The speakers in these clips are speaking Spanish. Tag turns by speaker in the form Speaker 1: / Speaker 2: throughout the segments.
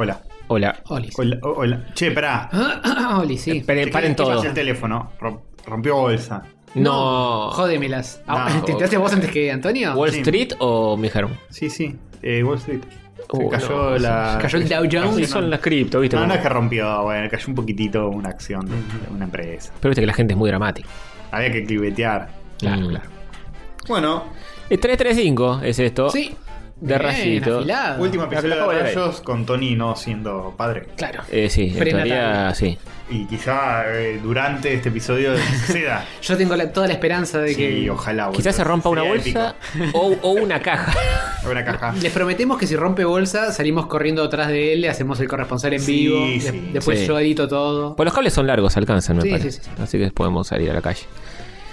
Speaker 1: Hola.
Speaker 2: Oli. sí.
Speaker 3: Hola, hola. Che, pará.
Speaker 2: Oli, sí.
Speaker 1: Pre-
Speaker 3: Che,
Speaker 1: Paren
Speaker 3: ¿qué- qué
Speaker 1: todo.
Speaker 3: pasa el teléfono. Rom- Rompió bolsa.
Speaker 1: No.
Speaker 2: Jódemelas.
Speaker 3: No.
Speaker 2: Ah, ¿Te enteraste vos antes que Antonio?
Speaker 1: ¿Wall
Speaker 3: Sí.
Speaker 1: Street o Mijarum?
Speaker 3: Sí, sí. Eh, Wall Street. Se
Speaker 1: Uh,
Speaker 3: cayó
Speaker 1: no,
Speaker 3: la.
Speaker 2: se cayó el Dow Jones.
Speaker 1: Aún son las cripto, ¿viste?
Speaker 3: No,
Speaker 1: Como-
Speaker 3: no es que rompió, bueno, cayó un poquitito una acción de de una empresa.
Speaker 1: Pero viste que la gente es muy dramática.
Speaker 3: Había que clivetear. Mm.
Speaker 1: Claro, claro.
Speaker 3: Bueno,
Speaker 1: Es 335 es esto.
Speaker 2: Sí.
Speaker 1: Oh, De rayito.
Speaker 2: afilado.
Speaker 3: último episodio
Speaker 1: acabo Ah, de
Speaker 3: de
Speaker 1: ver.
Speaker 3: Rayos con Tony no siendo padre.
Speaker 2: Claro.
Speaker 1: Eh, sí, en
Speaker 2: Prenatal.
Speaker 1: teoría, sí.
Speaker 3: Y quizá eh, durante este episodio suceda.
Speaker 2: Yo tengo la- toda la esperanza de que.
Speaker 3: Sí, ojalá. boludo.
Speaker 1: Quizás se rompa una
Speaker 3: Sería
Speaker 1: bolsa o, o una caja.
Speaker 3: épico. Una caja.
Speaker 2: Les prometemos que si rompe bolsa, salimos corriendo atrás de él, le hacemos el corresponsal en
Speaker 3: Sí,
Speaker 2: vivo.
Speaker 3: sí.
Speaker 2: de- después
Speaker 1: Sí.
Speaker 2: yo edito todo.
Speaker 1: Pues los cables son largos, alcanzan, me
Speaker 2: Sí,
Speaker 1: parece.
Speaker 2: sí, sí,
Speaker 1: Así que podemos salir a la calle.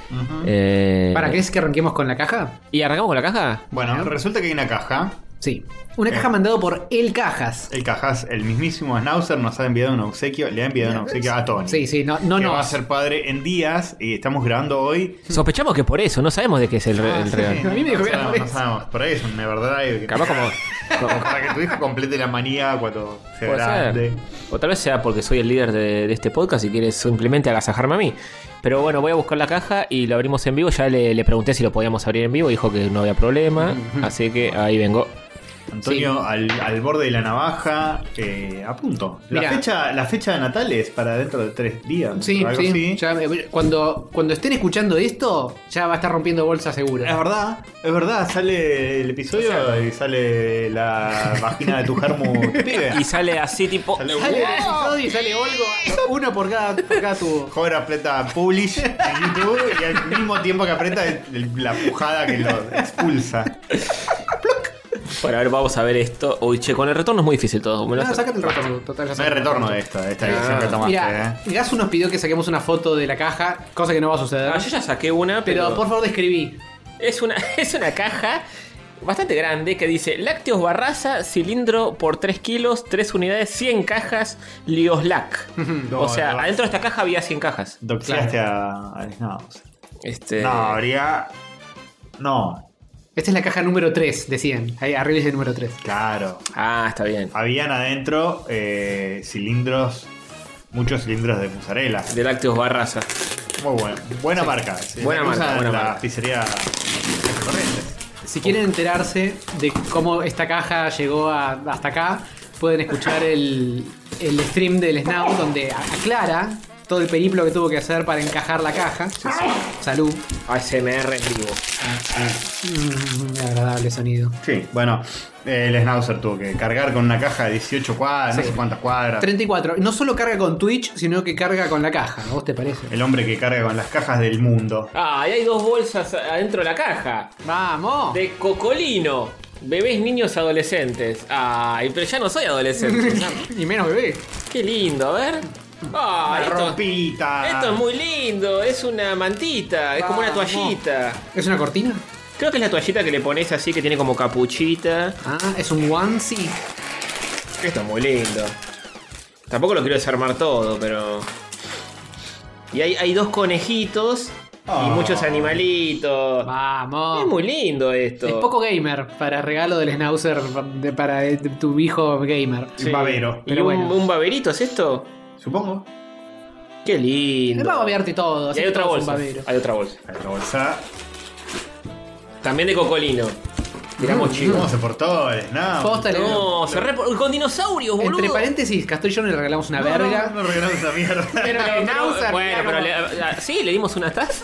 Speaker 3: Ujú.
Speaker 1: Eh,
Speaker 2: ¿Para qué es que arranquemos con la caja?
Speaker 1: ¿Y arrancamos con la caja?
Speaker 3: Bueno, resulta que hay una caja.
Speaker 2: Sí. Una caja
Speaker 3: Eh.
Speaker 2: mandado por El Cajas.
Speaker 3: El cajas, el mismísimo Schnauzer nos ha enviado un obsequio. Le ha enviado un obsequio a Tony.
Speaker 2: Sí, sí, no, no,
Speaker 3: que
Speaker 2: no.
Speaker 3: va a ser padre en días y estamos grabando hoy.
Speaker 1: Sospechamos que por eso, no sabemos de qué es el, re-
Speaker 2: Ah,
Speaker 1: el
Speaker 2: sí.
Speaker 1: regalo.
Speaker 2: A mí me dijo
Speaker 3: no,
Speaker 2: que era
Speaker 3: sabemos,
Speaker 2: por
Speaker 3: no
Speaker 2: eso.
Speaker 3: sabemos. Por ahí es un Everdrive. que-
Speaker 1: Capaz como. como-
Speaker 3: Para que tu hijo complete la manía cuando sea
Speaker 1: puede
Speaker 3: grande.
Speaker 1: ser. O tal vez sea porque soy el líder de, de este podcast y quieres simplemente agasajarme a mí. Pero bueno, voy a buscar la caja y lo abrimos en vivo. Ya le, le pregunté si lo podíamos abrir en vivo. Dijo que no había problema. Así que ahí vengo.
Speaker 3: Antonio al, al borde de la navaja, eh, a punto. La
Speaker 2: Mirá.
Speaker 3: fecha, la fecha de Natal es para dentro de tres días.
Speaker 2: Sí,
Speaker 3: o algo
Speaker 2: sí.
Speaker 3: así.
Speaker 2: Ya, eh, cuando, cuando estén escuchando esto, ya va a estar rompiendo bolsa seguro.
Speaker 3: Es verdad, es verdad, sale el episodio y sale la vagina de tu germo pibe.
Speaker 1: Y sale así tipo.
Speaker 3: Sale
Speaker 2: Sale el
Speaker 3: un-
Speaker 2: episodio y sale Olgo, uno por cada, por cada tubo.
Speaker 3: Joder aprieta publish en YouTube y al mismo tiempo que aprieta el- el- la pujada que lo expulsa.
Speaker 1: Bueno, a ver, vamos a ver esto. Uy, che, con el retorno es muy difícil todo. Me lo
Speaker 2: No,
Speaker 1: hace-
Speaker 2: Ah, sácate el retorno. Total, ya
Speaker 3: No hay
Speaker 2: sabes.
Speaker 3: retorno de esta, de
Speaker 1: Ah.
Speaker 3: esta decisión que tomaste.
Speaker 2: Mira,
Speaker 3: eh.
Speaker 2: Gas nos pidió que saquemos una foto de la caja, cosa que no va a suceder.
Speaker 1: Ah, yo ya saqué una, pero.
Speaker 2: pero, por favor describí.
Speaker 1: Es una, es una caja bastante grande que dice lácteos barraza, cilindro por 3 kilos, 3 unidades, 100 cajas, Lioslac.
Speaker 3: No,
Speaker 1: o sea,
Speaker 3: no.
Speaker 1: adentro de esta caja había 100 cajas.
Speaker 3: Doxiaste a, a Snauzer.
Speaker 1: Este,
Speaker 3: No, habría. No,
Speaker 2: Esta es la caja número 3, decían. Ahí arriba dice número 3.
Speaker 3: claro.
Speaker 1: Ah, está bien.
Speaker 3: Habían adentro eh, cilindros, muchos cilindros de mozzarella.
Speaker 1: De lácteos barraza.
Speaker 3: Muy bueno. Buena marca. sí,
Speaker 1: Buena
Speaker 3: la que
Speaker 1: marca,
Speaker 3: usan
Speaker 1: buena
Speaker 3: la
Speaker 1: marca.
Speaker 3: pizzería Corrientes.
Speaker 2: Si quieren
Speaker 1: Oh.
Speaker 2: enterarse de cómo esta caja llegó a- hasta acá, pueden escuchar el, el stream del Snow donde a- aclara todo el periplo que tuvo que hacer para encajar la caja. Salud.
Speaker 1: ASMR en vivo.
Speaker 2: Mm, agradable sonido.
Speaker 3: Sí, bueno, eh, el Schnauzer tuvo que cargar con una caja de 18 cuadras,
Speaker 2: Sí.
Speaker 3: no sé cuántas cuadras.
Speaker 2: 34. No solo carga con Twitch, sino que carga con la caja. ¿A vos te parece?
Speaker 1: Eh.
Speaker 3: El hombre que carga con las cajas del mundo.
Speaker 1: Ah, y hay dos bolsas adentro de la caja.
Speaker 2: ¡Vamos!
Speaker 1: De cocolino. Bebés, niños, adolescentes. Ay, pero ya no soy adolescente.
Speaker 2: Y menos bebé.
Speaker 1: Qué lindo, a ver. Ah,
Speaker 3: La
Speaker 1: esto-
Speaker 3: ropita.
Speaker 1: Esto es muy lindo, es una mantita, es como una
Speaker 2: Vamos.
Speaker 1: toallita.
Speaker 2: ¿Es una cortina?
Speaker 1: Creo que es la toallita que le pones así, que tiene como capuchita.
Speaker 2: Ah, es un onesie.
Speaker 1: Esto es muy lindo. Tampoco lo quiero desarmar todo, pero... Y hay, hay dos conejitos y
Speaker 3: Ah.
Speaker 1: muchos animalitos. Es
Speaker 2: Vamos.
Speaker 1: muy lindo esto.
Speaker 2: Es poco gamer para regalo del Schnauzer de- para eh, de- de tu hijo gamer.
Speaker 3: Un babero.
Speaker 1: ¿Y
Speaker 2: pero
Speaker 1: un,
Speaker 2: bueno.
Speaker 1: un baberito es esto?
Speaker 3: Supongo.
Speaker 1: Qué
Speaker 2: Te
Speaker 1: lindo.
Speaker 2: va a babearte todo.
Speaker 1: Y
Speaker 2: así
Speaker 1: hay
Speaker 2: que
Speaker 1: otra
Speaker 2: todo es un
Speaker 1: bolsa.
Speaker 2: babero.
Speaker 1: Hay otra bolsa.
Speaker 3: La bolsa.
Speaker 1: También de cocolino.
Speaker 2: Mm,
Speaker 1: Miramos
Speaker 3: ¿Cómo
Speaker 1: chicos.
Speaker 3: se portó el Schnauzer?
Speaker 2: Posta, le-
Speaker 1: No, se re... Con dinosaurios, boludo.
Speaker 2: Entre paréntesis, Castor y yo le regalamos una verga.
Speaker 3: No, no, no regalamos esa mierda.
Speaker 2: Pero el Schnauzer,
Speaker 1: bueno,
Speaker 2: mira
Speaker 1: pero
Speaker 2: cómo-
Speaker 1: le- la- sí, le dimos una taza.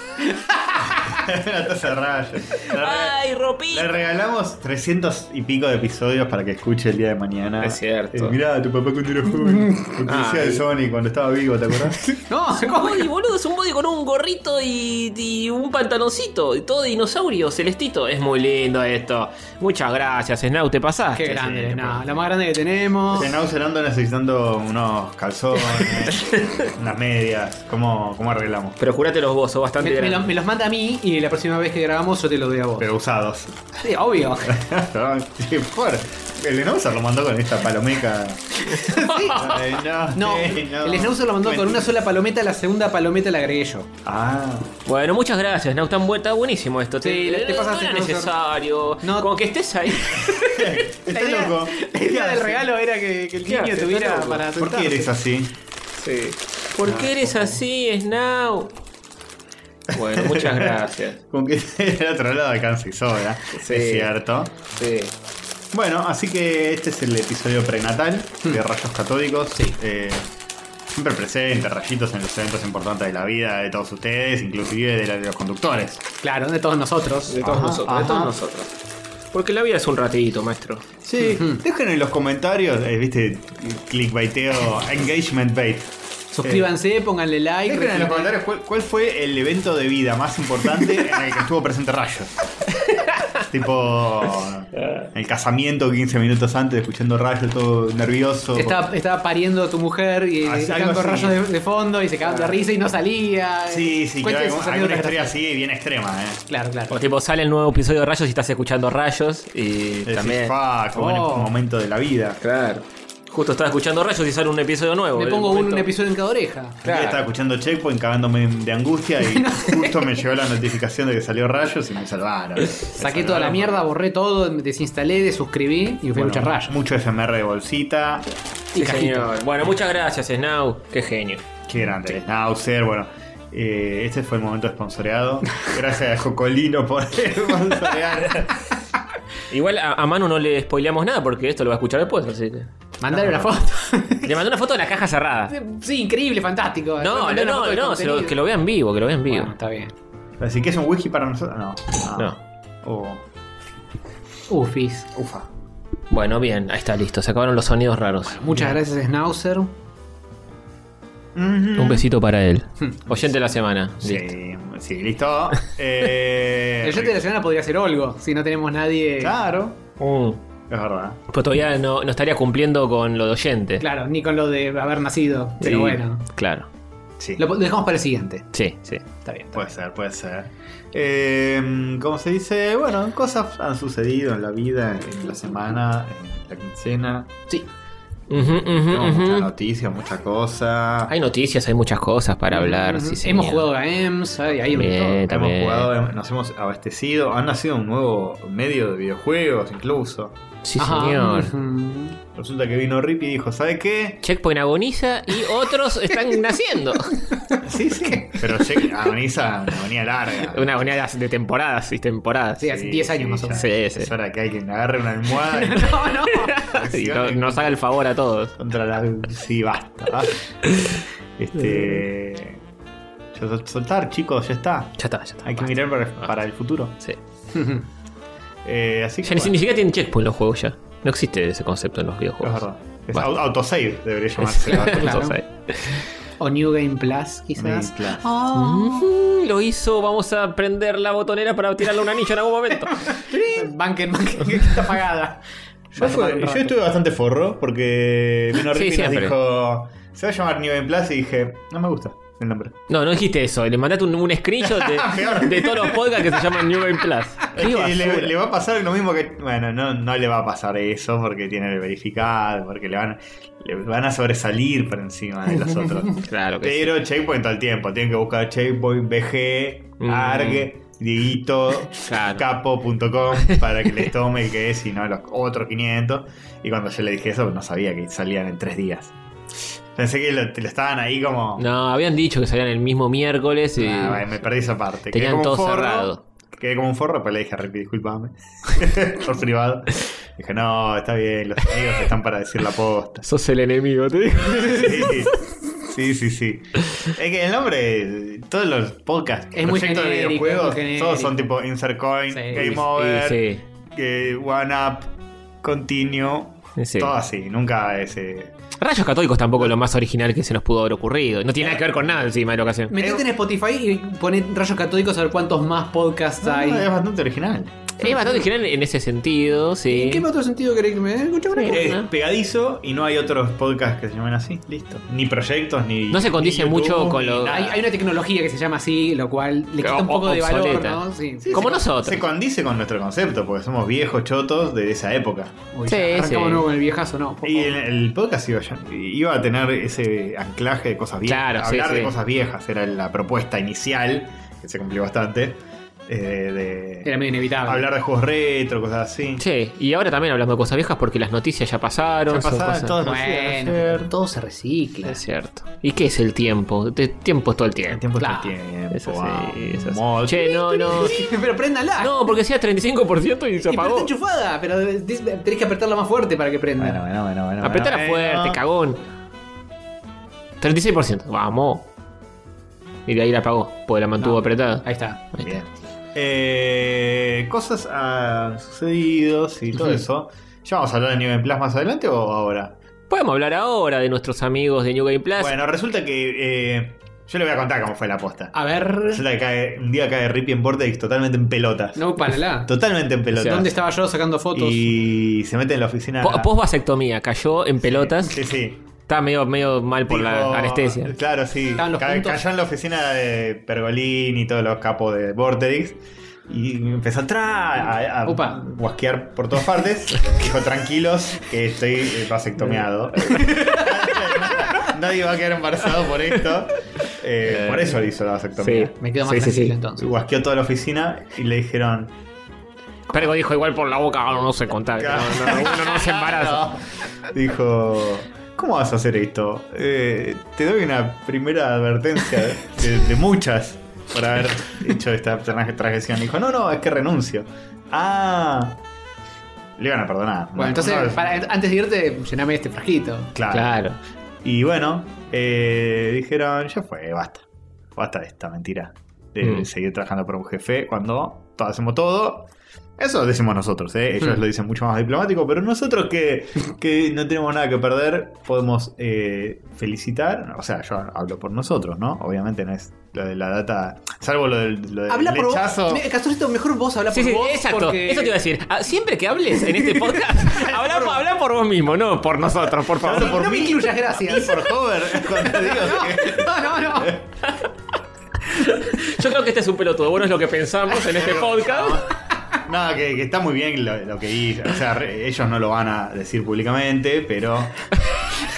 Speaker 3: Una taza de rayos. Le, rega-
Speaker 1: ¡Ay,
Speaker 3: le
Speaker 1: ropita!
Speaker 3: regalamos 300 y pico de episodios para que escuche el día de mañana.
Speaker 1: Es cierto.
Speaker 3: Eh, mirá, tu papá cuando era joven. Lo conocía
Speaker 1: Ay.
Speaker 3: de Sony cuando estaba vivo, ¿te acordás?
Speaker 2: No,
Speaker 1: Es un
Speaker 2: ¿cómo?
Speaker 1: body, boludo, es un body con un gorrito y, y un pantaloncito. Y todo dinosaurio, celestito. Es muy lindo esto. Muchas gracias, Snau, te pasaste.
Speaker 2: Qué grande,
Speaker 3: sí,
Speaker 2: no,
Speaker 3: pues.
Speaker 2: la más grande que tenemos.
Speaker 3: Schnauzer anda necesitando unos calzones, unas medias. ¿Cómo, cómo arreglamos?
Speaker 1: Pero jurate los vos, sos bastante
Speaker 2: Me, me
Speaker 1: grande.
Speaker 2: los, me los manda a mí y y la próxima vez que grabamos yo te lo doy a vos.
Speaker 3: Pero usados.
Speaker 2: Sí, obvio.
Speaker 3: Sí, por- El Snowser lo mandó con esta palomeca. Ay, no,
Speaker 2: No,
Speaker 3: eh, no.
Speaker 2: el Snauzer lo mandó con una sola palometa, la segunda palometa la agregué yo.
Speaker 3: Ah,
Speaker 1: Bueno, muchas gracias, Nau. Tan vuelta, buenísimo esto.
Speaker 2: Sí,
Speaker 1: te,
Speaker 2: te
Speaker 1: no
Speaker 2: pasaste,
Speaker 1: era
Speaker 2: Nau, Sor.
Speaker 1: necesario.
Speaker 2: No.
Speaker 1: Como que estés ahí.
Speaker 3: está
Speaker 2: La idea-
Speaker 3: loco.
Speaker 2: La idea del regalo era que, que el
Speaker 1: ¿Qué
Speaker 2: niño
Speaker 1: hace?
Speaker 2: tuviera
Speaker 1: Está loco.
Speaker 2: para
Speaker 3: ¿Por qué
Speaker 2: sentarse.
Speaker 3: eres así?
Speaker 1: ¿Por qué eres así, Snow? Bueno, muchas gracias.
Speaker 3: Con que el otro lado alcanza y sobra.
Speaker 1: Sí.
Speaker 3: Es cierto.
Speaker 1: Sí.
Speaker 3: Bueno, así que este es el episodio prenatal de Rayos Catódicos. Eh, siempre presente, rayitos en los eventos importantes de la vida de todos ustedes, inclusive de, la- de los conductores.
Speaker 2: Claro, de todos nosotros.
Speaker 1: De todos
Speaker 3: Ajá,
Speaker 1: nosotros, de
Speaker 3: ajá.
Speaker 1: todos nosotros. Porque la vida es un ratito, maestro.
Speaker 3: Sí, dejen en los comentarios, eh, viste, clickbaiteo, engagement bait.
Speaker 2: Suscríbanse, pónganle
Speaker 3: Dejen
Speaker 2: like.
Speaker 3: en los
Speaker 2: retuitean.
Speaker 3: comentarios cuál, cuál fue el evento de vida más importante en el que estuvo presente Rayos. tipo el casamiento 15 minutos antes, escuchando Rayos todo nervioso.
Speaker 2: Estaba, estaba pariendo tu mujer y
Speaker 3: Así,
Speaker 2: estaban
Speaker 3: algo
Speaker 2: con
Speaker 3: así.
Speaker 2: rayos de, de fondo y se cagaban de risa y no salía.
Speaker 3: Sí, sí,
Speaker 2: Cuenten
Speaker 3: claro,
Speaker 2: sus
Speaker 3: alguna,
Speaker 2: anécdotas
Speaker 3: historia
Speaker 2: graciosas.
Speaker 3: así bien extrema, eh.
Speaker 2: Claro, claro.
Speaker 1: O tipo, sale el nuevo episodio de Rayos y estás escuchando Rayos y
Speaker 3: Decís,
Speaker 1: también...
Speaker 3: "Fa, qué buen
Speaker 2: Oh.
Speaker 3: momento de la vida.
Speaker 1: Claro. Justo estaba escuchando Rayos y sale un episodio nuevo.
Speaker 2: Le
Speaker 1: en el
Speaker 2: pongo un,
Speaker 1: momento.
Speaker 2: un episodio en cada oreja.
Speaker 1: Claro.
Speaker 3: Yo estaba escuchando Checkpoint, cagándome de angustia y justo me llegó la notificación de que salió Rayos y me salvaron. Me
Speaker 2: Saqué
Speaker 3: salvaron
Speaker 2: toda la
Speaker 3: porque-
Speaker 2: mierda, borré todo, desinstalé, desuscribí y fui
Speaker 3: Bueno,
Speaker 2: a escuchar rayos.
Speaker 3: Mucho FMR de bolsita.
Speaker 1: Sí,
Speaker 2: y cajita.
Speaker 1: señor. Bueno, muchas gracias, Snow. Qué genio.
Speaker 3: Qué grande. Snauzer, bueno. eh, este fue el momento sponsoreado. Gracias a Jocolino por sponsorear.
Speaker 1: Igual a, a Manu no le spoileamos nada porque esto lo va a escuchar después, así que...
Speaker 2: Mandale una
Speaker 3: No.
Speaker 2: foto.
Speaker 1: Le mandó una foto de la caja cerrada.
Speaker 2: sí, increíble, fantástico.
Speaker 1: No, no,
Speaker 2: Mandale una foto
Speaker 1: no,
Speaker 2: del
Speaker 1: no, se lo-
Speaker 2: contenido.
Speaker 1: que lo vean vivo, que lo vean vivo.
Speaker 2: Bueno, está bien.
Speaker 3: Así que es un wiki para nosotros. No. O-
Speaker 2: Ufis.
Speaker 3: ufa.
Speaker 1: Bueno, bien, ahí está listo. Se acabaron los sonidos raros.
Speaker 2: Muchas gracias, Snauzer.
Speaker 1: Un besito para él. Oyente de la semana. Listo.
Speaker 3: Sí, sí, listo. Eh,
Speaker 2: El shot de la semana podría ser Olgo, si no tenemos nadie.
Speaker 3: Claro.
Speaker 1: Mm.
Speaker 3: Es verdad.
Speaker 1: Pues todavía no, no estaría cumpliendo con lo de oyente.
Speaker 2: Claro, ni con lo de haber nacido. Pero
Speaker 3: Sí.
Speaker 2: bueno.
Speaker 1: Claro.
Speaker 3: Sí.
Speaker 2: Lo po- dejamos para el siguiente.
Speaker 1: Sí, sí.
Speaker 2: Está bien.
Speaker 3: Puede ser, puede ser. Eh, como se dice, bueno, cosas han sucedido en la vida, en la semana, en la quincena.
Speaker 2: Sí.
Speaker 1: Ujú, ujú,
Speaker 3: Hubo
Speaker 1: ujú.
Speaker 3: Mucha noticia, mucha cosa.
Speaker 1: Hay noticias, hay muchas cosas para hablar.
Speaker 2: Ujú.
Speaker 1: sí, señor.
Speaker 2: Hemos jugado a EMS, hay, hay de
Speaker 1: Bien.
Speaker 2: todo.
Speaker 3: Hemos
Speaker 1: Eh, también.
Speaker 3: jugado, hem- nos hemos abastecido, han nacido un nuevo medio de videojuegos incluso.
Speaker 1: Sí,
Speaker 2: Ajá.
Speaker 1: señor.
Speaker 2: Ujú.
Speaker 3: Resulta que vino Rippy y dijo, ¿sabe qué?
Speaker 1: Checkpoint agoniza y otros están naciendo.
Speaker 3: Sí, sí. Pero che- agoniza una agonía larga.
Speaker 1: Una agonía de temporadas y temporadas.
Speaker 2: Sí, hace 10 años más
Speaker 3: ya.
Speaker 2: o menos.
Speaker 1: Sí, sí.
Speaker 3: Es hora que alguien agarre una almohada y
Speaker 2: No, no.
Speaker 1: Y no- nos haga el favor a todos.
Speaker 3: Contra la. Sí, basta. basta. Este. ya sol- Soltar, chicos, ya está.
Speaker 1: Ya está, ya está.
Speaker 3: Hay que
Speaker 1: basta.
Speaker 3: mirar para, para el futuro.
Speaker 1: Sí.
Speaker 3: Eh, así
Speaker 1: Ya
Speaker 3: que.
Speaker 1: ni, ni
Speaker 3: bueno,
Speaker 1: siquiera tienen checkpoint los juegos ya. No existe ese concepto en los
Speaker 3: es
Speaker 1: videojuegos.
Speaker 3: verdad. Es
Speaker 1: Basta.
Speaker 3: au- autosave debería llamarse.
Speaker 2: Claro.
Speaker 1: Entonces,
Speaker 2: O New Game Plus, quizás.
Speaker 3: New Game Plus.
Speaker 2: Oh.
Speaker 1: mm, lo hizo, vamos a prender la botonera para tirarle un anillo en algún momento.
Speaker 2: Banken, banken, que está pagada.
Speaker 3: Yo, fue- yo estuve bastante forro porque vino
Speaker 1: Sí,
Speaker 3: Rippy y nos
Speaker 1: siempre.
Speaker 3: dijo. Se va a llamar New Game Plus y dije, no me gusta el nombre.
Speaker 1: No, no dijiste eso. Le mandaste un, un screenshot de, de todos los podcasts que se llaman New Game Plus.
Speaker 3: Es
Speaker 1: Qué
Speaker 3: que le,
Speaker 1: basura.
Speaker 3: le va a pasar lo mismo que. Bueno, no, no le va a pasar eso porque tiene el verificado, porque le van, le van a sobresalir por encima de los otros.
Speaker 1: Claro que sí.
Speaker 3: Pero Checkpoint todo el tiempo, tienen que buscar Checkpoint, BG,
Speaker 1: Mm.
Speaker 3: ARG, Dieguito,
Speaker 1: Claro.
Speaker 3: Capo.com para que les tome el que es y no los otros 500. Y cuando yo le dije eso, no sabía que salían en tres días. Pensé que lo, lo estaban ahí como.
Speaker 1: No, habían dicho que salían el mismo miércoles y.
Speaker 3: Ah, bueno, me perdí esa parte. Quedé
Speaker 1: Tenían
Speaker 3: como un
Speaker 1: todo
Speaker 3: forro,
Speaker 1: cerrado.
Speaker 3: Quedé como un forro, pero le dije a Ricky, disculpame. Por privado. Dije, no, está bien, los amigos están para decir la posta.
Speaker 1: Sos el enemigo, te digo.
Speaker 3: Sí, sí, sí. sí. Es que el nombre, todos los podcasts,
Speaker 2: Es muy
Speaker 3: proyectos de
Speaker 2: genérico,
Speaker 3: videojuegos,
Speaker 2: es muy genérico.
Speaker 3: todos son tipo Insert Coin,
Speaker 2: Sí,
Speaker 3: Game
Speaker 2: sí,
Speaker 3: Over,
Speaker 1: Sí,
Speaker 3: que One Up, Continue.
Speaker 1: sí, sí.
Speaker 3: Todo así, nunca eh, ese.
Speaker 1: Rayos católicos tampoco es lo más original que se nos pudo haber ocurrido. No tiene nada que ver con nada encima de la
Speaker 3: Eh,
Speaker 1: ocasión.
Speaker 2: Metete en Spotify y poné rayos catódicos a ver cuántos más podcasts
Speaker 3: No,
Speaker 2: hay.
Speaker 3: no, es bastante original.
Speaker 1: Es bastante original en ese sentido, sí.
Speaker 2: ¿En qué otro sentido querés que me dé? Escucha una cosa.
Speaker 1: Sí.
Speaker 3: Es pegadizo y no hay otros podcasts que se llamen así. Listo. Ni proyectos, ni.
Speaker 1: No se condice
Speaker 3: ni
Speaker 1: mucho con
Speaker 3: ni
Speaker 1: lo-
Speaker 3: nada.
Speaker 2: Hay, hay una tecnología que se llama así, lo cual le quita un
Speaker 1: O-
Speaker 2: poco de valor,
Speaker 1: obsoleta.
Speaker 2: ¿no? Sí.
Speaker 1: Como
Speaker 3: se-
Speaker 1: nosotros.
Speaker 3: Se condice con nuestro concepto, porque somos viejos chotos de esa época.
Speaker 2: Uy,
Speaker 1: Sí,
Speaker 2: ya, arrancamos
Speaker 1: sí.
Speaker 2: nuevo con el viejazo, no. por
Speaker 3: Y
Speaker 2: favor.
Speaker 3: el, el podcast iba, a- iba a tener ese anclaje de cosas viejas.
Speaker 1: Claro, sí,
Speaker 3: hablar de
Speaker 1: sí.
Speaker 3: cosas viejas era la propuesta inicial, que se cumplió bastante. eh, de
Speaker 2: Era medio inevitable.
Speaker 3: hablar de juegos retro, cosas así.
Speaker 1: Sí, y ahora también hablando de cosas viejas porque las noticias ya pasaron.
Speaker 3: Ya
Speaker 1: son
Speaker 3: pasaban
Speaker 1: cosas-
Speaker 3: todas las ideas de
Speaker 2: Bueno,
Speaker 3: ayer.
Speaker 2: todo se recicla.
Speaker 1: Es cierto. ¿Y qué es el tiempo? El tiempo es todo el
Speaker 3: El
Speaker 1: tiempo.
Speaker 3: tiempo
Speaker 2: Claro.
Speaker 3: es el tiempo.
Speaker 1: Eso
Speaker 3: wow.
Speaker 1: sí, eso sí.
Speaker 3: Mod.
Speaker 1: Che, no, no.
Speaker 2: pero préndala.
Speaker 1: No, porque sea 35% y se
Speaker 2: Y pero está
Speaker 1: apagó.
Speaker 2: enchufada, pero des- tenés que apretarla más fuerte para que prenda.
Speaker 3: Bueno, bueno, bueno, bueno.
Speaker 1: Apretala
Speaker 3: bueno.
Speaker 1: fuerte, cagón. 36%. Vamos. Y de ahí la apagó, porque la mantuvo
Speaker 2: No.
Speaker 1: apretada.
Speaker 2: Ahí está.
Speaker 1: Ahí
Speaker 3: Bien.
Speaker 1: está.
Speaker 3: Eh, cosas han sucedido y todo
Speaker 1: Ujú.
Speaker 3: eso. ¿Ya vamos a hablar de New Game Plus más adelante o ahora?
Speaker 1: Podemos hablar ahora de nuestros amigos de New Game Plus.
Speaker 3: Bueno, resulta que. eh, yo le voy a contar cómo fue la aposta.
Speaker 2: A ver.
Speaker 3: Resulta que cae- un día cae Rippy en Vortex totalmente en pelotas.
Speaker 2: No, paralá.
Speaker 3: Totalmente en pelotas.
Speaker 2: ¿Dónde estaba yo sacando fotos?
Speaker 3: Y se mete en la oficina.
Speaker 1: Po- Post-vasectomía, cayó en pelotas.
Speaker 3: Sí, sí.
Speaker 1: Está medio, medio mal por
Speaker 3: Dijo-
Speaker 1: la anestesia.
Speaker 3: Claro, sí.
Speaker 2: Estaban los
Speaker 3: Ca-
Speaker 2: puntos.
Speaker 3: cayó en la oficina de Pergolín y todos los capos de Vortex. Y empezó a, tra- a, a
Speaker 2: Upa.
Speaker 3: guasquear por todas partes. Dijo, tranquilos, que estoy eh, vasectomiado. Nadie va a quedar embarazado por esto. Eh, por eso le hizo la vasectomía.
Speaker 1: Sí.
Speaker 2: Me quedo más
Speaker 1: Sí, sí,
Speaker 2: tranquilo
Speaker 1: sí.
Speaker 2: entonces.
Speaker 3: Guasqueó toda la oficina y le dijeron...
Speaker 1: Pergo dijo igual por la boca, no, no sé contar. No, no, uno no se embaraza.
Speaker 3: Dijo, ¿cómo vas a hacer esto? Eh, te doy una primera advertencia de, de muchas por haber hecho esta tra- transgresión. Dijo, no, no, es que renuncio. Ah, le iban a perdonar.
Speaker 2: Bueno, entonces,
Speaker 3: No, no,
Speaker 2: para- antes de irte, llename este frasquito.
Speaker 3: claro.
Speaker 1: Claro.
Speaker 3: Y bueno, eh, dijeron, ya fue, basta. Basta de esta mentira de
Speaker 1: Mm.
Speaker 3: seguir trabajando por un jefe cuando todos hacemos todo. Eso decimos nosotros, ¿eh? ellos
Speaker 2: Mm.
Speaker 3: lo dicen mucho más diplomático, pero nosotros que, que no tenemos nada que perder, podemos eh, felicitar. O sea, yo hablo por nosotros, ¿no? Obviamente no es lo de la data, salvo lo del, lo del
Speaker 2: Habla por
Speaker 3: lechazo.
Speaker 2: vos. Me- Castorcito, mejor vos habla
Speaker 1: Sí,
Speaker 2: por
Speaker 1: sí,
Speaker 2: vos.
Speaker 1: exacto.
Speaker 2: porque-
Speaker 1: Eso te iba a decir. Ah, Siempre que hables en este podcast, habla, habla por vos mismo, no por nosotros, por favor.
Speaker 3: Hablo
Speaker 2: No me
Speaker 3: mí
Speaker 2: incluyas,
Speaker 3: y
Speaker 2: gracias.
Speaker 3: por Hover, cuando digo que-
Speaker 2: No, no, no.
Speaker 1: Yo creo que este es un pelotudo. Bueno, es lo que pensamos en este podcast.
Speaker 3: No, que, que está muy bien lo, lo que hizo. O sea, re- ellos no lo van a decir públicamente, pero.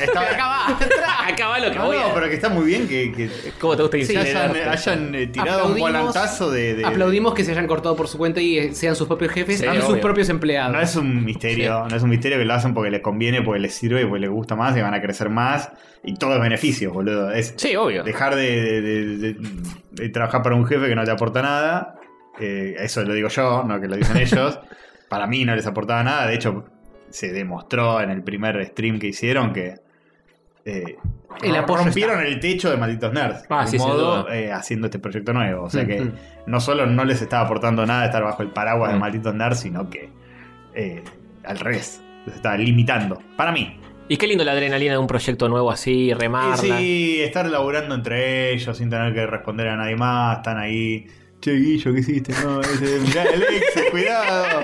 Speaker 3: Está,
Speaker 2: Acá va.
Speaker 1: Acá va lo que
Speaker 3: no,
Speaker 1: voy
Speaker 3: no,
Speaker 1: a...
Speaker 3: pero que está muy bien que, que-
Speaker 1: ¿Cómo te gusta
Speaker 3: que hayan,
Speaker 1: incinerarte?
Speaker 3: hayan, eh, tirado un
Speaker 2: Aplaudimos-
Speaker 3: volantazo de. de-
Speaker 2: Aplaudimos que se hayan cortado por su cuenta y eh, sean sus propios jefes
Speaker 1: Sí,
Speaker 2: y sus
Speaker 1: obvio.
Speaker 2: propios empleados.
Speaker 3: No es un misterio, no es un misterio que lo hacen porque les conviene, porque les sirve, porque les gusta más y van a crecer más. Y todos beneficios, boludo. Es
Speaker 1: Sí, obvio.
Speaker 3: dejar de, de- de- de- de trabajar para un jefe que no te aporta nada. eh, eso lo digo yo, no que lo dicen ellos. Para mí no les aportaba nada. De hecho, se demostró en el primer stream que hicieron que eh,
Speaker 2: El apoyo
Speaker 3: rompieron el techo de malditos nerds.
Speaker 1: Ah,
Speaker 3: de
Speaker 1: sí, sin
Speaker 3: modo,
Speaker 1: duda. Mm,
Speaker 3: eh, haciendo este proyecto nuevo. O sea que
Speaker 2: Ujú.
Speaker 3: no solo no les estaba aportando nada estar bajo el paraguas de
Speaker 1: Mm.
Speaker 3: malditos nerds, sino que eh, al revés. Les estaba limitando. Para mí.
Speaker 1: Y qué lindo la adrenalina de un proyecto nuevo así,
Speaker 3: Y
Speaker 1: remarla.
Speaker 3: sí, estar laburando entre ellos sin tener que responder a nadie más, están ahí. Che, Guillo, ¿qué hiciste? No, ese- mirá el ex, cuidado.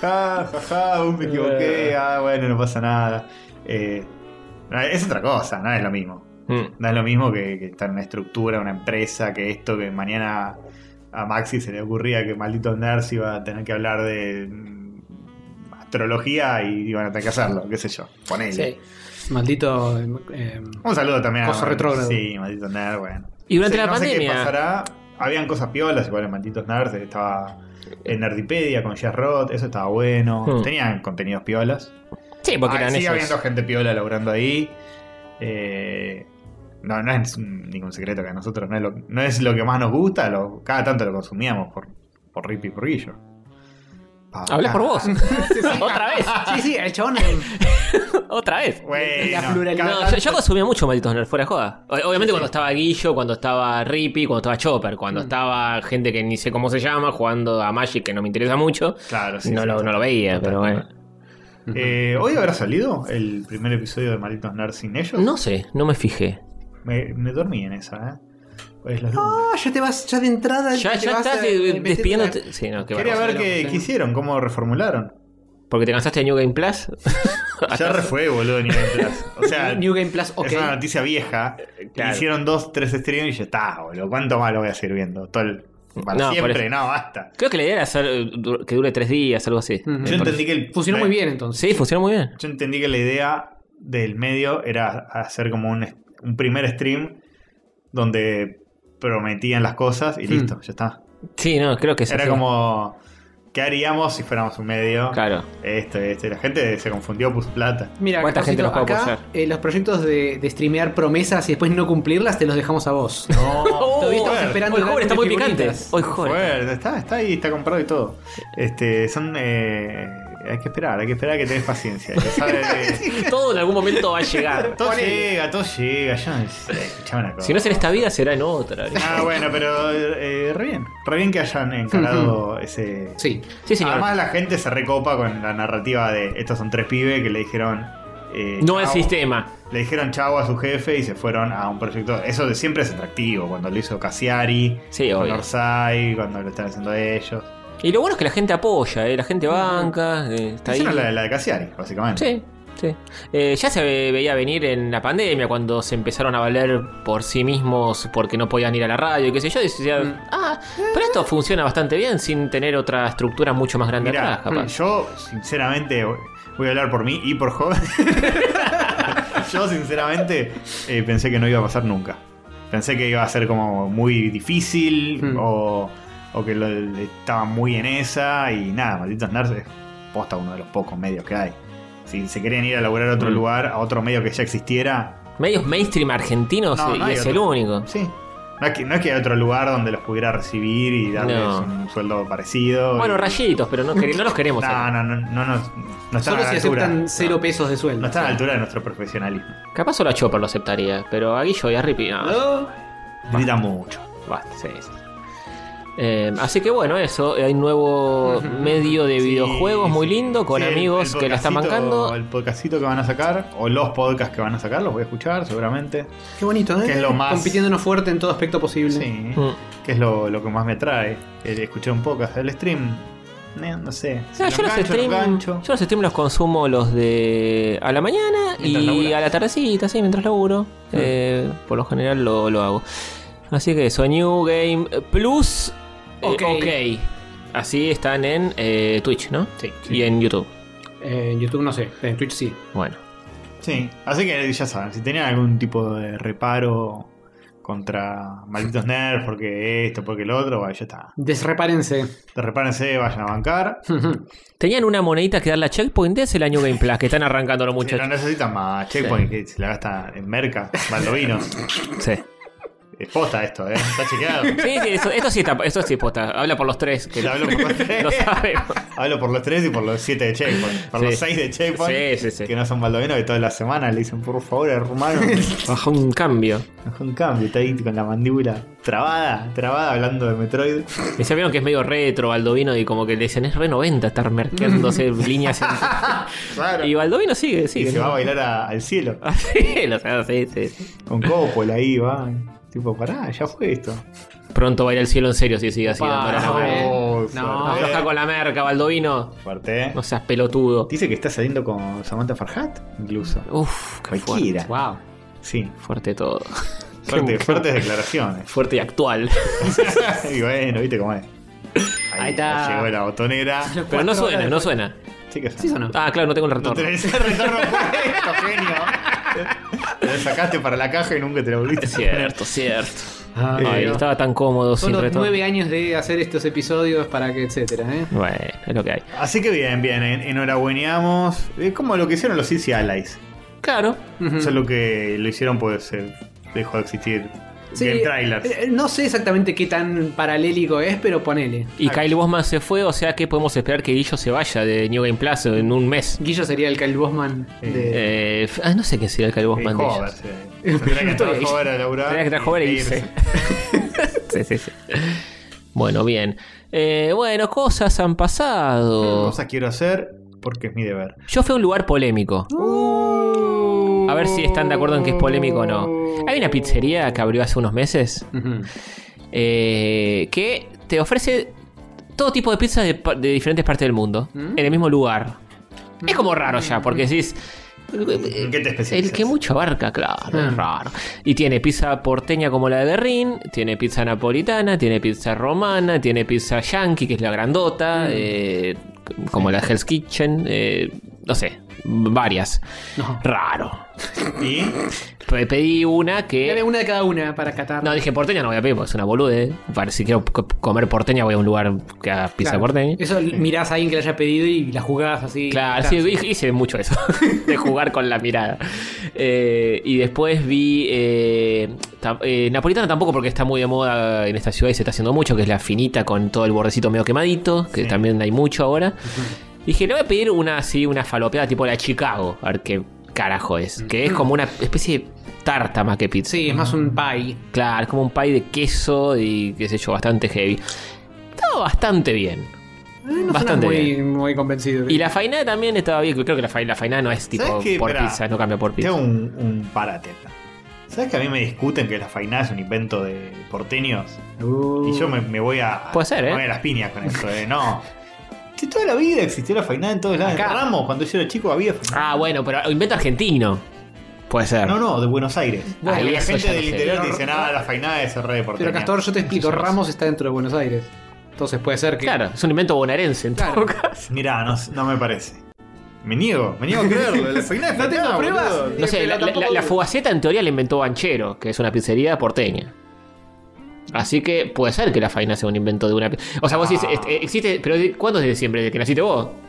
Speaker 3: Ja, ja, ja, uh, me equivoqué. Ah, bueno, no pasa nada. Eh, no, es otra cosa, no es lo mismo.
Speaker 1: Mm.
Speaker 3: No es lo mismo que, que estar en una estructura, una empresa, que esto, que mañana a Maxi se le ocurría que maldito nerds iba a tener que hablar de mm, astrología y iban a tener que hacerlo, qué sé yo. Ponele.
Speaker 2: Maldito. eh,
Speaker 3: Un saludo también.
Speaker 2: Cosa retrógrado.
Speaker 3: Sí, maldito nerd, bueno.
Speaker 1: Y durante la
Speaker 3: no Sé qué
Speaker 1: pandemia.
Speaker 3: pasará. Habían cosas piolas, igual en Malditos Nerds. Estaba en Nerdipedia con Jess Roth, eso estaba bueno.
Speaker 1: Hmm.
Speaker 3: Tenían contenidos piolas.
Speaker 1: Sí, porque
Speaker 3: Ah,
Speaker 1: eran
Speaker 3: sigue
Speaker 1: esos.
Speaker 3: habiendo gente piola laburando ahí. Eh, no, no es un- ningún secreto que a nosotros no es lo, no es lo que más nos gusta. lo- cada tanto lo consumíamos por, por Rip y por Guillo. Pa-
Speaker 1: Hablás por vos.
Speaker 2: sí, sí.
Speaker 1: Otra vez.
Speaker 2: Sí, sí, el chabón.
Speaker 1: Otra vez.
Speaker 3: Bueno,
Speaker 2: La pluralidad.
Speaker 3: cada
Speaker 1: No, yo,
Speaker 3: tanto-
Speaker 1: yo consumía mucho malditos nerds fuera de joda. O- Obviamente cuando estaba Guillo, cuando estaba Rippy, cuando estaba Chopper,
Speaker 3: Mm.
Speaker 1: cuando estaba gente que ni sé cómo se llama, jugando a Magic que no me interesa mucho.
Speaker 3: Claro, sí,
Speaker 1: no,
Speaker 3: sí,
Speaker 1: lo,
Speaker 3: sí.
Speaker 1: no lo veía, pero bueno.
Speaker 3: Eh, ¿Hoy habrá salido el primer episodio de Malditos Nerds sin ellos?
Speaker 1: No sé, no me fijé.
Speaker 3: Me, me dormí en esa, ¿eh? es los lunes.
Speaker 2: Ah, ya te vas, ya de entrada.
Speaker 1: Ya,
Speaker 2: te
Speaker 1: ya
Speaker 2: vas
Speaker 1: estás
Speaker 2: a-
Speaker 1: eh,
Speaker 2: meter
Speaker 1: despidiéndote.
Speaker 2: una-
Speaker 1: Sí, no, qué
Speaker 3: Quería
Speaker 1: barbaridad.
Speaker 3: ver qué,
Speaker 2: Sí.
Speaker 3: qué hicieron, cómo reformularon.
Speaker 1: Porque te cansaste de New Game Plus.
Speaker 3: Ya refue, boludo, ni entras. O sea,
Speaker 2: New Game Plus, ok.
Speaker 3: es una noticia vieja.
Speaker 1: Eh, Claro.
Speaker 3: Hicieron dos, tres streams y ya está, boludo. ¿Cuánto más lo voy a seguir viendo? Todo el- para
Speaker 1: No, por
Speaker 3: siempre,
Speaker 1: eso.
Speaker 3: no, basta.
Speaker 1: Creo que la idea era hacer, eh, du- que dure tres días, algo así.
Speaker 2: Ujú.
Speaker 1: Me
Speaker 3: Yo
Speaker 1: parece.
Speaker 3: entendí que el-
Speaker 2: Funcionó
Speaker 3: la-
Speaker 2: muy bien entonces.
Speaker 1: Sí, funcionó muy bien.
Speaker 3: Yo entendí que la idea del medio era hacer como un, un primer stream donde prometían las cosas y
Speaker 1: Mm.
Speaker 2: Hmm.
Speaker 3: listo, ya está.
Speaker 1: Sí, no, creo que es
Speaker 3: Era
Speaker 1: así.
Speaker 3: como, ¿qué haríamos si fuéramos un medio?
Speaker 1: Claro.
Speaker 3: Esto, esto. Y La gente se confundió, puso plata.
Speaker 2: Mira,
Speaker 1: ¿Cuánta gente
Speaker 2: Capucito,
Speaker 1: nos puede
Speaker 2: acá, eh, los proyectos de, de streamear promesas y después no cumplirlas, te los dejamos a vos.
Speaker 3: No,
Speaker 2: Todavía estamos
Speaker 3: fuerte,
Speaker 2: esperando
Speaker 1: Hoy
Speaker 2: el
Speaker 1: joven está muy
Speaker 2: álbum de
Speaker 1: picante.
Speaker 2: figuritas.
Speaker 1: Hoy joven.
Speaker 3: fuerte. Oh, Está, está ahí, está comprado y todo. Este, son... eh, hay que esperar, hay que esperar que tenés paciencia. que sabe- eh,
Speaker 1: Todo en algún momento va a llegar.
Speaker 3: todo llega, todo llega. Yo no sé, escuchame una cosa.
Speaker 1: Si no es en esta vida, será en otra.
Speaker 3: Ah, bueno, pero eh, re bien. Re bien que hayan encarado ese.
Speaker 2: Sí.
Speaker 1: Sí, señor.
Speaker 3: Además, la gente se recopa con la narrativa de estos son tres pibes que le dijeron. eh,
Speaker 1: no
Speaker 3: chau.
Speaker 1: es sistema.
Speaker 3: Le dijeron chau a su jefe y se fueron a un proyecto. Eso de siempre es atractivo. Cuando lo hizo Cassiari,
Speaker 1: Sí,
Speaker 3: con
Speaker 1: obvio.
Speaker 3: Orsay, cuando lo están haciendo ellos.
Speaker 1: Y lo bueno es que la gente apoya, ¿eh? la gente banca. eh, está ahí.
Speaker 3: Hicieron la, la de Cassiari, básicamente.
Speaker 1: Sí, sí. Eh, ya se ve- veía venir en la pandemia cuando se empezaron a valer por sí mismos porque no podían ir a la radio y qué sé yo. Y decían,
Speaker 2: Mm.
Speaker 1: ah, pero esto funciona bastante bien sin tener otra estructura mucho más grande
Speaker 3: Mirá,
Speaker 1: atrás, capaz.
Speaker 3: yo sinceramente voy a hablar por mí y por joven. yo sinceramente eh, pensé que no iba a pasar nunca. Pensé que iba a ser como muy difícil
Speaker 2: Hmm.
Speaker 3: o, o que lo- estaba muy en esa y nada, malditos nerds es posta uno de los pocos medios que hay. Si se querían ir a laburar a
Speaker 2: Hmm.
Speaker 3: otro
Speaker 1: Mm.
Speaker 3: lugar, a otro medio que ya existiera,
Speaker 1: Medios mainstream argentinos
Speaker 3: No,
Speaker 1: eh,
Speaker 3: no
Speaker 1: y
Speaker 3: hay
Speaker 1: es
Speaker 3: otro.
Speaker 1: el único.
Speaker 3: sí. No es, que, no es que hay otro lugar donde los pudiera recibir y darles
Speaker 1: No.
Speaker 3: un sueldo parecido.
Speaker 1: Bueno,
Speaker 3: y-
Speaker 1: rayitos, pero no, quer- no los queremos.
Speaker 3: No,
Speaker 1: acá.
Speaker 3: no, no, no, nos- no están
Speaker 2: Solo
Speaker 3: a la
Speaker 2: si
Speaker 3: altura.
Speaker 2: aceptan cero pesos de sueldo.
Speaker 3: No está a la altura de nuestro profesionalismo.
Speaker 1: Capaz solo a Chopper lo aceptaría, pero a Guillo y a Rippy, no.
Speaker 3: ¿Eh? Grita mucho.
Speaker 1: Basta, sí, sí. Eh, así que bueno, eso, hay un nuevo medio de
Speaker 3: Sí,
Speaker 1: videojuegos muy
Speaker 3: sí.
Speaker 1: lindo con
Speaker 3: Sí, el-
Speaker 1: amigos
Speaker 3: el
Speaker 1: que la están
Speaker 3: podcastito-
Speaker 1: bancando.
Speaker 3: El podcastito que van a sacar, o los podcasts que van a sacar, los voy a escuchar seguramente.
Speaker 2: Qué bonito, ¿eh?
Speaker 3: Que es lo más-
Speaker 2: Compitiéndonos fuerte en todo aspecto posible.
Speaker 3: Sí.
Speaker 1: Mm.
Speaker 3: Que es lo, lo que más me trae. El escuchar un podcast. El stream, eh, no sé.
Speaker 1: O sea,
Speaker 3: Si
Speaker 1: yo,
Speaker 3: lo
Speaker 1: los
Speaker 3: engancho, lo
Speaker 1: stream,
Speaker 3: engancho.
Speaker 1: yo los stream los consumo los de a la mañana
Speaker 3: Mientras
Speaker 1: y
Speaker 3: laburás.
Speaker 1: a la tardecita, sí, mientras laburo. Eh, por lo general lo, lo hago. Así que eso, New Game Plus.
Speaker 2: Ok.
Speaker 1: eh, ok. Así están en eh, Twitch, ¿no?
Speaker 2: Sí.
Speaker 1: Y en YouTube.
Speaker 2: Eh, en YouTube no sé, en Twitch sí.
Speaker 1: Bueno.
Speaker 3: Sí. Así que ya saben, si tenían algún tipo de reparo contra malditos nerds, porque esto, porque lo otro, bueno, ya está.
Speaker 2: Desrepárense.
Speaker 3: Repárense, vayan a bancar.
Speaker 1: Tenían una monedita que darle a Checkpoint, désela a New Game Plus, que están arrancando los
Speaker 3: Sí, no
Speaker 1: muchachos.
Speaker 3: necesitan más checkpoint que se la gasta en merca, Valdovinos.
Speaker 1: Sí.
Speaker 3: es posta esto, ¿eh? Está chequeado.
Speaker 1: Sí, sí, eso, esto sí está, esto sí es posta. Habla por los tres, que
Speaker 3: Hablo por, los tres,
Speaker 1: lo sabemos.
Speaker 3: hablo por los tres y por los siete de checkpoint. Por
Speaker 1: Sí.
Speaker 3: los seis de checkpoint.
Speaker 1: Sí, sí, sí.
Speaker 3: Que no son valdovinos, que toda la semana le dicen, por favor, hermano.
Speaker 1: Baja un cambio.
Speaker 3: Baja un cambio, está ahí con la mandíbula trabada, trabada hablando de Metroid.
Speaker 1: Y se vieron que es medio retro Baldovino y como que le dicen es re 90 estar merqueándose líneas. en-
Speaker 3: Claro.
Speaker 1: Y
Speaker 3: Y,
Speaker 1: Baldovino sigue, sigue.
Speaker 3: se va a
Speaker 1: ¿no?
Speaker 3: bailar a- al cielo.
Speaker 1: Ah, sí, lo sabe, sí, sí, sí.
Speaker 3: Con Coppola ahí, va. Tipo, pará, ya fue esto.
Speaker 1: Pronto va a ir al cielo en serio si sigue así.
Speaker 2: Pa,
Speaker 1: dando la
Speaker 2: no,
Speaker 1: mano.
Speaker 2: eh.
Speaker 3: Oh,
Speaker 2: No.
Speaker 3: fuerte.
Speaker 1: Afloja con la merca, Baldovino.
Speaker 3: Fuerte, ¿eh?
Speaker 1: No seas pelotudo.
Speaker 3: Dice que está saliendo con Samantha Farhat, incluso.
Speaker 1: Uf, qué fuerte.
Speaker 3: Cualquiera.
Speaker 2: Wow.
Speaker 3: Sí,
Speaker 1: Fuerte todo.
Speaker 3: fuerte-
Speaker 1: Qué-
Speaker 3: fuertes declaraciones.
Speaker 1: Fuerte y actual.
Speaker 3: y bueno, viste cómo es. Ahí,
Speaker 2: Ahí está.
Speaker 3: Llegó la botonera.
Speaker 1: Pero no
Speaker 2: Cuatro
Speaker 1: suena,
Speaker 2: horas
Speaker 1: no
Speaker 2: después.
Speaker 1: suena.
Speaker 3: Sí que son.
Speaker 2: ¿Sí o no?
Speaker 1: Ah, claro, no tengo el
Speaker 3: No
Speaker 1: retorno.
Speaker 3: tenés el retorno puesto, genio. Lo sacaste para la caja y nunca te lo volviste a poner.
Speaker 1: Cierto, cierto.
Speaker 2: Ay,
Speaker 1: Ay,
Speaker 2: no.
Speaker 1: estaba tan cómodo
Speaker 2: Son
Speaker 1: sin
Speaker 2: los
Speaker 1: retorno.
Speaker 2: nueve años de hacer estos episodios para que etcétera, ¿eh?
Speaker 1: Bueno, es lo que hay.
Speaker 3: Así que bien, bien, en- enhorabueneamos. Es como lo que hicieron los Easy Allies.
Speaker 1: Claro.
Speaker 2: Ujú.
Speaker 3: Solo que lo hicieron pues eh, dejó de existir
Speaker 2: Sí,
Speaker 3: Game Trailers.
Speaker 2: eh, No sé exactamente qué tan paralélico es, pero ponele.
Speaker 1: Y Kyle Bosman se fue, o sea que podemos esperar que Guillo se vaya de New Game Plus en un mes.
Speaker 2: Guillo sería el Kyle Bosman de.
Speaker 1: Eh, f- ah, no sé qué será el Kyle
Speaker 3: Eh,
Speaker 1: Bosman de
Speaker 3: Hover,
Speaker 1: ellos.
Speaker 3: sí. Tendría que entrar
Speaker 2: Estoy ahí.
Speaker 3: Hover a laburar.
Speaker 1: Tendría que estar
Speaker 3: y-
Speaker 1: joven
Speaker 3: e
Speaker 1: y
Speaker 3: irse.
Speaker 1: irse. sí, sí, sí. Bueno, bien. Eh, bueno, cosas han pasado.
Speaker 3: Cosas quiero hacer porque es mi deber.
Speaker 2: Uh.
Speaker 1: Yo fui a un lugar polémico. a ver si están de acuerdo en que es polémico o no. Hay una pizzería que abrió hace unos meses
Speaker 2: Ujú.
Speaker 1: eh, que te ofrece todo tipo de pizzas de, pa- de diferentes partes del mundo
Speaker 2: Mm.
Speaker 1: en el mismo lugar. Es como raro ya, porque decís.
Speaker 2: Eh,
Speaker 3: ¿En qué te especializas?
Speaker 1: El que mucho abarca, claro, es
Speaker 2: Mm.
Speaker 1: raro. Y tiene pizza porteña como la de Guerrín, tiene pizza napolitana, tiene pizza romana, tiene pizza yankee, que es la grandota,
Speaker 2: Mm.
Speaker 1: eh, como la Hell's Kitchen, eh, no sé, varias.
Speaker 2: No.
Speaker 1: Raro.
Speaker 3: ¿Y?
Speaker 1: Pe- Pedí una
Speaker 2: Dame
Speaker 1: que.
Speaker 2: una de cada una para catar.
Speaker 1: Eh. No, dije porteña, no voy a pedir, porque es una bolude. Para si quiero co- comer porteña, voy a un lugar que haga pizza
Speaker 2: Claro.
Speaker 1: porteña.
Speaker 2: Eso mirás a alguien que la haya pedido y la jugás así.
Speaker 1: Claro, sí, hice- hice mucho eso, de jugar con la mirada. Eh, y después vi eh, tam- eh, Napolitana tampoco porque está muy de moda en esta ciudad y se está haciendo mucho, que es la finita con todo el bordecito medio quemadito, que
Speaker 3: Sí.
Speaker 1: también hay mucho ahora. Dije, le voy a pedir una así, una falopeada tipo la Chicago, a ver qué carajo es. Que es como una especie de tarta más que pizza.
Speaker 2: Sí, es más un pie.
Speaker 1: Claro, es como un pie de queso y qué sé yo, bastante heavy. Estaba bastante bien.
Speaker 2: No
Speaker 1: Bastante
Speaker 2: Bastante muy,
Speaker 1: bien.
Speaker 2: muy convencido.
Speaker 1: Y la faina también estaba bien. Creo que la faina, la faina no es tipo
Speaker 3: ¿Sabes qué?
Speaker 1: por
Speaker 3: Esperá.
Speaker 1: pizza, no cambia por
Speaker 3: Te hago
Speaker 1: pizza.
Speaker 3: un, un parate acá. ¿Sabes que a mí me discuten que la fainá es un invento de porteños?
Speaker 2: Uh.
Speaker 3: Y yo me, me voy a.
Speaker 1: Puede ser,
Speaker 3: me
Speaker 1: ¿eh?
Speaker 3: voy a las piñas con esto, ¿eh? No. Si toda la vida existió la fainá en todos lados.
Speaker 2: Acá.
Speaker 3: En Ramos, cuando yo era chico, había fainá.
Speaker 1: Ah, bueno, pero invento argentino. Puede ser.
Speaker 3: No, no, de Buenos Aires.
Speaker 1: Ah. Bueno,
Speaker 3: y la
Speaker 1: eso
Speaker 3: gente
Speaker 1: ya no
Speaker 3: del
Speaker 1: sé.
Speaker 3: interior
Speaker 2: Pero-
Speaker 3: te dice, nada, la fainá es el re de porteña.
Speaker 2: Pero Castor, yo te explico, Ramos está dentro de Buenos Aires. Entonces puede ser que.
Speaker 1: Claro, es un invento bonaerense en
Speaker 2: Claro.
Speaker 1: todo caso.
Speaker 3: Mirá, no, no me parece. Me niego, me niego a creerlo. La fainá es
Speaker 2: No tengo
Speaker 3: fainá,
Speaker 2: pruebas.
Speaker 3: boludo.
Speaker 1: No sé,
Speaker 2: Pero
Speaker 1: la, la-
Speaker 2: tampoco-
Speaker 1: la- la fugaceta en teoría la inventó Banchero, que es una pizzería porteña. Así que puede ser que la faina sea un invento de una. pi- O sea, vos
Speaker 3: Ah.
Speaker 1: decís, este, existe. Pero de- ¿cuándo es de siempre? ¿De que naciste vos?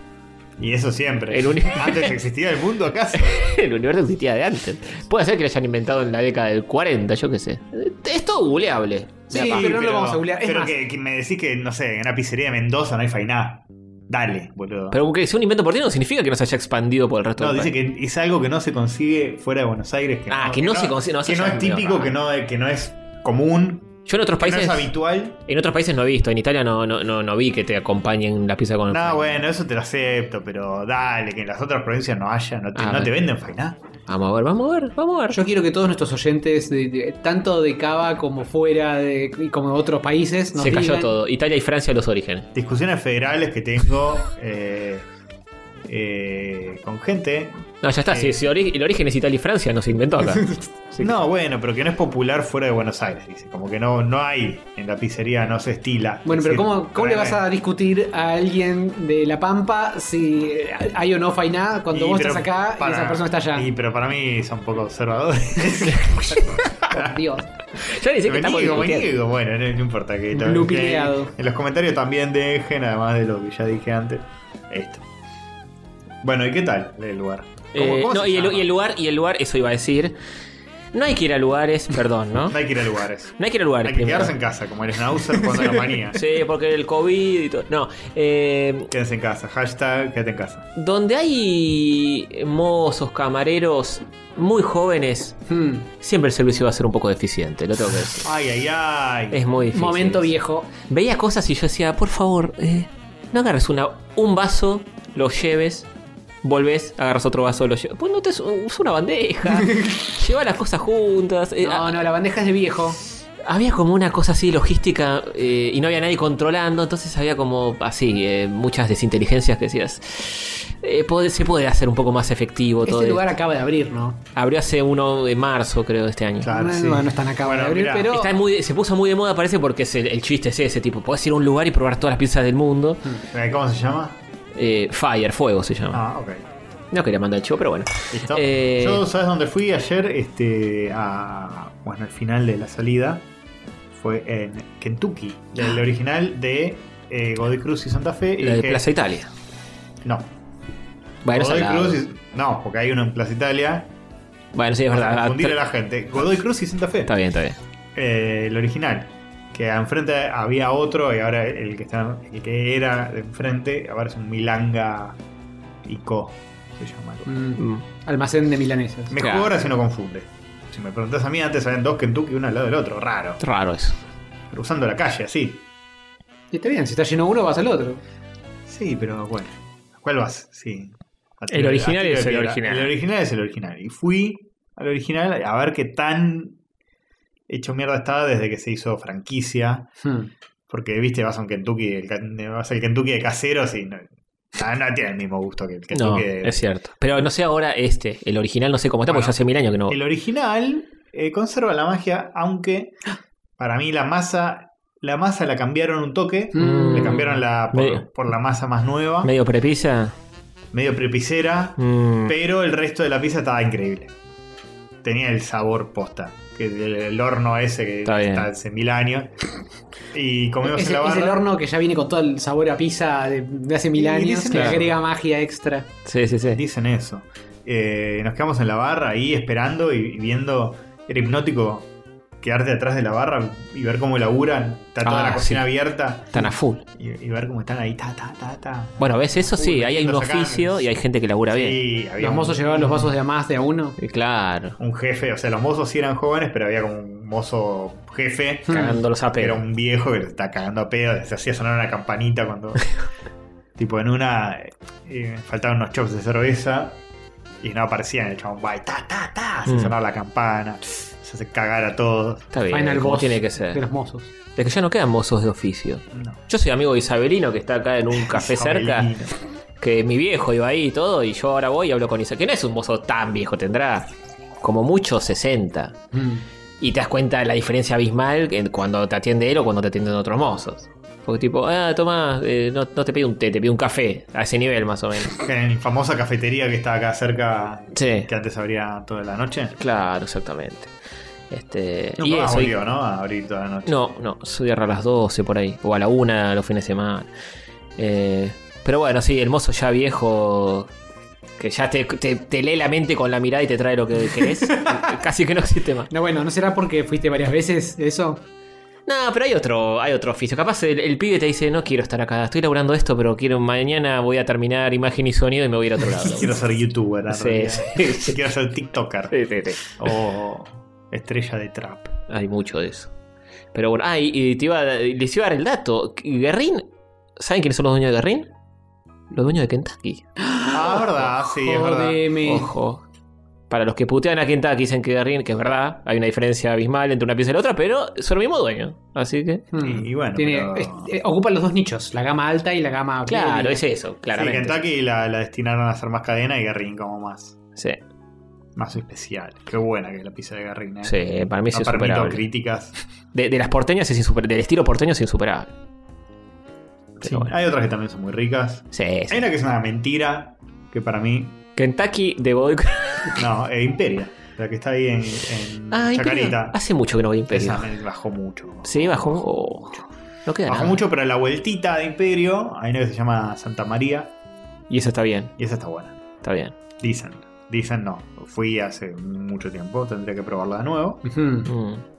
Speaker 3: Y eso siempre.
Speaker 1: El uni-
Speaker 3: Antes existía el mundo acaso.
Speaker 1: El universo existía de antes. Puede ser que lo hayan inventado en la década del 40, yo qué sé. Es todo googleable.
Speaker 2: Sí, pero no lo vamos a googlear. Es
Speaker 3: pero
Speaker 2: más-
Speaker 3: que, que me decís que, no sé, en una pizzería de Mendoza no hay fainá. Dale, boludo.
Speaker 1: Pero que sea un invento porteño no significa que no se haya expandido por el resto
Speaker 3: no,
Speaker 1: del
Speaker 3: dice que es algo que no se consigue fuera de Buenos Aires.
Speaker 1: Ah, que no se consigue, no, eso
Speaker 3: que no
Speaker 1: ya
Speaker 3: es
Speaker 1: es medio
Speaker 3: típico,
Speaker 1: raro.
Speaker 3: que no, que no es común,
Speaker 1: Yo en otros
Speaker 3: que no
Speaker 1: países.
Speaker 3: es habitual.
Speaker 1: En otros países no he visto, en Italia no, no, no, no vi que te acompañen la pizza con.
Speaker 3: No, bueno, eso te lo acepto, pero dale, que en las otras provincias no haya, no te,
Speaker 1: Ah,
Speaker 3: no te
Speaker 1: bueno.
Speaker 3: venden fainá.
Speaker 1: Vamos a ver, vamos a ver, vamos a ver.
Speaker 2: Yo quiero que todos nuestros oyentes, de- de- tanto de Cava como fuera de, y como de otros países, nos
Speaker 1: Se cayó
Speaker 2: digan-
Speaker 1: todo. Italia y Francia los orígenes.
Speaker 3: Discusiones federales que tengo eh, eh, con gente.
Speaker 1: No, ya está.
Speaker 3: Sí.
Speaker 1: Si, si ori- el origen es Italia y Francia, no se inventó acá. Sí.
Speaker 3: No, bueno, pero que no es popular fuera de Buenos Aires, dice. Como que no, no hay en la pizzería, no se estila.
Speaker 2: Bueno,
Speaker 3: Es
Speaker 2: pero
Speaker 3: decir,
Speaker 2: ¿cómo, cómo le vas a discutir a alguien de La Pampa si hay o no fainá cuando
Speaker 3: Y,
Speaker 2: vos
Speaker 3: pero
Speaker 2: estás acá
Speaker 3: para-
Speaker 2: y esa persona está allá?
Speaker 3: Y pero para mí son poco observadores.
Speaker 2: Dios.
Speaker 1: Yo ni sé que
Speaker 3: me
Speaker 1: estamos
Speaker 3: niego, me
Speaker 1: discutiendo.
Speaker 3: niego. Bueno, no, no importa que
Speaker 2: Blupileado.
Speaker 3: que En los comentarios también dejen, además de lo que ya dije antes, esto. Bueno, ¿y qué tal el lugar? ¿Cómo-
Speaker 1: Eh,
Speaker 3: cómo
Speaker 1: no,
Speaker 3: se
Speaker 1: y el,
Speaker 3: llama?
Speaker 1: y el lugar, y el lugar, eso iba a decir. No hay que ir a lugares, perdón, ¿no?
Speaker 3: No hay que ir a lugares.
Speaker 1: No hay que ir a lugares
Speaker 3: Hay que
Speaker 1: primero.
Speaker 3: quedarse en casa, como el Schnauzer cuando la manía.
Speaker 1: Sí, porque el COVID y todo. No. Eh,
Speaker 3: Quédense en casa. Hashtag quédate en casa.
Speaker 1: donde hay mozos, camareros muy jóvenes,
Speaker 2: Hmm.
Speaker 1: siempre el servicio va a ser un poco deficiente, lo tengo que decir.
Speaker 3: Ay, ay, ay.
Speaker 1: Es muy difícil.
Speaker 2: Momento viejo.
Speaker 1: Veía cosas y yo decía, por favor, eh, no agarres una, un vaso, lo lleves, volvés, agarras otro vaso, lo lleves. Pues no te es una bandeja, lleva las cosas juntas. eh,
Speaker 2: No, no, la bandeja es de viejo.
Speaker 1: había como una cosa así logística eh, y no había nadie controlando, entonces había como así, eh, muchas desinteligencias que decías. eh, puede- se puede hacer un poco más efectivo todo.
Speaker 2: Este
Speaker 1: esto.
Speaker 2: lugar acaba de abrir, ¿no?
Speaker 1: Abrió hace uno de marzo, creo, de este año.
Speaker 3: Claro,
Speaker 2: no,
Speaker 3: sí.
Speaker 2: no, no están acá
Speaker 3: Bueno,
Speaker 2: de abrir,
Speaker 3: mirá,
Speaker 2: pero.
Speaker 1: Está muy, se puso muy de moda, parece, porque es el, el chiste es ese, tipo, podés ir a un lugar y probar todas las pizzas del mundo.
Speaker 3: Eh, ¿Cómo se llama?
Speaker 1: Eh, Fire, fuego se llama.
Speaker 3: Ah, ok.
Speaker 1: No quería mandar el chivo, pero bueno.
Speaker 3: Listo.
Speaker 1: Eh,
Speaker 3: Yo, ¿sabes dónde fui ayer? Este, a, bueno, al final de la salida fue en Kentucky, el original de eh, Godoy Cruz y Santa Fe. Y
Speaker 1: Ah. la de
Speaker 3: dije,
Speaker 1: Plaza Italia.
Speaker 3: No,
Speaker 1: Bueno, es al
Speaker 3: Godoy
Speaker 1: lado.
Speaker 3: Cruz y- No, porque hay uno en Plaza Italia.
Speaker 1: Bueno, sí, es
Speaker 3: para
Speaker 1: verdad. ah,
Speaker 3: confundir a la gente. Godoy Cruz y Santa Fe.
Speaker 1: Está bien, está bien.
Speaker 3: Eh, el original. Que enfrente había otro y ahora el que está el que era de enfrente, ahora es un Milanga Ico. Se llama. algo.
Speaker 2: Mm,
Speaker 1: Mm.
Speaker 2: almacén de milanesas.
Speaker 3: Mejor
Speaker 1: Claro.
Speaker 3: ahora si no confunde. Si me preguntás a mí, antes habían dos Kentucky uno al lado del otro, raro.
Speaker 1: Es Raro eso.
Speaker 3: Cruzando la calle, así.
Speaker 2: Y está bien, si está lleno uno, vas al otro.
Speaker 3: Sí, pero bueno. ¿Cuál vas? Sí. A
Speaker 1: El original
Speaker 3: a
Speaker 1: es
Speaker 3: de
Speaker 1: el
Speaker 3: piedra.
Speaker 1: original.
Speaker 3: El original es el original. Y fui al original, a ver qué tan hecho mierda estaba desde que se hizo franquicia.
Speaker 2: Hmm.
Speaker 3: Porque, viste, vas a un Kentucky, el, Ken- vas al Kentucky de caseros y no, no, no tiene el mismo gusto que el
Speaker 1: No,
Speaker 3: Kentucky de...
Speaker 1: es cierto. Pero no sé ahora este, el original, no sé cómo está, porque
Speaker 3: Bueno,
Speaker 1: ya hace mil años que no.
Speaker 3: El original eh, conserva la magia, aunque para mí la masa, la masa la cambiaron un toque.
Speaker 2: Mm.
Speaker 3: Le cambiaron la por,
Speaker 1: Medio-
Speaker 3: por la masa más nueva, medio,
Speaker 1: Medio prepisa.
Speaker 3: prepicera,
Speaker 1: Mm.
Speaker 3: pero el resto de la pizza estaba increíble. Tenía el sabor posta, que el, el horno ese que
Speaker 1: Está
Speaker 3: está,
Speaker 1: bien.
Speaker 3: hace mil años. Y comimos
Speaker 2: Es,
Speaker 3: en la
Speaker 2: es
Speaker 3: barra.
Speaker 2: el horno que ya viene con todo el sabor a pizza de, de hace mil
Speaker 3: Y
Speaker 2: años,
Speaker 3: dicen
Speaker 2: que
Speaker 3: eso.
Speaker 2: agrega magia extra.
Speaker 1: Sí, sí, sí.
Speaker 3: Dicen eso. Eh, nos quedamos en la barra ahí esperando y, y viendo. Era hipnótico quedarte atrás de la barra y ver cómo laburan. Está toda
Speaker 1: Ah,
Speaker 3: la cocina
Speaker 1: sí.
Speaker 3: abierta
Speaker 1: Están a full.
Speaker 3: y, y ver cómo están ahí. Ta, ta, ta, ta.
Speaker 1: Bueno, ¿ves eso? Sí,
Speaker 3: Uy,
Speaker 1: ahí hay un
Speaker 3: lo sacan.
Speaker 1: oficio y hay gente que labura bien.
Speaker 3: Sí, había
Speaker 2: Los
Speaker 3: un-
Speaker 2: mozos llevaban los vasos de a más de a uno.
Speaker 1: Y Claro.
Speaker 3: un jefe, o sea, los mozos sí eran jóvenes, pero había como un mozo jefe
Speaker 1: Hmm. Cagándolos a
Speaker 3: que era
Speaker 1: pedo.
Speaker 3: un viejo que lo está cagando a pedo, se hacía sonar una campanita cuando. tipo, en una. eh, faltaban unos chops de cerveza y no aparecían, el chabón va y ta, ta, ta, se
Speaker 1: Mm.
Speaker 3: sonaba la campana, se hace cagar a todos.
Speaker 1: Está bien.
Speaker 2: Final
Speaker 1: como
Speaker 2: boss
Speaker 1: tiene que
Speaker 2: de
Speaker 1: ser.
Speaker 2: los mozos.
Speaker 1: Es que ya no quedan mozos de oficio.
Speaker 3: No.
Speaker 1: Yo soy amigo de Isabelino, que está acá en un café cerca,
Speaker 3: Isabelino.
Speaker 1: que mi viejo iba ahí y todo, y yo ahora voy y hablo con Isabelino, que no es un mozo tan viejo, tendrá como mucho 60.
Speaker 2: Mm.
Speaker 1: Y te das cuenta de la diferencia abismal en cuando te atiende él o cuando te atienden otros mozos. Porque tipo, ah, toma, eh, no, no te pido un té, te pido un café. A ese nivel más o menos.
Speaker 3: En la famosa cafetería que está acá cerca,
Speaker 1: Sí,
Speaker 3: que antes abría toda la noche.
Speaker 1: claro, exactamente. Este,
Speaker 3: Nunca
Speaker 1: y
Speaker 3: más
Speaker 1: eso, y-
Speaker 3: volvió, ¿no? A abrir toda la noche.
Speaker 1: No, no, cierra a las 12 por ahí, o a la 1 los fines de semana. Eh, pero bueno, sí, el mozo ya viejo, que ya te, te- te lee la mente con la mirada y te trae lo que querés, casi que no existe más.
Speaker 2: No, bueno, ¿no será porque fuiste varias veces eso?
Speaker 1: No, pero hay otro, hay otro oficio. Capaz el, el pibe te dice, no quiero estar acá, estoy laburando esto, pero quiero mañana voy a terminar imagen y sonido y me voy a ir a otro lado.
Speaker 3: Quiero ser youtuber, en
Speaker 1: Sí,
Speaker 3: realidad.
Speaker 1: sí, sí.
Speaker 3: Quiero ser tiktoker.
Speaker 1: Sí, sí, sí.
Speaker 3: o estrella de trap.
Speaker 1: Hay mucho de eso. Pero bueno, ah, y, y te iba, les iba a dar el dato. Guerrín, ¿saben quiénes son los dueños de Guerrín? Los dueños de Kentucky.
Speaker 3: Ah, es verdad, sí, es verdad.
Speaker 2: Jodeme.
Speaker 1: Ojo. Para los que putean a Kentucky dicen que Guerrín, que es verdad, hay una diferencia abismal entre una pieza y la otra, pero son el mismo dueño. Así que.
Speaker 2: Mm.
Speaker 3: Y bueno,
Speaker 2: Tiene-
Speaker 3: pero-
Speaker 2: es- eh, ocupa los dos nichos, la gama alta y la gama
Speaker 1: Claro,
Speaker 2: media.
Speaker 1: es eso,
Speaker 3: Sí,
Speaker 1: claramente.
Speaker 3: Kentucky la, la destinaron a hacer más cadena y Garrin como más,
Speaker 1: Sí,
Speaker 3: más especial. Qué buena que es la pizza de Garrin, ¿eh?
Speaker 1: sí, para mí es
Speaker 3: no permito
Speaker 1: insuperable.
Speaker 3: críticas.
Speaker 1: De, de las porteñas es insuperable. Del estilo porteño es insuperable. Pero
Speaker 3: Sí,
Speaker 1: bueno.
Speaker 3: Hay otras que también son muy ricas.
Speaker 1: Sí, sí.
Speaker 3: Hay una que es una mentira, que para mí...
Speaker 1: Kentucky de Godoy Cruz.
Speaker 3: No, eh, Imperia, la que está ahí en, en
Speaker 1: Ah, Imperio.
Speaker 3: Chacarita.
Speaker 1: Hace mucho que no voy a Imperio.
Speaker 3: Esa me bajó mucho.
Speaker 1: Sí, bajó. oh, no queda
Speaker 3: Bajó
Speaker 1: nada.
Speaker 3: mucho, pero en la vueltita de Imperio hay una que se llama Santa María
Speaker 1: Y eso está bien,
Speaker 3: y esa está buena.
Speaker 1: está bien.
Speaker 3: Dicen, dicen no. Fui hace mucho tiempo, tendría que probarla de nuevo.
Speaker 2: Ujú.
Speaker 1: Mm.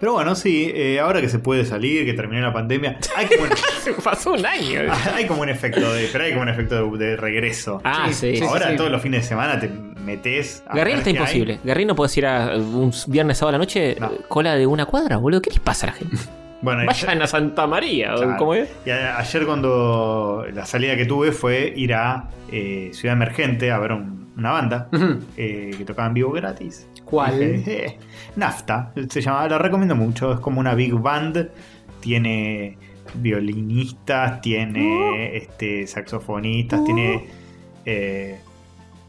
Speaker 3: Pero bueno, sí, eh, ahora que se puede salir, que terminó la pandemia, hay como un,
Speaker 1: Pasó un año.
Speaker 3: hay como un efecto de, pero hay como un efecto de, de regreso.
Speaker 1: Ah,
Speaker 2: Sí,
Speaker 1: sí.
Speaker 2: sí,
Speaker 3: ahora
Speaker 2: sí.
Speaker 3: todos los fines de semana te metes. a ver
Speaker 1: Garrín está
Speaker 3: qué hay.
Speaker 1: imposible. Garrín no puedes ir a eh, un viernes sábado a la noche
Speaker 3: No.
Speaker 1: eh, cola de una cuadra, boludo. ¿Qué les pasa a la gente?
Speaker 3: Bueno, y-
Speaker 1: Vayan a Santa María,
Speaker 3: claro.
Speaker 1: ¿cómo es?
Speaker 3: Y a- ayer cuando la salida que tuve fue ir a eh, Ciudad Emergente a ver un- una banda
Speaker 2: Ujú.
Speaker 3: eh, que tocaba en vivo gratis.
Speaker 2: ¿Cuál?
Speaker 3: Dije, "Eh, Nafta, se llama, la recomiendo mucho, es como una big band, tiene violinistas, tiene este, saxofonistas, tiene eh,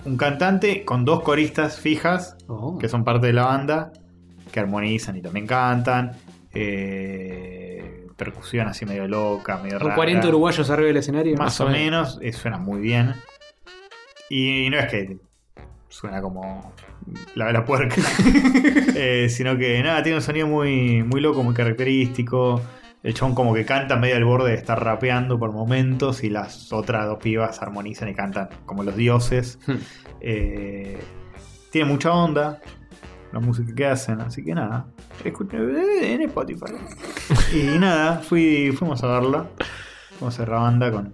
Speaker 3: un cantante con dos coristas fijas
Speaker 2: Oh.
Speaker 3: que son parte de la banda, que armonizan y también cantan, eh, percusión así medio loca, medio
Speaker 2: Con
Speaker 3: rara.
Speaker 2: 40 uruguayos arriba del escenario.
Speaker 3: Más,
Speaker 1: Más
Speaker 3: o
Speaker 1: o
Speaker 3: menos, eh, suena muy bien. Y, no es que suena como la, la puerca, Eh, sino que nada, tiene un sonido muy, muy loco, muy característico. El chabón como que canta medio al borde de estar rapeando por momentos y las otras dos pibas armonizan y cantan como los dioses.
Speaker 2: Hmm.
Speaker 3: Eh, tiene mucha onda la música que hacen, así que nada. Escuché eh, en Spotify. y nada, fui, fuimos a verla. Fuimos a ver la banda con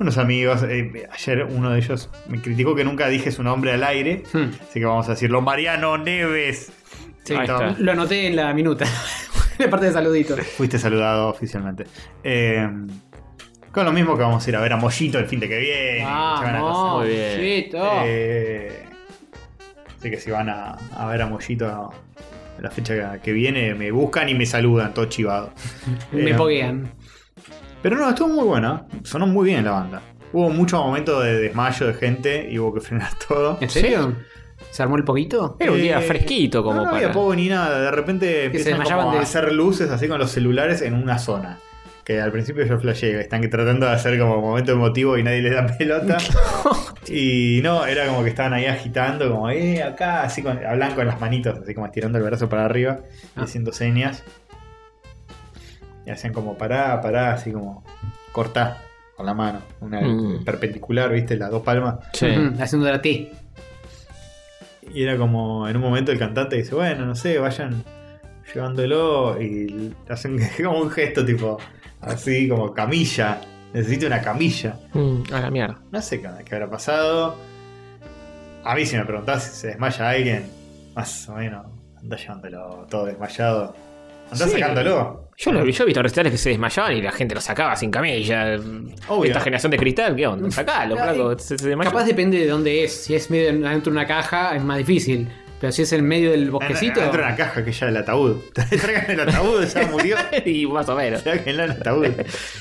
Speaker 3: unos amigos. Eh, ayer uno de ellos me criticó que nunca dije su nombre al aire.
Speaker 2: Hmm.
Speaker 3: Así que vamos a decirlo, Mariano Neves.
Speaker 1: Sí,
Speaker 3: Ahí
Speaker 1: ahí
Speaker 3: está.
Speaker 1: está.
Speaker 2: Lo anoté en la minuta. de parte de saluditos.
Speaker 3: Fuiste saludado oficialmente. Eh, con lo mismo que vamos a ir a ver a Mollito el fin de que viene. Se van a
Speaker 2: Vamos,
Speaker 1: muy bien.
Speaker 2: chito.
Speaker 3: Eh, Así que si van a, a ver a Mollito la fecha que viene, me buscan y me saludan, todo chivado.
Speaker 2: Me
Speaker 3: Eh,
Speaker 2: poguean.
Speaker 3: Pero no, estuvo muy buena. Sonó muy bien la banda. Hubo muchos momentos de desmayo de gente y hubo que frenar todo.
Speaker 2: ¿En serio? ¿Se armó el poquito?
Speaker 1: Era un día
Speaker 3: Eh,
Speaker 1: fresquito como
Speaker 3: no, no
Speaker 1: para...
Speaker 3: había poco ni nada. De repente
Speaker 2: Que se
Speaker 3: empiezan como
Speaker 2: desmayaban
Speaker 3: a
Speaker 2: de-
Speaker 3: hacer luces así con los celulares en una zona. Que al principio yo flashé, están que tratando de hacer como momento emotivo y nadie les da pelota. y no, era como que estaban ahí agitando, como, eh, acá, así con, hablan con las manitos, así como estirando el brazo para arriba y
Speaker 2: Ah.
Speaker 3: haciendo señas. Y hacían como pará, pará, así como cortá con la mano, una
Speaker 1: Mm.
Speaker 3: perpendicular, viste, las dos palmas.
Speaker 1: Sí.
Speaker 2: Ujú, Haciendo de la T.
Speaker 3: Y era como, en un momento el cantante dice, bueno, no sé, vayan llevándolo y hacen como un gesto tipo, así como camilla, necesito una camilla.
Speaker 1: Mm, a la mierda.
Speaker 3: No sé qué, qué habrá pasado. A mí si me preguntás si se desmaya alguien, más o menos, andá llevándolo todo desmayado. Andá
Speaker 1: Sí.
Speaker 3: sacándolo.
Speaker 1: Yo, lo, yo he visto recitales que se desmayaban y la gente lo sacaba sin camilla.
Speaker 3: Obvio.
Speaker 1: Esta generación de cristal, ¿qué onda? Sacalo,
Speaker 2: Ay.
Speaker 1: flaco. Se, se desmayó.
Speaker 2: Capaz depende de dónde es. Si es medio en- adentro de una caja, es más difícil. Pero si es en medio del bosquecito.
Speaker 3: Entra en la caja que ya el ataúd. Traigan el ataúd, ya murió.
Speaker 1: y más o menos.
Speaker 3: Tráiganlo el ataúd.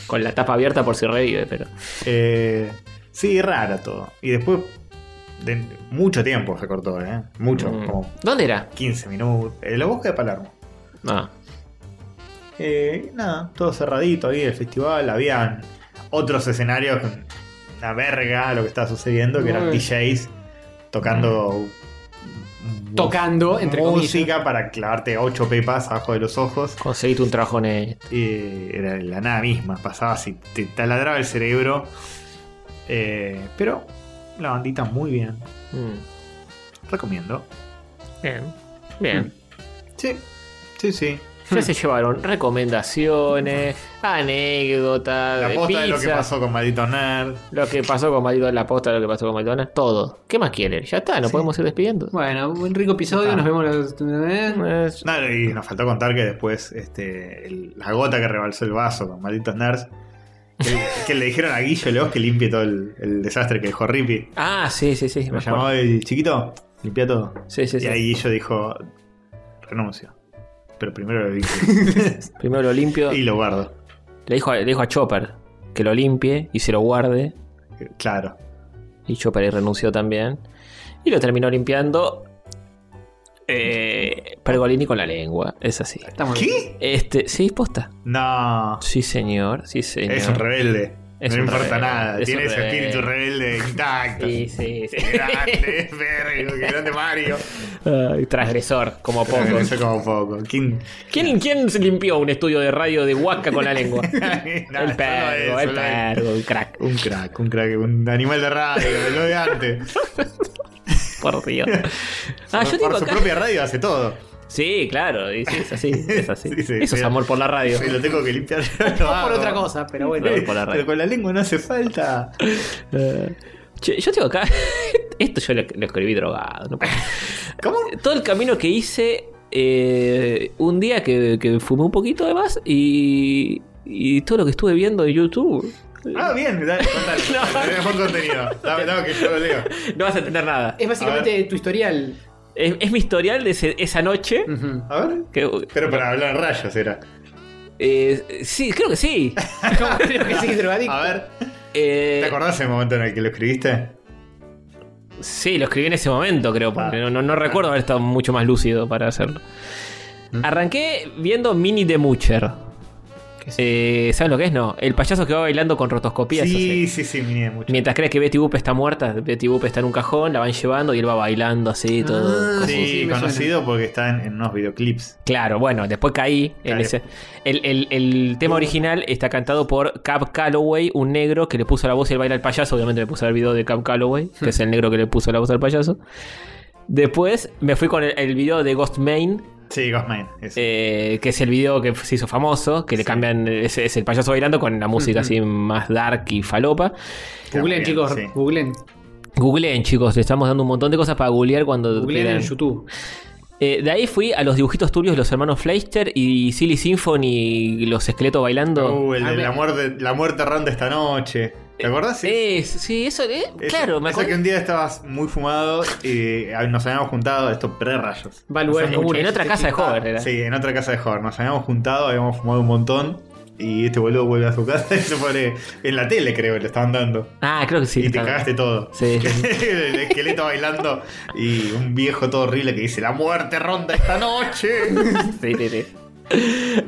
Speaker 1: Con la tapa abierta por si revive, pero...
Speaker 3: Eh, sí, raro todo. Y después de mucho tiempo se cortó, ¿eh? Mucho,
Speaker 1: Mm.
Speaker 3: como
Speaker 1: ¿Dónde era?
Speaker 3: 15 minutos. En la bosque de Palermo.
Speaker 1: Ah,
Speaker 3: Eh, nada, todo cerradito ahí el festival. Habían otros escenarios, una verga lo que estaba sucediendo, que eran
Speaker 2: Uy.
Speaker 3: DJs tocando.
Speaker 2: Mm. Tocando, entre
Speaker 3: música para clavarte ocho pepas abajo de los ojos.
Speaker 1: conseguiste un trabajo en el-
Speaker 3: Eh, era la nada misma, pasaba así, te taladraba el cerebro. Eh, pero la bandita muy bien,
Speaker 1: Mm.
Speaker 3: recomiendo.
Speaker 1: Bien. Bien.
Speaker 3: Sí, sí, sí.
Speaker 1: Ya se llevaron recomendaciones, anécdotas,
Speaker 3: La
Speaker 1: de
Speaker 3: posta de lo que
Speaker 1: pizza,
Speaker 3: pasó con Maldito Nerd.
Speaker 1: Lo que pasó con Madonna, la posta, lo que pasó con Madonna, todo. ¿Qué más quieren? Ya está, nos podemos ir despidiendo.
Speaker 2: Bueno, un rico episodio.
Speaker 3: Ah.
Speaker 2: Nos vemos. los- eh,
Speaker 1: Eh,
Speaker 3: No, y nos faltó contar que después este, el- la gota que rebalsó el vaso con Malditos Nerds. Que, que le dijeron a Guillo Leos que limpie todo el, el desastre que dejó Rippy.
Speaker 1: Ah, sí, sí, sí.
Speaker 3: Me
Speaker 1: me
Speaker 3: llamó
Speaker 1: acuerdo.
Speaker 3: el chiquito, limpia todo.
Speaker 1: Sí, sí,
Speaker 3: Y
Speaker 1: sí.
Speaker 3: ahí Guillo dijo, renuncio. Pero primero lo limpio
Speaker 1: Primero lo limpio.
Speaker 3: y lo guardo.
Speaker 1: Le, dijo a, le dijo a Chopper que lo limpie y se lo guarde.
Speaker 3: Claro.
Speaker 1: Y Chopper ahí renunció también. Y lo terminó limpiando. eh, Pergolini con la lengua. Es así.
Speaker 2: Estamos bien.
Speaker 3: ¿Qué?
Speaker 1: Este, sí, posta.
Speaker 3: No.
Speaker 1: Sí, señor. Sí, señor.
Speaker 3: Es un rebelde.
Speaker 1: Es
Speaker 3: no
Speaker 1: un
Speaker 3: importa
Speaker 1: rebelde.
Speaker 3: nada.
Speaker 1: Es
Speaker 3: Tiene
Speaker 1: un
Speaker 3: ese espíritu rebelde intacto.
Speaker 1: Sí, sí, sí.
Speaker 3: Qué Grande, verga, qué grande Mario.
Speaker 1: Ay, transgresor, como
Speaker 3: Pero
Speaker 1: pocos.
Speaker 3: Eso como poco. ¿Quién?
Speaker 1: ¿Quién, ¿Quién se limpió un estudio de radio de Huasca con la lengua?
Speaker 3: Nada,
Speaker 1: el
Speaker 3: solo él,
Speaker 1: perro, el
Speaker 3: solo él.
Speaker 1: perro, el crack.
Speaker 3: Un crack, un crack, un animal de radio, de lo de antes.
Speaker 1: Por Dios.
Speaker 3: por
Speaker 1: Ah, yo
Speaker 3: por
Speaker 1: tengo
Speaker 3: su
Speaker 1: acá.
Speaker 3: propia radio hace todo.
Speaker 1: Sí, claro, y sí, es así, es así.
Speaker 3: Sí, sí,
Speaker 1: Eso es
Speaker 3: pero-
Speaker 1: amor por la radio.
Speaker 3: Si lo tengo que limpiar. yo lo
Speaker 2: O por
Speaker 3: hago.
Speaker 2: otra cosa, pero bueno.
Speaker 1: pues. Pero por la radio.
Speaker 3: Pero con la lengua no hace falta.
Speaker 1: Eh, che, yo tengo acá. Esto yo lo, lo escribí drogado. no puedo.
Speaker 3: ¿Cómo?
Speaker 1: Todo el camino que hice. eh, un día que, que fumé un poquito de más y, y todo lo que estuve viendo de YouTube.
Speaker 3: Ah, bien, dale, contale. Tenés buen contenido. Dame, dame que yo lo leo.
Speaker 1: No vas a entender nada.
Speaker 2: Es básicamente tu historial.
Speaker 1: Es, es mi historial de ese- esa noche.
Speaker 2: Ujú.
Speaker 3: A ver.
Speaker 1: que-
Speaker 3: Pero para hablar en rayos era.
Speaker 1: eh, sí, creo que sí.
Speaker 2: ¿Cómo creo que sí, drogadicto?
Speaker 3: A ver,
Speaker 1: Eh,
Speaker 3: ¿te acordás del momento en el que lo escribiste?
Speaker 1: Sí, lo escribí en ese momento, creo, porque
Speaker 3: Ah.
Speaker 1: no, no- no recuerdo haber estado mucho más lúcido para hacerlo.
Speaker 3: ¿Mm?
Speaker 1: Arranqué viendo Mini de Mucher. Eh, ¿Saben lo que es? No. El payaso que va bailando con rotoscopías.
Speaker 3: Sí,
Speaker 1: así.
Speaker 3: sí, sí, miré mucho.
Speaker 1: Mientras cree que Betty Boop está muerta, Betty Boop está en un cajón, la van llevando y él va bailando así, todo.
Speaker 2: Ah,
Speaker 3: Sí,
Speaker 2: sí, sí, me
Speaker 3: conocido porque está en, en unos videoclips.
Speaker 1: Claro, bueno, después caí en
Speaker 3: Claro.
Speaker 1: ese. El, el- el tema original está cantado por Cab Calloway, un negro que le puso la voz y el baile al payaso. Obviamente me puse el video de Cab Calloway, que es el negro que le puso la voz al payaso. Después me fui con el, el video de Ghost Main,
Speaker 3: Sí, Ghostman. eso.
Speaker 1: eh, que es el video que se hizo famoso, que le
Speaker 3: Sí.
Speaker 1: cambian, es, es el payaso bailando con la música así más dark y falopa.
Speaker 3: Está
Speaker 2: Googleen,
Speaker 3: bien,
Speaker 2: chicos,
Speaker 3: sí.
Speaker 2: googleen.
Speaker 1: Googleen, chicos, le estamos dando un montón de cosas para googlear cuando.
Speaker 2: Googleen en
Speaker 1: quieran.
Speaker 2: YouTube.
Speaker 1: Eh, de ahí fui a los dibujitos turbios de los hermanos Fleister y Silly Symphony y los esqueletos bailando.
Speaker 3: Uh, el
Speaker 2: Ah,
Speaker 3: de
Speaker 2: me-
Speaker 3: la muerte, la muerte ronda esta noche. ¿Te acordás? Sí.
Speaker 1: Es- sí, eso, eh,
Speaker 3: Eso-
Speaker 1: claro, me
Speaker 3: eso
Speaker 1: acuerdo.
Speaker 3: que un día estabas muy fumado y eh, nos habíamos juntado, esto pre-rayos.
Speaker 2: Va al lugar
Speaker 1: uh, En-
Speaker 2: común.
Speaker 1: en otra casa de joven era.
Speaker 3: Sí, en otra casa de Jorge. Nos habíamos juntado, habíamos fumado un montón. Y este boludo vuelve a su casa y se pone en la tele, creo, que le estaban dando.
Speaker 1: Ah, creo que sí.
Speaker 3: y te
Speaker 1: está-
Speaker 3: cagaste todo.
Speaker 1: Sí.
Speaker 3: el esqueleto bailando y un viejo todo horrible que dice: La muerte ronda esta noche.
Speaker 1: Sí, sí, sí.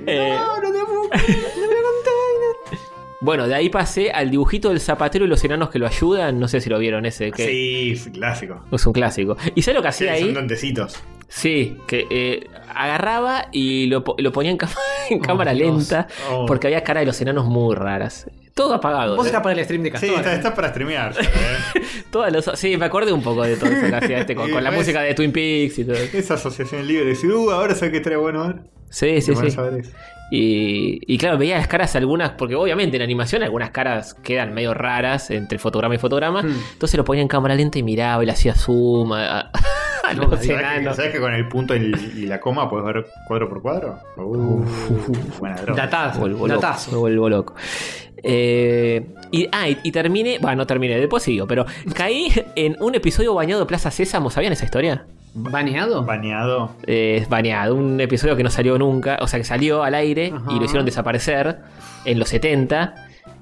Speaker 1: Eh,
Speaker 3: no, no te puedo creer, no me contaste.
Speaker 1: bueno, de ahí pasé al dibujito del zapatero y los enanos que lo ayudan. No sé si lo vieron ese. Que
Speaker 3: Sí, es clásico.
Speaker 1: Es un clásico. ¿Y sabes lo que
Speaker 3: Sí,
Speaker 1: hacía
Speaker 3: son
Speaker 1: ahí?
Speaker 3: tontecitos.
Speaker 1: Sí, que eh, agarraba y lo, po- lo ponía en, cama- en cámara
Speaker 2: Dios.
Speaker 1: lenta
Speaker 3: Oh.
Speaker 1: porque había cara de los enanos muy raras. Todo apagado.
Speaker 2: Vos
Speaker 1: ¿eh?
Speaker 2: estás para el stream de
Speaker 3: Sí,
Speaker 2: Castor.
Speaker 3: está, está para streamear. ya, ¿eh?
Speaker 1: Todas las- sí, me acordé un poco de todo eso que hacía este con,
Speaker 3: Y
Speaker 1: con la
Speaker 3: ves-
Speaker 1: música de Twin Peaks y todo.
Speaker 3: Esa asociación libre. Dice: Uh, ahora sé que estaría bueno ver.
Speaker 1: Sí, sí,
Speaker 3: Qué bueno
Speaker 1: sí.
Speaker 3: saber eso.
Speaker 1: Y, y claro, veía las caras algunas, porque obviamente en animación algunas caras quedan medio raras entre fotograma y fotograma.
Speaker 2: Hmm.
Speaker 1: Entonces lo ponía en cámara lenta y miraba y le hacía zoom a, a- a
Speaker 2: No,
Speaker 1: los
Speaker 3: ¿Sabes
Speaker 2: ¿sabés qué?
Speaker 3: que,
Speaker 1: enanos.
Speaker 3: sabés que con el punto y, y la coma puedes ver cuadro por cuadro? Uf, buena droga.
Speaker 1: Me
Speaker 2: Datazo.
Speaker 1: vuelvo loco, me
Speaker 2: Datazo.
Speaker 1: vuelvo loco. Eh, y, ah, y, y terminé, bueno, no terminé, después siguió, pero caí en un episodio bañado de Plaza Sésamo, ¿sabían esa historia?
Speaker 2: ¿Baneado?
Speaker 3: Baneado.
Speaker 1: Eh, bañado, un episodio que no salió nunca, o sea, que salió al aire
Speaker 2: Ajá.
Speaker 1: y lo hicieron desaparecer en los 70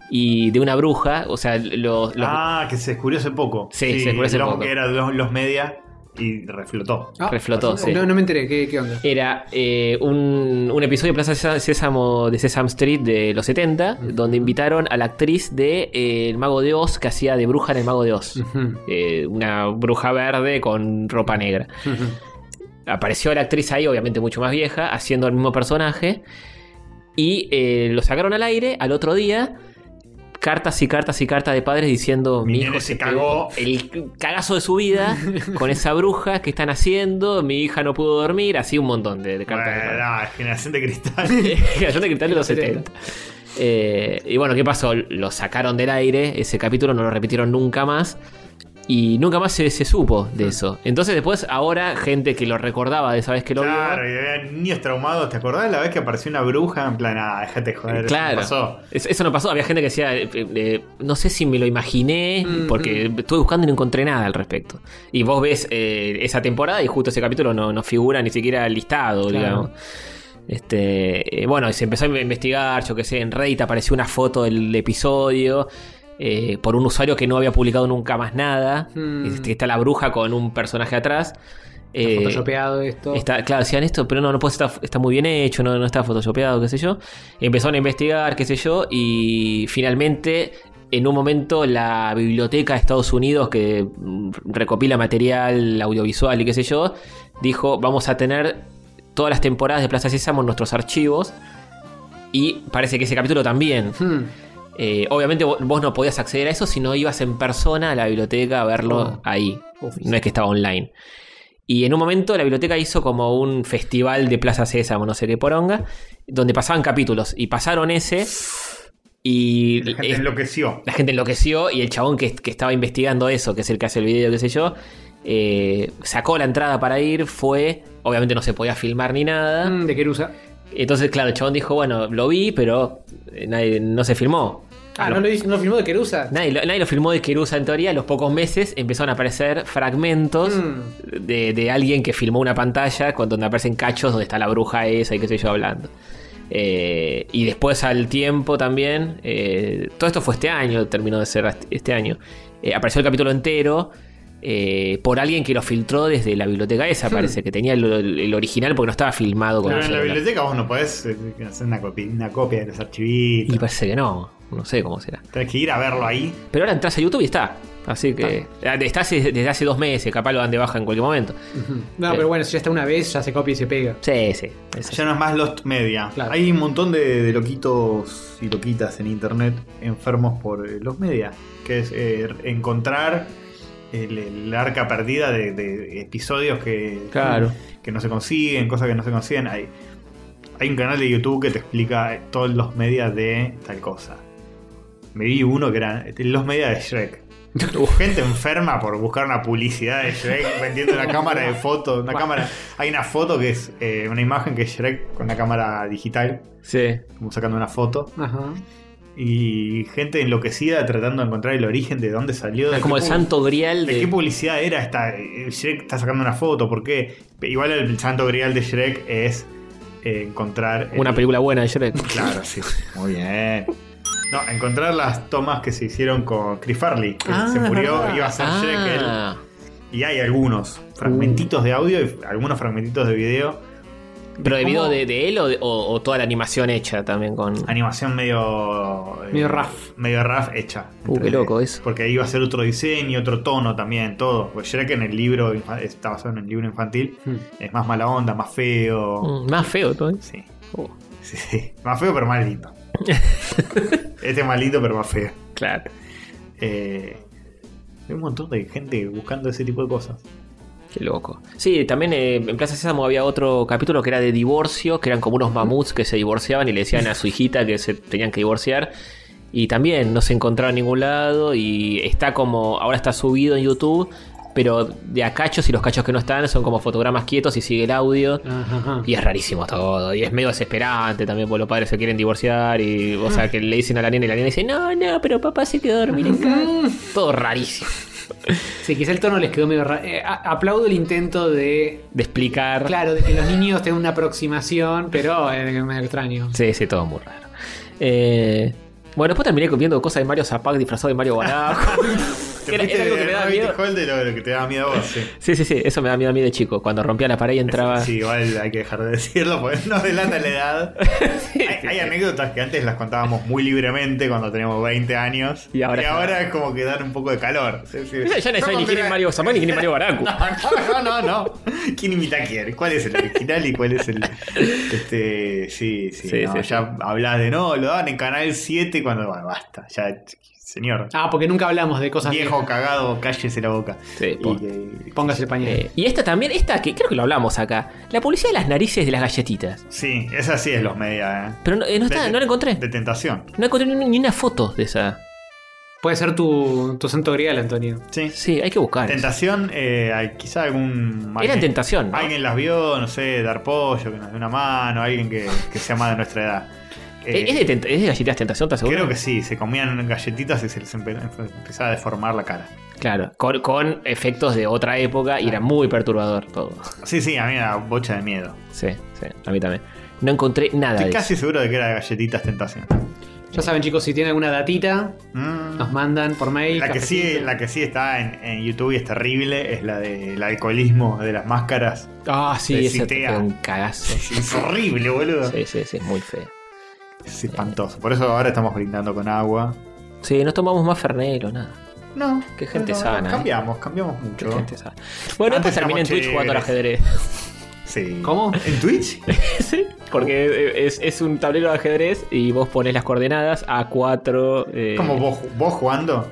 Speaker 1: y de una bruja, o sea, los... los-
Speaker 3: Ah, que se descubrió hace poco.
Speaker 1: Sí, se descubrió hace
Speaker 3: lo
Speaker 1: poco.
Speaker 3: que era los, los media y reflotó.
Speaker 2: Ah,
Speaker 1: Reflotó, sí.
Speaker 2: No, no me enteré. ¿Qué, qué onda?
Speaker 1: Era eh, un, un episodio de Plaza Sésamo- Sésamo de Sesame Street de los 70, donde invitaron a la actriz de eh, El Mago de Oz, que hacía de bruja en El Mago de Oz.
Speaker 2: Ujú,
Speaker 1: eh, una bruja verde con ropa negra.
Speaker 2: ujú.
Speaker 1: Apareció la actriz ahí, obviamente mucho más vieja, haciendo el mismo personaje. Y eh, lo sacaron al aire al otro día. Cartas y cartas y cartas de padres diciendo:
Speaker 3: Mi
Speaker 1: Mi
Speaker 3: nene
Speaker 1: hijo
Speaker 3: se
Speaker 1: se
Speaker 3: cagó".
Speaker 1: pegó el cagazo de su vida con esa bruja que están haciendo. Mi hija no pudo dormir. Así un montón de, de cartas. de padres.
Speaker 3: Bueno, ah, generación de cristal.
Speaker 1: Generación de Cristal de los 70. Eh, y bueno, ¿qué pasó? Lo sacaron del aire, ese capítulo no lo repitieron nunca más. Y nunca más se, se supo de eso. Entonces después, ahora, gente que lo recordaba de esa vez que lo
Speaker 3: Claro, y había niños traumados. ¿Te acordás la vez que apareció una bruja? En plan, ah, déjate
Speaker 1: vio...
Speaker 3: joder.
Speaker 1: claro.
Speaker 3: ¿qué pasó?
Speaker 1: Es- Eso no pasó. Había gente que decía, eh, eh, eh, no sé si me lo imaginé,
Speaker 2: Mm,
Speaker 1: porque estuve buscando y no encontré nada al respecto. Y vos ves eh, esa temporada y justo ese capítulo no, no figura ni siquiera listado,
Speaker 2: Claro.
Speaker 1: digamos. Este, eh, bueno, y se empezó a investigar, yo qué sé, en Reddit apareció una foto del episodio eh, por un usuario que no había publicado nunca más nada.
Speaker 2: Mm.
Speaker 1: Este, está la bruja con un personaje atrás. Eh,
Speaker 2: Photoshopeado esto.
Speaker 1: Está, claro, decían esto, pero no, no puede estar, está muy bien hecho, no, no está photoshopeado, qué sé yo. Empezaron a investigar, qué sé yo, y finalmente, en un momento, la biblioteca de Estados Unidos, que mm, recopila material audiovisual y qué sé yo, dijo, vamos a tener todas las temporadas de Plaza Sésamo en nuestros archivos, y parece que ese capítulo también.
Speaker 2: Hmm.
Speaker 1: Eh, obviamente vo- vos no podías acceder a eso si no ibas en persona a la biblioteca a verlo
Speaker 2: Oh.
Speaker 1: ahí.
Speaker 2: Oh,
Speaker 1: No es que estaba online. Y en un momento la biblioteca hizo como un festival de Plaza Sésamo, no sé qué poronga, donde pasaban capítulos y pasaron ese y
Speaker 3: La gente
Speaker 1: es-
Speaker 3: enloqueció.
Speaker 1: la gente enloqueció y el chabón que, que estaba investigando eso, que es el que hace el video, qué sé yo, eh, sacó la entrada para ir, fue, obviamente no se podía filmar ni nada.
Speaker 2: Mm, De Kerusa.
Speaker 1: Entonces, claro, el chabón dijo, bueno, lo vi, pero eh, nadie, no se filmó.
Speaker 2: Ah, ¿no lo, hizo- no filmó de Kerusa?
Speaker 1: Nadie lo, nadie lo filmó de Querusa en teoría. A los pocos meses empezaron a aparecer fragmentos
Speaker 2: Mm.
Speaker 1: de, de alguien que filmó una pantalla con, donde aparecen cachos donde está la bruja esa y qué sé yo hablando. Eh, y después al tiempo también, eh, todo esto fue este año, terminó de ser hasta- este año. eh, apareció el capítulo entero eh, por alguien que lo filtró desde la biblioteca esa, parece que tenía el, el original porque no estaba filmado con
Speaker 3: Pero Hmm.
Speaker 1: el
Speaker 3: en la
Speaker 1: celular.
Speaker 3: biblioteca vos no podés eh, hacer una copia, una copia de los
Speaker 1: Y
Speaker 3: archivitos.
Speaker 1: parece que no, no sé cómo será.
Speaker 3: Tenés que ir a verlo ahí.
Speaker 1: Pero ahora entras a YouTube y está. Así que. Ah, Está hace- desde hace dos meses, capaz lo dan de baja en cualquier momento.
Speaker 2: No,
Speaker 1: Sí.
Speaker 2: pero bueno, si ya está una vez, ya se copia y se pega.
Speaker 1: Sí, sí. es así.
Speaker 3: Ya no es más Lost Media.
Speaker 2: Claro.
Speaker 3: Hay un montón de, de loquitos y loquitas en internet enfermos por eh, Lost Media, que es eh, encontrar el, el arca perdida de, de episodios que,
Speaker 1: Claro.
Speaker 3: que no se consiguen, cosas que no se consiguen. Hay, hay un canal de YouTube que te explica todos los medias de tal cosa. Me vi uno que era los medias de Shrek. Gente enferma por buscar una publicidad de Shrek vendiendo una cámara de fotos. Una cámara. Hay una foto que es eh, una imagen que es Shrek con una cámara digital,
Speaker 1: Sí.
Speaker 3: como sacando una foto.
Speaker 2: Ajá.
Speaker 3: y gente enloquecida tratando de encontrar el origen de dónde salió. de
Speaker 1: Es como
Speaker 3: qué
Speaker 1: el
Speaker 3: pub-
Speaker 1: santo grial
Speaker 3: ¿De qué
Speaker 1: de.
Speaker 3: publicidad era esta? Eh, Shrek está sacando una foto, ¿por qué? Igual el santo grial de Shrek es eh, encontrar. el-
Speaker 1: Una película buena de Shrek.
Speaker 3: Claro, sí. Muy bien. No, encontrar las tomas que se hicieron con Chris Farley, que
Speaker 2: Ah,
Speaker 3: se murió,
Speaker 2: verdad.
Speaker 3: iba a ser Shrek él.
Speaker 1: Ah,
Speaker 3: Y hay algunos fragmentitos de audio y algunos fragmentitos de video.
Speaker 1: pero de video
Speaker 3: cómo-
Speaker 1: de, de él o, de- o- o toda la animación hecha también con.
Speaker 3: Animación medio. eh,
Speaker 2: Medio rough.
Speaker 3: Medio rough hecha.
Speaker 1: Uh, qué loco eso.
Speaker 3: Porque iba a ser otro diseño, otro tono también, todo. Pues Shrek en el libro, infa- está basado en el libro infantil,
Speaker 2: Hmm.
Speaker 3: es más mala onda, más feo.
Speaker 1: Mm, Más feo todo. eso.
Speaker 3: Sí,
Speaker 1: Oh,
Speaker 3: sí, sí. Más feo, pero más lindo. este es más lindo, pero más feo.
Speaker 1: claro.
Speaker 3: Eh, hay un montón de gente buscando ese tipo de cosas.
Speaker 1: Qué loco. Sí, también eh, en Plaza Sésamo había otro capítulo que era de divorcio, que eran como unos mamuts que se divorciaban y le decían a su hijita que se tenían que divorciar. Y también no se encontraba en ningún lado y está como, ahora está subido en YouTube, pero de a cachos y los cachos que no están son como fotogramas quietos y sigue el audio.
Speaker 2: Ajá, ajá.
Speaker 1: Y es rarísimo todo, y es medio desesperante también porque los padres se quieren divorciar y, o sea, que le dicen a la nena y la nena dice, no, no, pero papá se quedó a dormir en casa. Todo rarísimo.
Speaker 2: Sí, quizá el tono les quedó medio raro. aplaudo el intento de.
Speaker 1: De explicar.
Speaker 2: Claro, de que los niños tengan una aproximación, pero es medio extraño.
Speaker 1: Sí, sí, todo muy raro. Eh, bueno, después terminé viendo cosas de Mario Zapac disfrazado de Mario Guanajo.
Speaker 3: Te
Speaker 1: era,
Speaker 3: fuiste
Speaker 1: era algo que
Speaker 3: de
Speaker 1: me daba
Speaker 3: Rabbit
Speaker 1: miedo.
Speaker 3: Hole de lo, de lo que te daba miedo a vos, sí.
Speaker 1: Sí, sí, sí, eso me daba miedo a mí de chico. Cuando rompía la pared y entraba.
Speaker 3: Sí, igual hay que dejar de decirlo porque no delata la edad. Hay, hay anécdotas que antes las contábamos muy libremente cuando teníamos 20 años.
Speaker 1: Y ahora-
Speaker 3: es como que dan un poco de calor. Sí, sí.
Speaker 1: Ya, ya no
Speaker 3: Yo
Speaker 1: saben ni
Speaker 3: cuando
Speaker 1: quién es
Speaker 3: era-
Speaker 1: Mario Zapac ni quién es Mario Baracu.
Speaker 3: No, no, no, no. ¿Quién imita a quién? ¿Cuál es el original y cuál es el. Este. Sí, sí.
Speaker 1: Sí,
Speaker 3: no,
Speaker 1: sí,
Speaker 3: ya hablás de no, lo dan en Canal 7 cuando. Bueno, basta. Ya, señor.
Speaker 2: Ah, porque nunca hablamos de cosas
Speaker 3: viejo cagado, cállese la boca.
Speaker 1: Sí,
Speaker 3: Y
Speaker 1: po.
Speaker 3: que-
Speaker 2: viejas. Póngase el pañuelo.
Speaker 1: Eh, y esta también, esta que creo que lo hablamos acá. La publicidad de las narices de las galletitas.
Speaker 3: sí, esa sí es los media, ¿eh?
Speaker 1: Pero no, eh, no está,
Speaker 3: De-
Speaker 1: no la encontré.
Speaker 3: De tentación.
Speaker 1: No encontré ni, ni una foto de esa.
Speaker 2: Puede ser tu, tu santo grial, Antonio.
Speaker 3: Sí.
Speaker 1: Sí, hay que buscar. eso.
Speaker 3: Tentación, eh, hay- quizá algún.
Speaker 1: Era
Speaker 3: alguien-
Speaker 1: tentación. ¿no?
Speaker 3: Alguien las vio, no sé, dar pollo, que nos dé una mano, alguien que, que sea más de nuestra edad. Eh,
Speaker 1: Eh, ¿Es, de tent- es de galletitas tentación, ¿estás seguro?
Speaker 3: Creo que sí, se comían galletitas y se les empe- empezaba a deformar la cara.
Speaker 1: Claro, con, con efectos de otra época y era muy perturbador todo.
Speaker 3: Sí, sí, a mí me da bocha de miedo.
Speaker 1: Sí, sí, a mí también. No encontré nada
Speaker 3: Estoy
Speaker 1: de
Speaker 3: casi seguro de que era galletitas tentación.
Speaker 2: Ya saben, chicos, si tienen alguna datita,
Speaker 3: Mm.
Speaker 2: nos mandan por mail.
Speaker 3: La que, sí,
Speaker 2: cafecito.
Speaker 3: la que sí está en, en YouTube y es terrible es la del alcoholismo de las máscaras.
Speaker 1: eso. Ah, sí,
Speaker 3: de
Speaker 1: ese
Speaker 3: Citea.
Speaker 1: fue un cagazo.
Speaker 3: Es horrible, boludo.
Speaker 1: Sí, sí, sí, muy feo.
Speaker 3: Es espantoso. Por eso ahora estamos brindando con agua.
Speaker 1: Sí, no tomamos más Fernelo, nada.
Speaker 3: No.
Speaker 1: Qué gente
Speaker 3: no, no,
Speaker 1: sana, ¿eh?
Speaker 3: Cambiamos, cambiamos
Speaker 1: Qué
Speaker 3: mucho.
Speaker 1: gente sabe. Bueno,
Speaker 3: Antes
Speaker 1: después terminé en
Speaker 3: éramos
Speaker 1: Twitch jugando al ajedrez.
Speaker 3: Sí.
Speaker 2: ¿Cómo?
Speaker 3: ¿En Twitch?
Speaker 1: sí, porque es, es un tablero de ajedrez y vos pones las coordenadas a 4.
Speaker 3: ¿Cómo vos, vos jugando?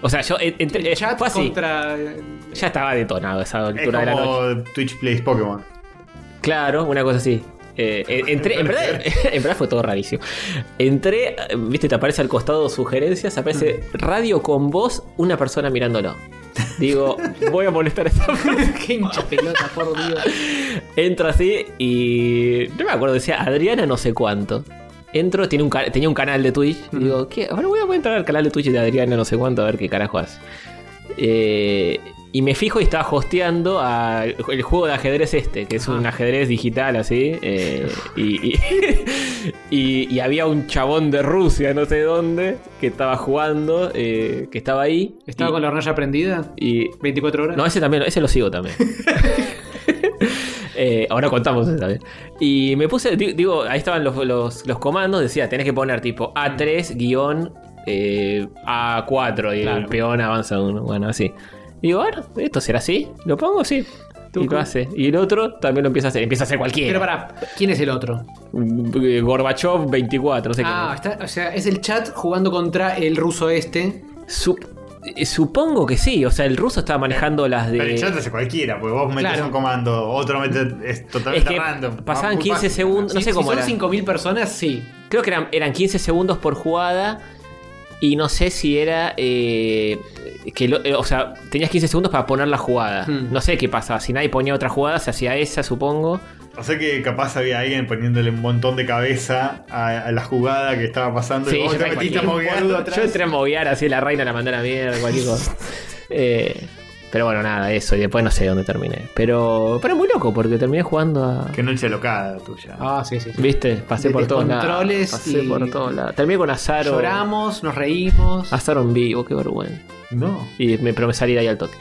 Speaker 1: O sea, yo en- entré-
Speaker 2: El chat
Speaker 1: fue así.
Speaker 2: Eh, contra. eh,
Speaker 1: Ya estaba detonado a esa
Speaker 3: Es
Speaker 1: altura de la noche.
Speaker 3: como Twitch Plays Pokémon.
Speaker 1: Claro, una cosa así. Eh, en- entré, en verdad, en verdad fue todo rarísimo. Entré, eh, viste, te aparece al costado sugerencias, aparece radio con voz, una persona mirándolo. Digo, voy a molestar a esta persona.
Speaker 2: Qué hincha pelota, por Dios.
Speaker 1: Entro así y. No me acuerdo, decía Adriana no sé cuánto. Entro, tiene un ca- tenía un canal de Twitch. y Digo, ¿qué? Ahora voy a voy a entrar al canal de Twitch de Adriana no sé cuánto a ver qué carajo hace. Eh, y me fijo y estaba hosteando a el juego de ajedrez este, que es un
Speaker 2: Ah.
Speaker 1: ajedrez digital así. eh, y, y, y- y había un chabón de Rusia, no sé dónde, que estaba jugando, eh, que estaba ahí.
Speaker 2: ¿Estaba
Speaker 1: y,
Speaker 2: con la hornalla prendida?
Speaker 1: y
Speaker 2: 24 horas.
Speaker 1: no, ese también, ese lo sigo también. Eh, ahora contamos ese también. Y me puse, di- digo, ahí estaban los, los- los comandos, decía, tenés que poner tipo A3 guión eh, A4 y el
Speaker 2: Claro.
Speaker 1: peón avanza uno, bueno, así. Digo, ahora, ¿esto será así? ¿Lo pongo? Sí. Y lo
Speaker 2: Tucu.
Speaker 1: hace. Y el otro también lo empieza a hacer. Empieza a hacer
Speaker 2: Pero
Speaker 1: cualquiera.
Speaker 2: pará, ¿quién es el otro?
Speaker 1: Eh, Gorbachev 24, no sé
Speaker 2: Ah, está, o sea, es el chat jugando contra el ruso este.
Speaker 1: qué. Sup- eh, supongo que sí. O sea, el ruso estaba manejando las de.
Speaker 3: Pero el chat hace cualquiera, porque vos metes
Speaker 2: Claro.
Speaker 3: un comando, otro metes. Es
Speaker 1: es
Speaker 3: totalmente
Speaker 1: que
Speaker 3: random.
Speaker 1: pasaban
Speaker 3: Muy
Speaker 1: 15
Speaker 3: fácil.
Speaker 1: segundos. No
Speaker 2: Si-
Speaker 1: sé cómo
Speaker 2: si
Speaker 1: era.
Speaker 2: son 5.000 personas, sí.
Speaker 1: Creo que eran, eran 15 segundos por jugada. Y no sé si era. eh, que lo- eh, o sea, tenías 15 segundos para poner la jugada.
Speaker 2: Hmm.
Speaker 1: No sé qué pasaba. Si nadie ponía otra jugada, se hacía esa, supongo.
Speaker 3: O sea que capaz había alguien poniéndole un montón de cabeza a, a la jugada que estaba pasando
Speaker 1: Sí,
Speaker 3: y vos
Speaker 1: yo
Speaker 3: te
Speaker 1: también.
Speaker 3: metiste a
Speaker 1: Un
Speaker 3: moguear.
Speaker 2: boludo atrás.
Speaker 1: Yo entré a moviar así, la reina la mandé a la mierda, cualquier cosa. Eh, pero bueno, nada, eso. Y después no sé dónde terminé. Pero, pero muy loco, porque terminé jugando a.
Speaker 3: Qué noche locada tuya.
Speaker 2: Ah, sí, sí. sí.
Speaker 1: ¿Viste? Pasé
Speaker 2: De
Speaker 1: por todos lados.
Speaker 2: descontroles
Speaker 1: Pasé
Speaker 2: y-
Speaker 1: por todos lados. Terminé con Azaro.
Speaker 2: Lloramos, nos reímos.
Speaker 1: Azaro en vivo, qué vergüenza.
Speaker 3: No.
Speaker 1: Y me promesé salir ahí al toque.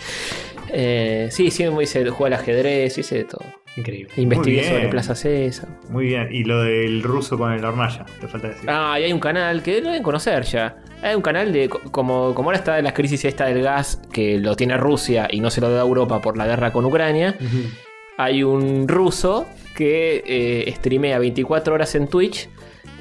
Speaker 1: Eh, sí, sí, me hice jugar al ajedrez, hice de todo.
Speaker 2: Increíble.
Speaker 1: Investigué
Speaker 3: bien.
Speaker 1: sobre Plaza César.
Speaker 3: Muy bien. Y lo del ruso con el hornalla, te falta decir.
Speaker 1: Ah, y hay un canal que lo deben conocer ya. Hay un canal de. co- Como, como ahora está la crisis esta del gas, que lo tiene Rusia y no se lo da Europa por la guerra con Ucrania. Hay un ruso que eh, streamea 24 horas en Twitch.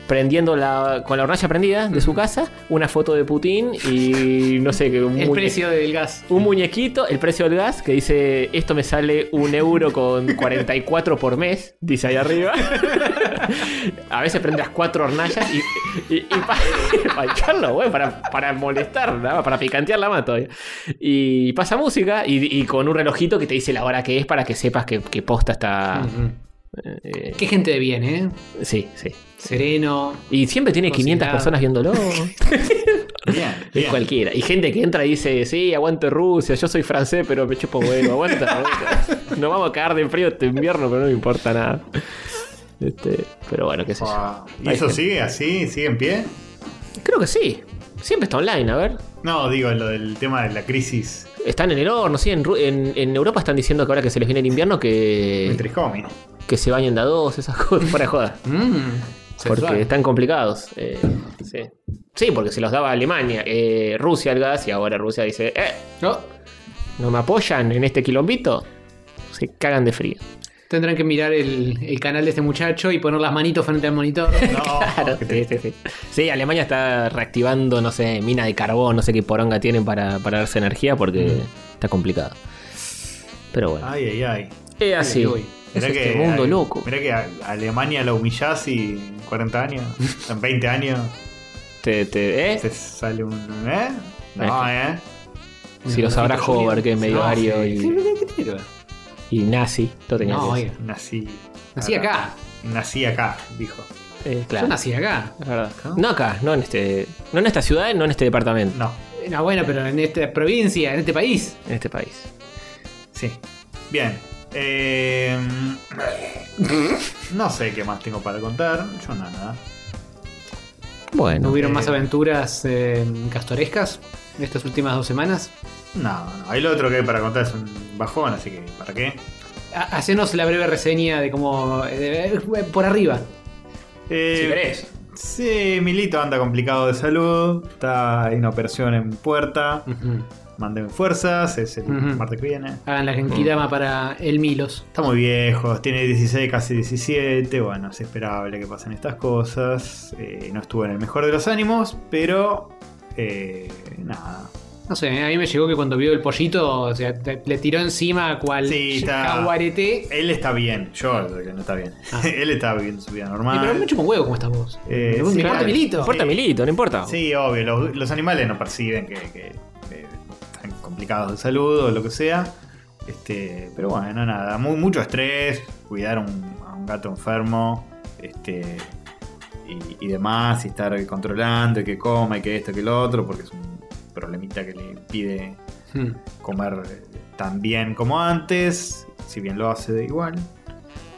Speaker 1: Prendiendo la, con la hornalla prendida de su casa, una foto de Putin y no sé qué. un
Speaker 2: El
Speaker 1: muñe-
Speaker 2: precio del gas.
Speaker 1: Un muñequito, el precio del gas, que dice: Esto me sale un euro con 44 por mes, dice ahí arriba. A veces prende las cuatro hornallas y, y, para echarlo, güey, para, para molestar, nada más, para picantear la mano todavía. Y pasa música y, y con un relojito que te dice la hora que es para que sepas que, que posta está.
Speaker 2: Ujú.
Speaker 1: eh,
Speaker 2: Qué gente de bien, ¿eh?
Speaker 1: sí, sí.
Speaker 2: Sereno.
Speaker 1: Y siempre tiene 500
Speaker 2: Cocinado.
Speaker 1: personas viéndolo.
Speaker 3: Bien.
Speaker 1: Es
Speaker 3: bien.
Speaker 1: cualquiera. Y gente que entra y dice, sí, aguante Rusia, yo soy francés, pero me chupo huevo, aguanta, aguanta. Nos vamos a cagar de frío este invierno, pero no me importa nada. Este, pero bueno, qué sé yo.
Speaker 3: Ah, ¿Y
Speaker 1: Hay
Speaker 3: eso
Speaker 1: gente.
Speaker 3: sigue así? ¿Sigue en pie?
Speaker 1: Creo que sí. Siempre está online, a ver.
Speaker 3: No, digo, lo del tema de la crisis
Speaker 1: Están en el horno, sí. En, Ru- en, en Europa están diciendo que ahora que se les viene el invierno que,
Speaker 3: Mitriscomi.
Speaker 1: que se bañen de a dos, esas cosas, fuera de joda.
Speaker 2: Mm, sensual.
Speaker 1: Porque están complicados. eh, sí. Sí, porque se los daba Alemania, eh, Rusia el gas y ahora Rusia dice, eh,
Speaker 2: No,
Speaker 1: ¿no me apoyan en este quilombito? Se cagan de frío.
Speaker 2: tendrán que mirar el, el canal de este muchacho y poner las manitos frente al monitor.
Speaker 3: No,
Speaker 1: Claro,
Speaker 3: que
Speaker 1: sí,
Speaker 3: te-
Speaker 1: sí, sí. Sí, Alemania está reactivando, no sé, mina de carbón, no sé qué poronga tienen para, para darse energía porque está complicado. Pero bueno.
Speaker 3: Ay, ay, ay.
Speaker 1: Es así.
Speaker 2: uy.
Speaker 1: Es
Speaker 3: Mirá
Speaker 1: este mundo
Speaker 3: ay,
Speaker 1: loco.
Speaker 3: Mirá que a- Alemania la humillás y en 40 años, en 20 años,
Speaker 1: Te- te- ¿eh?
Speaker 3: te sale un. ¿Eh? No,
Speaker 1: Este.
Speaker 3: ¿eh?
Speaker 1: Si lo sabrá Hover, que es medio
Speaker 3: No,
Speaker 1: ario
Speaker 3: sí.
Speaker 1: y, y nazi. Todo tenía
Speaker 2: No,
Speaker 1: que
Speaker 2: oiga.
Speaker 3: Nací.
Speaker 2: Nací acá.
Speaker 3: Nací acá, dijo.
Speaker 1: decir. Eh, claro.
Speaker 2: Yo nací acá.
Speaker 1: Es verdad. No acá, no en este. No en esta ciudad, no en este departamento.
Speaker 3: No,
Speaker 2: No, bueno, pero en esta provincia, en este país.
Speaker 1: En este país.
Speaker 3: sí. Bien. Eh, no sé qué más tengo para contar. Yo nada.
Speaker 2: ¿No
Speaker 1: Bueno.
Speaker 2: hubieron
Speaker 3: eh.
Speaker 2: más aventuras eh, castorescas en estas últimas dos semanas?
Speaker 3: No, no. Ahí lo otro que hay para contar es un bajón, así que ¿para qué?
Speaker 2: Ha- Hacenos la breve reseña de cómo. eh, de- por arriba.
Speaker 3: Eh,
Speaker 1: Si querés.
Speaker 3: Sí, Milito anda complicado de salud. Está en una operación en puerta. Manden fuerzas, es el
Speaker 2: Ujú.
Speaker 3: martes que viene.
Speaker 2: Hagan la
Speaker 3: Mm.
Speaker 2: genkidama para el Milos.
Speaker 3: Está muy viejo, tiene 16, casi 17. Bueno, es esperable que pasen estas cosas. Eh, no estuvo en el mejor de los ánimos, pero. eh, nada.
Speaker 2: No sé, a mí me llegó que cuando vio el pollito, o sea, te- le tiró encima cual
Speaker 3: Sí, está.
Speaker 2: jaguarete.
Speaker 3: Él está bien, yo creo que no está bien.
Speaker 2: Ah.
Speaker 3: Él está viviendo su vida
Speaker 2: Y pero me
Speaker 3: normal.
Speaker 2: chupa un huevo como estás vos.
Speaker 3: Eh,
Speaker 2: Me
Speaker 3: sí,
Speaker 2: importa
Speaker 3: claro.
Speaker 2: Milito.
Speaker 1: No importa,
Speaker 3: Sí.
Speaker 1: Milito, no importa.
Speaker 3: Sí, obvio, los, los animales no perciben que, que, eh, están complicados de salud o lo que sea. Este, pero bueno, nada, mu- mucho estrés, cuidar un- a un gato enfermo este, y, y demás, y estar controlando y que coma y que esto, que lo otro, porque es un problemita que le impide
Speaker 2: Mm.
Speaker 3: comer eh, tan bien como antes, si bien lo hace de igual.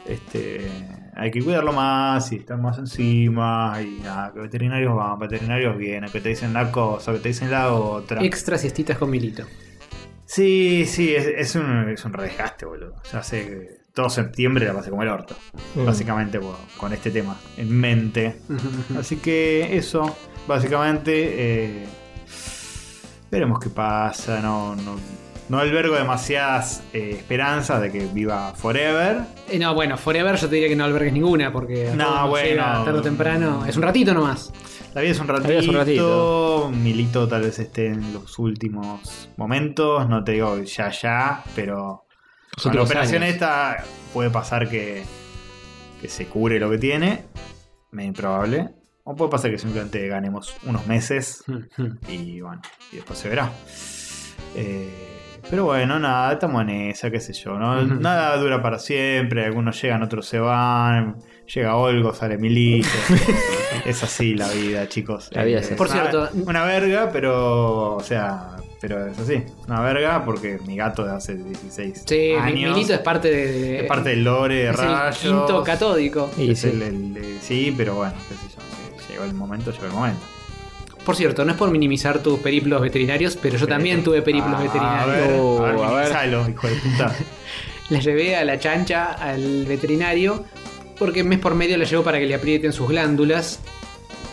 Speaker 3: Este, hay que cuidarlo más y estar más encima. Y nada, que veterinarios van, veterinarios vienen, que te dicen una cosa, que te dicen la otra.
Speaker 2: Extra siestitas con Milito.
Speaker 3: sí, sí, es, es un, es un redesgaste, boludo. Ya sé que todo septiembre la pasé como el orto,
Speaker 1: Mm.
Speaker 3: básicamente con- con este tema en mente. Así que eso, básicamente, eh, veremos qué pasa. No, no, no albergo demasiadas eh, esperanzas de que viva forever.
Speaker 2: Eh, no, bueno, Forever yo te diría que no albergues ninguna, porque a
Speaker 3: No,
Speaker 2: todos nos
Speaker 3: bueno.
Speaker 2: llega tarde o temprano. Es un ratito nomás.
Speaker 3: La vida es un ratito.
Speaker 1: vida es un ratito.
Speaker 3: Milito tal vez esté en los últimos momentos. No te digo ya, ya, pero
Speaker 1: Los
Speaker 3: con la
Speaker 1: últimos
Speaker 3: operación
Speaker 1: años.
Speaker 3: esta puede pasar que, que se cure lo que tiene. Medio improbable. O puede pasar que simplemente ganemos unos meses.
Speaker 2: Mm, mm.
Speaker 3: Y bueno, y después se verá. Eh, pero bueno, nada, estamos en esa, qué sé yo, ¿no?
Speaker 2: Ujú.
Speaker 3: Nada dura para siempre, algunos llegan, otros se van. Llega Olgo, sale Milito. es así la vida, chicos.
Speaker 1: La vida es así.
Speaker 2: Por
Speaker 3: una-
Speaker 2: cierto-
Speaker 3: Una verga, pero. O sea, pero es así. Una verga porque mi gato de hace 16
Speaker 2: Sí, Mi-
Speaker 3: años.
Speaker 2: Milito es parte de.
Speaker 3: es parte del lore de
Speaker 2: es el
Speaker 3: rayos.
Speaker 2: quinto catódico.
Speaker 1: Y
Speaker 3: Es
Speaker 1: sí.
Speaker 3: el- el- el- sí, pero bueno, qué sé yo, si Llegó el momento, llegó el momento.
Speaker 2: Por cierto, no es por minimizar tus periplos veterinarios, pero yo también tuve periplos
Speaker 3: Ah,
Speaker 2: veterinarios.
Speaker 3: A ver,
Speaker 1: Oh,
Speaker 3: a ver,
Speaker 1: a ver.
Speaker 3: minimizalo, hijo de puta.
Speaker 2: La llevé a la chancha, al veterinario, porque mes por medio la llevo para que le aprieten sus glándulas.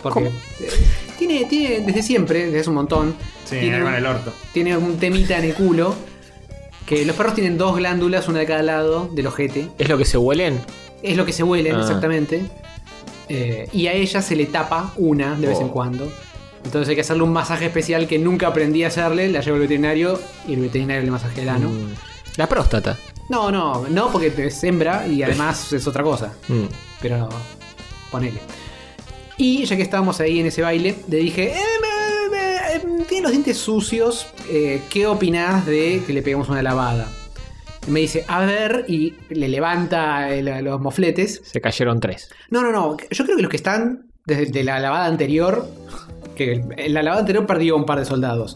Speaker 2: Porque eh, tiene, tiene desde siempre, desde hace un montón,
Speaker 3: Sí,
Speaker 2: tiene,
Speaker 3: ahí
Speaker 2: un,
Speaker 3: con el orto.
Speaker 2: tiene un temita en el culo. Que los perros tienen dos glándulas, una de cada lado del ojete.
Speaker 1: ¿Es lo que se huelen?
Speaker 2: Es lo que se huelen,
Speaker 1: Ah.
Speaker 2: exactamente. Eh, y a ella se le tapa una de vez en
Speaker 1: Oh.
Speaker 2: cuando. Entonces hay que hacerle un masaje especial que nunca aprendí a hacerle. La llevo al veterinario y el veterinario le masajea el ano.
Speaker 1: Mm. La próstata.
Speaker 2: No, no, no, porque te sembra y además es otra cosa.
Speaker 1: Mm.
Speaker 2: Pero ponele. Y ya que estábamos ahí en ese baile, le dije: "Eh, me- me- me- Tiene los dientes sucios. eh, ¿Qué opinás de que le peguemos una lavada? Me dice: A ver, y le levanta el- los mofletes.
Speaker 1: Se cayeron tres.
Speaker 2: No, no, no. Yo creo que los que están desde de la lavada anterior. Que en la lavada anterior perdió un par de soldados.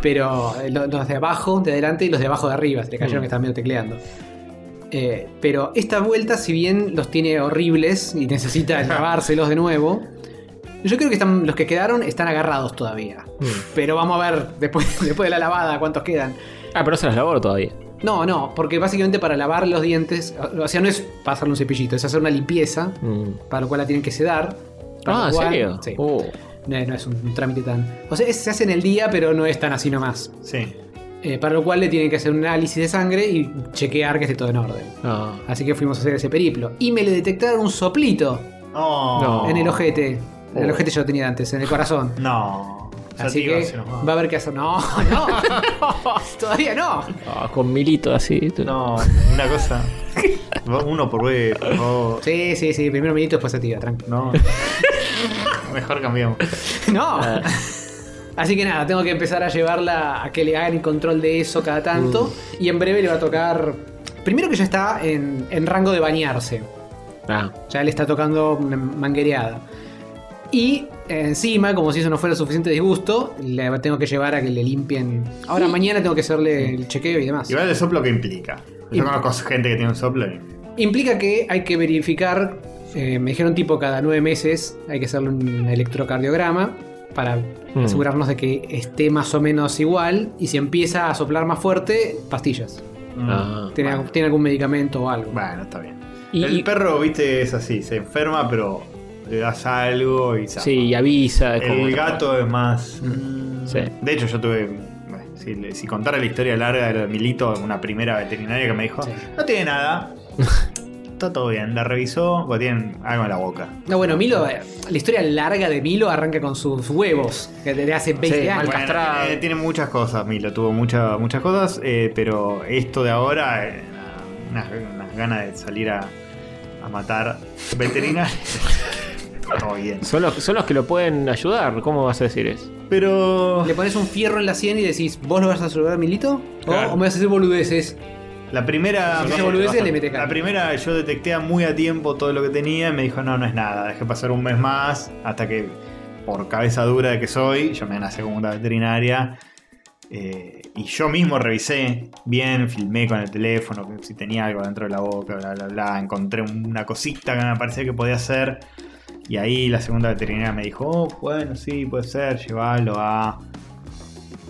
Speaker 2: Pero eh, lo- los de abajo, de adelante y los de abajo de arriba. Se le cayeron
Speaker 1: Mm.
Speaker 2: que estaban medio tecleando. Eh, pero esta vuelta, si bien los tiene horribles y necesita lavárselos de nuevo. Yo creo que están, los que quedaron están agarrados todavía.
Speaker 1: Mm.
Speaker 2: Pero vamos a ver después, después de la lavada cuántos quedan.
Speaker 1: Ah, pero no se las lavó todavía.
Speaker 2: No, no, porque básicamente para lavar los dientes, o o sea, no es pasarle un cepillito, es hacer una limpieza
Speaker 1: Mm.
Speaker 2: para lo cual la tienen que sedar. Para
Speaker 1: Ah,
Speaker 2: lo
Speaker 1: ¿en
Speaker 2: cual-
Speaker 1: serio?
Speaker 2: Sí.
Speaker 1: Oh.
Speaker 2: No, no es un, un trámite tan. O sea, es- se hace en el día, pero no es tan así nomás.
Speaker 3: Sí.
Speaker 2: Eh, para lo cual le tienen que hacer un análisis de sangre y chequear que esté todo en orden.
Speaker 1: Ah.
Speaker 2: Así que fuimos a hacer ese periplo. Y me le detectaron un soplito
Speaker 3: No.
Speaker 1: No.
Speaker 2: en el ojete. En el
Speaker 1: Oh.
Speaker 2: ojete yo lo tenía antes, en el corazón.
Speaker 3: No.
Speaker 2: Así
Speaker 3: Sativa,
Speaker 2: que
Speaker 3: se nos va.
Speaker 2: va a haber que hacer. No, no, no, todavía no.
Speaker 1: Ah, con milito así. tú.
Speaker 3: No, una cosa. Va Uno por vez, por favor.
Speaker 2: Sí, sí, sí, primero minuto, después se tira,
Speaker 3: No.
Speaker 2: tranquilo.
Speaker 3: Mejor cambiamos.
Speaker 2: No.
Speaker 1: Ah.
Speaker 2: Así que nada, tengo que empezar a llevarla a que le hagan el control de eso cada tanto. Y en breve le va a tocar. Primero que ya está en, en rango de bañarse.
Speaker 1: Ah.
Speaker 2: Ya le está tocando una manguereada. Y encima, como si eso no fuera suficiente disgusto, le tengo que llevar a que le limpien. Ahora mañana tengo que hacerle el chequeo y demás.
Speaker 3: Igual el soplo que implica. Yo
Speaker 2: Implica.
Speaker 3: conozco gente que tiene un soplo y.
Speaker 2: Implica que hay que verificar, eh, me dijeron tipo cada nueve meses hay que hacerle un electrocardiograma para
Speaker 1: Mm.
Speaker 2: asegurarnos de que esté más o menos igual y si empieza a soplar más fuerte, pastillas.
Speaker 3: Mm.
Speaker 1: Ah.
Speaker 2: Tiene, tiene algún medicamento o algo.
Speaker 3: Bueno, está bien.
Speaker 1: Y-
Speaker 3: el
Speaker 1: y-
Speaker 3: perro, viste, es así, se enferma, pero le das algo y zafa.
Speaker 1: Sí, y avisa. es como-
Speaker 3: El gato es más.
Speaker 2: Mm.
Speaker 1: Sí.
Speaker 3: De hecho, yo tuve. bueno, si, le- si contara la historia larga de lo de Milito, una primera veterinaria que me dijo:
Speaker 2: Sí.
Speaker 3: No tiene nada. Está todo bien. La revisó porque tienen algo en la boca.
Speaker 2: No, bueno, Milo, eh, la historia larga de Milo arranca con sus huevos, que desde hace 20
Speaker 1: Sí,
Speaker 2: años.
Speaker 1: mal castrado.
Speaker 3: eh, tiene, tiene muchas cosas, Milo. Tuvo muchas muchas cosas. eh, pero esto de ahora, eh, unas, unas ganas de salir a, a matar veterinarios. todo bien.
Speaker 1: Son los, son los que lo pueden ayudar. ¿Cómo vas a decir eso?
Speaker 3: Pero.
Speaker 2: Le pones un fierro en la sien y decís, ¿vos lo vas a saludar, Milito? ¿O-
Speaker 3: Claro.
Speaker 2: ¿O, me vas a hacer boludeces?
Speaker 3: La primera.
Speaker 2: Si no se boludece, le mete cara.
Speaker 3: La primera yo detecté a muy a tiempo todo lo que tenía y me dijo, no, no es nada, dejé pasar un mes más hasta que, por cabeza dura de que soy, yo me nací como una veterinaria. eh, y yo mismo revisé bien, filmé con el teléfono, si tenía algo dentro de la boca, bla, bla, bla. Encontré una cosita que me parecía que podía hacer. Y ahí la segunda veterinaria me dijo, oh, bueno, sí, puede ser, llévalo a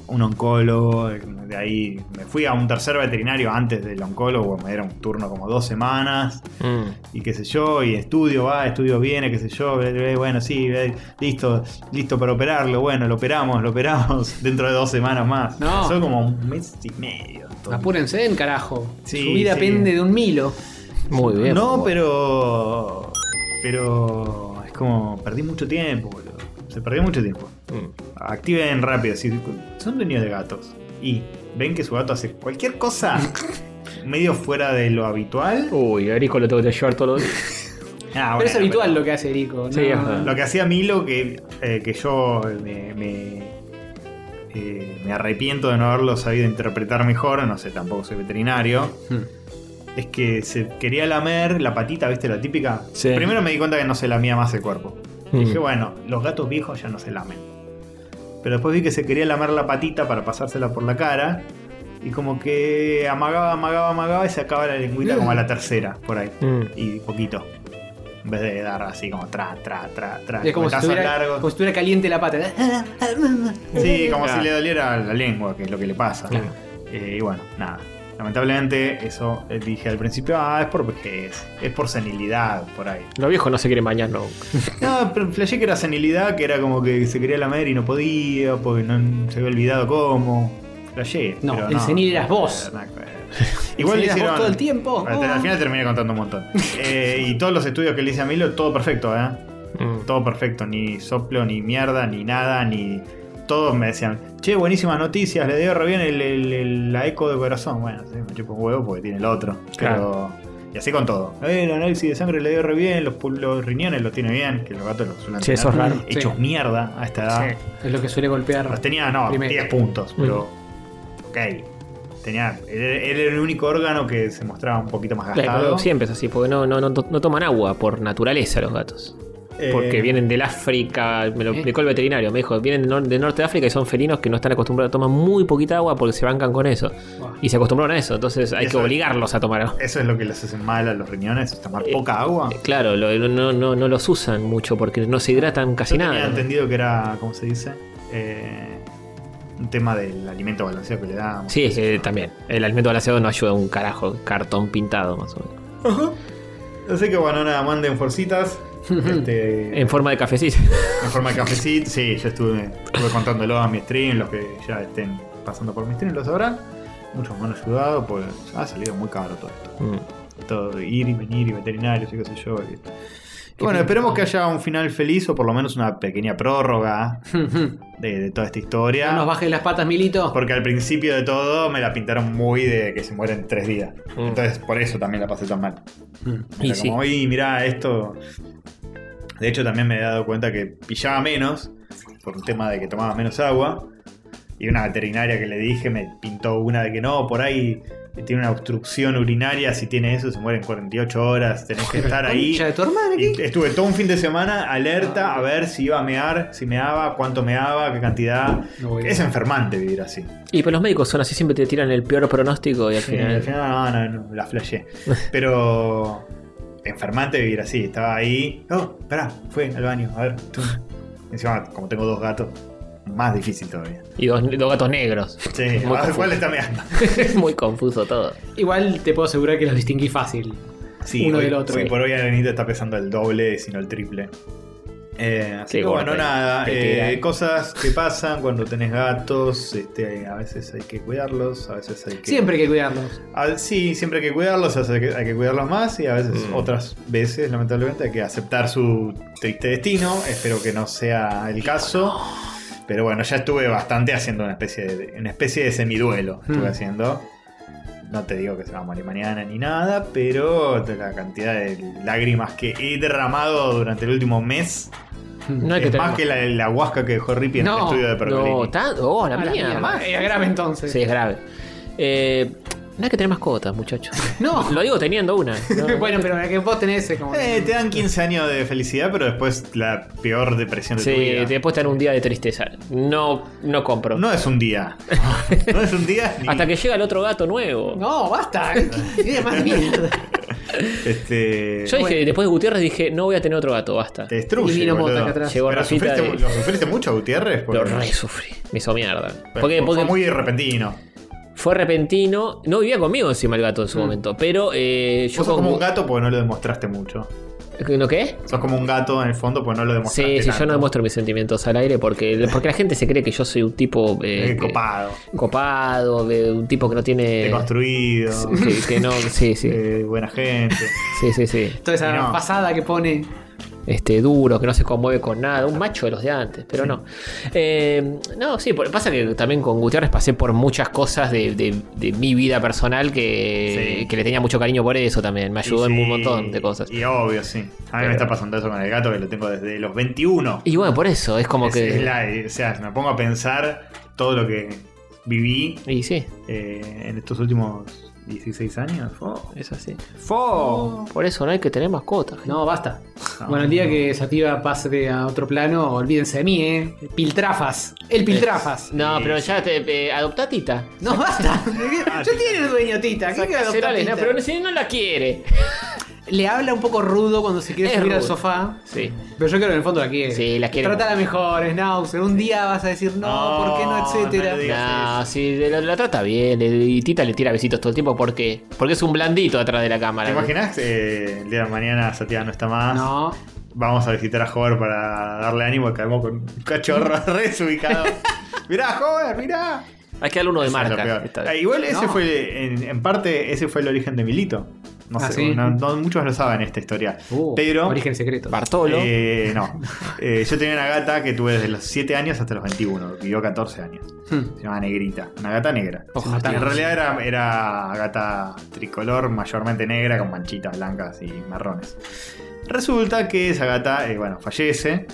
Speaker 3: un oncólogo. De ahí me fui a un tercer veterinario antes del oncólogo, me dieron un turno como dos semanas
Speaker 1: Mm.
Speaker 3: y qué sé yo, y estudio va, estudio viene, qué sé yo, bla, bla, bla, bueno, sí, bla, listo, listo para operarlo, bueno, lo operamos, lo operamos dentro de dos semanas más.
Speaker 2: No.
Speaker 3: Pasó como un mes y medio. todo.
Speaker 2: Apúrense, en carajo.
Speaker 3: Sí,
Speaker 2: Su vida
Speaker 3: sí. Ah,
Speaker 2: pende de un Milo.
Speaker 1: Muy bien.
Speaker 3: No,
Speaker 1: Bueno.
Speaker 3: pero. Pero. Es como. Perdí mucho tiempo, boludo. Se perdió mucho tiempo.
Speaker 1: Mm.
Speaker 3: Activen rápido. Si son dueños de gatos y ven que su gato hace cualquier cosa medio fuera de lo habitual.
Speaker 1: Uy, a Erico lo tengo que llevar todos los días.
Speaker 3: Ah,
Speaker 2: pero
Speaker 3: bueno,
Speaker 2: es habitual
Speaker 3: pero-
Speaker 2: lo que hace Erico. ¿no?
Speaker 1: Sí, es verdad.
Speaker 3: Lo que hacía Milo, que, eh, que yo me, me- eh, me arrepiento de no haberlo sabido interpretar mejor, no sé, tampoco soy veterinario.
Speaker 2: Mm.
Speaker 3: Es que se quería lamer la patita, ¿viste? La típica.
Speaker 4: Sí.
Speaker 3: Primero me di cuenta que no se lamía más el cuerpo.
Speaker 1: Mm.
Speaker 3: Dije, bueno, los gatos viejos ya no se lamen. Pero después vi que se quería lamer la patita para pasársela por la cara. Y como que amagaba, amagaba, amagaba y sacaba la lengüita como a la tercera, por ahí.
Speaker 1: Mm.
Speaker 3: Y poquito. En vez de dar así como tra, tra, tra, tra.
Speaker 2: Es como si,
Speaker 3: coletazos
Speaker 2: estuviera,
Speaker 3: largos.
Speaker 2: como si estuviera caliente la pata.
Speaker 3: Sí, como
Speaker 4: Claro.
Speaker 3: si le doliera la lengua, que es lo que le pasa. Eh, y bueno, nada. Lamentablemente, eso eh, dije al principio, ah, es por vejez, es por senilidad, por ahí.
Speaker 1: Los viejos no se quieren bañar nunca.
Speaker 3: No, pero flashé que era senilidad, que era como que se quería lamer y no podía, porque no se había olvidado cómo. Flashé.
Speaker 2: No,
Speaker 3: pero
Speaker 2: el senil eras vos.
Speaker 3: Nada que ver. Igual le
Speaker 2: El senil eras vos
Speaker 3: hicieron.
Speaker 2: todo el tiempo.
Speaker 3: Al, al final terminé contando un montón. Eh, y todos los estudios que le hice a Milo, todo perfecto, ¿eh?
Speaker 1: Mm.
Speaker 3: Todo perfecto, ni soplo, ni mierda, ni nada, ni. Todos me decían, che, buenísimas noticias, le dio re bien el, el- el- la eco de corazón. Bueno, sí, me chupo un huevo porque tiene el otro.
Speaker 1: Claro.
Speaker 3: Pero. Y así con todo. Eh, el análisis de sangre le dio re bien, los, pul- los riñones los tiene bien, que los gatos los suelen
Speaker 1: Sí, eso es
Speaker 3: tener
Speaker 1: raro.
Speaker 3: Hechos
Speaker 2: Sí.
Speaker 3: mierda a esta edad.
Speaker 2: Es lo que suele golpear.
Speaker 3: Los tenía, no,
Speaker 2: Primero.
Speaker 3: 10 puntos,
Speaker 1: Mm.
Speaker 3: pero. Ok. Tenía. Él, él era el único órgano que se mostraba un poquito más
Speaker 1: Eh,
Speaker 3: gastado.
Speaker 1: siempre es así, porque no, no, no, no toman agua por naturaleza los gatos.
Speaker 3: Eh,
Speaker 1: Porque vienen del África, me lo
Speaker 2: ¿Eh?
Speaker 1: explicó el veterinario, me dijo, vienen del nor- del norte de África y son felinos que no están acostumbrados, toman muy poquita agua porque se bancan con eso.
Speaker 2: Buah.
Speaker 1: Y se acostumbraron a eso, entonces hay
Speaker 3: Eso
Speaker 1: que
Speaker 3: es.
Speaker 1: obligarlos a tomar agua.
Speaker 3: Eso es lo que les hacen mal a los riñones, tomar
Speaker 1: Eh,
Speaker 3: poca agua.
Speaker 1: Eh, Claro, lo- no, no- no los usan mucho porque no se hidratan casi
Speaker 3: Yo
Speaker 1: nada.
Speaker 3: Tenía entendido que era, ¿cómo se dice? Eh, un tema del alimento balanceado que le damos.
Speaker 1: Sí, eh, también. El alimento balanceado no ayuda un carajo, cartón pintado más o menos.
Speaker 3: Así que bueno, nada, manden forcitas. este,
Speaker 1: En forma de cafecito.
Speaker 3: en forma de cafecito. Sí, yo estuve, estuve contándolo a mi stream, los que ya estén pasando por mi stream lo sabrán. Muchos me han ayudado, pues ha salido muy caro todo esto.
Speaker 1: Mm.
Speaker 3: todo, ir y venir y veterinarios y qué sé yo. y- Y bueno, esperemos que haya un final feliz o por lo menos una pequeña prórroga de, de toda esta historia.
Speaker 2: No nos bajes las patas, Milito.
Speaker 3: Porque al principio de todo me la pintaron muy de que se mueren tres días.
Speaker 1: Mm.
Speaker 3: Entonces por eso también la pasé tan mal.
Speaker 1: Y
Speaker 2: Mm.
Speaker 3: Era
Speaker 1: sí.
Speaker 3: como, "Uy, mirá, esto. De hecho, también me he dado cuenta que pillaba menos por un tema de que tomaba menos agua. Y una veterinaria que le dije me pintó una de que no, por ahí tiene una obstrucción urinaria. Si tiene eso, se muere en 48 horas. Tenés que estar ahí. este,
Speaker 2: Concha de tu hermana, ¿qué?
Speaker 3: Y estuve todo un fin de semana alerta a ver si iba a mear, si meaba, cuánto meaba, qué cantidad.
Speaker 2: No voy a-
Speaker 3: es enfermante vivir así.
Speaker 1: Y pues los médicos son así, siempre te tiran el peor pronóstico y al
Speaker 3: Sí,
Speaker 1: final...
Speaker 3: al final no, no, no, la flashé. Pero enfermante vivir así, estaba ahí. Oh, pará, fue al baño, a ver. tú. Encima, como tengo dos gatos, más difícil todavía.
Speaker 1: Y dos, dos gatos negros.
Speaker 3: Sí, a
Speaker 1: Muy
Speaker 3: ver
Speaker 1: confuso.
Speaker 3: cuál está meando.
Speaker 1: Muy confuso todo.
Speaker 2: Igual te puedo asegurar que los distinguí fácil.
Speaker 3: Sí,
Speaker 2: Uno
Speaker 3: hoy-
Speaker 2: del otro.
Speaker 3: hoy por hoy Arenita está pesando el doble, sino el triple. Eh, así
Speaker 1: Qué
Speaker 3: que bueno,
Speaker 1: gorda,
Speaker 3: nada.
Speaker 1: te
Speaker 3: eh,
Speaker 1: tiran.
Speaker 3: cosas que pasan cuando tenés gatos. Este, a veces hay que cuidarlos, a veces hay que.
Speaker 2: Siempre hay que cuidarlos.
Speaker 3: Ah, sí, siempre hay que cuidarlos, o sea, hay que, hay que cuidarlos más y a veces,
Speaker 1: Mm.
Speaker 3: otras veces, lamentablemente, hay que aceptar su triste destino. Espero que no sea el caso. Pero bueno, ya estuve bastante haciendo una especie de, una especie de semiduelo. Estuve
Speaker 2: Mm.
Speaker 3: haciendo. No te digo que se va a morir mañana ni nada, pero de la cantidad de lágrimas que he derramado durante el último mes
Speaker 1: No hay
Speaker 3: es
Speaker 1: que tener
Speaker 3: más que la, la huasca que dejó Rippy en
Speaker 2: No,
Speaker 3: el estudio de Pergolini.
Speaker 1: No, tan- oh, la
Speaker 3: Ah,
Speaker 2: A la
Speaker 1: mía.
Speaker 2: mía, ma, era Eh, grave entonces.
Speaker 1: Sí, es grave. Eh, no hay que tener mascotas, muchachos.
Speaker 2: No.
Speaker 1: Lo digo teniendo una. ¿no?
Speaker 2: bueno, pero la que vos tenés es como.
Speaker 3: Eh, te dan 15 años de felicidad, pero después la peor depresión de tu
Speaker 1: Sí,
Speaker 3: vida.
Speaker 1: después te dan un día de tristeza. No, no compro.
Speaker 3: No es un día. No es un día. ni-
Speaker 1: Hasta que llega el otro gato nuevo.
Speaker 2: No, basta. Tiene más mierda.
Speaker 3: Este,
Speaker 1: Yo dije, después de Gutiérrez dije, no voy a tener otro gato, basta.
Speaker 3: te destruye.
Speaker 2: Y vino Mota
Speaker 3: boludo.
Speaker 2: acá atrás.
Speaker 1: Llegó
Speaker 3: Pero
Speaker 1: Rafita
Speaker 3: sufriste,
Speaker 1: y-
Speaker 3: ¿Lo sufriste mucho, Gutiérrez?
Speaker 1: Lo
Speaker 3: Porque-
Speaker 1: re sufrí. Me hizo mierda.
Speaker 3: fue-
Speaker 1: Porque,
Speaker 3: fue
Speaker 1: porque
Speaker 3: muy repentino.
Speaker 1: fue repentino. No vivía conmigo encima el gato en su momento. Pero eh, yo
Speaker 3: Mm. Vos sos
Speaker 1: con-
Speaker 3: como un gato porque no lo demostraste mucho.
Speaker 1: ¿No qué?
Speaker 3: Sos como un gato en el fondo porque no lo demostraste.
Speaker 1: Sí, sí, yo
Speaker 3: tanto.
Speaker 1: no demuestro mis sentimientos al aire porque, porque la gente se cree que yo soy un tipo eh,
Speaker 3: Eh, copado,
Speaker 1: que- copado, de un tipo que no tiene.
Speaker 3: deconstruido,
Speaker 1: Sí, que no, sí, sí,
Speaker 3: eh, buena gente.
Speaker 1: sí, sí, sí.
Speaker 2: Toda esa
Speaker 3: No.
Speaker 2: pasada que pone.
Speaker 1: Este, duro, que no se conmueve con nada, un macho de los de antes, pero no. Eh, no, sí, por- pasa que también con Gutiérrez pasé por muchas cosas de, de- de mi vida personal que,
Speaker 3: Sí.
Speaker 1: que le tenía mucho cariño por eso también. Me ayudó
Speaker 3: Y
Speaker 1: en
Speaker 3: sí,
Speaker 1: un montón de cosas. Y,
Speaker 3: Y obvio, sí. A mí
Speaker 1: Pero-
Speaker 3: me está pasando eso con el gato que lo tengo desde los 21.
Speaker 1: bueno, por eso, es como
Speaker 3: Es-
Speaker 1: que.
Speaker 3: es la- o sea, me pongo a pensar todo lo que viví
Speaker 1: Y sí,
Speaker 3: eh, en estos últimos 16 años. Fo.
Speaker 1: es así.
Speaker 3: Fo.
Speaker 1: Por eso no hay que tener mascotas. gente.
Speaker 2: No, basta.
Speaker 3: No,
Speaker 2: bueno, el día
Speaker 3: no.
Speaker 2: que Sativa pase de a otro plano, olvídense de mí, ¿eh? Piltrafas.
Speaker 3: Eh,
Speaker 2: El Piltrafas.
Speaker 1: No,
Speaker 3: Sí,
Speaker 1: pero
Speaker 3: sí.
Speaker 1: ya te eh, adoptá Tita.
Speaker 2: No, basta. Yo tiene dueño, Tita. ¿Qué
Speaker 1: Saca-
Speaker 2: adoptar,
Speaker 1: Cerales,
Speaker 2: Tita?
Speaker 1: no, pero si no la quiere.
Speaker 2: Le habla un poco rudo cuando se quiere
Speaker 1: Es
Speaker 2: subir al
Speaker 1: rudo.
Speaker 2: sofá.
Speaker 1: Sí.
Speaker 2: Pero yo creo que en el fondo la quiere.
Speaker 1: Sí, la quiere
Speaker 2: Trátala mejor, Snauzer. Un día vas a decir, no, ¿por qué no?
Speaker 3: No,
Speaker 2: Etcétera.
Speaker 3: no le digas.
Speaker 1: No, sí, de- la, la trata bien. le- Y Tita le tira besitos todo el tiempo porque, porque es un blandito atrás de la cámara.
Speaker 3: ¿Te imaginas? eh, el día de mañana Satya no está más.
Speaker 2: no.
Speaker 3: Vamos a visitar a Hover para darle ánimo. Acabamos con un cachorro desubicado. mirá, Hover, mirá.
Speaker 1: Hay que darle uno de
Speaker 3: Eso es lo
Speaker 1: marca.
Speaker 3: peor.
Speaker 1: esta
Speaker 3: Eh,
Speaker 1: vez.
Speaker 3: igual ese
Speaker 2: No.
Speaker 3: fue, en, en parte, ese fue el origen de Milito. No
Speaker 2: Ah,
Speaker 3: sé,
Speaker 2: ¿sí?
Speaker 3: no- no- muchos lo saben esta historia.
Speaker 2: Uh,
Speaker 3: pero.
Speaker 2: Origen secreto.
Speaker 1: Bartolo.
Speaker 3: eh, no. Eh, yo tenía una gata que tuve desde los 7 años hasta los 21. Vivió 14 años.
Speaker 2: Hmm.
Speaker 3: Se llamaba Negrita. Una gata negra.
Speaker 1: Ojalá.
Speaker 3: Y en realidad era, era gata tricolor, mayormente negra, con manchitas blancas y marrones. Resulta que esa gata, eh, bueno, fallece.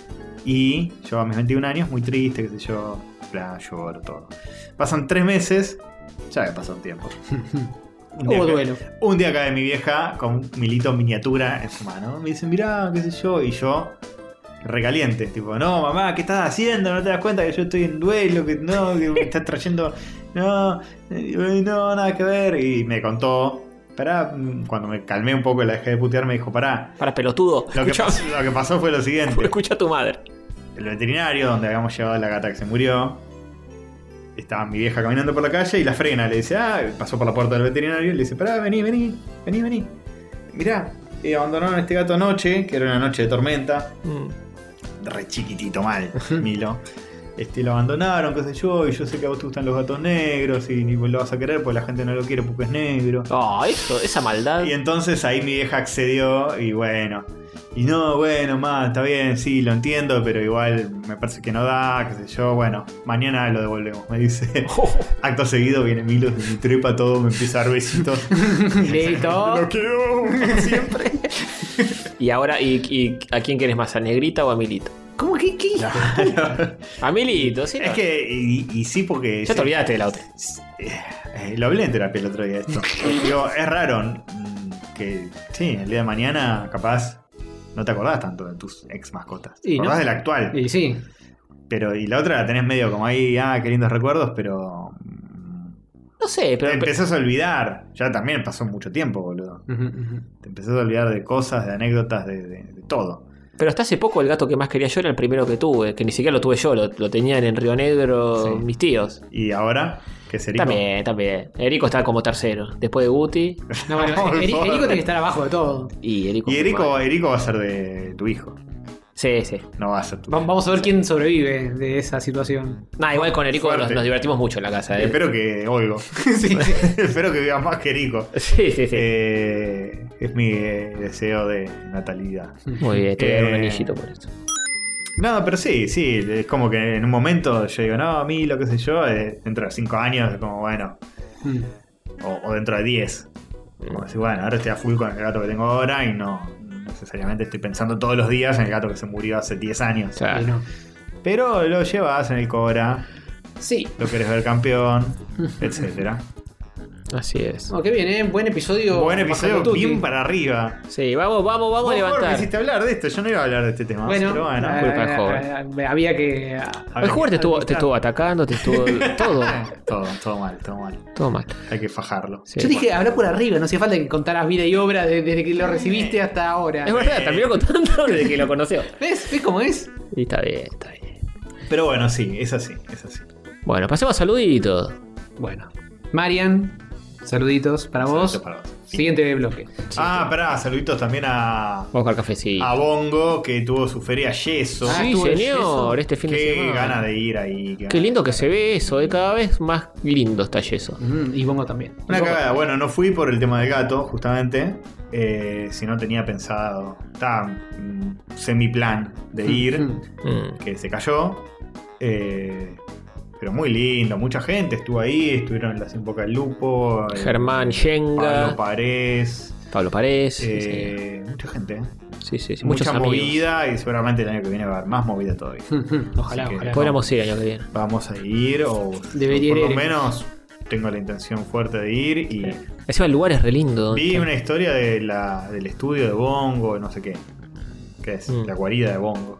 Speaker 3: Y yo a mis 21 años, muy triste, qué sé yo. Bla, lloro, todo. Pasan tres meses. Ya que pasó un tiempo. Un día
Speaker 2: Hubo
Speaker 3: que-
Speaker 2: duelo.
Speaker 3: un día cae mi vieja con un milito en miniatura en su mano. Me dicen, mirá, qué sé yo. Y yo, recaliente, tipo, no, mamá, ¿qué estás haciendo? ¿No te das cuenta que yo estoy en duelo? Que no, que me estás trayendo. No, eh, no, nada que ver. Y me contó, pará, mm, cuando me calmé un poco y la dejé de putear, me dijo, pará.
Speaker 1: Para pelotudo.
Speaker 3: Lo que,
Speaker 1: Escucha,
Speaker 3: pasó, lo que pasó fue lo siguiente.
Speaker 1: escucha a tu madre.
Speaker 3: El veterinario, donde habíamos llevado a la gata que se murió. Estaba mi vieja caminando por la calle y la frena. Le dice, ah, pasó por la puerta del veterinario y le dice, pará, vení, vení, vení, vení. Mirá, eh, abandonaron a este gato anoche, que era una noche de tormenta.
Speaker 1: Mm.
Speaker 3: Re chiquitito mal, Milo. Este, lo abandonaron, qué sé yo, y yo sé que a vos te gustan los gatos negros y ni vos lo vas a querer porque la gente no lo quiere porque es negro.
Speaker 1: Oh, eso, esa maldad.
Speaker 3: Y entonces ahí mi vieja accedió y bueno. Y no, bueno, ma, está bien, sí, lo entiendo, pero igual me parece que no da, qué sé yo. Bueno, mañana lo devolvemos, me dice.
Speaker 1: Oh,
Speaker 3: Acto seguido viene Milo, me trepa todo, me empieza a dar besitos.
Speaker 2: Listo.
Speaker 3: lo quiero para siempre.
Speaker 1: y ahora, y, y a quién quieres más? ¿A Negrita o a Milito?
Speaker 2: ¿Cómo que qué?
Speaker 3: Claro.
Speaker 1: A Milito, sí.
Speaker 3: Es
Speaker 1: no.
Speaker 3: que, y, y sí, porque.
Speaker 1: Ya te olvidaste de la otra.
Speaker 3: Eh, lo hablé en terapia el otro día esto. Digo, es raro mm, que, sí, el día de mañana, capaz, no te acordás tanto de tus ex mascotas. Te
Speaker 2: Y no.
Speaker 3: acordás de la actual.
Speaker 2: Y sí.
Speaker 3: Pero, y la otra la tenés medio como ahí, ah, qué lindos recuerdos, pero. mm,
Speaker 1: No sé,
Speaker 3: Te
Speaker 1: pero.
Speaker 3: empezás a olvidar. Ya también pasó mucho tiempo, boludo.
Speaker 2: Ujú, ujú.
Speaker 3: Te empezás a olvidar de cosas, de anécdotas, de, de- de todo.
Speaker 1: Pero hasta hace poco el gato que más quería yo era el primero que tuve, que ni siquiera lo tuve yo, lo, lo tenían en Río Negro
Speaker 3: Sí.
Speaker 1: mis tíos.
Speaker 3: Y ahora, ¿qué sería?
Speaker 1: También, también. Erico está como tercero. Después de Guti
Speaker 2: No, bueno,
Speaker 3: Por
Speaker 2: Eri-
Speaker 3: favor.
Speaker 2: Erico tiene que estar abajo de todo.
Speaker 1: y Erico.
Speaker 3: Y Erico, Erico va a ser de tu hijo.
Speaker 1: Sí, sí.
Speaker 3: No va a ser tu
Speaker 2: Va- Vamos a ver quién sobrevive de esa situación.
Speaker 1: Nah, igual con Erico nos,
Speaker 3: Fuerte.
Speaker 1: nos divertimos mucho en la casa. ¿eh?
Speaker 3: Espero que oigo.
Speaker 2: Sí.
Speaker 3: Espero que viva más que Erico.
Speaker 1: Sí, sí, sí.
Speaker 3: Eh, es mi eh, deseo de natalidad.
Speaker 1: Muy bien, te voy a dar un
Speaker 3: eh,
Speaker 1: anillito por esto.
Speaker 3: No, pero sí, sí, es como que en un momento yo digo, no, a mí lo que sé yo, eh, dentro de 5 años es como, bueno,
Speaker 2: Mm.
Speaker 3: o, o dentro de 10. Como decir, bueno, ahora estoy a full con el gato que tengo ahora y no necesariamente estoy pensando todos los días en el gato que se murió hace 10 años.
Speaker 1: Claro.
Speaker 2: Y no.
Speaker 3: Pero lo llevas en el Cora,
Speaker 2: Sí.
Speaker 3: lo querés ver campeón, etcétera.
Speaker 1: Así es.
Speaker 2: Oh, qué bien, ¿eh? Buen episodio.
Speaker 3: Buen
Speaker 2: Bajo
Speaker 3: episodio,
Speaker 2: tutti.
Speaker 3: bien para arriba.
Speaker 1: Sí, vamos, vamos, vamos a
Speaker 3: Vos, Jorge,
Speaker 1: levantar.
Speaker 3: hiciste hablar de esto, yo no iba a hablar de este tema.
Speaker 2: Bueno,
Speaker 3: pero bueno.
Speaker 2: eh,
Speaker 1: Ah, culpa de
Speaker 2: eh, había que.
Speaker 3: A
Speaker 1: El
Speaker 3: ver,
Speaker 1: jugador te estuvo,
Speaker 2: Al-
Speaker 1: te estuvo atacando, te estuvo. todo.
Speaker 3: Todo, todo mal, todo mal.
Speaker 1: Todo mal.
Speaker 3: Hay que fajarlo.
Speaker 1: Sí.
Speaker 2: Yo dije, habla por arriba, no hacía falta que contaras vida y obra de- desde que lo recibiste hasta ahora.
Speaker 1: Es verdad, terminó contando desde que lo conoció.
Speaker 2: ¿Ves? ¿Ves cómo es?
Speaker 1: Y está bien, está bien.
Speaker 3: Pero bueno, sí, es así, es así.
Speaker 1: Bueno, pasemos a saluditos.
Speaker 2: Bueno. Marian, saluditos para vos.
Speaker 3: Saluditos para vos. Sí.
Speaker 2: Siguiente bloque.
Speaker 3: ah, pará, saluditos también a,
Speaker 1: Vamos a jugar cafecito.
Speaker 3: a Bongo, que tuvo su feria Yeso.
Speaker 2: Ah,
Speaker 1: sí,
Speaker 2: estuvo el yeso.
Speaker 1: señor, este fin de
Speaker 3: Qué
Speaker 1: semana.
Speaker 3: ganas de ir ahí. qué
Speaker 1: Qué
Speaker 3: ganas.
Speaker 1: lindo que se ve eso, eh, cada vez más lindo está eso.
Speaker 2: Ujú, Y Bongo también.
Speaker 3: Una cagada, bueno, no fui por el tema del gato, justamente. eh, si no tenía pensado, estaba mm, semi plan de ir.
Speaker 2: Ujú.
Speaker 1: Mm.
Speaker 3: que se cayó. eh, pero muy lindo, mucha gente estuvo ahí, estuvieron las Invoca del Lupo, eh,
Speaker 1: Germán Yenga,
Speaker 3: Pablo
Speaker 1: Pablo,
Speaker 3: Parés,
Speaker 1: Párez,
Speaker 3: eh, mucha gente. eh.
Speaker 1: sí, sí. sí. Muchos
Speaker 3: Mucha
Speaker 1: amigos.
Speaker 3: movida y seguramente el año que viene va a haber más movida todavía.
Speaker 2: Ojalá,
Speaker 3: Así que-
Speaker 2: ojalá.
Speaker 1: Podríamos ir el año que viene.
Speaker 3: Vamos a ir o
Speaker 2: Debería
Speaker 3: por
Speaker 2: ir.
Speaker 3: lo menos tengo la intención fuerte de ir y
Speaker 1: Encima el lugar es re lindo.
Speaker 3: vi una historia de la, del estudio de Bongo, no sé qué. ¿Qué es?
Speaker 1: Mm.
Speaker 3: La guarida de Bongo.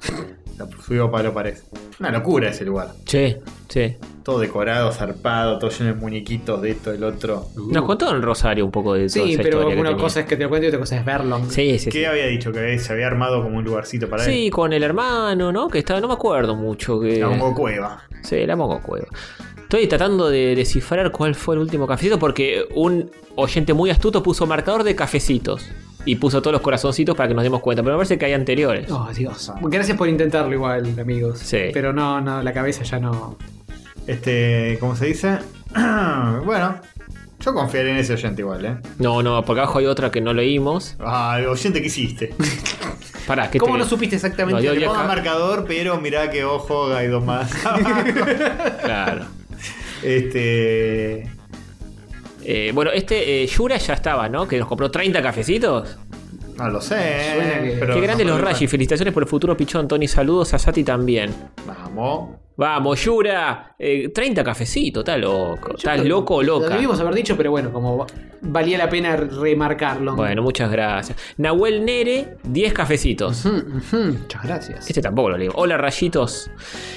Speaker 3: La subió Pablo Paredes. Una locura ese lugar.
Speaker 1: Che, che.
Speaker 3: Todo decorado, zarpado, todo lleno de muñequitos de esto, del otro.
Speaker 1: Nos contó en Rosario un poco de toda
Speaker 2: Sí,
Speaker 1: esa
Speaker 2: pero
Speaker 1: historia que
Speaker 2: una
Speaker 1: tenía.
Speaker 2: cosa es que te lo cuento y otra cosa es verlo.
Speaker 1: Sí, sí,
Speaker 3: ¿Qué
Speaker 1: sí.
Speaker 3: había dicho? Que se había armado como un lugarcito para
Speaker 1: Sí,
Speaker 3: él.
Speaker 1: con el hermano, ¿no? Que estaba, no me acuerdo mucho. Que...
Speaker 3: La Bongo Cueva.
Speaker 1: Sí, la Mongo Cueva. Estoy tratando de descifrar cuál fue el último cafecito porque un oyente muy astuto puso marcador de cafecitos y puso todos los corazoncitos para que nos demos cuenta, pero me parece que hay anteriores.
Speaker 2: Oh, Dios. Gracias por intentarlo igual, amigos.
Speaker 1: Sí.
Speaker 2: Pero no, no, la cabeza ya no.
Speaker 3: Este, ¿cómo se dice? bueno, yo confiaré en ese oyente igual, ¿eh?
Speaker 1: No, no, porque abajo hay otra que no leímos.
Speaker 3: Ah, oyente que hiciste.
Speaker 1: Pará, ¿qué
Speaker 2: ¿Cómo
Speaker 1: te-
Speaker 2: no supiste
Speaker 1: No,
Speaker 2: exactamente?
Speaker 1: Dios,
Speaker 3: Le
Speaker 1: Oye,
Speaker 2: lo que-
Speaker 1: Dios.
Speaker 3: pongo
Speaker 1: acá-
Speaker 3: marcador, pero mirá que ojo, hay dos más.
Speaker 1: Claro.
Speaker 3: este.
Speaker 1: Eh, bueno, este eh, Yura ya estaba, ¿no? Que nos compró 30 cafecitos.
Speaker 3: No lo sé.
Speaker 2: Suena que-
Speaker 3: pero
Speaker 1: Qué grandes
Speaker 3: no
Speaker 1: los
Speaker 3: fue-
Speaker 1: Rashi. Felicitaciones por el futuro pichón, Tony. Saludos a Sati también.
Speaker 3: Vamos.
Speaker 1: Vamos, Yura. Eh, 30 cafecitos, está loco. Estás loco o
Speaker 2: Lo
Speaker 1: loca.
Speaker 2: debimos haber dicho, pero bueno, como va- valía la pena remarcarlo.
Speaker 1: Bueno, muchas gracias. Nahuel Nere, 10 cafecitos.
Speaker 2: Mm, ujú, Muchas gracias.
Speaker 1: Este tampoco lo leo. Hola, rayitos.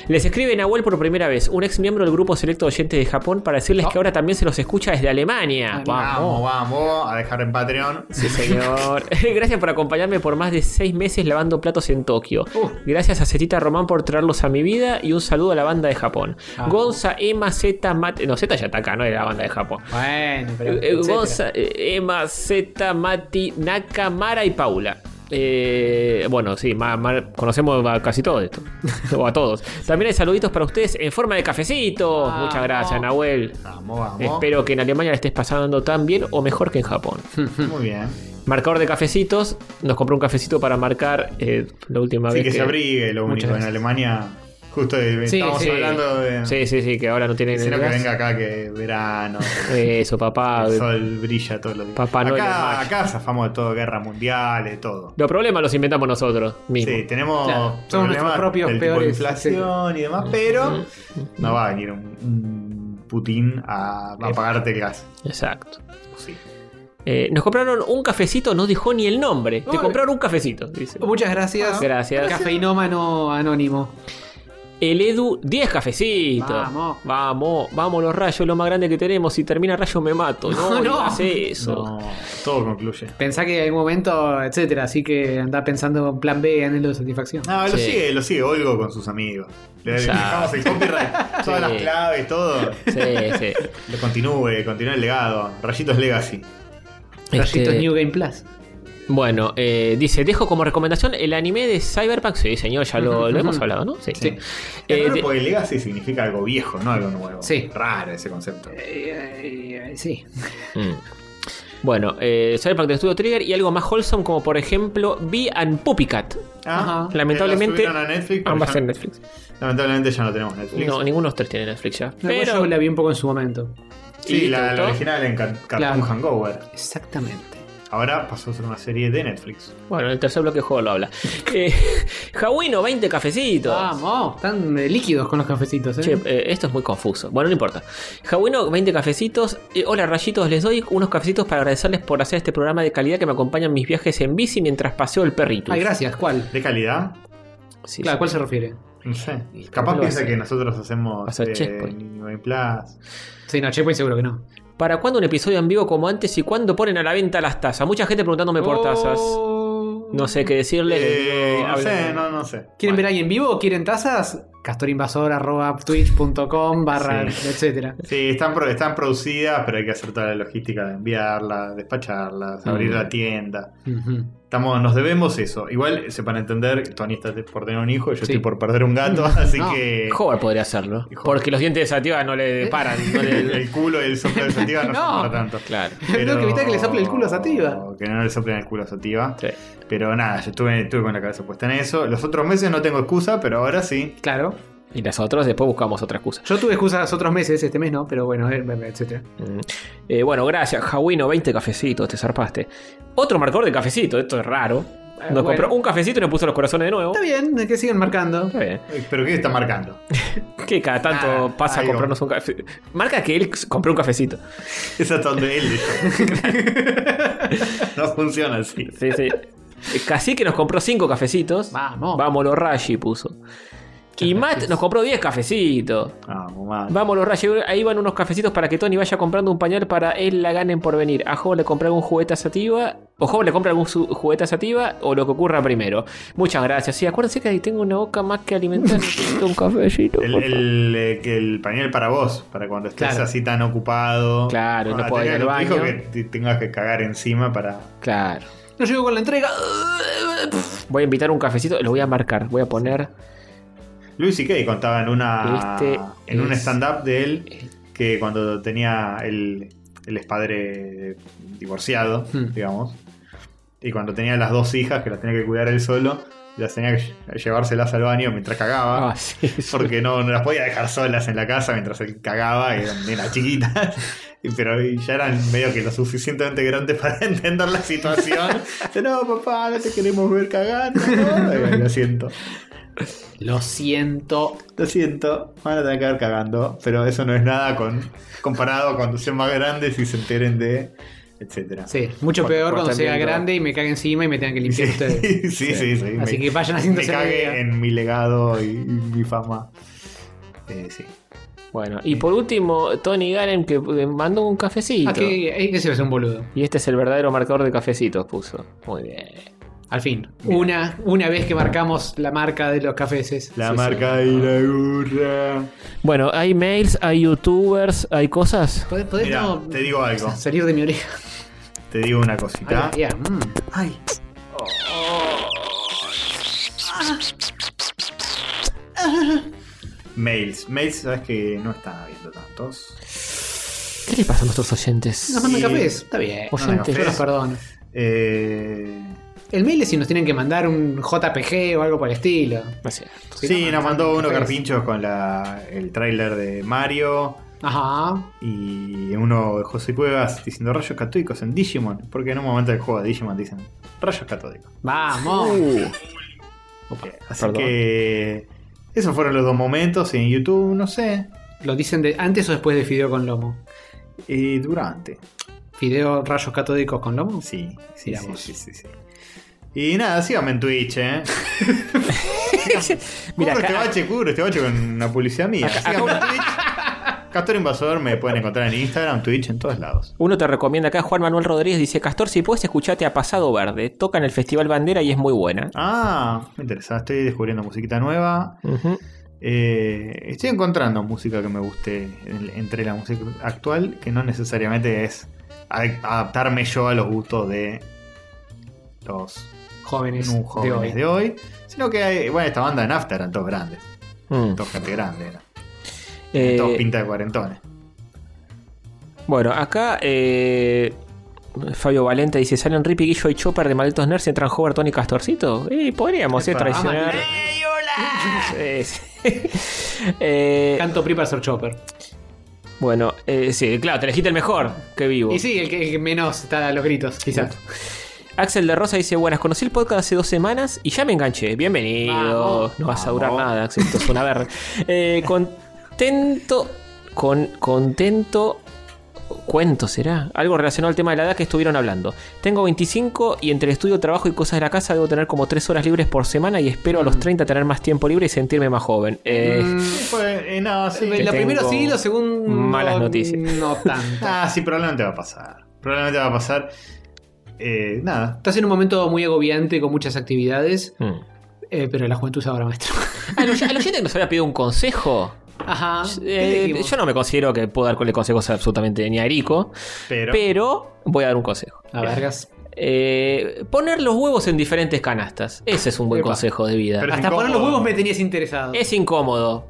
Speaker 1: Les escribe Nahuel por primera vez, un ex miembro del grupo selecto de oyentes de Japón, para decirles
Speaker 2: Oh.
Speaker 1: que ahora también se los escucha desde Alemania.
Speaker 2: Ah,
Speaker 3: Vamos, vamos. A dejar en Patreon.
Speaker 1: Sí, señor. Gracias por acompañarme por más de seis meses lavando platos en Tokio.
Speaker 2: Uh.
Speaker 1: Gracias a Cetita Román por traerlos a mi vida y un saludo a la banda de Japón.
Speaker 2: Ah.
Speaker 1: Gonza, Emma, Z, Mate. No, Z ya está acá, no era la banda de Japón.
Speaker 2: Bueno, pero.
Speaker 1: Eh, eh,
Speaker 2: etcétera.
Speaker 1: Gonza, eh, Emma, Z, Mati, Naka, Mara y Paula. Eh, bueno, sí, ma- ma- conocemos a casi todo esto. o a todos. También hay saluditos para ustedes en forma de cafecito.
Speaker 2: Vamos.
Speaker 1: Muchas gracias, Nahuel.
Speaker 3: Vamos, vamos.
Speaker 1: Espero que en Alemania la estés pasando tan bien o mejor que en Japón.
Speaker 2: Hmm,
Speaker 3: Muy bien.
Speaker 1: Marcador de cafecitos. Nos compró un cafecito para marcar eh, la última
Speaker 3: Así
Speaker 1: vez.
Speaker 3: que se abrigue lo
Speaker 1: Muchas
Speaker 3: único. En
Speaker 1: gracias.
Speaker 3: Alemania, justo de-
Speaker 2: Sí,
Speaker 3: estamos
Speaker 2: sí.
Speaker 3: hablando de.
Speaker 1: Sí, sí, sí, que ahora no tienen.
Speaker 3: Sino
Speaker 1: el
Speaker 3: que
Speaker 1: gas.
Speaker 3: venga acá que verano.
Speaker 1: Eso, papá.
Speaker 3: El sol brilla todos los días.
Speaker 1: Ah, Papá Noel en
Speaker 3: acá,
Speaker 1: mayo.
Speaker 3: acá zafamos de todo, guerra mundial, de todo.
Speaker 1: Los problemas los inventamos nosotros mismos.
Speaker 3: Sí, tenemos
Speaker 2: Claro, somos
Speaker 3: problemas
Speaker 2: nuestros propios
Speaker 3: del tipo de
Speaker 2: peores,
Speaker 3: inflación y demás, pero no va a venir un, un Putin a, a pagarte el gas.
Speaker 1: Exacto.
Speaker 3: Sí.
Speaker 1: Eh, nos compraron un cafecito, no dijo ni el nombre. Te
Speaker 2: Vale.
Speaker 1: compraron un cafecito, dice.
Speaker 2: hmm. Muchas gracias.
Speaker 1: Gracias.
Speaker 2: Cafeinómano anónimo.
Speaker 1: El Edu, 10 cafecitos.
Speaker 2: Vamos.
Speaker 1: Vamos, vamos los rayos, lo más grande que tenemos. Si termina rayo me mato. No,
Speaker 2: No,
Speaker 1: no,
Speaker 2: no.
Speaker 1: hace eso.
Speaker 3: No, todo concluye.
Speaker 2: Pensá que en un momento, etcétera. Así que andá pensando en plan B, anhelo de satisfacción.
Speaker 3: No, lo
Speaker 1: Sí.
Speaker 3: sigue, lo sigue Olgo con sus amigos. Le
Speaker 1: Ya.
Speaker 3: dejamos el copyright, todas
Speaker 1: Sí.
Speaker 3: las claves, todo.
Speaker 1: Sí, sí.
Speaker 3: Lo continúe, continúe el legado. Rayitos Legacy.
Speaker 2: Rayitos
Speaker 1: Este,
Speaker 2: New Game Plus.
Speaker 1: Bueno, eh, dice, dejo como recomendación el anime de Cyberpunk. Sí, señor, ya lo, lo hemos hablado, ¿no? Sí.
Speaker 3: Sí.
Speaker 1: Eh,
Speaker 3: Es raro
Speaker 1: de-
Speaker 3: porque Legacy significa algo viejo, no algo nuevo.
Speaker 2: Sí.
Speaker 3: Raro ese concepto.
Speaker 2: Eh, eh, eh, sí.
Speaker 1: Mm. Bueno, eh, Cyberpunk de Studio Trigger y algo más wholesome como por ejemplo Bee and Puppycat.
Speaker 2: Ajá.
Speaker 1: Lamentablemente,
Speaker 3: la Ah, eh, subieron a Netflix, pero
Speaker 1: Ambas
Speaker 3: ya-
Speaker 1: en Netflix.
Speaker 3: Lamentablemente ya no tenemos Netflix.
Speaker 1: No, ninguno de los tres tiene Netflix ya.
Speaker 2: No, Yo
Speaker 1: Pero
Speaker 2: la vi un poco en su momento.
Speaker 1: ¿Y
Speaker 3: Sí,
Speaker 1: te
Speaker 3: la, la
Speaker 1: gustó?
Speaker 3: original en Car- Cartoon
Speaker 2: Claro.
Speaker 3: Hangover.
Speaker 2: Exactamente.
Speaker 3: Ahora pasó a ser una serie de Netflix.
Speaker 1: bueno, en el tercer bloque de juego lo habla. Eh, Jawino, 20 cafecitos.
Speaker 2: Vamos, están eh, líquidos con los cafecitos, ¿eh?
Speaker 1: Che, eh, esto es muy confuso. Bueno, no importa. Jawino, 20 cafecitos. Eh, hola, rayitos. Les doy unos cafecitos para agradecerles por hacer este programa de calidad que me acompaña en mis viajes en bici mientras paseo el perrito.
Speaker 2: Ay, gracias. ¿Cuál?
Speaker 3: ¿De calidad?
Speaker 1: Sí,
Speaker 2: Claro,
Speaker 1: sí.
Speaker 2: ¿a ¿cuál se refiere?
Speaker 3: No sé.
Speaker 1: Y
Speaker 3: Capaz
Speaker 1: lo
Speaker 3: piensa
Speaker 1: hace.
Speaker 3: que nosotros hacemos
Speaker 1: Pasa Checkpoint.
Speaker 3: New Game Plus.
Speaker 2: Sí, no, Checkpoint seguro que no.
Speaker 1: ¿Para cuándo un episodio en vivo como antes y cuándo ponen a la venta las tazas? Mucha gente preguntándome por tazas.
Speaker 2: Oh.
Speaker 1: No sé qué decirle.
Speaker 3: Eh,
Speaker 1: Yo
Speaker 3: no
Speaker 1: hablo-
Speaker 3: sé, no, no sé.
Speaker 2: ¿Quieren
Speaker 3: Bueno,
Speaker 2: ver a alguien vivo o quieren tazas? Castorinvasor, arroba twitch.com barra
Speaker 3: Sí.
Speaker 2: etcétera.
Speaker 3: Sí, están, pro- están producidas, pero hay que hacer toda la logística de enviarlas, despacharlas, abrir
Speaker 1: Mm.
Speaker 3: la tienda.
Speaker 2: Ujú.
Speaker 3: Estamos, nos debemos eso. Igual, sepan entender, Tony está por tener un hijo, yo
Speaker 2: Sí.
Speaker 3: estoy por perder un gato, así
Speaker 2: No.
Speaker 3: que
Speaker 1: Howard podría hacerlo. Porque los dientes de Sativa no le paran. no
Speaker 3: el,
Speaker 1: le-
Speaker 3: el culo y el soplo de sativa no,
Speaker 2: No.
Speaker 3: son para tanto.
Speaker 1: Claro.
Speaker 2: Tengo que evitar que le sople el culo a Sativa.
Speaker 3: Que no le soplen el culo a Sativa.
Speaker 1: Sí.
Speaker 3: Pero nada, yo estuve, estuve con la cabeza puesta en eso. Los otros meses no tengo excusa, pero ahora sí.
Speaker 2: Claro.
Speaker 1: Y las otras, después buscamos otra excusa.
Speaker 2: Yo tuve excusas otros meses, este mes no, pero bueno, eh, etcétera.
Speaker 1: Mm. Eh, bueno, gracias, Jawino. 20 cafecitos, te zarpaste. Otro marcador de cafecito, esto es raro. Nos
Speaker 2: bueno.
Speaker 1: compró un cafecito y nos puso los corazones de nuevo.
Speaker 2: Está bien, es que siguen marcando.
Speaker 1: Está bien.
Speaker 3: Eh, ¿Pero qué está marcando?
Speaker 1: Que cada tanto
Speaker 3: Ah,
Speaker 1: pasa a
Speaker 3: algo.
Speaker 1: comprarnos un café. Marca que él compró un cafecito.
Speaker 3: Es hasta donde él dijo. no funciona así.
Speaker 1: Sí, sí. Casi que Eh, nos compró cinco cafecitos.
Speaker 2: Vamos.
Speaker 1: Vámonos, Rashi puso. Y Matt nos compró 10 cafecitos.
Speaker 3: Ah, mamá.
Speaker 1: Vámonos, Rashi. Ahí van unos cafecitos para que Tony vaya comprando un pañal para él la ganen por venir. A Job le compra algún juguete sativa. O Job le compra algún su- juguete sativa. O lo que ocurra primero. Muchas gracias. Sí, acuérdense que ahí tengo una boca más que alimentar. Necesito un cafecito.
Speaker 3: El,
Speaker 1: por favor.
Speaker 3: el, eh, que el pañal para vos, para cuando estés
Speaker 2: Claro.
Speaker 3: así tan ocupado.
Speaker 1: Claro, y no
Speaker 3: Cuando
Speaker 1: puedo ir
Speaker 3: tengas
Speaker 1: al
Speaker 3: el hijo
Speaker 1: baño.
Speaker 3: que te tengas que cagar encima para.
Speaker 1: Claro.
Speaker 2: No llego con la entrega.
Speaker 1: Voy a invitar un cafecito. Lo voy a marcar. Voy a poner.
Speaker 3: Luis y Kay contaba en una.
Speaker 1: Este
Speaker 3: en un
Speaker 1: es-
Speaker 3: stand-up de él que cuando tenía el, el padre divorciado,
Speaker 2: Hmm.
Speaker 3: digamos. Y cuando tenía las dos hijas que las tenía que cuidar él solo, las tenía que lle- llevárselas al baño mientras cagaba.
Speaker 1: Ah, sí. sí.
Speaker 3: Porque no, no las podía dejar solas en la casa mientras él cagaba, que eran nenas chiquitas. Y- Pero ya eran medio que lo suficientemente grandes para entender la situación. Dice, no, papá, no te queremos ver cagando. ¿no?". Y bueno, lo siento.
Speaker 2: Lo siento.
Speaker 3: Lo siento, van a tener que ver cagando. Pero eso no es nada con, comparado cuando sean más grandes y se enteren de. etcétera.
Speaker 2: Sí, mucho
Speaker 3: Cuando-
Speaker 2: peor
Speaker 1: cuando
Speaker 2: cuando
Speaker 1: están
Speaker 2: sea
Speaker 1: viendo-
Speaker 2: grande y me cague encima y me tengan que limpiar
Speaker 3: Sí,
Speaker 2: ustedes.
Speaker 3: sí, sí, sí, sí.
Speaker 2: Así
Speaker 3: Me-
Speaker 2: que vayan
Speaker 3: me
Speaker 2: haciéndose la idea.
Speaker 3: cague en mi legado y, y mi fama. Eh, sí.
Speaker 1: Bueno, y por último, Tony Garen que eh, mandó un cafecito.
Speaker 2: Ah, que eh, ese es un boludo.
Speaker 1: Y este es el verdadero marcador de cafecitos, puso. Muy bien.
Speaker 2: Al fin. Una, una vez que marcamos la marca de los cafés.
Speaker 3: La marca y la gurra.
Speaker 1: Bueno, hay mails, hay youtubers, hay cosas.
Speaker 2: ¿Podés, podés
Speaker 3: Mira,
Speaker 2: no
Speaker 3: te digo algo.
Speaker 2: salir de mi oreja?
Speaker 3: Te digo una
Speaker 2: Ay,
Speaker 3: cosita.
Speaker 2: tía, mm.
Speaker 3: Ay. Mails. Mails, sabes que no están habiendo tantos.
Speaker 1: ¿Qué le pasa a nuestros oyentes?
Speaker 2: Nos mandan
Speaker 3: Sí.
Speaker 2: cafés. Está bien.
Speaker 1: Oye,
Speaker 3: no,
Speaker 1: Oyentes.
Speaker 2: Yo
Speaker 3: no,
Speaker 2: los
Speaker 3: cafés.
Speaker 2: perdono.
Speaker 3: Eh,
Speaker 2: El mail es si nos tienen que mandar un JPG o algo por el estilo.
Speaker 1: No sé.
Speaker 2: Si
Speaker 3: sí,
Speaker 2: no,
Speaker 3: nos mandó uno
Speaker 2: cafés.
Speaker 3: Carpincho con la, el tráiler de Mario
Speaker 2: Ajá.
Speaker 3: y uno de José Cuevas diciendo rayos catódicos en Digimon. Porque en un momento del juego de Digimon dicen rayos catódicos.
Speaker 2: Vamos.
Speaker 1: Uh. Opa,
Speaker 3: Así
Speaker 1: perdón.
Speaker 3: que esos fueron los dos momentos y en YouTube, no sé,
Speaker 2: Lo dicen de antes o después de Fideo con Lomo.
Speaker 3: eh, durante.
Speaker 2: Fideo rayos catódicos con Lomo. Ah,
Speaker 3: Sí, sí,
Speaker 2: Mirá
Speaker 3: sí,
Speaker 2: vos.
Speaker 3: sí, sí, sí. Y nada, síganme en Twitch, eh.
Speaker 1: Mira,
Speaker 3: Mira, este
Speaker 1: acá-
Speaker 3: bache, cubro este bache con una publicidad mía. Síganme en Twitch. Castor Invasor me pueden encontrar en Instagram, Twitch, en todos lados.
Speaker 1: Uno te recomienda acá, Juan Manuel Rodríguez dice, Castor, si puedes escucharte a Pasado Verde, toca en el Festival Bandera y es muy buena.
Speaker 3: Ah, me interesa, estoy descubriendo musiquita nueva.
Speaker 1: Ujú.
Speaker 3: Eh, estoy encontrando música que me guste en- entre la música actual, que no necesariamente es ad- adaptarme yo a los gustos de los
Speaker 2: Jóvenes,
Speaker 3: nu- jóvenes
Speaker 2: de hoy.
Speaker 3: de hoy, sino que hay, bueno, esta banda de Nafta eran todos grandes,
Speaker 1: Mm.
Speaker 3: todos gente grande, eran.
Speaker 1: Eh,
Speaker 3: Todos pinta de cuarentones.
Speaker 1: Bueno, acá eh, Fabio Valente dice: ¿Salen Rippy, Guillo y Chopper de Malditos Nerds y entran Hover, Tony y Castorcito? Y podríamos, es
Speaker 3: Epa.
Speaker 1: traicionar. Eh, sí. Eh,
Speaker 2: Canto Pri para ser Chopper.
Speaker 1: bueno, eh, sí, claro, te elegiste el mejor que vivo.
Speaker 2: Y sí, el que, el que menos está a los gritos, quizás.
Speaker 1: Axel de Rosa dice: Buenas, conocí el podcast hace dos semanas y ya me enganché. Bienvenido.
Speaker 2: Vamos.
Speaker 1: no vas a durar
Speaker 3: Vamos.
Speaker 1: nada, Axel, esto es una verga. Eh, contento. Con, contento. Cuento será. Algo relacionado al tema de la edad que estuvieron hablando. Tengo 25 y entre estudio, trabajo y cosas de la casa debo tener como 3 horas libres por semana y espero a los 30 tener más tiempo libre y sentirme más joven. Eh,
Speaker 3: Fue- eh, no, sí.
Speaker 1: Que
Speaker 2: Mm, lo primero
Speaker 1: tengo
Speaker 2: sí, lo segundo.
Speaker 1: malas noticias.
Speaker 2: No tanto.
Speaker 3: Ah, sí, probablemente va a pasar. Probablemente va a pasar. Eh, nada.
Speaker 2: Estás en un momento muy agobiante con muchas actividades,
Speaker 1: mm.
Speaker 2: eh, pero la juventud es ahora maestro.
Speaker 1: A los a los oyentes que nos había pedido un consejo.
Speaker 2: Ajá. Ah, ¿qué
Speaker 1: eh,
Speaker 2: dijimos?
Speaker 1: yo no me considero que puedo darle consejos absolutamente ni a Erico.
Speaker 3: Pero,
Speaker 1: Pero voy a dar un consejo.
Speaker 2: A vergas.
Speaker 1: Eh, poner los huevos en diferentes canastas. Ese es un buen
Speaker 2: Epa.
Speaker 1: consejo de vida.
Speaker 3: Pero- es
Speaker 2: Hasta poner los
Speaker 3: incómodo.
Speaker 2: huevos me tenías interesado.
Speaker 1: Es incómodo.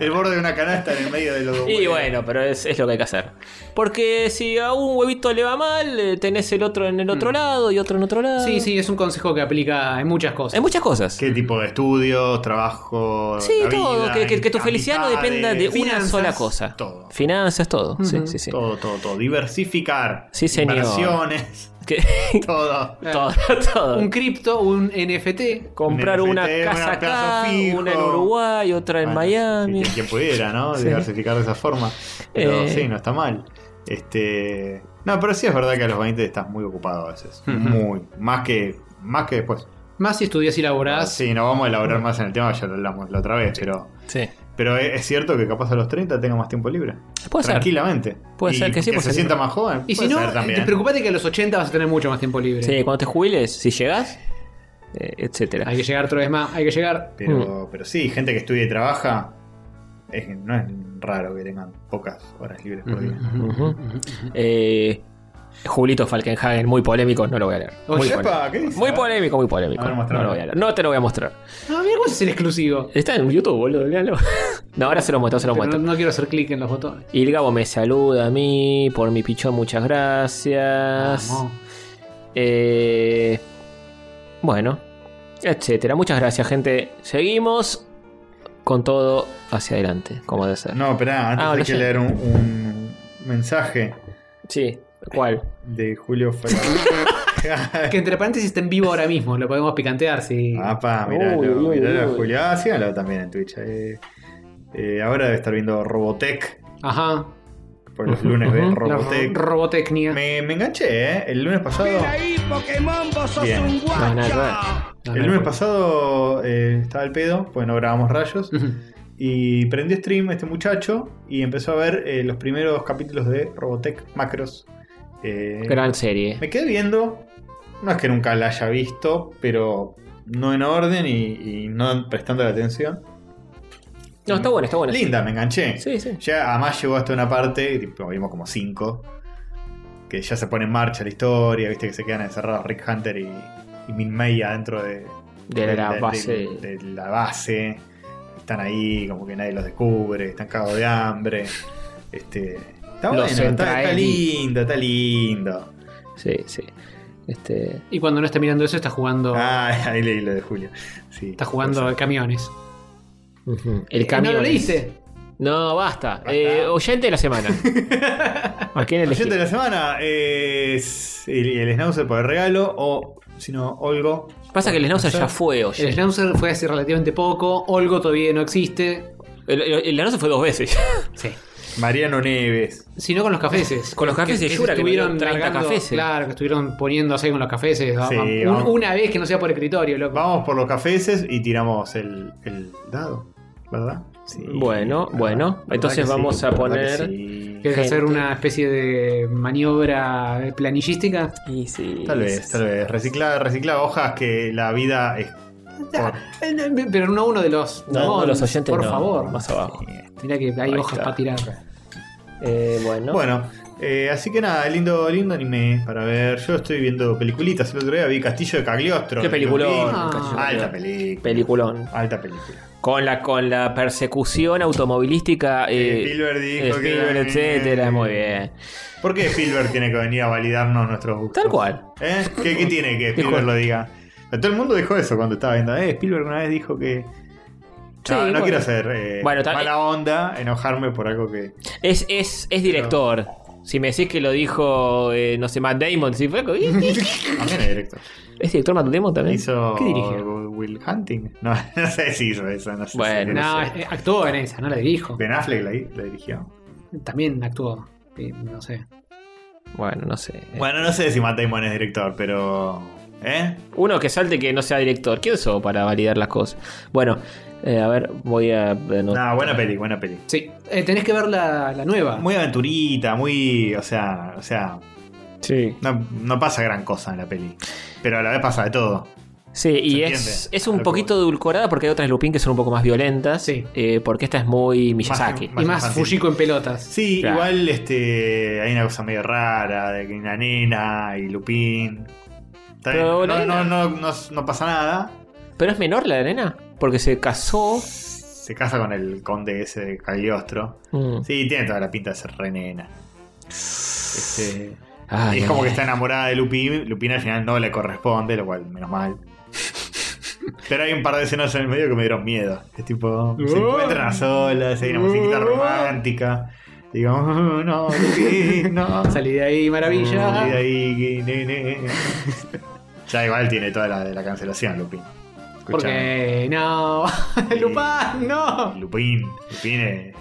Speaker 3: el borde de una canasta en el medio de los dos
Speaker 1: Y
Speaker 3: huevos.
Speaker 1: bueno, pero es, es lo que hay que hacer. Porque si a un huevito le va mal, eh, tenés el otro en el otro
Speaker 3: Mm.
Speaker 1: lado y otro en otro lado.
Speaker 2: Sí, sí, es un consejo que aplica en muchas cosas.
Speaker 1: Hay muchas cosas.
Speaker 3: ¿Qué tipo de estudios, trabajo?
Speaker 1: Sí,
Speaker 3: la
Speaker 1: todo.
Speaker 3: vida,
Speaker 1: que, que- que tu
Speaker 3: amistades,
Speaker 1: felicidad no dependa de una
Speaker 2: finanzas,
Speaker 1: sola cosa.
Speaker 3: todo.
Speaker 1: Finanzas, todo. Sí,
Speaker 2: Ujú.
Speaker 1: sí, sí.
Speaker 3: Todo, todo, todo. Diversificar.
Speaker 1: Sí, señor.
Speaker 3: Inversiones.
Speaker 1: Que-
Speaker 3: Todo.
Speaker 1: todo, todo.
Speaker 2: Un cripto, un NFT.
Speaker 1: Comprar
Speaker 3: Un
Speaker 1: una
Speaker 3: NFT,
Speaker 1: casa
Speaker 3: una plaza
Speaker 1: acá,
Speaker 3: fijo.
Speaker 1: una en Uruguay, otra en
Speaker 3: Bueno,
Speaker 1: Miami.
Speaker 3: sí, que- quien pudiera, ¿no? Diversificar de esa forma. Pero
Speaker 1: Eh.
Speaker 3: sí, no está mal. Este. No, pero sí es verdad que a los 20 estás muy ocupado a veces.
Speaker 2: Ujú.
Speaker 3: Muy. Más que. Más que después.
Speaker 2: Más si estudias y laborás.
Speaker 3: Sí, no vamos a elaborar más en el tema, ya lo hablamos la otra vez, pero.
Speaker 1: Sí.
Speaker 3: Pero es es cierto que capaz a los 30 tenga más tiempo libre.
Speaker 1: Puede ser.
Speaker 3: Tranquilamente.
Speaker 1: Puede
Speaker 3: Y
Speaker 1: ser que sí,
Speaker 3: Que
Speaker 1: puede
Speaker 3: se
Speaker 1: ser.
Speaker 3: sienta más joven.
Speaker 2: Y si
Speaker 3: puede
Speaker 2: no, eh,
Speaker 3: ser
Speaker 2: te
Speaker 3: también.
Speaker 2: preocupate que a los 80 vas a tener mucho más tiempo libre.
Speaker 1: Sí, cuando te jubiles, si llegás, eh, etcétera.
Speaker 2: Hay que llegar otra vez más, hay que llegar.
Speaker 1: Hmm.
Speaker 3: Pero, pero sí, gente que estudia y trabaja, es, que no es raro que tengan pocas horas libres por día.
Speaker 1: Ujú. Eh, Julito Falkenhagen, muy polémico, no lo voy a leer.
Speaker 2: Oye,
Speaker 1: Muy,
Speaker 3: epa,
Speaker 1: polémico.
Speaker 3: ¿qué dice?
Speaker 1: muy polémico, muy polémico.
Speaker 3: A ver,
Speaker 1: no,
Speaker 3: mostrame.
Speaker 1: lo voy a leer. No te lo voy a mostrar.
Speaker 2: Ah, mira cómo es el exclusivo.
Speaker 1: Está en YouTube, boludo, léalo. no, ahora se lo muestro, se lo
Speaker 2: Pero no,
Speaker 1: muestro.
Speaker 2: no quiero hacer clic en los botones.
Speaker 1: Y el Gabo me saluda a mí, por mi pichón, muchas gracias.
Speaker 2: Vamos.
Speaker 1: Eh, bueno, etcétera. Muchas gracias, gente. Seguimos con todo hacia adelante, como debe ser.
Speaker 3: No, espera, antes
Speaker 1: Ah,
Speaker 3: hay
Speaker 1: no
Speaker 3: que
Speaker 1: sé.
Speaker 3: leer un, un mensaje
Speaker 1: Sí, ¿cuál?
Speaker 3: de Julio Ferrer.
Speaker 2: Que entre paréntesis está en vivo ahora mismo, lo podemos picantear si.
Speaker 3: Apa,
Speaker 1: Uy,
Speaker 3: miralo,
Speaker 1: uy,
Speaker 3: miralo
Speaker 1: uy.
Speaker 3: a Julio. Ah, síganlo también en Twitch. eh. Eh, ahora debe estar viendo Robotech.
Speaker 2: Ajá.
Speaker 3: Por los lunes ve
Speaker 2: Ujú. La
Speaker 3: Robotech.
Speaker 2: ro- Robotecnia.
Speaker 3: Me, me enganché, ¿eh? El lunes pasado.
Speaker 4: Ven
Speaker 1: Ah,
Speaker 4: ahí, Pokémon, vos sos
Speaker 3: Bien.
Speaker 4: un guacha.
Speaker 2: No, no,
Speaker 3: El lunes
Speaker 2: no.
Speaker 3: pasado eh, estaba el pedo, pues no grabamos rayos.
Speaker 2: Ujú.
Speaker 3: Y prendió stream este muchacho y empezó a ver eh, los primeros capítulos de Robotech Macros. Eh,
Speaker 1: Gran serie.
Speaker 3: Me quedé viendo. No es que nunca la haya visto, pero no en orden y, y no prestando la atención.
Speaker 1: No, está buena, está buena.
Speaker 3: Linda, me enganché.
Speaker 1: Sí, sí.
Speaker 3: Ya además llegó hasta una parte, tipo, vimos como cinco, que ya se pone en marcha la historia, viste que se quedan encerrados Rick Hunter y, y Min May adentro de,
Speaker 1: De la base.
Speaker 3: de la base. Están ahí, como que nadie los descubre, están cagados de hambre. Este, está
Speaker 1: Los
Speaker 3: bueno, está,
Speaker 1: entra
Speaker 3: está
Speaker 1: él y-
Speaker 3: lindo, está lindo.
Speaker 1: Sí, sí. Este,
Speaker 2: Y cuando no está mirando eso, está
Speaker 1: Oh.
Speaker 2: jugando.
Speaker 3: Ah, ahí leí lo de Julio. Sí, Pues,
Speaker 2: Está jugando a camiones.
Speaker 1: El
Speaker 2: Eh,
Speaker 1: camión.
Speaker 2: No lo leíste.
Speaker 1: No, basta. Eh, oyente de la semana. ¿A quién elegí?
Speaker 3: Oyente de la semana es el, el Snauzer por el regalo o, si no, Olgo.
Speaker 1: Pasa que el Snauzer ya fue
Speaker 2: El
Speaker 1: oyente.
Speaker 2: Schnauzer fue hace relativamente poco. Olgo todavía no existe.
Speaker 1: El, el, el Snauzer fue dos veces.
Speaker 2: Sí.
Speaker 3: Mariano Neves.
Speaker 2: Si no con los cafeses.
Speaker 1: Con los cafeses de
Speaker 2: se
Speaker 1: Yura, que
Speaker 2: estuvieron
Speaker 1: vendieron 30
Speaker 2: largando-
Speaker 1: cafeses.
Speaker 2: Claro, que estuvieron poniendo así con los cafeses.
Speaker 3: Sí,
Speaker 2: Un-
Speaker 3: vamos.
Speaker 2: una vez que no sea por escritorio, loco.
Speaker 3: Vamos por los cafeses y tiramos el, el dado, ¿verdad? Sí.
Speaker 1: Bueno, bueno. Entonces
Speaker 3: que
Speaker 1: vamos a
Speaker 3: ¿Verdad
Speaker 1: poner-
Speaker 3: que sí?
Speaker 2: ¿Quieres
Speaker 1: Gente.
Speaker 2: hacer una especie de maniobra planillística?
Speaker 1: Y sí.
Speaker 3: Tal vez, tal vez. Recicla, recicla hojas que la vida es. por-
Speaker 2: Eh, no, Pero no uno de los.
Speaker 1: No, no,
Speaker 2: Mons,
Speaker 1: los oyentes
Speaker 2: Por
Speaker 1: no,
Speaker 2: favor.
Speaker 1: Más abajo.
Speaker 2: Mirá que hay
Speaker 1: Ahí
Speaker 2: hojas
Speaker 1: está.
Speaker 2: para tirar.
Speaker 1: Eh, bueno.
Speaker 3: Bueno, eh, así que nada, lindo, lindo anime para ver. Yo estoy viendo peliculitas. El otro día vi Castillo de Cagliostro.
Speaker 1: Qué peliculón.
Speaker 3: Peliculín.
Speaker 1: Castillo
Speaker 3: Alta
Speaker 1: de Cagliostro.
Speaker 3: película.
Speaker 1: Peliculón.
Speaker 3: Alta película.
Speaker 1: Con la, con la persecución automovilística. Eh,
Speaker 3: Spielberg dijo que
Speaker 1: Spielberg,
Speaker 3: era-
Speaker 1: etcétera. Muy bien.
Speaker 3: ¿Por qué Spielberg tiene que venir a validarnos nuestros gustos?
Speaker 1: Tal cual.
Speaker 3: ¿Eh? ¿Qué, qué tiene que Spielberg lo diga? Pero todo el mundo dijo eso cuando estaba viendo. Eh, Spielberg una vez dijo que.
Speaker 1: Sí,
Speaker 3: No, no
Speaker 1: bueno.
Speaker 3: quiero hacer eh,
Speaker 1: Bueno, tal-
Speaker 3: mala onda, enojarme por algo que.
Speaker 1: Es, es, es director. Si me decís que lo dijo, eh, no sé, Matt Damon, si fue.
Speaker 3: También es directo.
Speaker 1: ¿Es director Matt Damon también?
Speaker 3: ¿Hizo
Speaker 2: ¿Qué dirigió?
Speaker 3: Will Hunting? No, no sé si hizo eso. No sé
Speaker 1: Bueno,
Speaker 3: si-
Speaker 2: No, eh, actuó en esa, no la dirijo.
Speaker 3: Ben Affleck la, la dirigió.
Speaker 2: También actuó. Eh, No sé.
Speaker 1: Bueno, no sé.
Speaker 3: Bueno, no sé si Matt Damon es director, pero. ¿Eh?
Speaker 1: Uno que salte que no sea director. ¿Quién soy para validar las cosas? Bueno, eh, a ver, voy a. eh, no-
Speaker 3: No, buena peli, buena peli.
Speaker 2: Sí. Eh, tenés que ver la, la nueva.
Speaker 3: Muy aventurita, muy. O sea, o sea,
Speaker 1: Sí.
Speaker 3: no, no pasa gran cosa en la peli. Pero a la vez pasa de todo.
Speaker 1: Sí, y
Speaker 3: Se
Speaker 1: es,
Speaker 3: entiende.
Speaker 1: es
Speaker 3: A
Speaker 1: un
Speaker 3: lo
Speaker 1: poquito edulcorada porque hay otras Lupin que son un poco más violentas.
Speaker 2: Sí.
Speaker 1: eh, porque esta es muy Miyazaki.
Speaker 3: Más-
Speaker 2: y más
Speaker 3: infantil.
Speaker 2: Fujiko en pelotas.
Speaker 3: Sí,
Speaker 1: Claro.
Speaker 3: igual este hay una cosa medio rara de que una nena y Lupín. Está bien,
Speaker 1: Pero la
Speaker 3: no,
Speaker 1: nena-
Speaker 3: no, no, no, no pasa nada.
Speaker 1: Pero es menor la nena. Porque se casó.
Speaker 3: Se casa con el conde ese de Cagliostro.
Speaker 1: Mm.
Speaker 3: Sí, tiene toda la pinta de ser re nena. Este,
Speaker 1: Ay,
Speaker 3: y es como
Speaker 1: ay,
Speaker 3: que
Speaker 1: ay.
Speaker 3: está enamorada de Lupín. Lupín al final no le corresponde, lo cual, menos mal. Pero hay un par de escenas en el medio que me dieron miedo. Es tipo, se encuentran a solas, hay una musiquita romántica. Digo, "Oh, no, Lupi, no.
Speaker 2: Salí de ahí, maravilla.
Speaker 3: Y Mm, de ahí, que nene. Ya igual tiene toda la de la cancelación, Lupin. Escuchame.
Speaker 2: Porque no. Lupán, no.
Speaker 3: Lupin, Lupin es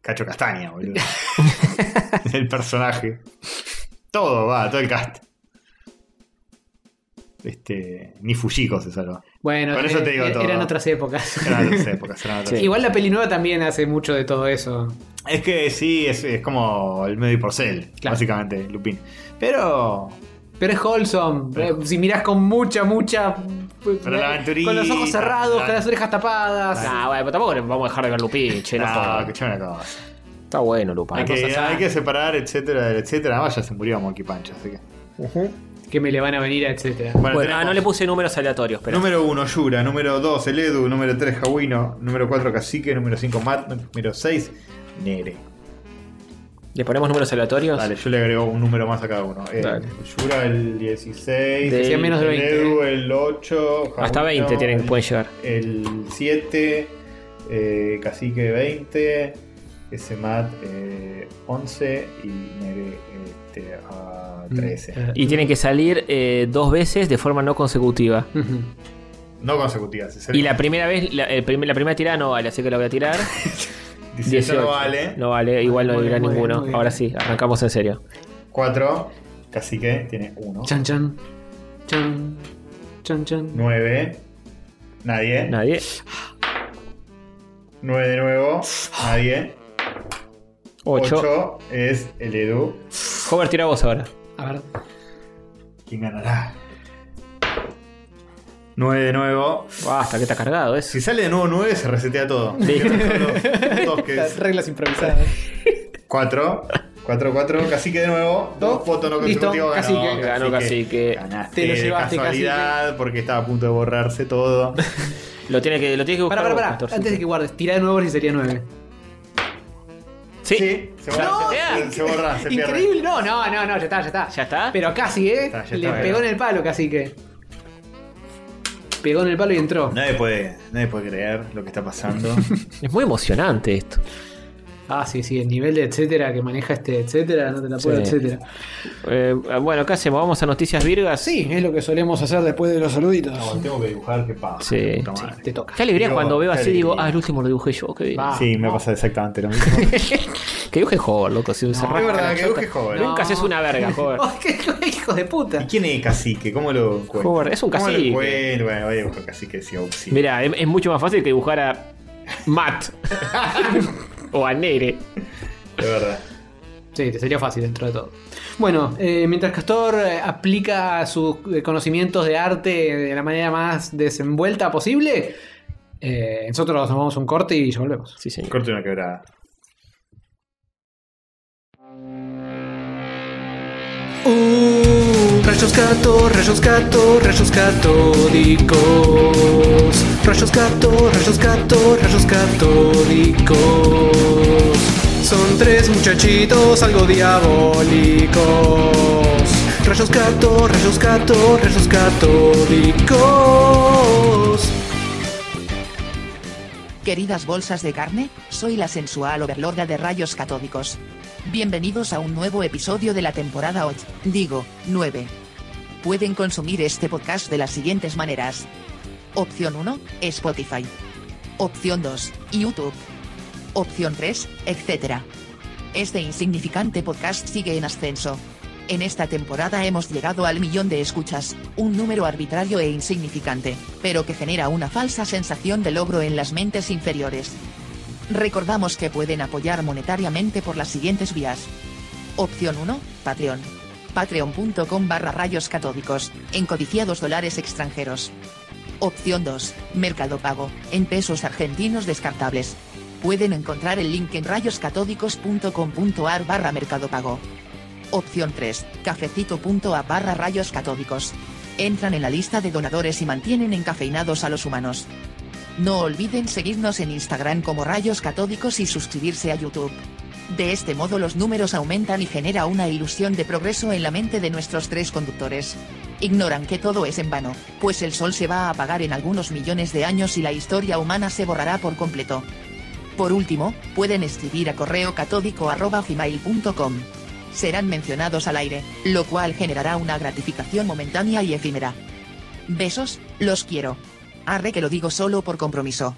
Speaker 3: Cacho Castaña, boludo. el personaje. Todo va, todo el cast. Este. Ni Fujiko se salva.
Speaker 2: Bueno,
Speaker 3: Con eso
Speaker 2: eh,
Speaker 3: te digo
Speaker 2: eh,
Speaker 3: todo.
Speaker 2: eran otras épocas.
Speaker 3: Eran otras épocas, eran otras
Speaker 1: Sí.
Speaker 2: Igual la peli nueva también hace mucho de todo eso.
Speaker 3: Es que sí, es, es como el medio y porcel,
Speaker 2: Claro.
Speaker 3: básicamente, Lupin. Pero.
Speaker 2: Pero es wholesome.
Speaker 3: Pero-
Speaker 2: Eh, Si mirás con mucha, mucha. eh,
Speaker 3: Pero la aventurita,
Speaker 2: con los ojos cerrados,
Speaker 3: la-
Speaker 2: con las orejas tapadas.
Speaker 1: Nah, bueno, pero tampoco le vamos a dejar de ver Lupin, che, no
Speaker 3: No,
Speaker 1: jodas.
Speaker 3: escuchame una cosa.
Speaker 1: Está bueno Lupin.
Speaker 3: Hay que,
Speaker 2: cosas
Speaker 3: hay
Speaker 1: ah.
Speaker 2: sanas.
Speaker 3: que separar, etcétera, del etcétera. Además, ya se murió Monkey Punch, así que.
Speaker 2: Que me le van a venir, etcétera.
Speaker 1: Bueno, ah,
Speaker 3: tenemos-
Speaker 1: no le puse números aleatorios, pero.
Speaker 3: Número 1, Yura. Número 2, el Edu. Número 3, Jawino. Número 4, Cacique. Número 5, Matt. Número 6, Nere.
Speaker 1: ¿Le ponemos números aleatorios?
Speaker 3: Dale, yo le agrego un número más a cada uno. Eh,
Speaker 1: Dale.
Speaker 3: Yura el 16.
Speaker 1: Del-
Speaker 2: Decía menos de
Speaker 3: el
Speaker 2: 20.
Speaker 3: Edu el 8.
Speaker 1: Hasta 20 tienen,
Speaker 3: el,
Speaker 1: pueden llegar.
Speaker 3: El 7. eh, Cacique 20. Ese Matt eh, 11. Y Nere este, a
Speaker 1: Mm,
Speaker 3: 13.
Speaker 1: Y tienen que salir eh, dos veces de forma no consecutiva.
Speaker 2: Ujú.
Speaker 3: No consecutivas. es el-
Speaker 1: Y la primera vez, la, el prim- la primera tirada no vale, así que la voy a tirar.
Speaker 3: 18 no vale.
Speaker 1: No vale, igual no
Speaker 2: Muy
Speaker 1: dirá
Speaker 2: bien, muy bien,
Speaker 1: ninguno.
Speaker 2: muy bien.
Speaker 1: Ahora sí, arrancamos en serio.
Speaker 3: 4. Cacique tiene 1.
Speaker 2: Chan, chan. Chan. Chan, chan.
Speaker 3: 9. Nadie.
Speaker 1: Nadie.
Speaker 3: 9 de nuevo. Nadie.
Speaker 1: 8.
Speaker 3: 8 es el Edu.
Speaker 1: Hover, tira vos ahora.
Speaker 2: A ver.
Speaker 3: ¿Quién ganará? 9 de nuevo.
Speaker 1: Basta, que está cargado eso.
Speaker 3: Si sale de nuevo 9 se resetea todo.
Speaker 1: Listo.
Speaker 2: Las reglas improvisadas.
Speaker 3: 4. 4, 4, cacique de nuevo. Dos votos no
Speaker 2: Listo,
Speaker 3: consecutivos.
Speaker 2: cacique.
Speaker 1: Ganó Cacique.
Speaker 3: Ganaste
Speaker 2: Te lo
Speaker 3: de
Speaker 2: llevaste,
Speaker 3: Eh, casualidad porque estaba a punto de borrarse todo.
Speaker 1: Lo tiene que, lo tiene que buscar.
Speaker 2: Pará, pará, pará.
Speaker 1: vos, Castorcito.
Speaker 2: Antes de que guardes, tirá de nuevo y sería 9.
Speaker 1: Sí.
Speaker 3: se borra.
Speaker 2: No,
Speaker 3: se, se borra, se pierde.
Speaker 2: Increíble. No, no, no, no, ya está, ya está.
Speaker 1: ¿Ya está?
Speaker 2: Pero casi, ¿eh?
Speaker 3: Ya está, ya
Speaker 2: Le
Speaker 3: está,
Speaker 2: pegó
Speaker 3: ya.
Speaker 2: en el palo casi que. Pegó en el palo y entró.
Speaker 3: Nadie puede, nadie puede creer lo que está pasando.
Speaker 1: Es muy emocionante esto.
Speaker 2: Ah, sí, sí, el nivel de etcétera que maneja este etcétera, no te la puedo,
Speaker 1: Sí.
Speaker 2: etcétera.
Speaker 1: Eh, bueno, ¿qué hacemos? ¿Vamos a Noticias Virgas?
Speaker 2: Sí, es lo que solemos hacer después de los saluditos.
Speaker 3: No, Ah, tengo que dibujar qué pasa.
Speaker 1: Sí,
Speaker 3: Puta
Speaker 1: sí.
Speaker 3: madre.
Speaker 2: Te toca. Ah,
Speaker 1: Qué alegría
Speaker 3: Digo,
Speaker 1: cuando veo
Speaker 3: qué
Speaker 1: así, digo,
Speaker 3: alegría.
Speaker 1: ah, el último lo dibujé yo, qué bien.
Speaker 2: Va.
Speaker 3: Sí, me pasa exactamente lo mismo. es
Speaker 1: Que dibuje Hover, loco. Si se rasca
Speaker 3: verdad,
Speaker 1: la
Speaker 3: que
Speaker 1: chota.
Speaker 3: dibuje Hover.
Speaker 2: No.
Speaker 1: Nunca haces una verga, Hover.
Speaker 2: Oh, qué hijo de puta.
Speaker 3: ¿Y quién es cacique? ¿Cómo lo encuentro?
Speaker 1: Hover, es un
Speaker 3: ¿Cómo lo
Speaker 1: cacique.
Speaker 3: encuentro? Bueno, voy a dibujar cacique, sí, obvio, sí.
Speaker 1: Mira, es, es mucho más fácil que dibujar a Matt o a Nere.
Speaker 3: De verdad.
Speaker 2: Sí, te sería fácil dentro de todo. Bueno, eh, mientras Castor eh, aplica sus eh, conocimientos de arte de la manera más desenvuelta posible, eh, nosotros nos vamos a un corte y ya volvemos.
Speaker 1: Sí, señor.
Speaker 3: Corte una quebrada.
Speaker 2: Uh, rayos gato, rayos gato, rayos catódicos. Rayos gato, rayos gato, rayos catódicos. Son tres muchachitos algo diabólicos. Rayos gato, rayos gato, rayos catódicos.
Speaker 5: Queridas bolsas de carne, soy la sensual overlorda de rayos catódicos. Bienvenidos a un nuevo episodio de la temporada 8, digo, 9. Pueden consumir este podcast de las siguientes maneras. Opción 1, Spotify. Opción 2, YouTube. Opción 3, etc. Este insignificante podcast sigue en ascenso. En esta temporada hemos llegado al millón de escuchas, un número arbitrario e insignificante, pero que genera una falsa sensación de logro en las mentes inferiores. Recordamos que pueden apoyar monetariamente por las siguientes vías. Opción 1, Patreon. Patreon.com barra rayos catódicos, en codiciados dólares extranjeros. Opción 2, Mercado Pago, en pesos argentinos descartables. Pueden encontrar el link en rayoscatódicos.com.ar barra Mercado Pago. Opción 3, cafecito.a barra rayos catódicos. Entran en la lista de donadores y mantienen encafeinados a los humanos. No olviden seguirnos en Instagram como Rayos Catódicos y suscribirse a YouTube. De este modo los números aumentan y genera una ilusión de progreso en la mente de nuestros tres conductores. Ignoran que todo es en vano, pues el sol se va a apagar en algunos millones de años y la historia humana se borrará por completo. Por último, pueden escribir a correo catódico arroba gmail.com. Serán mencionados al aire, lo cual generará una gratificación momentánea y efímera. Besos, los quiero. Arre que lo digo solo por compromiso.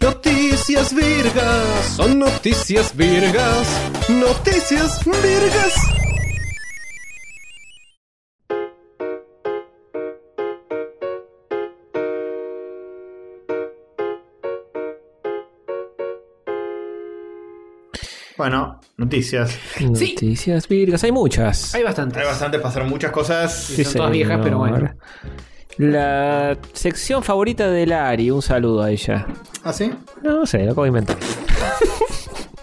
Speaker 6: Noticias virgas, son noticias virgas, noticias virgas.
Speaker 3: Bueno, noticias.
Speaker 2: Sí.
Speaker 1: Noticias virgas, hay muchas.
Speaker 2: Hay bastantes.
Speaker 3: Hay bastantes, pasaron muchas cosas.
Speaker 2: son todas viejas, pero bueno.
Speaker 1: La sección favorita de Lari, un saludo a ella.
Speaker 3: ¿Ah, sí?
Speaker 1: No, no sé, lo acabo de inventar.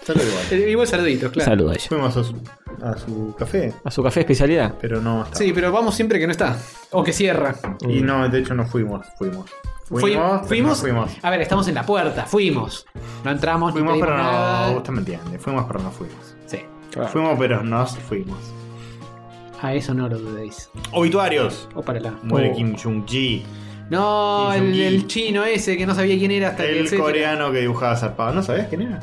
Speaker 3: Solo igual.
Speaker 2: Eh, Igual saluditos,
Speaker 1: Un
Speaker 2: claro.
Speaker 1: saludo a ella.
Speaker 3: Fuimos a su, a su café,
Speaker 1: A su café especialidad.
Speaker 3: pero no está.
Speaker 2: Sí, pero vamos siempre que no está. O que cierra.
Speaker 1: Mm.
Speaker 3: Y no, de hecho no fuimos. Fuimos. Fuimos,
Speaker 2: Fui-
Speaker 3: pero no
Speaker 2: fuimos.
Speaker 3: fuimos.
Speaker 2: A ver, estamos en la puerta. Fuimos. No entramos,
Speaker 3: Fuimos,
Speaker 2: no pedimos
Speaker 3: pero no.
Speaker 2: nada.
Speaker 3: Usted me entiende. Fuimos, pero no fuimos.
Speaker 2: Sí.
Speaker 3: Fuimos, pero nos fuimos.
Speaker 2: A eso no lo dudéis.
Speaker 3: Obituarios.
Speaker 2: O para la.
Speaker 3: Muere
Speaker 1: Oh.
Speaker 3: Kim Jong-ji.
Speaker 2: No,
Speaker 3: Kim
Speaker 2: el,
Speaker 3: Jong-il.
Speaker 2: el chino ese que no sabía quién era hasta que.
Speaker 3: El
Speaker 2: etcétera.
Speaker 3: coreano que dibujaba zarpado. ¿No sabías quién era?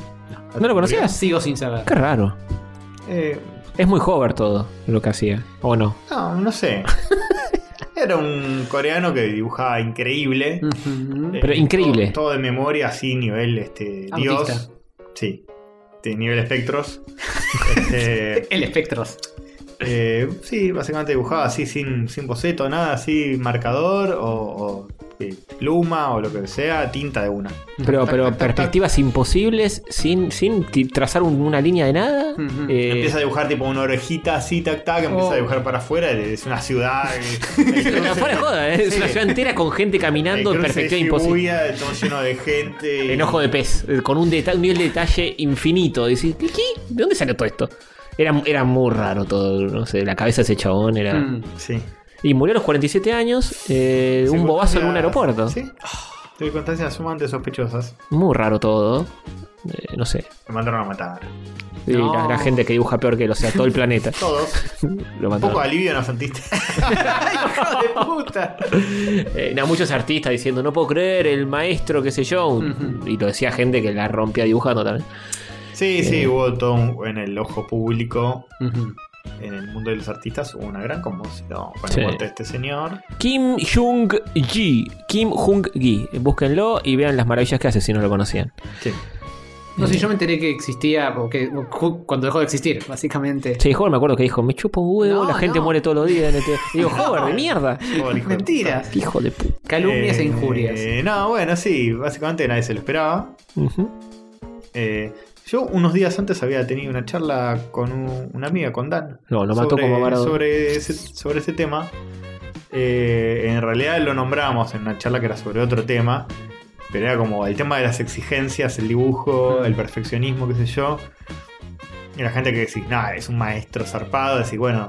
Speaker 1: ¿No lo conocías?
Speaker 2: Sigo sin saber.
Speaker 1: Qué raro.
Speaker 3: Eh,
Speaker 1: Es muy hover todo lo que hacía. ¿O no?
Speaker 3: no, no sé. era un coreano que dibujaba increíble.
Speaker 2: Ujú.
Speaker 3: Eh,
Speaker 1: Mm. Pero increíble.
Speaker 3: Todo, todo de memoria, así, nivel este, Dios.
Speaker 2: Autista.
Speaker 3: Sí. De nivel espectros. Este,
Speaker 2: El espectros.
Speaker 3: eh, sí, básicamente dibujaba así, sin, sin boceto, nada, así, marcador o, o, eh, pluma o lo que sea, tinta de una.
Speaker 1: Pero,
Speaker 3: Tac,
Speaker 1: pero
Speaker 3: tac, tac,
Speaker 1: perspectivas imposibles, sin, sin ti- trazar un- una línea de nada.
Speaker 2: Ujú.
Speaker 1: Eh,
Speaker 3: Empieza a dibujar tipo una orejita así, tac, tac, empieza
Speaker 2: Oh.
Speaker 3: a dibujar para afuera, es una ciudad. eh,
Speaker 1: pero fuera de joda, ¿eh? es una ciudad entera con gente caminando en perspectiva imposible.
Speaker 3: imposible. Todo lleno de gente.
Speaker 1: Enojo de pez, eh, con un, deta- un nivel de detalle infinito. Decís, ¿qué, qué? ¿De dónde salió todo esto? Era, era muy raro todo, no sé, la cabeza de ese chabón era...
Speaker 2: Mm.
Speaker 3: Sí.
Speaker 1: Y murió a los 47 años, eh, un bobazo en un aeropuerto.
Speaker 3: Sí. Circunstancias sumamente sospechosas.
Speaker 1: Muy raro todo. Eh, no sé.
Speaker 3: Me mandaron a matar.
Speaker 1: Y
Speaker 2: No.
Speaker 1: la, la gente que dibuja peor que él, o sea, todo el planeta.
Speaker 3: Todos.
Speaker 1: Lo
Speaker 3: Un poco
Speaker 1: mataron.
Speaker 3: de alivio no sentiste.
Speaker 2: ¡Hijo de puta!
Speaker 1: Eh, no, muchos artistas diciendo, no puedo creer, el maestro, qué sé yo. un- Y lo decía gente que la rompía dibujando también.
Speaker 3: Sí,
Speaker 1: Eh.
Speaker 3: sí, hubo todo un- en el ojo público,
Speaker 2: Ujú.
Speaker 3: en el mundo de los artistas, hubo una gran conmoción con
Speaker 1: Sí.
Speaker 3: la muerte de este señor.
Speaker 1: Kim Jong-gi. Kim Jong-gi. Búsquenlo y vean las maravillas que hace si no lo conocían.
Speaker 3: Sí.
Speaker 2: No sé, yo me enteré que existía o que- o ju- cuando dejó de existir, básicamente.
Speaker 1: Sí, Hover me acuerdo que dijo, me chupo un huevo,
Speaker 2: No,
Speaker 1: la gente
Speaker 2: no.
Speaker 1: muere todos los días. en este-". Digo, Hover, de mierda.
Speaker 2: Mentiras,
Speaker 1: Qué Hijo de puta.
Speaker 2: calumnias e injurias.
Speaker 3: Eh, No, bueno, sí, básicamente nadie se lo esperaba.
Speaker 1: Ujú.
Speaker 3: Eh, yo unos días antes había tenido una charla con un- una amiga, con Dan.
Speaker 1: No, lo mató
Speaker 3: sobre,
Speaker 1: como Maradona.
Speaker 3: Sobre ese, sobre ese tema. Eh, en realidad lo nombramos en una charla que era sobre otro tema. Pero era como el tema de las exigencias, el dibujo, el perfeccionismo, qué sé yo. Y la gente que decís, nada, es un maestro zarpado. Decís, bueno,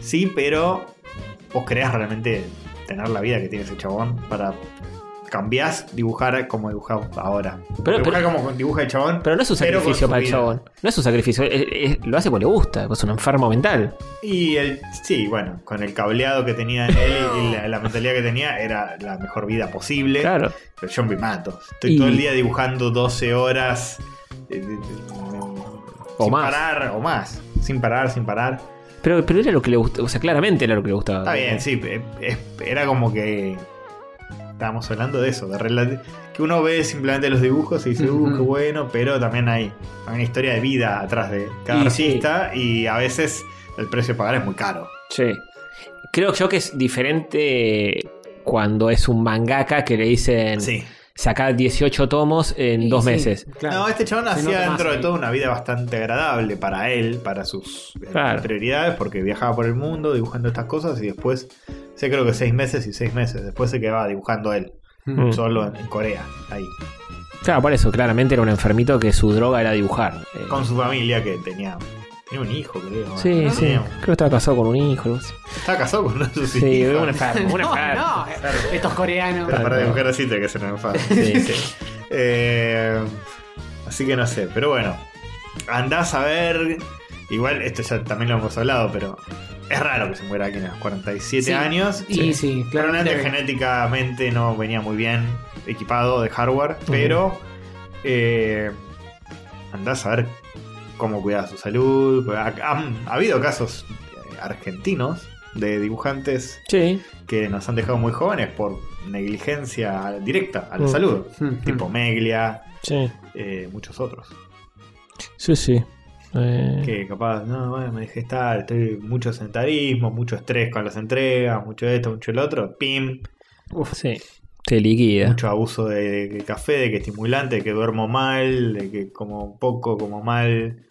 Speaker 3: sí, pero vos querés realmente tener la vida que tiene ese chabón para cambiás dibujar como dibujaba ahora.
Speaker 1: Pero-
Speaker 3: dibujar
Speaker 1: pero-
Speaker 3: como dibuja el chabón.
Speaker 1: Pero no es un
Speaker 3: pero con
Speaker 1: sacrificio
Speaker 3: su
Speaker 1: para el
Speaker 3: vida.
Speaker 1: chabón. No es un sacrificio. es- es- lo hace porque le gusta. Es un enfermo mental.
Speaker 3: Y el, sí, bueno, con el cableado que tenía él y la, la mentalidad que tenía, era la mejor vida posible.
Speaker 1: Claro.
Speaker 3: Pero yo me mato. Estoy
Speaker 1: Y-
Speaker 3: todo el día dibujando 12 horas. eh, eh, eh,
Speaker 1: O
Speaker 3: sin
Speaker 1: más.
Speaker 3: parar, o más. Sin parar, sin parar.
Speaker 1: Pero, pero era lo que le gustaba. O sea, claramente era lo que le gustaba.
Speaker 3: Está bien, sí. eh, eh, Era como que. Estábamos hablando de eso, de relati- que uno ve simplemente los dibujos y dice, uh, qué
Speaker 2: Ujú.
Speaker 3: bueno, pero también hay, hay una historia de vida atrás de cada
Speaker 1: Y sí.
Speaker 3: artista y a veces el precio a pagar es muy caro.
Speaker 1: Sí. Creo yo que es diferente cuando es un mangaka que le dicen
Speaker 3: Sí.
Speaker 1: saca 18 tomos en
Speaker 2: Y
Speaker 1: dos
Speaker 2: sí,
Speaker 1: meses.
Speaker 2: claro.
Speaker 3: No, este chabón
Speaker 2: Se nota
Speaker 3: hacía
Speaker 2: más
Speaker 3: dentro de
Speaker 2: ahí.
Speaker 3: todo una vida bastante agradable para él, para sus eh,
Speaker 1: Claro.
Speaker 3: prioridades, porque viajaba por el mundo dibujando estas cosas y después, sé creo que seis meses y seis meses, después se quedaba dibujando él,
Speaker 1: Mm.
Speaker 3: solo en, en Corea, ahí,
Speaker 1: Claro, por eso, claramente era un enfermito que su droga era dibujar. Eh,
Speaker 3: con su familia que tenía, tenía un hijo, creo.
Speaker 1: Sí,
Speaker 3: ¿no?
Speaker 1: sí.
Speaker 3: Tenía-
Speaker 1: Creo que estaba casado con un hijo. algo así.
Speaker 3: Estaba casado con uno de sus
Speaker 1: Sí,
Speaker 3: hijos.
Speaker 1: un enfermo. Un
Speaker 2: No,
Speaker 1: enfermo.
Speaker 2: no, estos coreanos.
Speaker 3: Pero para dibujar así te que ser un enfermo.
Speaker 1: Sí.
Speaker 3: Sí. Eh, así que no sé, pero bueno. Andás a ver. Igual, esto ya también lo hemos hablado, pero Es raro que se muera alguien a los 47
Speaker 2: Sí.
Speaker 3: años.
Speaker 2: Y sí, claro,
Speaker 3: Claramente
Speaker 2: debe.
Speaker 3: genéticamente no venía muy bien equipado de hardware, pero eh, andás a ver cómo cuidaba su salud. Ha, han- ha habido casos eh, argentinos de dibujantes
Speaker 1: Sí.
Speaker 3: que nos han dejado muy jóvenes por negligencia directa a la
Speaker 1: Mm.
Speaker 3: salud,
Speaker 2: Mm,
Speaker 3: tipo Meglia,
Speaker 1: Sí.
Speaker 3: eh, muchos otros.
Speaker 1: Sí, sí. Eh,
Speaker 3: Que capaz, no, bueno, me dejé estar, estoy mucho sentarismo, mucho estrés con las entregas, mucho esto, mucho el otro, pim,
Speaker 1: Sí. Te liquida.
Speaker 3: mucho abuso de, de café, de que estimulante, de que duermo mal, de que como poco, como mal.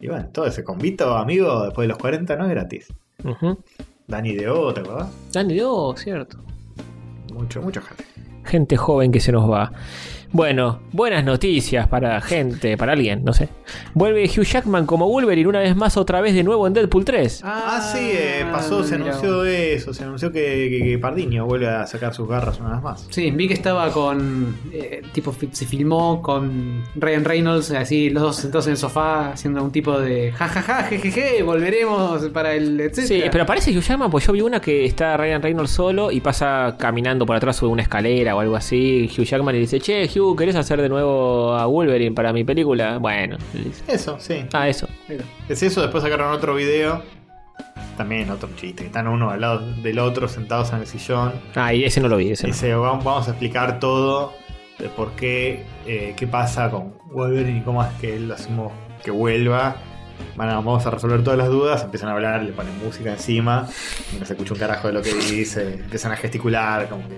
Speaker 3: Y bueno, todo ese convito, amigo, después de los 40 no es gratis.
Speaker 1: Ujú.
Speaker 3: Dani de O, ¿te acordás?
Speaker 1: Dani, oh, cierto.
Speaker 3: Mucho, mucha gente.
Speaker 1: Gente joven que se nos va. Bueno, buenas noticias para gente, para alguien, no sé. Vuelve Hugh Jackman como Wolverine una vez más, otra vez de nuevo en Deadpool 3.
Speaker 3: Ah, sí, eh, pasó, se
Speaker 2: Ah, mira.
Speaker 3: anunció eso, se anunció que, que- que Pardiño vuelve a sacar sus garras una vez más.
Speaker 2: Sí, vi que estaba con. eh, tipo, fi- se filmó con Ryan Reynolds, así, los dos sentados en el sofá, haciendo un tipo de jajaja, jejeje, volveremos para el.
Speaker 1: Sí,
Speaker 2: etcétera.
Speaker 1: pero aparece Hugh Jackman, pues yo vi una que está Ryan Reynolds solo y pasa caminando por atrás de una escalera o algo así. Hugh Jackman le dice, che, Hugh, ¿querés hacer de nuevo a Wolverine para mi película? Bueno, le dice.
Speaker 3: Eso, sí.
Speaker 1: Ah, eso.
Speaker 2: Mira.
Speaker 3: Es eso, después sacaron otro video. También otro chiste. Están uno al lado del otro sentados en el sillón.
Speaker 1: Ah, y ese no lo vi, ese no.
Speaker 3: Dice, "Va- vamos a explicar todo de por qué, eh, qué pasa con Wolverine y cómo es que él lo hacemos que vuelva. Van a- vamos a resolver todas las dudas. Empiezan a hablar, le ponen música encima. y No se escucha un carajo de lo que dice. Empiezan a gesticular, como que.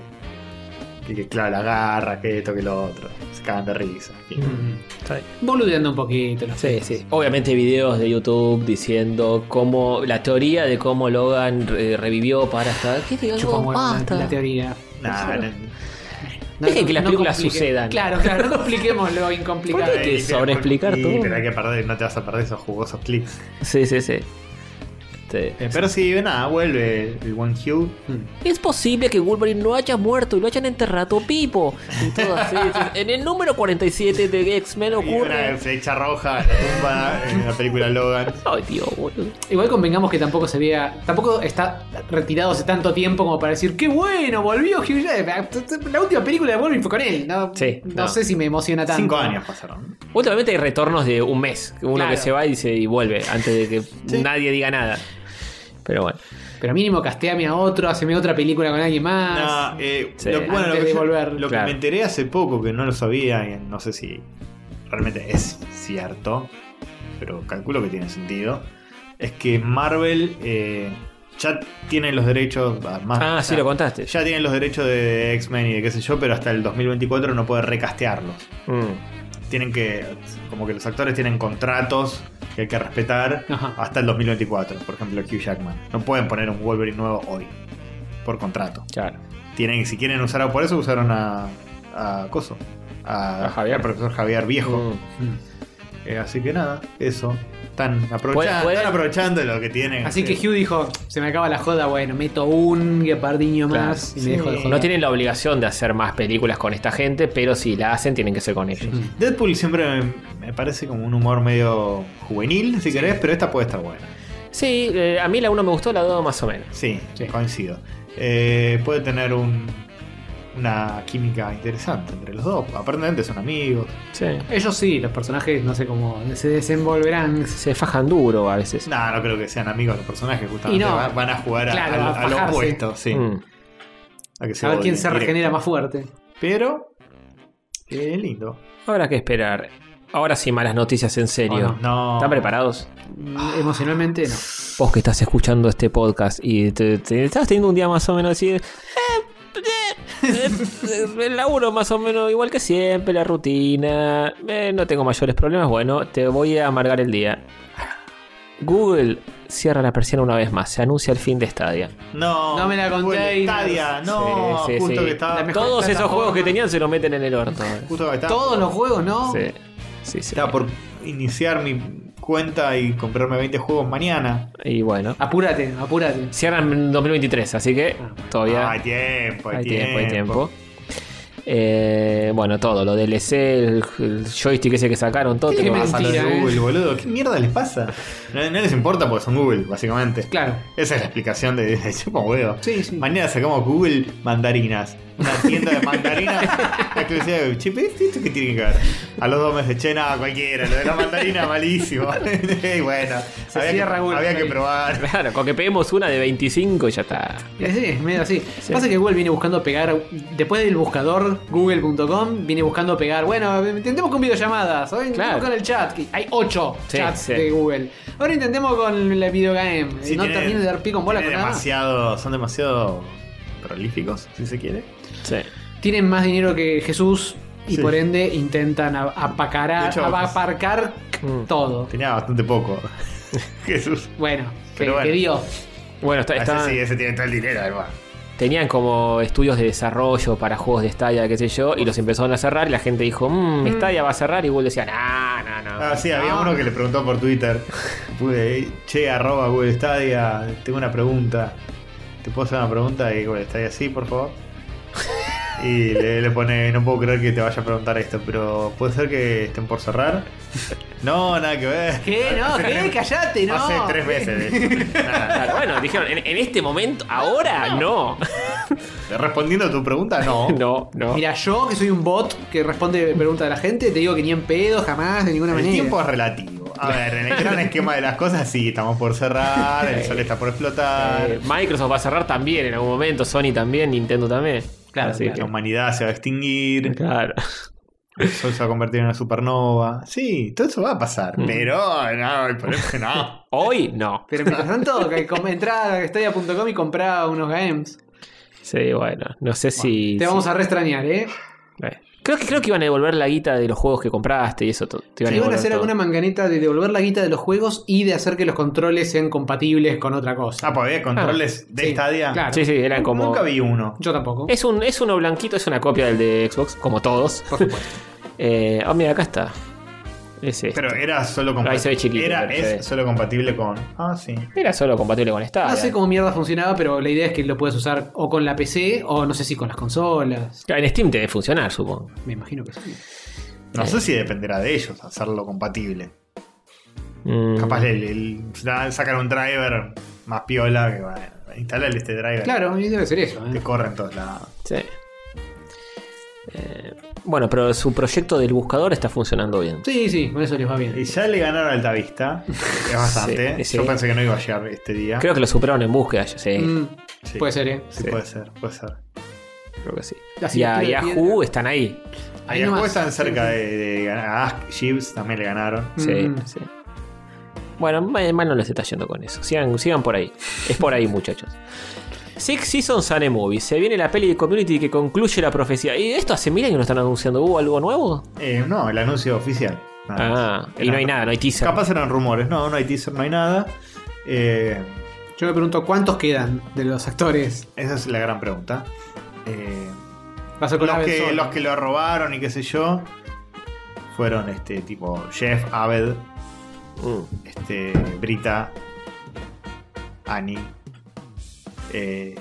Speaker 3: que- que, claro, la agarra, que esto, que lo otro. Se cagan de risa. en fin.
Speaker 1: Está bien.
Speaker 2: mm, Boludeando un poquito. los
Speaker 1: mm, Sí,
Speaker 2: chicos.
Speaker 1: sí. Obviamente videos de YouTube diciendo cómo la teoría de cómo Logan eh, revivió para estar. ¿Qué te
Speaker 2: Chupa
Speaker 1: digo?
Speaker 2: huevo la-
Speaker 1: Basta.
Speaker 2: la teoría.
Speaker 3: Nah, no-
Speaker 1: Dejen que las películas
Speaker 2: complique-
Speaker 1: sucedan.
Speaker 2: Claro, claro, no compliquemos lo incomplicado.
Speaker 1: ¿Por qué? que
Speaker 3: Y-
Speaker 1: sobreexplicar
Speaker 3: y-
Speaker 1: todo.
Speaker 3: Pero hay que perder, no te vas a perder esos jugosos clics.
Speaker 1: Sí, sí, Este, sí. Sí.
Speaker 3: Eh, pero sí, nada, vuelve el One Hugh.
Speaker 2: Mm.
Speaker 1: Es posible que Wolverine no haya muerto y lo hayan enterrado Pipo. Y todo así. En el número 47 de X-Men
Speaker 3: Y una
Speaker 1: ocurre.
Speaker 3: flecha roja en la tumba en la película Logan.
Speaker 1: Ay, Dios, boludo.
Speaker 2: Igual convengamos que tampoco se vea. Tampoco está retirado hace tanto tiempo como para decir, ¡qué bueno! Volvió Hugh Jackman". La última película de Wolverine fue con él. No,
Speaker 1: Sí,
Speaker 2: no,
Speaker 1: no.
Speaker 2: sé si me emociona tanto.
Speaker 3: Cinco años pasaron.
Speaker 1: Últimamente hay retornos de un mes. Uno
Speaker 2: Claro.
Speaker 1: que se va y se y vuelve antes de que nadie diga nada. Pero bueno.
Speaker 2: Pero mínimo casteame a otro, haceme otra película con alguien más.
Speaker 3: No, eh,
Speaker 1: Sí.
Speaker 3: lo, bueno, lo
Speaker 2: Antes
Speaker 3: que,
Speaker 2: de
Speaker 3: yo-
Speaker 2: volver,
Speaker 3: lo que
Speaker 1: claro.
Speaker 3: me enteré hace poco, que no lo sabía, y no sé si realmente es cierto, pero calculo que tiene sentido, es que Marvel eh, ya tiene los derechos, además,
Speaker 1: Ah, sí,
Speaker 3: ya-
Speaker 1: lo contaste.
Speaker 3: ya tienen los derechos de X-Men y de qué sé yo, pero hasta el 2024 no puede recastearlos.
Speaker 1: Mm.
Speaker 3: tienen que, como que los actores tienen contratos que hay que respetar
Speaker 2: Ajá.
Speaker 3: hasta el 2024. Por ejemplo, Hugh Jackman. No pueden poner un Wolverine nuevo hoy, por contrato.
Speaker 1: Claro.
Speaker 3: Tienen, si quieren usar, a- por eso usaron a, a Coso, a,
Speaker 1: A Javier.
Speaker 3: al profesor Javier Viejo.
Speaker 1: Mm.
Speaker 3: Eh, así que nada, eso. Están aprovechando,
Speaker 1: Pueden- pueden-
Speaker 3: están aprovechando lo que tienen.
Speaker 2: Así que
Speaker 3: Sí.
Speaker 2: Hugh dijo, se me acaba la joda, bueno, meto un guepardiño
Speaker 1: Claro,
Speaker 2: más y
Speaker 3: sí.
Speaker 2: me dejo de joder.
Speaker 1: No tienen la obligación de hacer más películas con esta gente, pero si la hacen, tienen que ser con ellos.
Speaker 2: Mm.
Speaker 3: Deadpool siempre me, me parece como un humor medio juvenil, si querés, pero esta puede estar buena.
Speaker 1: Sí, eh, a mí la 1 me gustó, la 2 más o menos.
Speaker 3: Sí,
Speaker 2: Sí.
Speaker 3: coincido. Eh, puede tener un- una química interesante entre los dos. Aparentemente son amigos.
Speaker 1: Sí.
Speaker 2: Ellos sí, los personajes no sé cómo se desenvolverán.
Speaker 1: Se fajan duro a veces.
Speaker 3: No, no creo que sean amigos los personajes, justamente.
Speaker 2: Y no.
Speaker 3: Va- van a jugar a-
Speaker 2: Claro,
Speaker 3: a,
Speaker 2: a
Speaker 3: a lo
Speaker 2: fajarse.
Speaker 3: opuesto, sí.
Speaker 1: Mm.
Speaker 3: A, que se
Speaker 2: A ver quién
Speaker 3: odien
Speaker 2: se
Speaker 3: directo.
Speaker 2: regenera más fuerte.
Speaker 3: Pero, eh, lindo.
Speaker 1: Habrá que esperar. Ahora sí, malas noticias en serio.
Speaker 2: Oh,
Speaker 3: No.
Speaker 1: ¿Están preparados?
Speaker 3: Ah.
Speaker 2: Emocionalmente no.
Speaker 1: Vos que estás escuchando este podcast y te, te- estás teniendo un día más o menos así. eh, eh, eh, eh, El laburo más o menos igual que siempre, la rutina. eh, no tengo mayores problemas. Bueno, te voy a amargar el día. Google cierra la persiana una vez más. Se anuncia el fin de Stadia.
Speaker 3: No,
Speaker 2: No me la contéis.
Speaker 3: Stadia, no.
Speaker 1: Sí, sí,
Speaker 3: justo
Speaker 1: sí.
Speaker 3: que estaba.
Speaker 2: La mejor
Speaker 1: Todos esos
Speaker 2: plataforma.
Speaker 1: juegos que tenían se los meten en el orto. eh.
Speaker 3: Justo que estaba.
Speaker 2: Todos los juegos, ¿no?
Speaker 1: Sí, sí, sí.
Speaker 3: Estaba por iniciar mi cuenta y comprarme 20 juegos mañana.
Speaker 1: Y bueno.
Speaker 2: Apúrate, apúrate.
Speaker 1: Cierran en 2023, así que todavía
Speaker 3: Ah, hay tiempo, hay,
Speaker 1: hay tiempo, hay tiempo. Eh, bueno, todo, lo DLC, el, el joystick ese que sacaron, todo.
Speaker 2: Qué
Speaker 1: te lo
Speaker 2: mentira,
Speaker 1: vas a-
Speaker 3: Los de
Speaker 2: eh.
Speaker 3: Google, boludo. ¿Qué mierda les pasa? No, no les importa porque son Google, básicamente.
Speaker 2: Claro.
Speaker 3: Esa es la explicación de, de chupa un huevo.
Speaker 2: Sí, sí.
Speaker 3: Mañana sacamos Google mandarinas. Una tienda de mandarinas exclusiva de Chip, ¿esto esto qué tiene que ver? A los dos meses, che, nada, cualquiera. Lo de la mandarina, malísimo. y bueno,
Speaker 2: Se
Speaker 3: había,
Speaker 2: cierra
Speaker 3: que,
Speaker 2: Google
Speaker 3: había que
Speaker 2: Play.
Speaker 3: probar.
Speaker 1: Claro, con que peguemos una de 25 y ya está.
Speaker 2: Y así, es medio así. Pasa que Google viene buscando pegar, después del buscador, google.com, viene buscando pegar, bueno, intentemos con videollamadas, ahora intentemos
Speaker 1: Claro.
Speaker 2: con el chat, que hay ocho
Speaker 1: Sí,
Speaker 2: chats
Speaker 1: sí.
Speaker 2: de Google. Ahora intentemos con la videogame,
Speaker 3: Sí,
Speaker 2: no
Speaker 3: tiene-
Speaker 2: termine de dar pie con bola
Speaker 3: tiene
Speaker 2: con nada.
Speaker 3: demasiado, Son demasiado prolíficos, si se quiere.
Speaker 1: Sí.
Speaker 2: Tienen más dinero que Jesús y
Speaker 3: Sí.
Speaker 2: por ende intentan a-
Speaker 3: De
Speaker 2: apacarar,
Speaker 3: hecho,
Speaker 2: a- aparcar
Speaker 1: Mm.
Speaker 2: todo.
Speaker 3: Tenía bastante poco. Jesús.
Speaker 2: Bueno, que,
Speaker 3: Pero bueno.
Speaker 2: que dio.
Speaker 1: Bueno, está,
Speaker 3: Ese
Speaker 1: estaban-
Speaker 3: sí, ese tiene todo el dinero, además.
Speaker 1: tenían como estudios de desarrollo para juegos de Stadia, qué sé yo, y los empezaron a cerrar y la gente dijo,
Speaker 2: Mm.
Speaker 1: mmm, Stadia va a cerrar y Google decía, no, no, no.
Speaker 3: Ah, sí, había uno que le preguntó por Twitter. Pude, che, arroba Google Stadia, tengo una pregunta. ¿Te puedo hacer una pregunta? Y Google Stadia, sí, por favor. Y le, le pone, no puedo creer que te vaya a preguntar esto, pero ¿puede ser que estén por cerrar? No, nada que ver.
Speaker 2: ¿Qué? No, ¿qué? Callate, no.
Speaker 3: Hace tres veces. de hecho. Nada.
Speaker 1: Claro, bueno, dijeron, en, en este momento, ahora no.
Speaker 3: Respondiendo a tu pregunta, no.
Speaker 1: No, no.
Speaker 2: Mira, yo que soy un bot que responde preguntas de la gente, te digo que ni en pedo, jamás, de ninguna
Speaker 3: El
Speaker 2: manera.
Speaker 3: tiempo es relativo. A ver, en el gran esquema de las cosas, sí, estamos por cerrar, el sol está por explotar.
Speaker 1: Eh, Microsoft va a cerrar también en algún momento, Sony también, Nintendo también.
Speaker 2: Claro,
Speaker 1: Así
Speaker 2: claro.
Speaker 3: La humanidad se va a extinguir.
Speaker 1: que- claro.
Speaker 3: El sol se va a convertir en una supernova. Sí, todo eso va a pasar.
Speaker 1: Mm.
Speaker 3: Pero no, el problema es que no.
Speaker 1: Hoy no.
Speaker 2: Pero mientras tanto, que com- entrá a Stadia.com y comprá unos games.
Speaker 1: Sí, bueno, no sé si.
Speaker 2: Te
Speaker 1: si-
Speaker 2: vamos a re extrañar, ¿eh?
Speaker 1: eh. Creo que creo que iban a devolver la guita de los juegos que compraste y eso. to- Te
Speaker 2: Si
Speaker 1: iban a
Speaker 2: van a
Speaker 1: devolver
Speaker 2: hacer
Speaker 1: todo.
Speaker 2: alguna manganeta de devolver la guita de los juegos y de hacer que los controles sean compatibles con otra cosa.
Speaker 3: Ah, pues había controles de
Speaker 2: sí,
Speaker 3: Stadia.
Speaker 2: claro.
Speaker 1: Sí, sí, eran como.
Speaker 3: Nunca vi uno.
Speaker 2: Yo tampoco.
Speaker 1: Es un, es uno blanquito, es una copia del de Xbox, como todos. Por supuesto. eh, oh, mira, acá está. Es este.
Speaker 3: Pero era solo
Speaker 1: Ahí se ve
Speaker 3: compatible.
Speaker 1: chiquito,
Speaker 3: Era,
Speaker 1: pero se ve.
Speaker 3: es solo compatible con. Ah, sí.
Speaker 1: Era solo compatible con
Speaker 3: Ah,
Speaker 1: Stadia.
Speaker 2: No sé cómo mierda funcionaba, pero la idea es que lo puedes usar o con la PC o no sé si con las consolas.
Speaker 1: Ah, En Steam debe funcionar, supongo.
Speaker 2: Me imagino que sí.
Speaker 3: No sé si dependerá de ellos hacerlo compatible.
Speaker 1: Mm.
Speaker 3: Capaz el, el- sacan un driver más piola que bueno, instalarle este driver.
Speaker 2: Claro, y debe ser eso. ¿eh?
Speaker 3: Te corre en todos lados.
Speaker 1: Sí. Eh, bueno, pero su proyecto del buscador está funcionando bien.
Speaker 2: Sí, sí, con eso les va bien.
Speaker 3: Y ya le ganaron a Altavista. Es bastante.
Speaker 1: Sí, sí.
Speaker 3: Yo pensé que no iba a llegar este día.
Speaker 1: Creo que lo superaron en búsqueda, ya sé.
Speaker 2: Mm,
Speaker 3: Sí.
Speaker 2: Puede ser, ¿eh?
Speaker 3: Sí,
Speaker 1: Sí.
Speaker 3: puede ser, puede ser.
Speaker 1: Creo que sí.
Speaker 2: La
Speaker 1: Y a
Speaker 2: asignatura de
Speaker 1: Yahoo
Speaker 2: piedra.
Speaker 1: están ahí.
Speaker 2: Ahí
Speaker 3: Ahí después
Speaker 2: nomás.
Speaker 3: están cerca de, de ganar. A Ask Gibbs también le ganaron.
Speaker 1: Sí,
Speaker 2: Mm.
Speaker 1: sí. Bueno, mal mal no les está yendo con eso. Sigan, sigan por ahí. Es por ahí, muchachos. Six Seasons and a Movie. Se viene la peli de Community que concluye la profecía. ¿Y esto hace mil años que no están anunciando? ¿Hubo algo nuevo?
Speaker 3: Eh, no, el anuncio oficial. Nada
Speaker 1: Ah,
Speaker 3: más.
Speaker 1: y no hay
Speaker 3: Eran-
Speaker 1: nada, no hay teaser.
Speaker 3: Capaz eran rumores. No, no hay teaser, no hay nada. Eh,
Speaker 2: Yo me pregunto cuántos quedan de los actores.
Speaker 3: esa es la gran pregunta. Eh,
Speaker 2: Va a ser con
Speaker 3: los,
Speaker 2: Abel
Speaker 3: que,
Speaker 2: solo.
Speaker 3: los que lo robaron y qué sé yo fueron este tipo Jeff, Abed,
Speaker 1: Mm.
Speaker 3: este, Brita, Annie. Eh,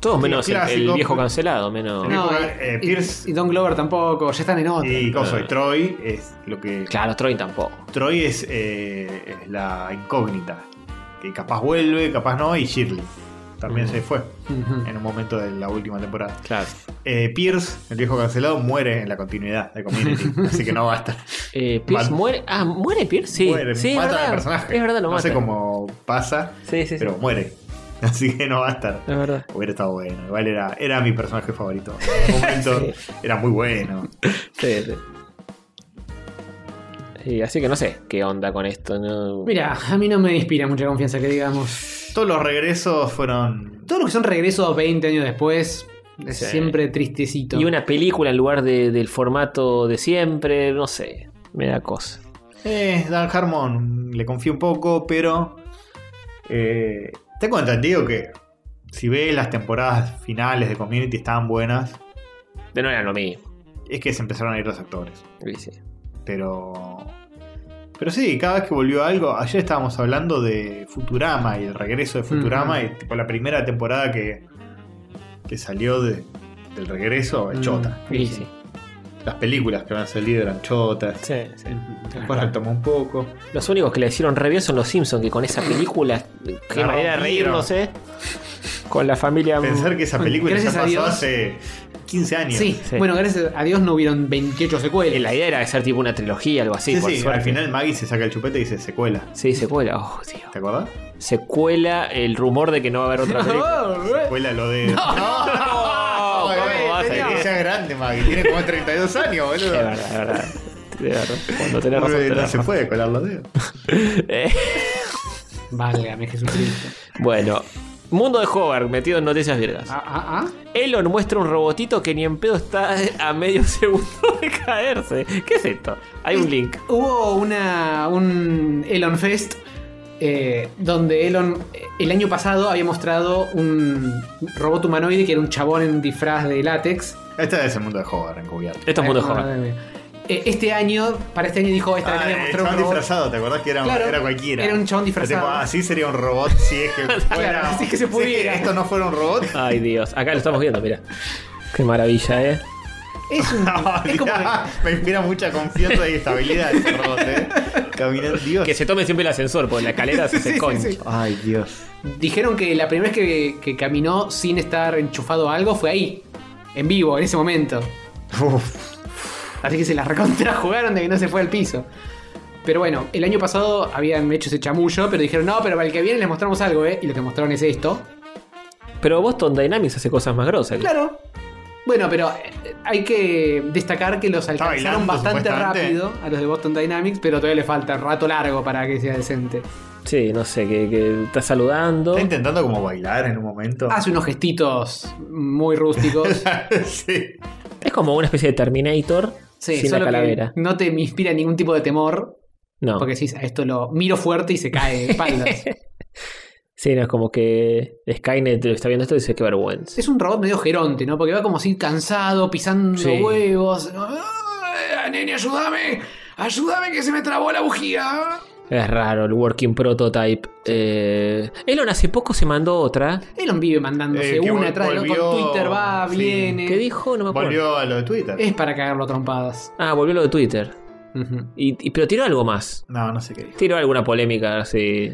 Speaker 1: Todos
Speaker 3: Los
Speaker 1: menos el- el,
Speaker 3: clásicos.
Speaker 1: viejo cancelado, menos.
Speaker 3: No. eh,
Speaker 2: y,
Speaker 3: Pierce.
Speaker 2: y Don Glover tampoco, ya están en otra.
Speaker 3: y coso, y Troy es lo que
Speaker 1: Ah. Claro, Troy tampoco.
Speaker 3: Troy es, eh, es la incógnita. Que capaz vuelve, capaz no. Y Shirley también
Speaker 1: Mm.
Speaker 3: se fue
Speaker 2: Ujú.
Speaker 3: en un momento de la última temporada.
Speaker 1: Claro.
Speaker 3: Eh, Pierce, el viejo cancelado, muere en la continuidad de Community. así que no basta.
Speaker 1: Eh, Pierce
Speaker 3: Mat-
Speaker 1: muere. Ah, muere Pierce, sí.
Speaker 3: muere,
Speaker 1: sí, es
Speaker 3: mata
Speaker 1: verdad.
Speaker 3: al personaje.
Speaker 1: Es verdad, lo
Speaker 3: no
Speaker 1: mata.
Speaker 3: sé cómo pasa,
Speaker 1: Sí, sí, sí.
Speaker 3: pero muere. Así que no va a estar.
Speaker 1: Es verdad.
Speaker 3: Hubiera estado bueno. Igual era, era mi personaje favorito. En un momento era muy bueno.
Speaker 1: Sí, sí. Sí, así que no sé qué onda con esto. No...
Speaker 2: Mira, a mí no me inspira mucha confianza que digamos.
Speaker 3: Todos los regresos fueron.
Speaker 2: Todos los que son regresos 20 años después es
Speaker 1: Sí.
Speaker 2: siempre tristecito.
Speaker 1: Y una película en lugar de- del formato de siempre, no sé. Me da cosa.
Speaker 3: Eh, Dan Harmon le confío un poco, pero. Eh, tengo entendido que si ves las temporadas finales de Community estaban buenas,
Speaker 1: De no era lo mismo.
Speaker 3: es que se empezaron a ir los actores.
Speaker 1: Y sí.
Speaker 3: Pero. Pero sí, cada vez que volvió algo, ayer estábamos hablando de Futurama y el regreso de Futurama
Speaker 2: Ujú.
Speaker 3: y tipo la primera temporada que, que salió de, del regreso es chota.
Speaker 1: Sí, sí.
Speaker 3: Las películas que van a salir eran chotas.
Speaker 1: Sí, sí.
Speaker 3: Después retomó un poco.
Speaker 1: Los únicos que le hicieron re bien son los Simpsons, que con esa película, qué
Speaker 3: La
Speaker 1: manera de
Speaker 3: rompieron.
Speaker 1: reírnos, ¿eh? Con la familia.
Speaker 3: Pensar que esa película
Speaker 2: Gracias
Speaker 3: ya
Speaker 2: a
Speaker 3: pasó
Speaker 2: Dios.
Speaker 3: hace 15 años.
Speaker 2: Sí.
Speaker 1: Sí.
Speaker 2: bueno, gracias a Dios no hubieron 28 secuelas.
Speaker 1: La idea era hacer tipo una trilogía, algo así,
Speaker 3: Sí,
Speaker 1: por
Speaker 3: sí,
Speaker 1: suerte.
Speaker 3: al final Maggie se saca el chupete y dice secuela.
Speaker 1: Sí, secuela. Oh, tío.
Speaker 3: ¿Te acordás?
Speaker 1: Secuela el rumor de que no va a haber otra película.
Speaker 2: Oh, eh.
Speaker 3: Secuela lo de. No,
Speaker 1: ¿cómo
Speaker 3: eh,
Speaker 1: vas a
Speaker 3: señor.
Speaker 1: decir?
Speaker 3: Ya es grande, Maggie. Tiene como 32 años,
Speaker 1: Es
Speaker 3: boludo.
Speaker 1: verdad, es verdad. De verdad. Cuando tenés razón,
Speaker 3: Hombre,
Speaker 1: tenés
Speaker 3: no se
Speaker 1: razón.
Speaker 3: puede colar los dedos.
Speaker 1: Eh,
Speaker 2: Válgame Jesucristo.
Speaker 1: bueno, mundo de Hover metido en noticias virgas.
Speaker 2: Ah, ah, ah.
Speaker 1: Elon muestra un robotito que ni en pedo está a medio segundo de caerse. ¿Qué es esto? Hay un link.
Speaker 2: Hubo una, un Elon Fest eh, donde Elon eh, el año pasado había mostrado un robot humanoide que era un chabón en disfraz de látex.
Speaker 3: Este es el mundo de Hover encubierto.
Speaker 2: Este
Speaker 1: Esto es mundo de Hover.
Speaker 2: Eh, Este año, para este año dijo, esta vez
Speaker 3: Ah,
Speaker 2: le
Speaker 3: el
Speaker 2: voy a mostrar un
Speaker 3: chabón
Speaker 2: robot.
Speaker 3: disfrazado, ¿te acordás que era,
Speaker 2: Claro,
Speaker 3: era cualquiera?
Speaker 2: era un chabón disfrazado.
Speaker 3: Tipo, así sería un robot si es que fuera.
Speaker 2: Claro, si es que se
Speaker 3: si
Speaker 2: pudiera.
Speaker 3: esto no fuera un robot.
Speaker 1: Ay, Dios. Acá lo estamos viendo, mira. Qué maravilla, ¿eh?
Speaker 2: Es un... es como que-
Speaker 3: Me inspira mucha confianza y estabilidad ese robot, eh. Caminando, Dios.
Speaker 1: Que se tome siempre el ascensor, porque la escalera se
Speaker 2: Sí,
Speaker 1: se
Speaker 2: sí,
Speaker 1: concha.
Speaker 2: sí.
Speaker 3: Ay, Dios.
Speaker 2: Dijeron que la primera vez que, que caminó sin estar enchufado a algo fue ahí, en vivo, en ese momento.
Speaker 3: Uf.
Speaker 2: Así que se las recontra jugaron de que no se fue al piso. Pero bueno, el año pasado habían hecho ese chamullo, pero dijeron, no, pero para el que viene les mostramos algo, ¿eh? Y lo que mostraron es esto.
Speaker 1: Pero Boston Dynamics hace cosas más grosas.
Speaker 2: Claro. Bueno, pero eh, hay que destacar que los alcanzaron
Speaker 3: bailando,
Speaker 2: bastante
Speaker 3: supuestamente.
Speaker 2: rápido a los de Boston Dynamics, pero todavía le falta rato largo para que sea decente.
Speaker 1: Sí, no sé, que, que está saludando.
Speaker 3: Está intentando como bailar en un momento.
Speaker 1: Ah.
Speaker 2: Hace unos gestitos muy rústicos.
Speaker 3: sí.
Speaker 1: Es como una especie de Terminator
Speaker 2: Sí,
Speaker 1: sin la
Speaker 2: solo que
Speaker 1: calavera.
Speaker 2: no te inspira ningún tipo de temor,
Speaker 1: No.
Speaker 2: porque decís, a esto lo miro fuerte y se cae de espaldas.
Speaker 1: Sí, no, es como que Skynet está viendo esto y dice, qué vergüenza.
Speaker 2: Es un robot medio geronte, ¿no? Porque va como así cansado, pisando
Speaker 1: Sí.
Speaker 2: huevos. ¡Ah, nene, ayúdame! ¡Ayúdame que se me trabó la bujía!
Speaker 1: Es raro, el working prototype. Eh, Elon hace poco se mandó otra.
Speaker 2: Elon vive mandándose
Speaker 3: Eh, que
Speaker 2: una
Speaker 3: vol-
Speaker 2: atrás de la otra. Con
Speaker 3: volvió,
Speaker 2: Twitter va,
Speaker 3: sí.
Speaker 2: viene.
Speaker 1: ¿Qué dijo? No Eh. me acuerdo.
Speaker 3: Volvió a lo de Twitter.
Speaker 2: Es para cagarlo a trompadas.
Speaker 1: Ah, volvió lo de Twitter.
Speaker 2: Ujú.
Speaker 1: Y, y- pero tiró algo más.
Speaker 3: No, no sé qué dijo.
Speaker 1: Tiró alguna polémica así.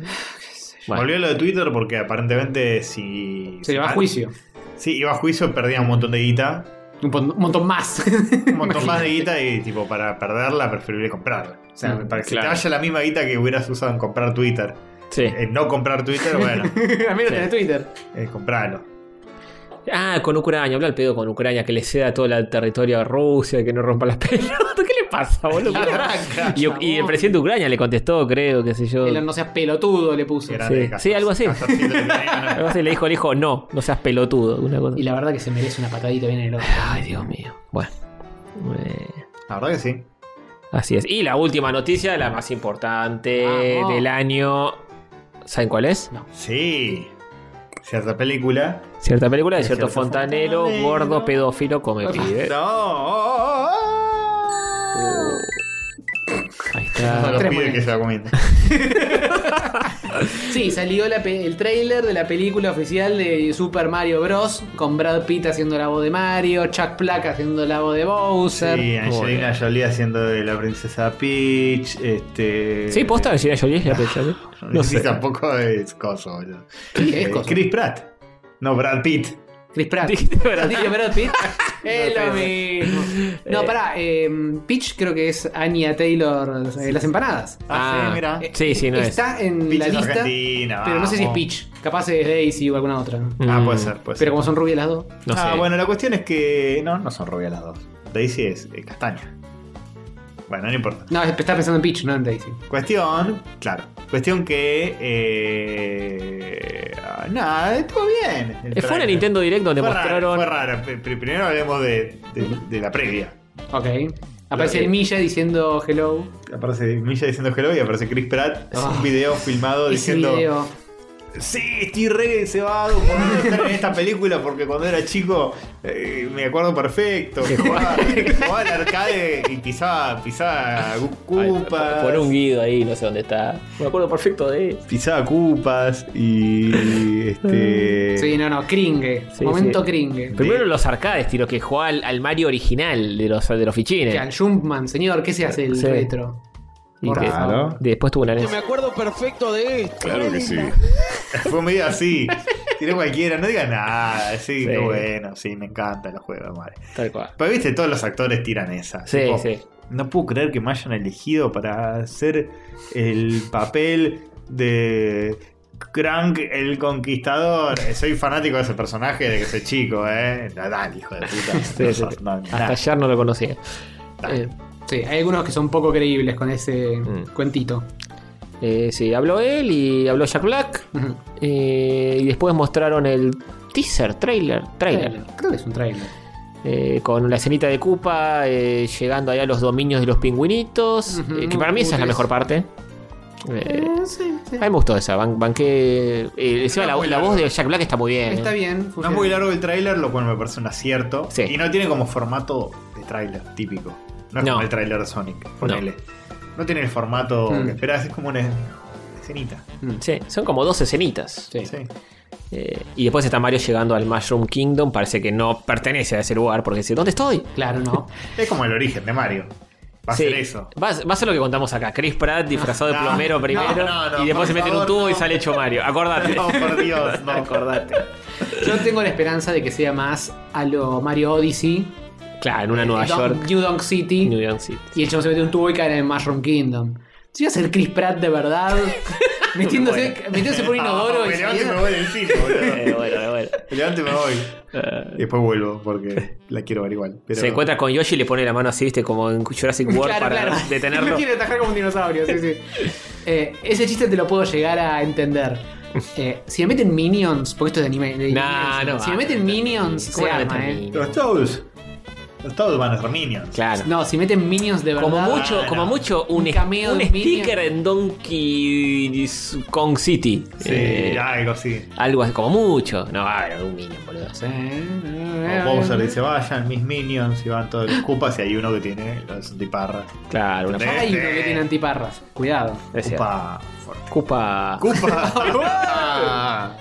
Speaker 1: Bueno.
Speaker 3: Volvió a lo de Twitter porque aparentemente si.
Speaker 2: Se le va a
Speaker 3: si-
Speaker 2: juicio.
Speaker 3: Sí, iba a juicio, perdía un montón de guita.
Speaker 2: Un, pon- un montón más.
Speaker 3: Un montón más de guita y, tipo, para perderla, preferible comprarla. O sea,
Speaker 2: Mm,
Speaker 3: para que
Speaker 1: claro.
Speaker 3: se te vaya la misma guita que hubieras usado en comprar Twitter.
Speaker 1: Sí.
Speaker 3: En no comprar Twitter, bueno,
Speaker 2: A mí no
Speaker 1: Sí.
Speaker 2: tenés Twitter.
Speaker 3: eh, compralo.
Speaker 1: Ah, con Ucrania, habla el pedo con Ucrania, que le ceda todo el territorio a Rusia, que no rompa las pelotas. ¿Qué le pasa, boludo? Y, y el presidente de Ucrania le contestó, creo, qué sé yo.
Speaker 2: Elon, no seas pelotudo, le puso.
Speaker 3: Grande
Speaker 1: Sí,
Speaker 3: Castor.
Speaker 1: sí, algo así.
Speaker 3: Castorcito que tenía
Speaker 1: Algo
Speaker 3: ganas.
Speaker 1: así le dijo, le dijo, no, no seas pelotudo. Una cosa.
Speaker 2: Y la verdad que se merece una patadita bien en el ojo.
Speaker 1: Ay, Dios mío. Bueno. Eh,
Speaker 3: La verdad que sí.
Speaker 1: así es. Y la última noticia, la más importante
Speaker 2: Vamos.
Speaker 1: del año. ¿Saben cuál es?
Speaker 3: Sí. Cierta película.
Speaker 1: Cierta película de
Speaker 3: Es
Speaker 1: cierto
Speaker 3: cierto
Speaker 1: fontanero,
Speaker 3: fontanero.
Speaker 1: gordo, pedófilo, come pibe.
Speaker 3: No. oh, oh, oh.
Speaker 1: Ahí
Speaker 3: No
Speaker 1: está.
Speaker 3: lo
Speaker 2: Ah, Tres
Speaker 3: pide
Speaker 2: monedas.
Speaker 3: que se la comiendo.
Speaker 2: Sí, salió la pe- el tráiler de la película oficial de Super Mario Bros. Con Brad Pitt haciendo la voz de Mario, Chuck Black haciendo la voz de Bowser.
Speaker 3: Sí,
Speaker 1: Muy
Speaker 3: Angelina Jolie haciendo de la princesa Peach. Este.
Speaker 1: Sí, posta Angelina Jolie es la película.
Speaker 3: No
Speaker 1: No
Speaker 3: sé.
Speaker 1: sé.
Speaker 3: tampoco es coso, boludo.
Speaker 2: ¿Qué es
Speaker 3: Eh,
Speaker 2: coso?
Speaker 3: Chris Pratt. No, Brad Pitt.
Speaker 2: Chris Pratt.
Speaker 1: Dijiste Brad
Speaker 2: Dije Brad Pitt. es lo mismo. No, pará. eh, Peach creo que es Anya Taylor eh, las empanadas.
Speaker 3: Ah, sí, mira.
Speaker 2: Eh,
Speaker 1: Sí, sí, no es.
Speaker 2: Está en
Speaker 3: Peach
Speaker 2: la
Speaker 3: es
Speaker 2: lista,
Speaker 3: argentina,
Speaker 2: pero no sé si es
Speaker 3: vamos.
Speaker 2: Peach. Capaz es Daisy o alguna otra.
Speaker 3: Ah,
Speaker 1: Mm,
Speaker 3: puede ser, puede
Speaker 2: Pero como
Speaker 3: ser.
Speaker 2: son rubias las dos.
Speaker 1: No
Speaker 3: ah,
Speaker 1: sé.
Speaker 3: bueno, la cuestión es que. No, no son rubias las dos. Daisy es eh, castaña. Bueno, no importa.
Speaker 2: No, está pensando en Peach, no en Daisy.
Speaker 3: Cuestión, claro. Cuestión que. Eh, ah, nada, estuvo bien. el
Speaker 1: Eh, Fue una
Speaker 3: trailer.
Speaker 1: Nintendo Direct donde
Speaker 3: Fue raro,
Speaker 1: mostraron.
Speaker 3: fue raro. Pri- pri- Primero hablemos de, de- de la previa.
Speaker 2: Ok. Aparece el Milla diciendo hello.
Speaker 3: Aparece Milla diciendo hello y aparece Chris Pratt. Es
Speaker 2: Ah.
Speaker 3: un video filmado
Speaker 2: Ese
Speaker 3: diciendo.
Speaker 2: video.
Speaker 3: Sí, estoy re cebado por no estar en esta película porque cuando era chico eh, me acuerdo perfecto. que Jugaba, jugaba al arcade y pisaba, pisaba cupas.
Speaker 1: Por un guido ahí, no sé dónde está. Me acuerdo perfecto de él.
Speaker 3: Pisaba cupas y. Este.
Speaker 2: Sí, no, no, cringe.
Speaker 1: Sí,
Speaker 2: Momento
Speaker 1: sí.
Speaker 2: cringe.
Speaker 1: Primero los arcades, tiro, que jugaba al, al Mario original de los, de los
Speaker 2: Que al
Speaker 1: fichines.
Speaker 2: Jumpman, señor, ¿qué se hace el
Speaker 1: Sí.
Speaker 2: retro?
Speaker 1: Y que-
Speaker 3: Claro.
Speaker 1: después tuvo una E NES.
Speaker 4: acuerdo perfecto de esto.
Speaker 7: Claro que sí.
Speaker 3: Fue medio así. Tiré cualquiera, no diga nada. Sí,
Speaker 1: Sí.
Speaker 3: qué bueno, sí, me encantan los juegos, madre.
Speaker 1: Tal cual.
Speaker 3: Pero viste, todos los actores tiran esa.
Speaker 1: Sí,
Speaker 3: Tipo,
Speaker 1: sí.
Speaker 3: No puedo creer que me hayan elegido para hacer el papel de Crank el Conquistador. Soy fanático de ese personaje desde que soy chico, ¿eh? Da- Dale, hijo de puta.
Speaker 1: Sí, sí.
Speaker 3: No, no,
Speaker 1: Hasta ayer no lo conocía.
Speaker 2: Eh, sí, hay algunos que son poco creíbles con ese
Speaker 1: Mm.
Speaker 2: cuentito.
Speaker 1: Eh, sí, habló él y habló Jack Black.
Speaker 2: Ujú.
Speaker 1: Eh, y después mostraron el teaser, trailer, trailer.
Speaker 2: Creo que es un trailer.
Speaker 1: Eh, con la escenita de Koopa eh, llegando allá a los dominios de los pingüinitos.
Speaker 2: Ujú,
Speaker 1: eh, que para mí esa es la
Speaker 2: útiles.
Speaker 1: mejor parte. Eh,
Speaker 2: sí, sí.
Speaker 1: a mí me gustó esa. Ban banqué. eh, encima
Speaker 3: Está
Speaker 1: la,
Speaker 3: muy
Speaker 1: la
Speaker 3: largo.
Speaker 1: voz de Jack Black está muy bien. eh.
Speaker 2: Está bien.
Speaker 3: No
Speaker 2: funciona.
Speaker 3: es muy largo el tráiler, lo cual me parece un acierto.
Speaker 1: Sí.
Speaker 3: Y no tiene como formato de tráiler típico. No es
Speaker 1: No.
Speaker 3: como el tráiler de Sonic, ponele. No. tiene el formato
Speaker 2: Mm.
Speaker 3: que esperás, es como una escenita.
Speaker 1: Sí, son como dos escenitas.
Speaker 2: Sí.
Speaker 3: Sí.
Speaker 1: Eh, y después está Mario llegando al Mushroom Kingdom. Parece que no pertenece a ese lugar porque dice: ¿Dónde estoy?
Speaker 2: Claro, no.
Speaker 3: Es como el origen de Mario. Va a
Speaker 1: Sí.
Speaker 3: ser eso.
Speaker 1: Va, a- va a ser lo que contamos acá. Chris Pratt disfrazado de
Speaker 3: No,
Speaker 1: plomero
Speaker 3: no,
Speaker 1: primero.
Speaker 3: no, no,
Speaker 1: y después
Speaker 3: por
Speaker 1: se mete en un
Speaker 3: favor,
Speaker 1: tubo y
Speaker 3: no.
Speaker 1: sale hecho Mario. Acordate.
Speaker 3: No, por Dios, no.
Speaker 1: Acordate.
Speaker 2: Yo tengo la esperanza de que sea más a lo Mario Odyssey,
Speaker 1: Claro, en una
Speaker 3: Eh,
Speaker 1: Nueva
Speaker 2: Don-
Speaker 1: York.
Speaker 2: New Donk City,
Speaker 1: New York City.
Speaker 2: y el chavo se mete un tubo y cae en el Mushroom Kingdom. Si iba a ser Chris Pratt de verdad, metiéndose, metiéndose por un inodoro
Speaker 3: Ah,
Speaker 2: y
Speaker 3: me levanto y me
Speaker 2: saliendo-
Speaker 3: voy del cine, boludo.
Speaker 1: Eh, bueno, bueno.
Speaker 3: Me levanto y me voy.
Speaker 1: Eh,
Speaker 3: Y después vuelvo porque la quiero ver igual. Pero
Speaker 1: Se encuentra con Yoshi y le pone la mano así, viste, como en Jurassic World
Speaker 2: Claro,
Speaker 1: para
Speaker 2: claro.
Speaker 1: detenerlo.
Speaker 2: Lo quiere atajar como un dinosaurio, sí, sí. Eh, ese chiste te lo puedo llegar a entender. Eh, si me meten minions, porque esto es de anime. de
Speaker 1: Nah,
Speaker 2: Minions,
Speaker 1: no
Speaker 2: si
Speaker 1: va.
Speaker 2: me meten minions,
Speaker 1: ¿Cómo
Speaker 2: se
Speaker 1: le
Speaker 2: arma,
Speaker 1: meten
Speaker 2: eh.
Speaker 1: minions?
Speaker 3: Los Toads. Los Toads van a ser minions.
Speaker 1: Claro.
Speaker 2: No, si meten minions de verdad.
Speaker 1: Como mucho,
Speaker 3: no.
Speaker 1: como mucho un,
Speaker 2: Un cameo
Speaker 1: un
Speaker 2: de
Speaker 1: sticker
Speaker 2: Minions.
Speaker 1: en Donkey Kong City.
Speaker 3: Sí,
Speaker 1: Eh,
Speaker 3: algo así.
Speaker 1: algo así, como mucho. No, a ver, un minion, boludo.
Speaker 2: Sí. Eh,
Speaker 3: Como Bowser dice, vayan mis minions y van todos los cupas y hay uno que tiene los antiparras.
Speaker 1: Claro, una
Speaker 3: Sí.
Speaker 2: Hay uno que tiene antiparras. Cuidado.
Speaker 1: es cierto.
Speaker 3: Cupa.
Speaker 1: Cupa.
Speaker 3: Cupa.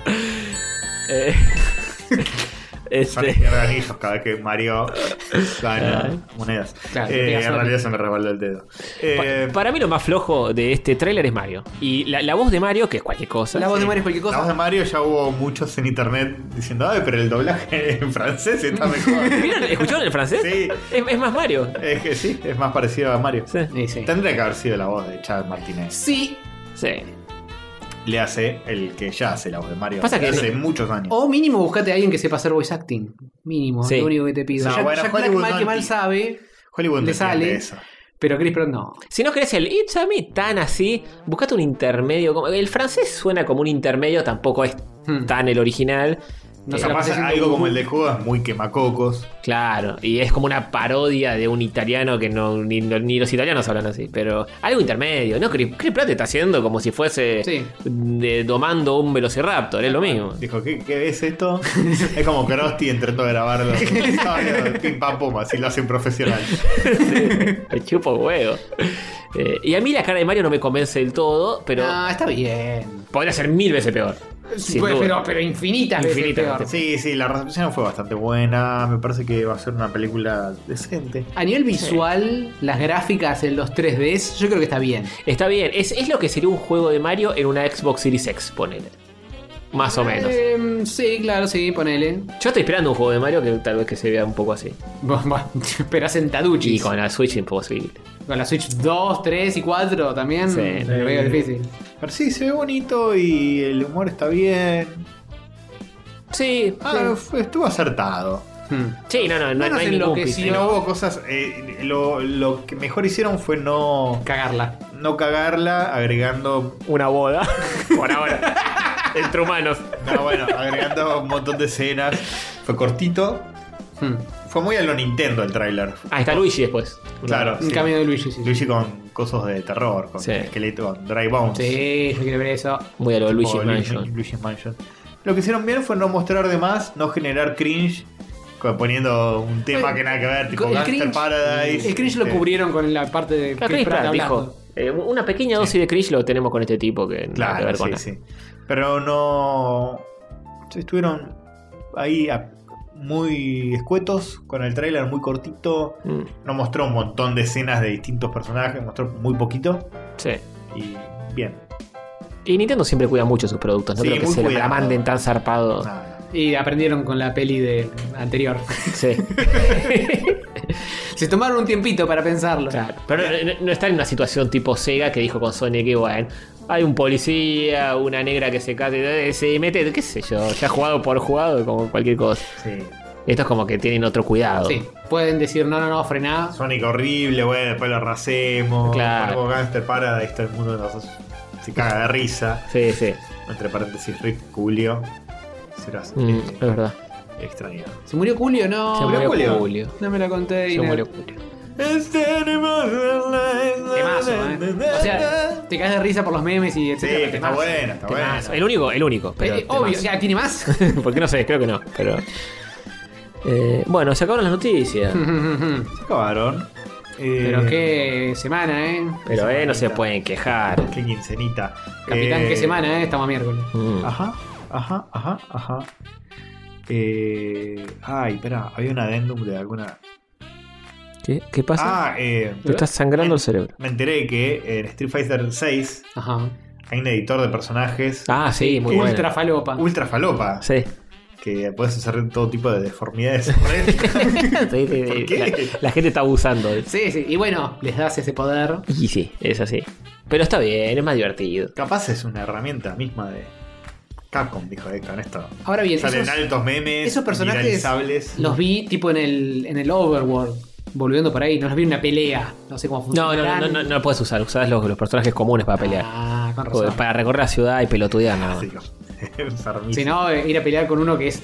Speaker 1: Eh,
Speaker 3: Son
Speaker 1: este,
Speaker 3: organillos cada vez que Mario gana monedas.
Speaker 2: Claro,
Speaker 3: Eh,
Speaker 2: te
Speaker 3: en
Speaker 2: hace la-
Speaker 3: realidad se me rebaló el dedo.
Speaker 1: pa-
Speaker 3: Eh,
Speaker 1: para mí lo más flojo de este tráiler es Mario. Y la, la voz de Mario, que es cualquier cosa.
Speaker 2: La voz de Mario es cualquier
Speaker 3: La voz de
Speaker 2: cosa.
Speaker 3: Mario ya hubo muchos en internet diciendo, ay, pero el doblaje en francés está mejor.
Speaker 1: ¿Vieron? ¿Escucharon el francés?
Speaker 3: Sí.
Speaker 1: Es, es más Mario.
Speaker 3: es que sí, es más parecido a Mario.
Speaker 1: Sí.
Speaker 2: Sí, sí.
Speaker 3: Tendría que haber sido la voz de Chad Martínez.
Speaker 2: Sí.
Speaker 1: Sí.
Speaker 3: Le hace el que ya hace la voz de Mario.
Speaker 1: Pasa que-
Speaker 3: hace muchos años.
Speaker 2: O mínimo buscate a alguien que sepa hacer voice acting. Mínimo, es
Speaker 1: Sí.
Speaker 2: lo único que te pido.
Speaker 3: No,
Speaker 2: Jack-
Speaker 3: bueno,
Speaker 2: Jack
Speaker 3: Hollywood
Speaker 2: Black mal que
Speaker 3: no
Speaker 2: mal
Speaker 3: enti-
Speaker 2: sabe,
Speaker 3: Hollywood no
Speaker 2: le
Speaker 3: entiende
Speaker 2: sale.
Speaker 3: eso.
Speaker 2: pero Chris Pratt no.
Speaker 1: Si no querés el It's a Me tan así, buscate un intermedio. como- El francés suena como un intermedio, tampoco es
Speaker 2: Hmm.
Speaker 1: tan el original.
Speaker 2: No
Speaker 1: Eh,
Speaker 2: se la
Speaker 3: Capaz
Speaker 2: pasa haciendo
Speaker 3: algo
Speaker 2: un-
Speaker 3: como el de Cuba es muy quemacocos.
Speaker 1: Claro, y es como una parodia de un italiano que no ni, ni los italianos hablan así, pero algo intermedio, ¿no? Chris, Chris Pratt está haciendo como si fuese
Speaker 2: Sí.
Speaker 1: de- domando un velociraptor, es lo mismo.
Speaker 3: Dijo, ¿qué, qué es esto? es como Krusty intentó grabarlo. Ay, Pim pam pum, así lo hace un profesional.
Speaker 1: Me chupo huevo. Eh, y a mí la cara de Mario no me convence del todo, pero
Speaker 2: Ah, está bien.
Speaker 1: podría ser mil veces peor. sin
Speaker 2: Pues,
Speaker 1: duda.
Speaker 2: pero, pero infinitas veces
Speaker 1: Infinitas
Speaker 2: peor.
Speaker 1: veces.
Speaker 3: Sí, sí, la recepción fue bastante buena. Me parece que va a ser una película decente.
Speaker 2: A nivel visual, las gráficas en los 3Ds, yo creo que está bien.
Speaker 1: Está bien, es, es lo que sería un juego de Mario en una Xbox Series X, ponele. Más o menos.
Speaker 2: Eh, sí, claro, sí, ponele.
Speaker 1: Yo estoy esperando un juego de Mario que tal vez que se vea un poco así.
Speaker 2: Vos- vos- Pero sentaduchis.
Speaker 1: Y con la Switch imposible.
Speaker 2: Con la Switch 2, 3 y 4 también.
Speaker 1: Sí.
Speaker 2: Lo veo difícil.
Speaker 3: Pero sí, se ve bonito y el humor está bien.
Speaker 1: Sí,
Speaker 3: Ah, fue- estuvo acertado.
Speaker 2: Hmm.
Speaker 1: sí, no, no, no, no
Speaker 2: Menos
Speaker 1: hay ningún
Speaker 2: enloquecido.
Speaker 1: piste.
Speaker 3: Y no hubo cosas. eh, lo, lo que mejor hicieron fue no,
Speaker 2: Cagarla.
Speaker 3: no cagarla agregando.
Speaker 1: una boda. Por ahora. Entre humanos.
Speaker 3: No, bueno, agregando un montón de escenas. Fue cortito,
Speaker 2: Hmm.
Speaker 3: Fue muy a lo Nintendo el tráiler.
Speaker 1: Ah, está Luigi después.
Speaker 3: Claro.
Speaker 2: Un
Speaker 3: Ah, sí.
Speaker 2: camino de Luigi, sí. sí.
Speaker 3: Luigi con cosas de terror, con
Speaker 1: Sí.
Speaker 3: esqueleto, con dry bones.
Speaker 2: Sí, yo quiero ver eso.
Speaker 1: Muy a lo Luigi
Speaker 3: Tipo
Speaker 1: Mansion.
Speaker 3: Luigi's Mansion. Lo que hicieron bien fue no mostrar de más, no generar cringe, co- poniendo un tema
Speaker 2: Oye,
Speaker 3: que nada que ver, tipo
Speaker 2: con el
Speaker 3: Gangster
Speaker 2: cringe.
Speaker 3: Paradise.
Speaker 2: El cringe lo
Speaker 3: este,
Speaker 2: cubrieron con la parte de
Speaker 1: Claro, Chris Pratt dijo.
Speaker 2: hablando.
Speaker 1: eh, una pequeña dosis de Chris lo tenemos con este tipo que nada que ver
Speaker 3: Claro,
Speaker 1: con
Speaker 3: sí,
Speaker 1: nada.
Speaker 3: sí. Pero no. Estuvieron ahí a- muy escuetos con el tráiler muy cortito.
Speaker 1: Mm,
Speaker 3: No mostró un montón de escenas de distintos personajes, mostró muy poquito.
Speaker 1: sí.
Speaker 3: Y bien.
Speaker 1: Y Nintendo siempre cuida mucho sus productos, no
Speaker 3: Sí,
Speaker 1: creo que
Speaker 3: muy
Speaker 1: se la- la
Speaker 3: cuidado.
Speaker 1: manden tan zarpado.
Speaker 3: Nada.
Speaker 2: Y aprendieron con la peli de anterior.
Speaker 1: Sí.
Speaker 2: Se tomaron un tiempito para pensarlo.
Speaker 1: Claro, Pero no, no está en una situación tipo Sega que dijo con Sony que bueno, hay un policía, una negra que se cate, eh, se mete, qué sé yo, ya jugado por jugado, como cualquier cosa.
Speaker 3: Sí.
Speaker 1: Esto es como que tienen otro cuidado.
Speaker 2: Sí, pueden decir, no, no, no, frená.
Speaker 3: Sonic horrible, bueno, después lo racemos.
Speaker 1: Claro.
Speaker 3: Ponemos Gangster Paradise, todo el mundo nos- se caga de risa.
Speaker 1: Sí, sí.
Speaker 3: Entre paréntesis, Rick Julio. Serás
Speaker 1: Mm,
Speaker 3: eh,
Speaker 1: es verdad.
Speaker 3: extrañado.
Speaker 2: ¿Se murió Julio? No.
Speaker 1: Se murió Julio.
Speaker 2: No me lo conté.
Speaker 1: Se
Speaker 2: Inés.
Speaker 1: murió Julio.
Speaker 3: Este
Speaker 2: Temazo, ¿eh? O sea, te caes de risa por los memes y
Speaker 3: Sí,
Speaker 2: etcétera.
Speaker 3: que está
Speaker 2: Temazo.
Speaker 3: bueno, está bueno.
Speaker 1: Temazo. El único, el único. Pero
Speaker 2: Eh, obvio,
Speaker 1: temazo.
Speaker 2: ya, ¿tiene más?
Speaker 1: Porque no sé, creo que no. Pero. Eh, bueno, se acabaron las noticias.
Speaker 3: Se acabaron. Eh,
Speaker 2: Pero qué semana, ¿eh?
Speaker 1: Pero eh, no se pueden quejar.
Speaker 3: Qué quincenita.
Speaker 2: Capitán,
Speaker 3: Eh,
Speaker 2: qué semana, ¿eh? Estamos a miércoles.
Speaker 1: Mm.
Speaker 3: Ajá, ajá, ajá, ajá. Eh, ay, espera, había un adendum de alguna.
Speaker 1: ¿Qué, qué pasa?
Speaker 3: Ah, eh,
Speaker 1: Te estás sangrando el cerebro.
Speaker 3: me enteré que en Street Fighter 6
Speaker 2: Ajá.
Speaker 3: hay un editor de personajes
Speaker 1: Ah, sí, muy bueno.
Speaker 2: Ultra falopa.
Speaker 3: ultra falopa.
Speaker 1: Sí.
Speaker 3: Que puedes hacer todo tipo de deformidades. por él.
Speaker 1: Sí, sí, sí.
Speaker 3: ¿Por qué?
Speaker 1: La, la gente está abusando. de-
Speaker 2: Sí, sí. Y bueno, les das ese poder.
Speaker 1: Y sí, es así. Pero está bien, es más divertido.
Speaker 3: Capaz es una herramienta misma de. Capcom dijo, eh, con esto.
Speaker 2: Ahora bien,
Speaker 3: Salen
Speaker 2: esos-
Speaker 3: altos memes.
Speaker 2: esos personajes-
Speaker 3: viralizables.
Speaker 2: los vi tipo en el, en el Overworld. Volviendo por ahí, no los vi en una pelea. No sé cómo
Speaker 1: No,
Speaker 2: funciona.
Speaker 1: no, no, no, no, no puedes usar. Usás los, los personajes comunes para pelear.
Speaker 2: Ah, con
Speaker 1: O-
Speaker 2: razón.
Speaker 1: Para recorrer la ciudad y pelotudear nada más.
Speaker 3: Sí, los- enfermizos.
Speaker 2: Si no, eh, ir a pelear con uno que es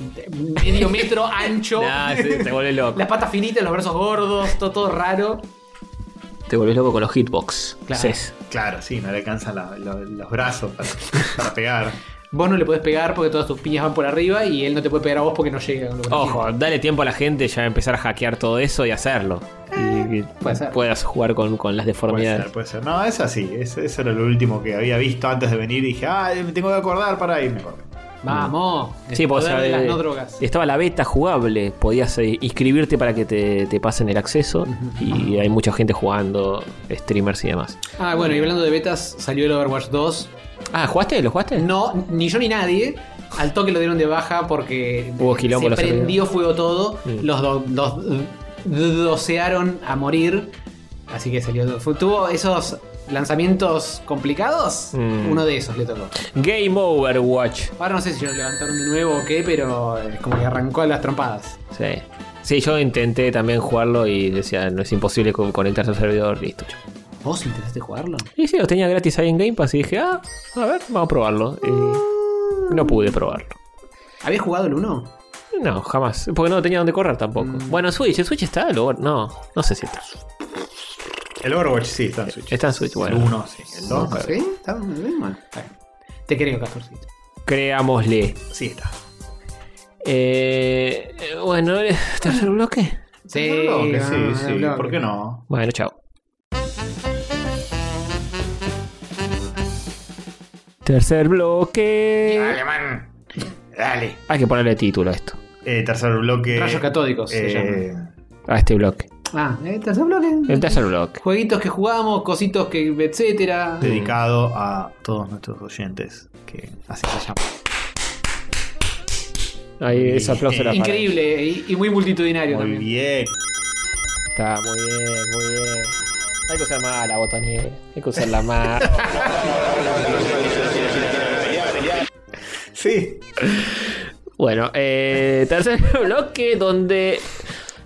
Speaker 2: medio metro ancho.
Speaker 1: Nah, sí, te vuelves loco.
Speaker 2: Las patas finitas, los brazos gordos, todo, todo raro.
Speaker 1: Te volvés loco con los hitbox.
Speaker 2: Claro.
Speaker 1: Ces.
Speaker 3: Claro, sí, no le alcanzan la- lo- los brazos para, para pegar.
Speaker 2: Vos no le podés pegar porque todas tus piñas van por arriba y él no te puede pegar a vos porque no llega. lo que
Speaker 1: Ojo, dale tiempo a la gente ya empezar a hackear todo eso y hacerlo. Y, y
Speaker 2: Eh, puede ser.
Speaker 1: puedas jugar con, con las
Speaker 3: Puede
Speaker 1: deformidades.
Speaker 3: ser, puede ser. No, es así. es- eso era lo último que había visto antes de venir. Y dije, ah, me tengo que acordar para ir. Me acordé.
Speaker 2: Vamos.
Speaker 1: Sí,
Speaker 2: el
Speaker 1: pues,
Speaker 2: poder
Speaker 1: o sea,
Speaker 2: de las
Speaker 1: eh,
Speaker 2: no drogas.
Speaker 1: Estaba la beta jugable, podías eh, inscribirte para que te, te pasen el acceso y hay mucha gente jugando, streamers y demás.
Speaker 2: Ah, bueno, y hablando de betas, salió el Overwatch 2.
Speaker 1: Ah, ¿jugaste? ¿Lo jugaste?
Speaker 2: No, ni yo ni nadie. Al toque lo dieron de baja porque
Speaker 1: Hubo quilombo
Speaker 2: se
Speaker 1: los
Speaker 2: prendió
Speaker 1: servidores.
Speaker 2: fuego todo.
Speaker 1: Mm.
Speaker 2: Los, do- los do- docearon a morir. Así que salió. fue- Tuvo esos lanzamientos complicados.
Speaker 1: Mm.
Speaker 2: Uno de esos le tocó.
Speaker 1: Game Over Watch.
Speaker 2: Ahora no sé si lo levantaron de nuevo o qué, pero es como que arrancó a las trompadas.
Speaker 1: Sí. Sí, yo intenté también jugarlo y decía, no es imposible co- conectarse al servidor, listo. chao.
Speaker 2: ¿Vos intentaste jugarlo?
Speaker 1: Y sí, lo tenía gratis ahí en Game Pass y dije, ah, a ver, vamos a probarlo.
Speaker 2: Mm.
Speaker 1: Y no pude probarlo.
Speaker 2: ¿Habías jugado el 1?
Speaker 1: No, jamás. Porque no tenía dónde correr tampoco. Bueno, Switch, ¿el Switch está? Lo- No, no sé si está.
Speaker 3: El Overwatch sí está en Switch.
Speaker 1: Está en Switch, bueno.
Speaker 3: El 1, sí. El 2,
Speaker 1: Nunca.
Speaker 2: ¿Sí? Está muy mal. Te creo, Castorcito.
Speaker 1: Creámosle.
Speaker 3: sí está.
Speaker 1: Eh, eh, bueno, tercer bloque.
Speaker 2: Sí,
Speaker 3: No, que
Speaker 2: ah,
Speaker 3: sí, sí.
Speaker 2: bloque.
Speaker 3: ¿Por qué no?
Speaker 1: Bueno, chao. Tercer bloque.
Speaker 3: Alemán. Dale.
Speaker 1: Hay que ponerle título a esto,
Speaker 3: Eh, tercer bloque.
Speaker 2: Rayos catódicos se
Speaker 3: Eh,
Speaker 1: a este bloque.
Speaker 2: Ah, el tercer bloque.
Speaker 1: El tercer bloque.
Speaker 2: Jueguitos que jugamos, cositos que. etcétera.
Speaker 3: dedicado a todos nuestros oyentes. Que así se llama.
Speaker 1: Ahí ese aplauso era para-
Speaker 2: Increíble y, y muy multitudinario
Speaker 3: Muy
Speaker 2: también.
Speaker 3: bien.
Speaker 1: Está muy bien, muy bien. Hay que usar más la botonera. Hay que usarla más.
Speaker 3: Sí.
Speaker 1: bueno, eh, tercer bloque donde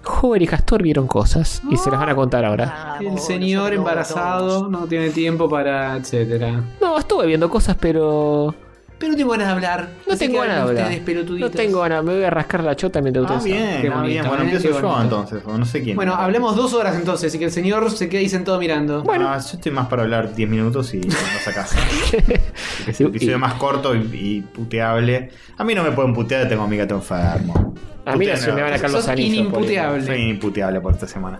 Speaker 1: Hover y Castor vieron cosas y se las van a contar ahora.
Speaker 2: El señor embarazado no tiene tiempo para. etcétera.
Speaker 1: No, estuve viendo cosas, pero
Speaker 2: Pero no tengo ganas de hablar.
Speaker 1: No
Speaker 2: Así
Speaker 1: tengo
Speaker 2: que
Speaker 1: ganas de
Speaker 2: hablen
Speaker 1: hablar.
Speaker 2: ustedes, pelotuditos.
Speaker 1: No tengo ganas, me voy a rascar la chota mientras
Speaker 3: Ah,
Speaker 1: ustedes hablan.
Speaker 3: bien,
Speaker 2: Qué
Speaker 3: ah, bien.
Speaker 2: bonito,
Speaker 3: Bueno,
Speaker 2: ¿eh?
Speaker 3: empiezo
Speaker 2: Qué
Speaker 3: yo
Speaker 2: bonito.
Speaker 3: entonces, o no sé quién.
Speaker 2: Bueno, hablemos dos horas entonces y que el señor se quede ahí sentado mirando.
Speaker 3: Bueno, Ah, yo estoy más para hablar 10 minutos y nos a casa. es el episodio
Speaker 1: Y-
Speaker 3: más corto y, y puteable. A mí no me pueden putear, tengo a mi gato enfermo.
Speaker 1: A mí no se
Speaker 3: Putealo.
Speaker 1: me van a sacar los
Speaker 2: Sos
Speaker 1: anillos. por ejemplo.
Speaker 2: inimputeable.
Speaker 3: Soy imputeable por esta semana.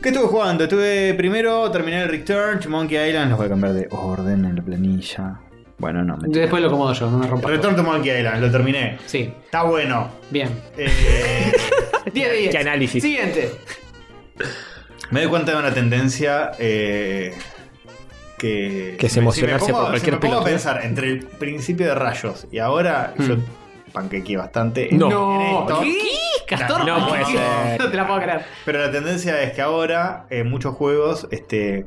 Speaker 3: ¿Qué estuve jugando? Estuve primero, terminé el Return to Monkey Island. Los voy a cambiar de orden en la planilla. Bueno, no, mentira.
Speaker 2: Después lo acomodo yo, no me rompa.
Speaker 3: Return to Monkey Island, lo terminé.
Speaker 2: Sí,
Speaker 3: Está bueno.
Speaker 2: bien.
Speaker 3: Eh,
Speaker 2: 10 de 10.
Speaker 1: Qué análisis.
Speaker 2: Siguiente.
Speaker 3: me doy cuenta de una tendencia eh, que.
Speaker 1: Que es
Speaker 3: si me
Speaker 1: emocionarse
Speaker 3: pongo-
Speaker 1: por cualquier
Speaker 3: si me pongo a
Speaker 1: pelotudez. Hmm.
Speaker 3: pensar entre el principio de Rayos y ahora yo panquequeé bastante.
Speaker 1: No.
Speaker 3: En esto.
Speaker 2: ¿Qué? ¿Castor?
Speaker 1: No puede
Speaker 3: ser.
Speaker 2: No te la puedo creer.
Speaker 3: Pero la tendencia es que ahora en muchos juegos, este,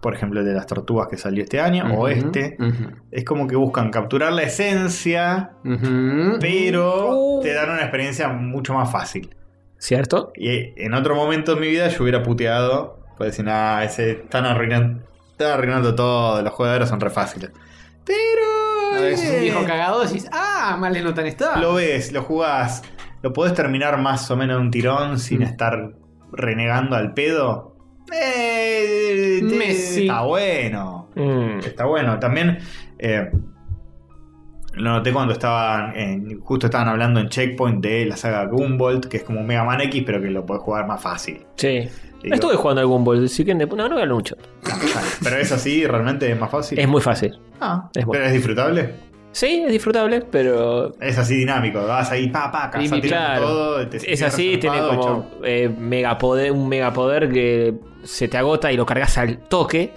Speaker 3: por ejemplo el de las tortugas que salió este año, o este, es como que buscan capturar la esencia, pero te dan una experiencia mucho más fácil.
Speaker 1: ¿Cierto?
Speaker 3: Y eh, en otro momento de mi vida yo hubiera puteado, pues decir, ah, ese están arruinando, están arruinando todo, los jugadores son re fáciles. Pero...
Speaker 2: Es un
Speaker 3: eh,
Speaker 2: viejo cagado, decís, ah, mal les notan está.
Speaker 3: lo ves, lo jugás, lo podés terminar más o menos de un tirón
Speaker 1: Mm.
Speaker 3: sin estar renegando al pedo. Eh, te-
Speaker 2: Messi.
Speaker 3: Está bueno.
Speaker 1: Mm.
Speaker 3: Está bueno. También eh, lo noté cuando estaban. en- justo estaban hablando en Checkpoint de la saga Gumball, que es como un Mega Man X, pero que lo podés jugar más fácil.
Speaker 1: Sí.
Speaker 3: Digo,
Speaker 1: Estuve jugando algún bol, así que no, no voy a hablar mucho.
Speaker 3: Pero es así, realmente es más fácil.
Speaker 1: Es muy fácil.
Speaker 3: Ah,
Speaker 1: es bueno.
Speaker 3: Pero es disfrutable.
Speaker 1: Sí, es disfrutable, pero.
Speaker 3: Es así dinámico. Vas ahí, pa, pa,
Speaker 2: Y
Speaker 3: cazás, tirando
Speaker 1: claro.
Speaker 3: todo. te
Speaker 1: Es
Speaker 3: sentís
Speaker 1: así, tiene
Speaker 3: resarpado y
Speaker 1: como
Speaker 3: chau.
Speaker 1: eh, megapoder, un megapoder que se te agota y lo cargas al toque.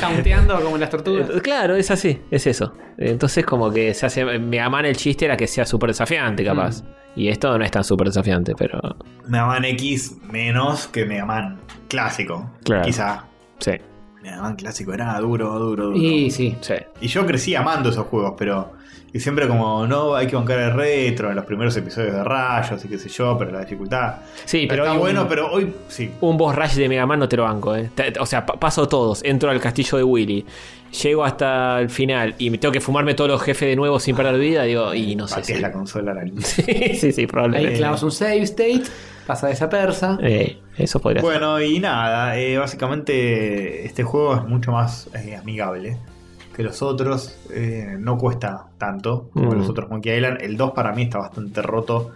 Speaker 2: Taunteando como las tortugas.
Speaker 1: Eh, claro, es así, es eso. Entonces, como que se hace. Mega Man el chiste era que sea súper
Speaker 2: Mm.
Speaker 1: desafiante, capaz. Y esto no es tan súper desafiante, pero.
Speaker 3: Mega Man X menos que Mega Man clásico.
Speaker 1: Claro.
Speaker 3: Quizá.
Speaker 1: Sí,
Speaker 3: Mega Man clásico era duro, duro, duro.
Speaker 2: Y sí.
Speaker 1: sí.
Speaker 3: Y yo crecí amando esos juegos, pero. Y siempre como, no, hay que bancar el retro en los primeros episodios de Rayos y qué sé yo, pero la dificultad.
Speaker 1: Sí, pero.
Speaker 3: Está
Speaker 1: hay un-
Speaker 3: bueno, pero hoy sí.
Speaker 1: un boss rush de Mega Man no te lo banco, eh. Te- te- O sea, pa- paso todos, entro al castillo de Willy, llego hasta el final y me tengo que fumarme todos los jefes de nuevo sin perder vida, digo, y no sé.
Speaker 3: pateas
Speaker 1: Si...
Speaker 3: la consola a la luz.
Speaker 1: sí, sí, sí,
Speaker 3: Eh.
Speaker 2: Ahí
Speaker 1: probablemente.
Speaker 2: clavas un save state, pasa esa persa.
Speaker 1: Eh, eso podría ser.
Speaker 3: Bueno, y nada, eh, básicamente este juego es mucho más eh, amigable que los otros. eh, no cuesta tanto como
Speaker 1: Mm.
Speaker 3: los otros Monkey Island. El 2 para mí está bastante roto.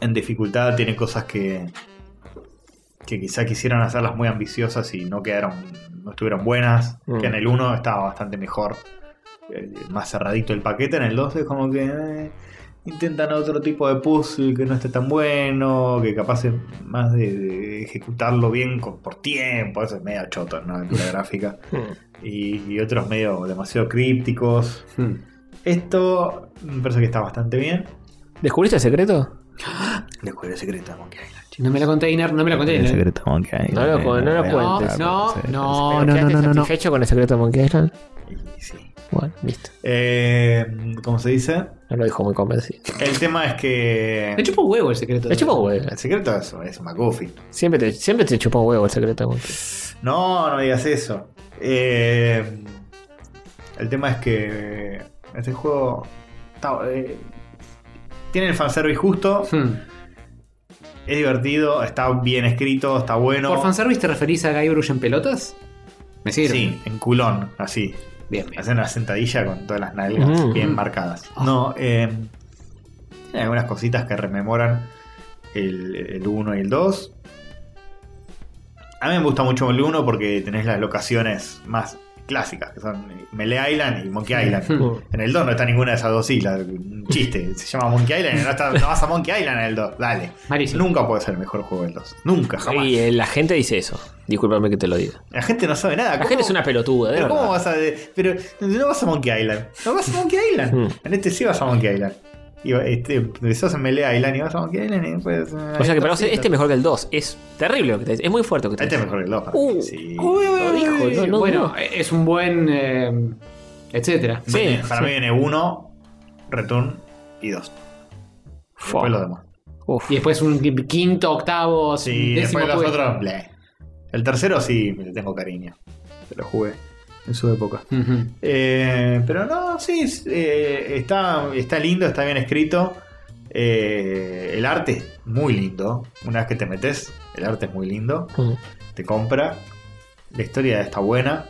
Speaker 3: En dificultad tiene cosas que, que quizá quisieran hacerlas muy ambiciosas y no quedaron, no estuvieron buenas.
Speaker 1: Mm.
Speaker 3: Que en el 1 estaba bastante mejor. eh, más cerradito el paquete. En el 2 es como que... eh, intentan otro tipo de puzzle que no esté tan bueno, que capaz es más de, de ejecutarlo bien con- por tiempo, eso es medio choto, ¿no? En la gráfica.
Speaker 1: Mm.
Speaker 3: Y, y otros medio demasiado crípticos. Esto me parece que está bastante bien.
Speaker 1: ¿Descubriste el secreto?
Speaker 3: Descubre el secreto de Monkey Island.
Speaker 2: No me la container, no me la container.
Speaker 3: secreto de Monkey eh,
Speaker 1: No lo cu- no lo
Speaker 2: No,
Speaker 1: cuentes.
Speaker 2: no, no, no,
Speaker 1: ¿Pero
Speaker 2: no,
Speaker 1: quedaste
Speaker 2: no, no, no.
Speaker 1: satisfecho con el secreto de Monkey Island?
Speaker 3: eh, Sí.
Speaker 1: Bueno, listo.
Speaker 3: Eh, ¿Cómo se dice?
Speaker 1: No lo dijo muy convencido.
Speaker 3: El tema es que...
Speaker 2: Le chupa un huevo el secreto.
Speaker 1: Te chupa un huevo.
Speaker 3: El secreto es, es un McGuffin.
Speaker 1: Siempre te, siempre te chupa un huevo el secreto de Monkey
Speaker 3: No, no digas eso. Eh, el tema es que este juego está- eh, tiene el fanservice justo,
Speaker 2: Hmm.
Speaker 3: es divertido, está bien escrito, está bueno.
Speaker 2: ¿Por fanservice te referís a Guybrush en pelotas? Me sirve.
Speaker 3: Sí, en culón, así.
Speaker 2: Bien, bien.
Speaker 3: Hacen una sentadilla con todas las nalgas
Speaker 1: Mm.
Speaker 3: bien marcadas. No, eh, tiene algunas cositas que rememoran el 1 y el 2. A mí me gusta mucho el 1 porque tenés las locaciones más clásicas, que son Melee Island y Monkey Island.
Speaker 1: Mm.
Speaker 3: En el 2 no está ninguna de esas dos islas, un chiste. Se llama Monkey Island y no, está- no vas a Monkey Island en el 2. Dale.
Speaker 2: Malísimo.
Speaker 3: Nunca puede ser el mejor juego del 2. Nunca, jamás.
Speaker 1: Y eh, la gente dice eso. Discúlpame que te lo diga.
Speaker 3: La gente no sabe nada.
Speaker 1: La
Speaker 3: ¿Cómo-
Speaker 1: gente es una pelotuda, de
Speaker 3: pero
Speaker 1: verdad.
Speaker 3: cómo vas a. de- Pero no vas a Monkey Island. No vas a Monkey Island.
Speaker 1: Mm.
Speaker 3: en este sí vas a Monkey Island. Y va- este, empezás en Melee Island y vas a Monkey Island y después. eh,
Speaker 1: O sea que para vos este es mejor que el 2. Es terrible lo que te dice. Es muy fuerte lo que te
Speaker 3: Este es
Speaker 1: dice.
Speaker 3: mejor que el 2.
Speaker 1: Uh,
Speaker 3: sí.
Speaker 1: uy, uy, uy.
Speaker 2: Sí,
Speaker 1: No, no,
Speaker 2: bueno, e,
Speaker 1: no.
Speaker 2: es un buen. eh, etcétera.
Speaker 1: sí,
Speaker 3: Viene- para
Speaker 1: sí.
Speaker 3: mí viene 1, Return y 2.
Speaker 1: Fua.
Speaker 3: Después los demás.
Speaker 1: Uf.
Speaker 2: Y después un quinto, octavo,
Speaker 3: Sí,
Speaker 2: décimo
Speaker 3: después los
Speaker 2: puede-
Speaker 3: otros. bleh. El tercero sí, le tengo cariño. Te lo jugué. en su época.
Speaker 2: Ujú.
Speaker 3: Eh, pero no, sí, es- eh, está, está lindo, está bien escrito. Eh, el arte es muy lindo. Una vez que te metes, el arte es muy lindo.
Speaker 1: Mm.
Speaker 3: Te compra. La historia está buena.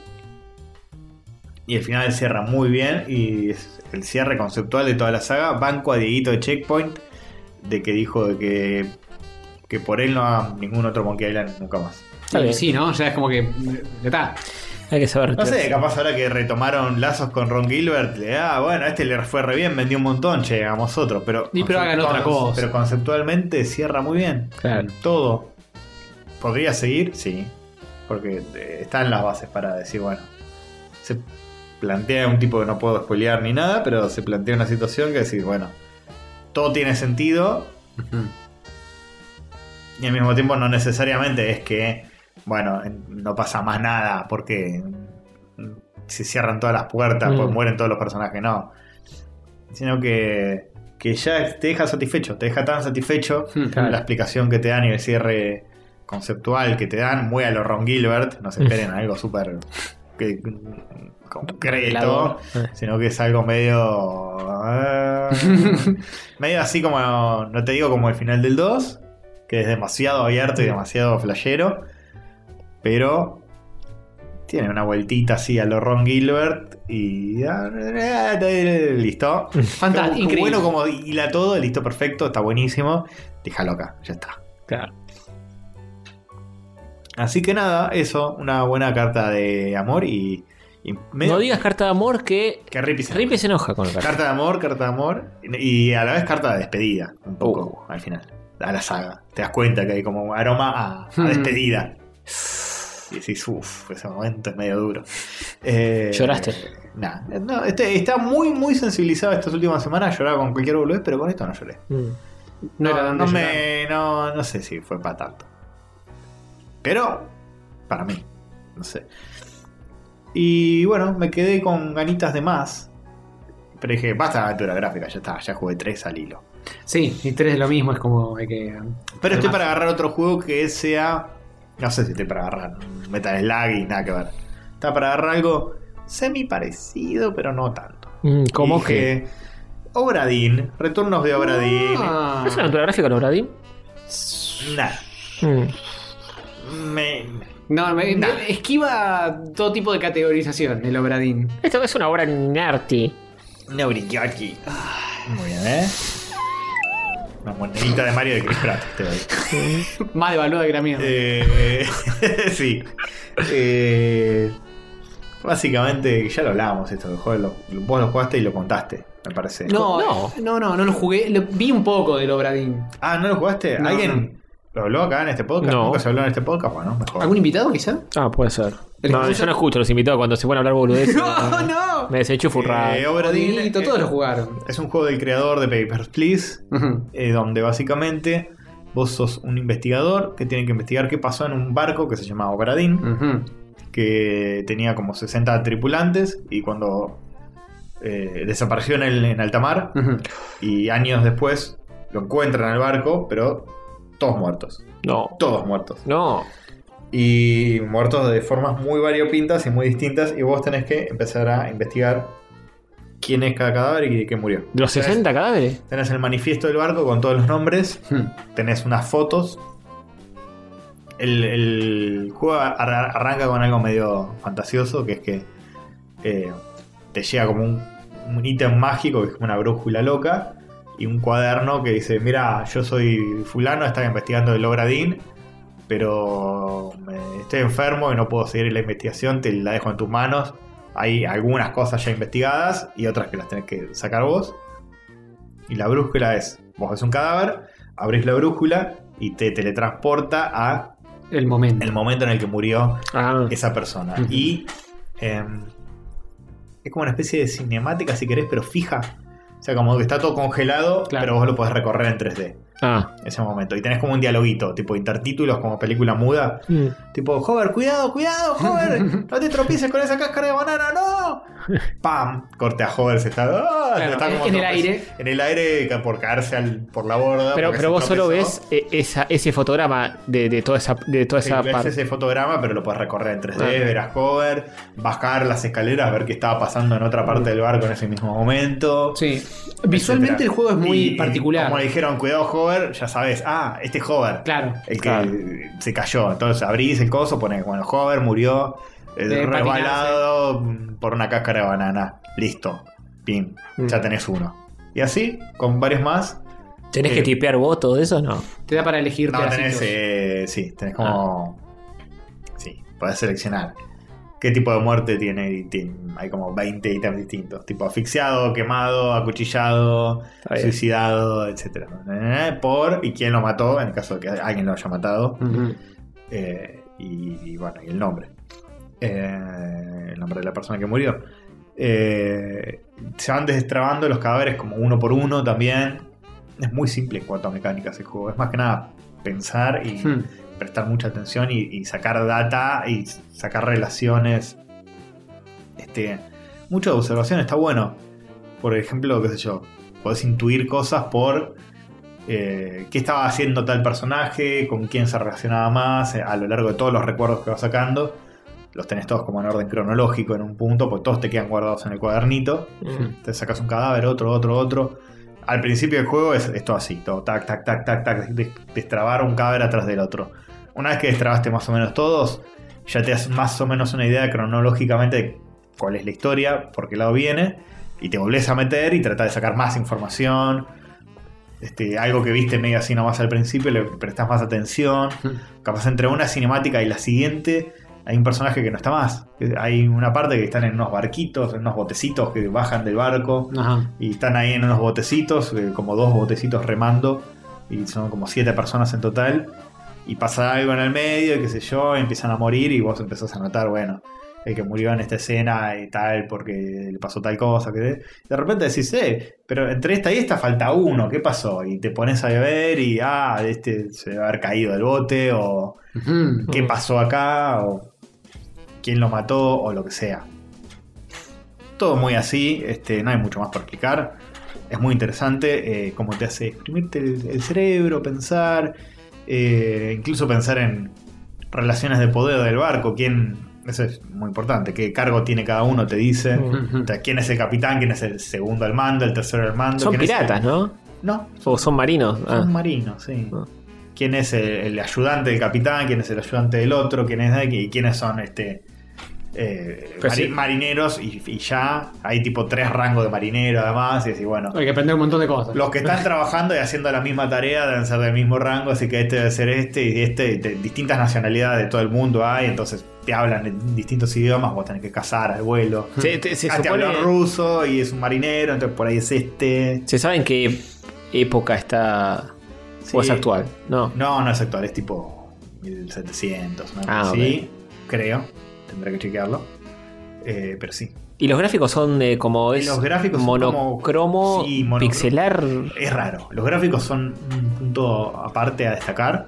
Speaker 3: Y el final cierra muy bien. Y es el cierre conceptual de toda la saga. Banco a Dieguito de Checkpoint. De que dijo de que, que por él no haga ningún otro Monkey Island nunca más.
Speaker 1: Está bien.
Speaker 2: Sí, ¿no? O sea, es como que. eh, Ya está.
Speaker 1: Hay que saber.
Speaker 3: No sé,
Speaker 1: retirarse.
Speaker 3: capaz ahora que retomaron lazos con Ron Gilbert, le ah, bueno, a este le fue re bien, vendió un montón, che, hagamos otro, pero.
Speaker 2: Y pero hagan otra cosa.
Speaker 3: Pero conceptualmente cierra muy bien.
Speaker 1: Claro.
Speaker 3: Todo. ¿Podría seguir? Sí. Porque eh, están las bases para decir, bueno. Se plantea un tipo que no puedo spoilear ni nada, pero se plantea una situación que decir, bueno, todo tiene sentido. Y al mismo tiempo no necesariamente es que, bueno, en- no pasa más nada porque mm, se cierran todas las puertas,
Speaker 1: Mm.
Speaker 3: pues mueren todos los personajes, no. Sino que, que ya te deja satisfecho, te deja tan satisfecho
Speaker 2: Mm, claro.
Speaker 3: la explicación que te dan y el cierre conceptual que te dan, muy a lo Ron Gilbert,
Speaker 2: Mm.
Speaker 3: no se esperen algo súper que- concreto,
Speaker 1: Revelador. Eh.
Speaker 3: sino que es algo medio... ah, medio así como, no te digo como el final del 2, que es demasiado abierto y demasiado flashero, pero tiene una vueltita así a lo Ron Gilbert y ah, ah, listo.
Speaker 2: Fantástico,
Speaker 3: Como-
Speaker 2: increíble.
Speaker 3: Bueno, como hila todo, listo, perfecto, está buenísimo. Déjalo acá, ya está.
Speaker 1: Claro.
Speaker 3: Así que nada, eso, una buena carta de amor y, y me-
Speaker 1: No digas carta de amor que.
Speaker 3: que Rippy se-
Speaker 1: Ripley se enoja con la carta.
Speaker 3: Carta de amor, carta de amor. Y a la vez carta de despedida, un poco
Speaker 1: Uh.
Speaker 3: al final. A la saga. Te das cuenta que hay como aroma a, a
Speaker 1: Hmm.
Speaker 2: Mm.
Speaker 3: despedida. Y decís, uff, ese momento es medio duro. Eh,
Speaker 1: ¿Lloraste?
Speaker 3: nah, no, este- está muy, muy sensibilizado estas últimas semanas. Lloraba con cualquier boludez, pero con esto no lloré.
Speaker 1: Mm.
Speaker 2: No, era
Speaker 3: no,
Speaker 2: donde llorar.
Speaker 3: me, no, no sé si fue para tanto. Pero, para mí, no sé. Y bueno, me quedé con ganitas de más. Pero dije, basta de aventura gráfica, ya está, ya jugué tres al hilo.
Speaker 2: Sí, y tres es lo mismo, es como hay que.
Speaker 3: Pero estoy
Speaker 2: Además.
Speaker 3: para agarrar otro juego que sea. No sé si estoy para agarrar un Metal Slug y nada que ver. Está para agarrar algo semi parecido, pero no tanto.
Speaker 1: Mm, ¿Cómo
Speaker 3: Y
Speaker 1: que?
Speaker 3: dije, Obradín, retornos de Obradín.
Speaker 2: Ah,
Speaker 1: ¿Es una aventura gráfica, no, Bradim?
Speaker 3: Nah,
Speaker 1: Mm.
Speaker 3: me-
Speaker 2: no, me-
Speaker 3: Nah.
Speaker 2: esquiva todo tipo de categorización el Obradín.
Speaker 1: Esto es una obra en arte.
Speaker 3: Neuriyaki. Muy bien, ¿eh? Una monedita de Mario de Chris Pratt te doy.
Speaker 2: Más devaluado que la mía.
Speaker 3: Eh, sí. Eh, básicamente, ya lo hablábamos esto, del juego, lo- vos lo jugaste y lo contaste, me parece.
Speaker 2: no, no,
Speaker 1: no.
Speaker 2: no, no, lo jugué. Lo, vi un poco del Obradín.
Speaker 3: Ah, ¿no lo jugaste?
Speaker 2: No,
Speaker 3: ¿Alguien lo habló acá en este podcast?
Speaker 1: No.
Speaker 3: ¿Nunca se habló en este podcast? Bueno, mejor.
Speaker 2: ¿Algún invitado quizá?
Speaker 1: Ah, puede ser.
Speaker 2: El
Speaker 1: No,
Speaker 2: que
Speaker 1: yo no escucho los invitados cuando se ponen a hablar boludez.
Speaker 2: ¡No, no!
Speaker 1: Me desenchufo un
Speaker 3: Eh,
Speaker 1: rato.
Speaker 3: Obradín,
Speaker 2: Obradito,
Speaker 3: eh,
Speaker 2: todos lo jugaron.
Speaker 3: es un juego del creador de Papers, Please. eh, donde básicamente vos sos un investigador que tiene que investigar qué pasó en un barco que se llamaba Obradín,
Speaker 2: Ujú.
Speaker 3: que tenía como 60 tripulantes y cuando eh, desapareció en, el- en alta mar
Speaker 2: Ujú.
Speaker 3: y años después lo encuentran al barco, pero todos muertos,
Speaker 1: No.
Speaker 3: todos muertos.
Speaker 1: No.
Speaker 3: Y muertos de formas muy variopintas y muy distintas y vos tenés que empezar a investigar quién es cada cadáver y de qué murió.
Speaker 1: ¿De los
Speaker 3: Tenés-
Speaker 1: 60 cadáveres?
Speaker 3: Tenés el manifiesto del barco con todos los nombres
Speaker 2: Ujú.
Speaker 3: tenés unas fotos. El, el juego arra- arranca con algo medio fantasioso, que es que eh, te llega como un, un ítem mágico, que es como una brújula loca, y un cuaderno que dice, mira, yo soy fulano, estaba investigando el Obradín, pero me- estoy enfermo y no puedo seguir la investigación, te la dejo en tus manos. Hay algunas cosas ya investigadas y otras que las tenés que sacar vos. Y la brújula es, vos ves un cadáver, abrís la brújula y te teletransporta a
Speaker 2: El momento.
Speaker 3: el momento en el que murió
Speaker 1: Ah.
Speaker 3: esa persona.
Speaker 2: Ujú.
Speaker 3: Y em, es como una especie de cinemática, si querés, pero fija. O sea, como que está todo congelado,
Speaker 2: Claro.
Speaker 3: pero vos lo podés recorrer en 3D.
Speaker 1: Ah.
Speaker 3: ese momento. Y tenés como un dialoguito, tipo intertítulos, como película muda.
Speaker 1: Mm.
Speaker 3: Tipo, Hover, cuidado, cuidado, Hover, no te tropieces con esa cáscara de banana, no. Pam, corte a Hover, se está, ¡ah!
Speaker 2: Claro,
Speaker 3: está
Speaker 2: en el
Speaker 3: trope-
Speaker 2: aire.
Speaker 3: En el aire ca- por caerse al, por la borda.
Speaker 1: Pero,
Speaker 3: porque
Speaker 1: pero
Speaker 3: se
Speaker 1: vos solo
Speaker 3: tropezó.
Speaker 1: ves eh, esa, ese fotograma de, de toda esa, de toda
Speaker 3: Sí,
Speaker 1: esa
Speaker 3: ves
Speaker 1: parte.
Speaker 3: ese fotograma, pero lo puedes recorrer en 3D,
Speaker 1: Ah.
Speaker 3: verás Hover, bajar las escaleras, ver qué estaba pasando en otra parte del barco en ese mismo momento.
Speaker 2: Sí. Visualmente el
Speaker 3: etcétera.
Speaker 2: juego es muy
Speaker 3: Y
Speaker 2: particular.
Speaker 3: Como le dijeron, cuidado, Hover, ya sabes, ah, este Hover.
Speaker 2: Claro.
Speaker 3: El que
Speaker 1: Claro.
Speaker 3: se cayó. Entonces abrís el coso, pone, bueno, Hover murió eh,
Speaker 2: De
Speaker 3: resbalado por una cáscara de banana. Listo. Pim.
Speaker 1: Mm.
Speaker 3: Ya tenés uno. Y así, con varios más.
Speaker 1: ¿Tenés
Speaker 3: Sí.
Speaker 1: que tipear vos todo eso? No.
Speaker 2: Te da para elegir
Speaker 3: No, tenés,
Speaker 2: pedacitos.
Speaker 3: eh, sí,
Speaker 1: Ah.
Speaker 3: tenés como... Sí, podés seleccionar. ¿Qué tipo de muerte tiene? Y tiene- Hay como 20 ítems distintos. Tipo asfixiado, quemado, acuchillado,
Speaker 1: Está bien.
Speaker 3: suicidado, etc. Por y quién lo mató, en el caso de que alguien lo haya matado. Eh, y, y bueno, y el nombre. Eh, el nombre de la persona que murió. Eh, se van destrabando los cadáveres como uno por uno también. Es muy simple en cuanto a mecánicas el juego. Es más que nada pensar y
Speaker 2: Hmm.
Speaker 3: prestar mucha atención y, y sacar data y sacar relaciones. Este, mucho de observación está bueno. Por ejemplo, qué sé yo, podés intuir cosas por eh, qué estaba haciendo tal personaje, con quién se relacionaba más, eh, a lo largo de todos los recuerdos que vas sacando. Los tenés todos como en orden cronológico en un punto, pues todos te quedan guardados en el cuadernito.
Speaker 1: Mm.
Speaker 3: Te sacas un cadáver, otro, otro, otro. Al principio del juego es, es todo así, todo tac, tac, tac, tac, tac, des- destrabar un cadáver atrás del otro. Una vez que destrabaste más o menos todos, ya te das más o menos una idea cronológicamente de cuál es la historia, por qué lado viene, y te volvés a meter y tratar de sacar más información. Este, algo que viste medio así nomás al principio, le prestás más atención. Capaz entre una cinemática y la siguiente hay un personaje que no está más. Hay una parte que están en unos barquitos, en unos botecitos que bajan del barco
Speaker 2: Ajá.
Speaker 3: y están ahí en unos botecitos, eh, como dos botecitos remando, y son como siete personas en total, y pasa algo en el medio, y qué sé yo, y empiezan a morir, y vos empezás a notar, bueno, el que murió en esta escena y tal, porque le pasó tal cosa, que de de repente decís, eh, pero entre esta y esta falta uno, ¿qué pasó? Y te pones a beber y, ah, este se debe haber caído del bote, o
Speaker 2: Ujú.
Speaker 3: qué pasó acá, o quién lo mató, o lo que sea. Todo muy así, este, no hay mucho más por explicar. Es muy interesante eh, cómo te hace exprimirte el, el cerebro, pensar, eh, incluso pensar en relaciones de poder del barco, quién, eso es muy importante, qué cargo tiene cada uno, te dice,
Speaker 1: Ujú.
Speaker 3: O sea, quién es el capitán, quién es el segundo al mando, el tercero al mando.
Speaker 1: Son
Speaker 3: quién es el-
Speaker 1: piratas, ¿no?
Speaker 3: No,
Speaker 1: O son marinos. Ah.
Speaker 3: son marinos, sí.
Speaker 1: Ah.
Speaker 3: ¿Quién es el, el ayudante del capitán? ¿Quién es el ayudante del otro? ¿Quién es y quiénes son este eh,
Speaker 1: Pero
Speaker 3: mari-
Speaker 1: Pues sí.
Speaker 3: marineros? Y, y ya hay tipo tres rangos de marinero además. Y así, bueno,
Speaker 2: Hay que aprender un montón de cosas.
Speaker 3: los que están trabajando y haciendo la misma tarea deben ser del mismo rango, así que este debe ser este y este. y te- distintas nacionalidades de todo el mundo hay, entonces te hablan en distintos idiomas, vos tenés que cazar al vuelo.
Speaker 1: Se, te- se
Speaker 3: Ah, te
Speaker 1: supone-
Speaker 3: hablan ruso y es un marinero, entonces por ahí es este.
Speaker 1: ¿Se sabe en qué época está o es
Speaker 3: Sí.
Speaker 1: actual? No.
Speaker 3: No, no es actual, es tipo 1700, ¿no?
Speaker 1: Ah,
Speaker 3: sí, creo. Tendré que chequearlo. Eh, pero sí.
Speaker 1: ¿Y los gráficos son de como
Speaker 3: Y
Speaker 1: es
Speaker 3: los gráficos son como-
Speaker 1: monocromo,
Speaker 3: Sí, monocromo.
Speaker 1: pixelar?
Speaker 3: Es raro. Los gráficos son un punto aparte a destacar.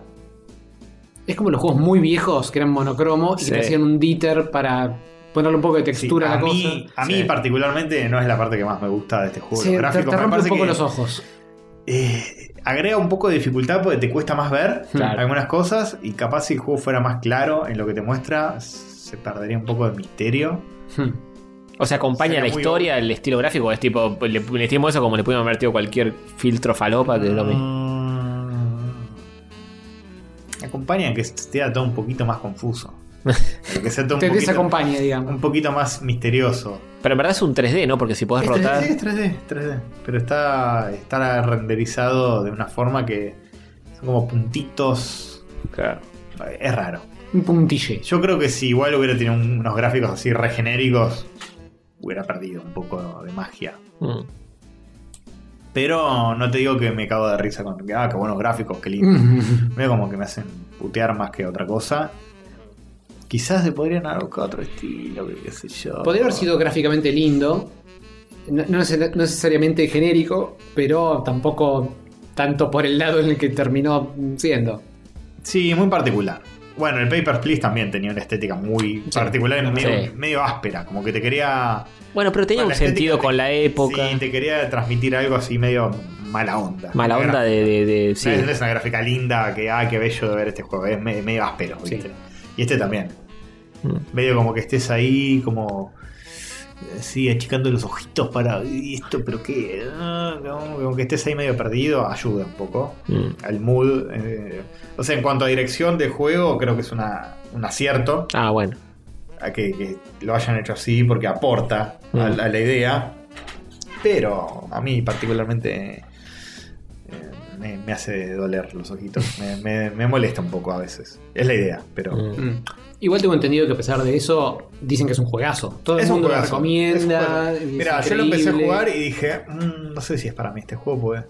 Speaker 2: Es como los juegos muy viejos que eran monocromo y
Speaker 1: Sí.
Speaker 2: que te hacían un diter para ponerle un poco de
Speaker 3: Sí,
Speaker 2: textura a
Speaker 3: a,
Speaker 2: la
Speaker 3: mí,
Speaker 2: cosa.
Speaker 3: a mí
Speaker 1: Sí.
Speaker 3: particularmente no es la parte que más me gusta de este juego.
Speaker 2: Sí,
Speaker 3: los
Speaker 2: te, te
Speaker 3: gráficos me
Speaker 2: rompe un
Speaker 3: parece
Speaker 2: poco
Speaker 3: que,
Speaker 2: los ojos.
Speaker 3: eh, agrega un poco de dificultad porque te cuesta más ver
Speaker 2: Hmm.
Speaker 1: Claro.
Speaker 3: algunas cosas y capaz si el juego fuera más claro en lo que te muestra se perdería un poco de misterio.
Speaker 2: Hmm.
Speaker 1: O sea, acompaña
Speaker 3: Sería
Speaker 1: la
Speaker 3: muy
Speaker 1: historia, el estilo gráfico. Es tipo, le, le hicimos eso como le pudimos haber metido cualquier filtro falopa que es lo mismo.
Speaker 3: Mm. Acompaña Mm. que sea todo un poquito más confuso. Pero que sea todo un,
Speaker 2: Te
Speaker 3: poquito,
Speaker 2: desacompaña, digamos.
Speaker 3: un poquito más misterioso.
Speaker 1: Pero en verdad es un 3D, ¿no? Porque si podés
Speaker 3: Es
Speaker 1: rotar.
Speaker 3: 3D, es 3D, es 3D. Pero está, está renderizado de una forma que son como puntitos.
Speaker 1: Claro.
Speaker 3: Es raro.
Speaker 2: Un puntille.
Speaker 3: Yo creo que si igual hubiera tenido un- unos gráficos así regenéricos, hubiera perdido un poco de magia.
Speaker 1: Mm.
Speaker 3: Pero no te digo que me cago de risa con que, ah, qué buenos gráficos, qué lindo. Veo como que me hacen putear más que otra cosa. Quizás se podrían dar con otro estilo, que qué sé yo.
Speaker 2: Podría haber sido gráficamente lindo. No, no neces- no necesariamente genérico, pero tampoco tanto por el lado en el que terminó siendo.
Speaker 3: Sí, muy particular. Bueno, el Paper Please también tenía una estética muy particular, y medio,
Speaker 1: Sí.
Speaker 3: medio áspera, como que te quería.
Speaker 1: Bueno, pero tenía
Speaker 3: Bueno,
Speaker 1: un
Speaker 3: la estética
Speaker 1: sentido
Speaker 3: te-
Speaker 1: con la época.
Speaker 3: Sí, te quería transmitir algo así medio mala onda.
Speaker 1: Mala
Speaker 3: Una
Speaker 1: onda
Speaker 3: gra-
Speaker 1: de. de- de-
Speaker 3: No
Speaker 1: sí.
Speaker 3: es- no es una gráfica linda, que ah, qué bello de ver este juego, es me- medio áspero,
Speaker 2: Sí.
Speaker 3: ¿viste? Y este también.
Speaker 1: Mm.
Speaker 3: Medio como que estés ahí, como. Sí, achicando los ojitos para. ¿Y esto, pero qué? Ah, como, como que estés ahí medio perdido, ayuda un poco
Speaker 1: Mm.
Speaker 3: al mood. eh. O sea, en cuanto a dirección de juego, creo que es una, un acierto
Speaker 1: Ah, bueno.
Speaker 3: a que, que lo hayan hecho así porque aporta a-
Speaker 1: Mm.
Speaker 3: a, la idea. Pero a mí particularmente eh, me, me hace doler los ojitos. Me, me- me molesta un poco a veces. Es la idea, pero...
Speaker 1: Mm.
Speaker 2: Mm. Igual tengo entendido que a pesar de eso, dicen que es un juegazo. Todo el
Speaker 3: Es un
Speaker 2: mundo lo
Speaker 3: juegazo,
Speaker 2: recomienda.
Speaker 3: es un juego.
Speaker 2: es
Speaker 3: Mira, yo lo empecé a
Speaker 2: increíble.
Speaker 3: jugar y dije, "Mm, no sé si es para mí este juego, pues...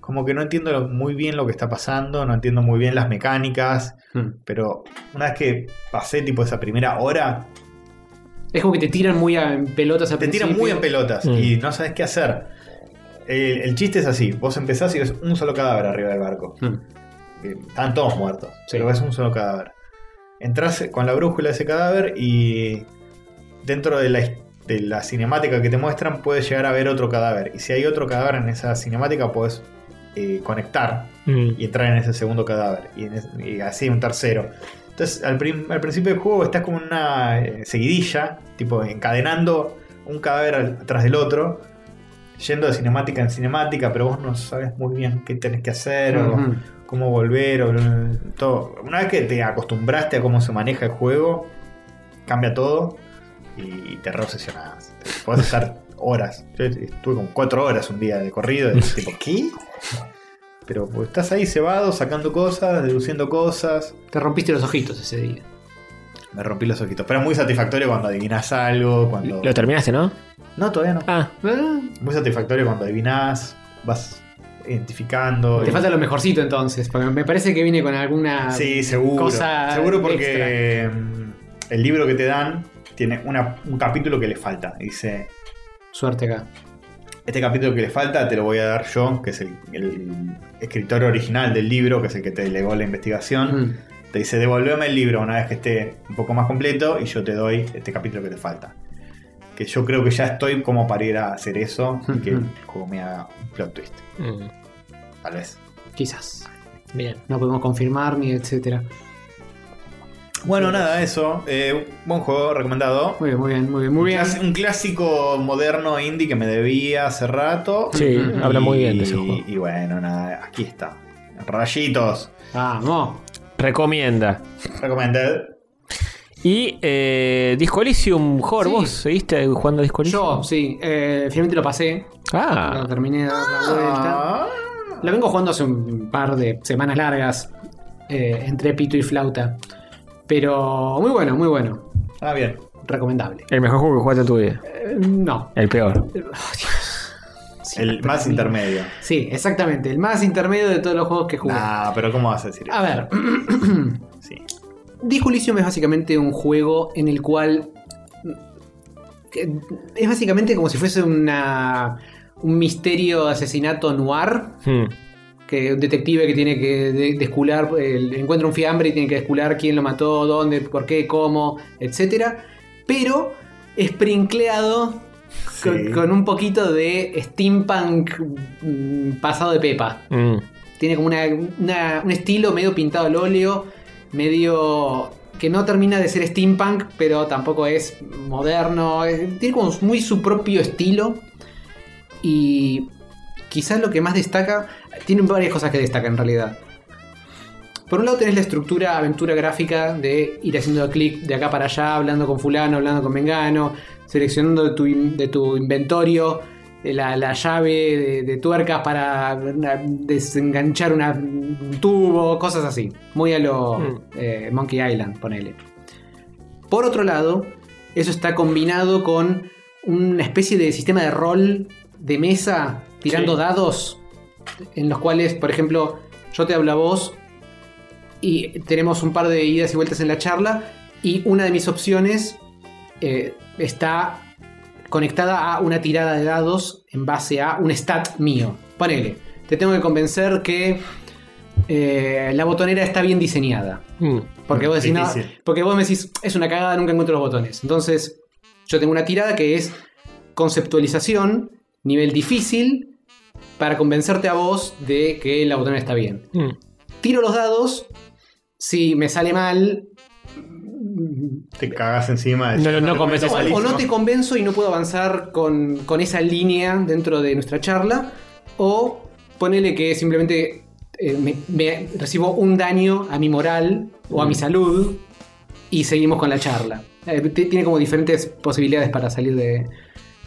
Speaker 3: Como que no entiendo lo- muy bien lo que está pasando, no entiendo muy bien las mecánicas,
Speaker 2: Mm.
Speaker 3: pero una vez que pasé tipo esa primera hora,
Speaker 2: Es como que te tiran muy a- en pelotas al
Speaker 3: Te tiran
Speaker 2: principio.
Speaker 3: muy en pelotas
Speaker 1: Mm.
Speaker 3: y no sabes qué hacer. El, el chiste es así: vos empezás y ves un solo cadáver arriba del barco.
Speaker 2: Mm.
Speaker 3: Eh, Están todos muertos,
Speaker 2: Sí.
Speaker 3: pero ves un solo cadáver. Entrás con la brújula de ese cadáver y dentro de la, his- de la cinemática que te muestran puedes llegar a ver otro cadáver. Y si hay otro cadáver en esa cinemática, puedes conectar
Speaker 1: Mm.
Speaker 3: y entrar en ese segundo cadáver. Y, en es- y así un tercero. Entonces, al, prim- al principio del juego estás como en una eh, seguidilla, tipo encadenando un cadáver al- atrás del otro, yendo de cinemática en cinemática, pero vos no sabes muy bien qué tenés que hacer
Speaker 2: Ujú.
Speaker 3: o cómo volver o eh, todo. Una vez que te acostumbraste a cómo se maneja el juego, cambia todo y te re obsesionás. Podés estar horas. Yo estuve como cuatro horas un día de corrido. de tipo, ¿qué? Pero pues, estás ahí cebado, sacando cosas, deduciendo cosas.
Speaker 2: Te rompiste los ojitos ese día.
Speaker 3: Me rompí los ojitos. Pero es muy satisfactorio cuando adivinas algo. Cuando...
Speaker 1: Lo terminaste, ¿no?
Speaker 3: No, todavía no.
Speaker 1: Ah,
Speaker 2: Ah,
Speaker 3: Muy satisfactorio cuando adivinas, vas identificando.
Speaker 2: Te
Speaker 3: y-
Speaker 2: falta lo mejorcito entonces, porque me parece que viene con alguna...
Speaker 3: Sí, seguro.
Speaker 2: cosa
Speaker 3: seguro porque mm, el libro que te dan tiene una- un capítulo que le falta. Dice,
Speaker 2: Suerte acá.
Speaker 3: este capítulo que le falta te lo voy a dar yo, que es el, el escritor original del libro, que es el que te delegó la investigación.
Speaker 2: Mm.
Speaker 3: Te dice, devolveme el libro una vez que esté un poco más completo y yo te doy este capítulo que te falta. Que yo creo que ya estoy como para ir a hacer eso y que el juego me haga un plot twist.
Speaker 1: mm,
Speaker 3: Tal vez.
Speaker 2: Quizás.
Speaker 1: bien.
Speaker 2: No podemos confirmar ni etcétera.
Speaker 3: Bueno, nada, eso. Eh, buen juego, recomendado.
Speaker 2: Muy bien, muy bien, muy bien, muy bien.
Speaker 3: Clas- Un clásico moderno indie que me debía hace rato.
Speaker 1: Sí,
Speaker 2: Mm,
Speaker 1: habla muy bien de
Speaker 3: Y-
Speaker 1: ese juego.
Speaker 3: Y bueno, nada, aquí está. Rayitos.
Speaker 2: Vamos.
Speaker 1: Recomienda.
Speaker 3: Recommended.
Speaker 1: Y eh, Disco Elysium, Jorge,
Speaker 2: Sí.
Speaker 1: ¿vos seguiste jugando a Disco Elysium?
Speaker 2: Yo, sí, eh, finalmente lo pasé. Lo
Speaker 1: Ah,
Speaker 2: terminé de dar la
Speaker 3: Ah.
Speaker 2: vuelta. Lo vengo jugando hace un par de semanas largas. eh, entre pito y flauta. Pero muy bueno, muy bueno.
Speaker 3: Ah, bien.
Speaker 2: Recomendable.
Speaker 1: el mejor juego que jugaste en tu vida.
Speaker 2: Eh, no.
Speaker 1: El peor.
Speaker 3: El más intermedio.
Speaker 2: Sí, exactamente. El más intermedio de todos los juegos que jugué.
Speaker 3: Nah, pero ¿cómo vas a decir eso?
Speaker 2: A ver,
Speaker 3: Sí.
Speaker 2: Disco Elysium es básicamente un juego en el cual. que Es básicamente como si fuese una, un misterio de asesinato noir.
Speaker 1: Mm,
Speaker 2: Que un detective que tiene que de- descular, el- encuentra un fiambre y tiene que descular quién lo mató, dónde, por qué, cómo, etc. Pero sprinkleado con,
Speaker 3: Sí.
Speaker 2: con un poquito de steampunk mm, pasado de pepa.
Speaker 1: mm,
Speaker 2: Tiene como una- una- un estilo medio pintado al óleo, medio que no termina de ser steampunk, pero tampoco es moderno. es- Tiene como muy su propio estilo. Y quizás lo que más destaca, tiene varias cosas que destaca en realidad. Por un lado tenés la estructura aventura gráfica de ir haciendo clic de acá para allá, hablando con fulano, hablando con mengano, seleccionando de tu, in- de tu inventario eh, la, la llave de, de tuercas para una- desenganchar una- un tubo, cosas así. Muy a lo
Speaker 1: Mm.
Speaker 2: eh, Monkey Island, ponele. Por otro lado, eso está combinado con una especie de sistema de rol de mesa tirando
Speaker 1: Sí.
Speaker 2: dados en los cuales, por ejemplo, yo te hablo a vos y tenemos un par de idas y vueltas en la charla y una de mis opciones eh, está conectada a una tirada de dados en base a un stat mío. Ponele, te tengo que convencer que eh, la botonera está bien diseñada.
Speaker 1: Mm.
Speaker 2: Porque vos decís, no,
Speaker 3: Difícil.
Speaker 2: porque vos me decís, es una cagada, nunca encuentro los botones. Entonces, yo tengo una tirada que es conceptualización, nivel difícil, para convencerte a vos de que la botonera está bien.
Speaker 1: Mm.
Speaker 2: Tiro los dados, si me sale mal, mm,
Speaker 3: Te cagas encima. de-
Speaker 1: No, no, no
Speaker 3: te
Speaker 1: convences
Speaker 3: metas
Speaker 1: a-
Speaker 2: o
Speaker 3: malísimo.
Speaker 2: no te convenzo y no puedo avanzar con, con esa línea dentro de nuestra charla, o ponele que simplemente eh, me, me- recibo un daño a mi moral o a mi salud y seguimos con la charla. Eh, t- tiene como diferentes posibilidades para salir de...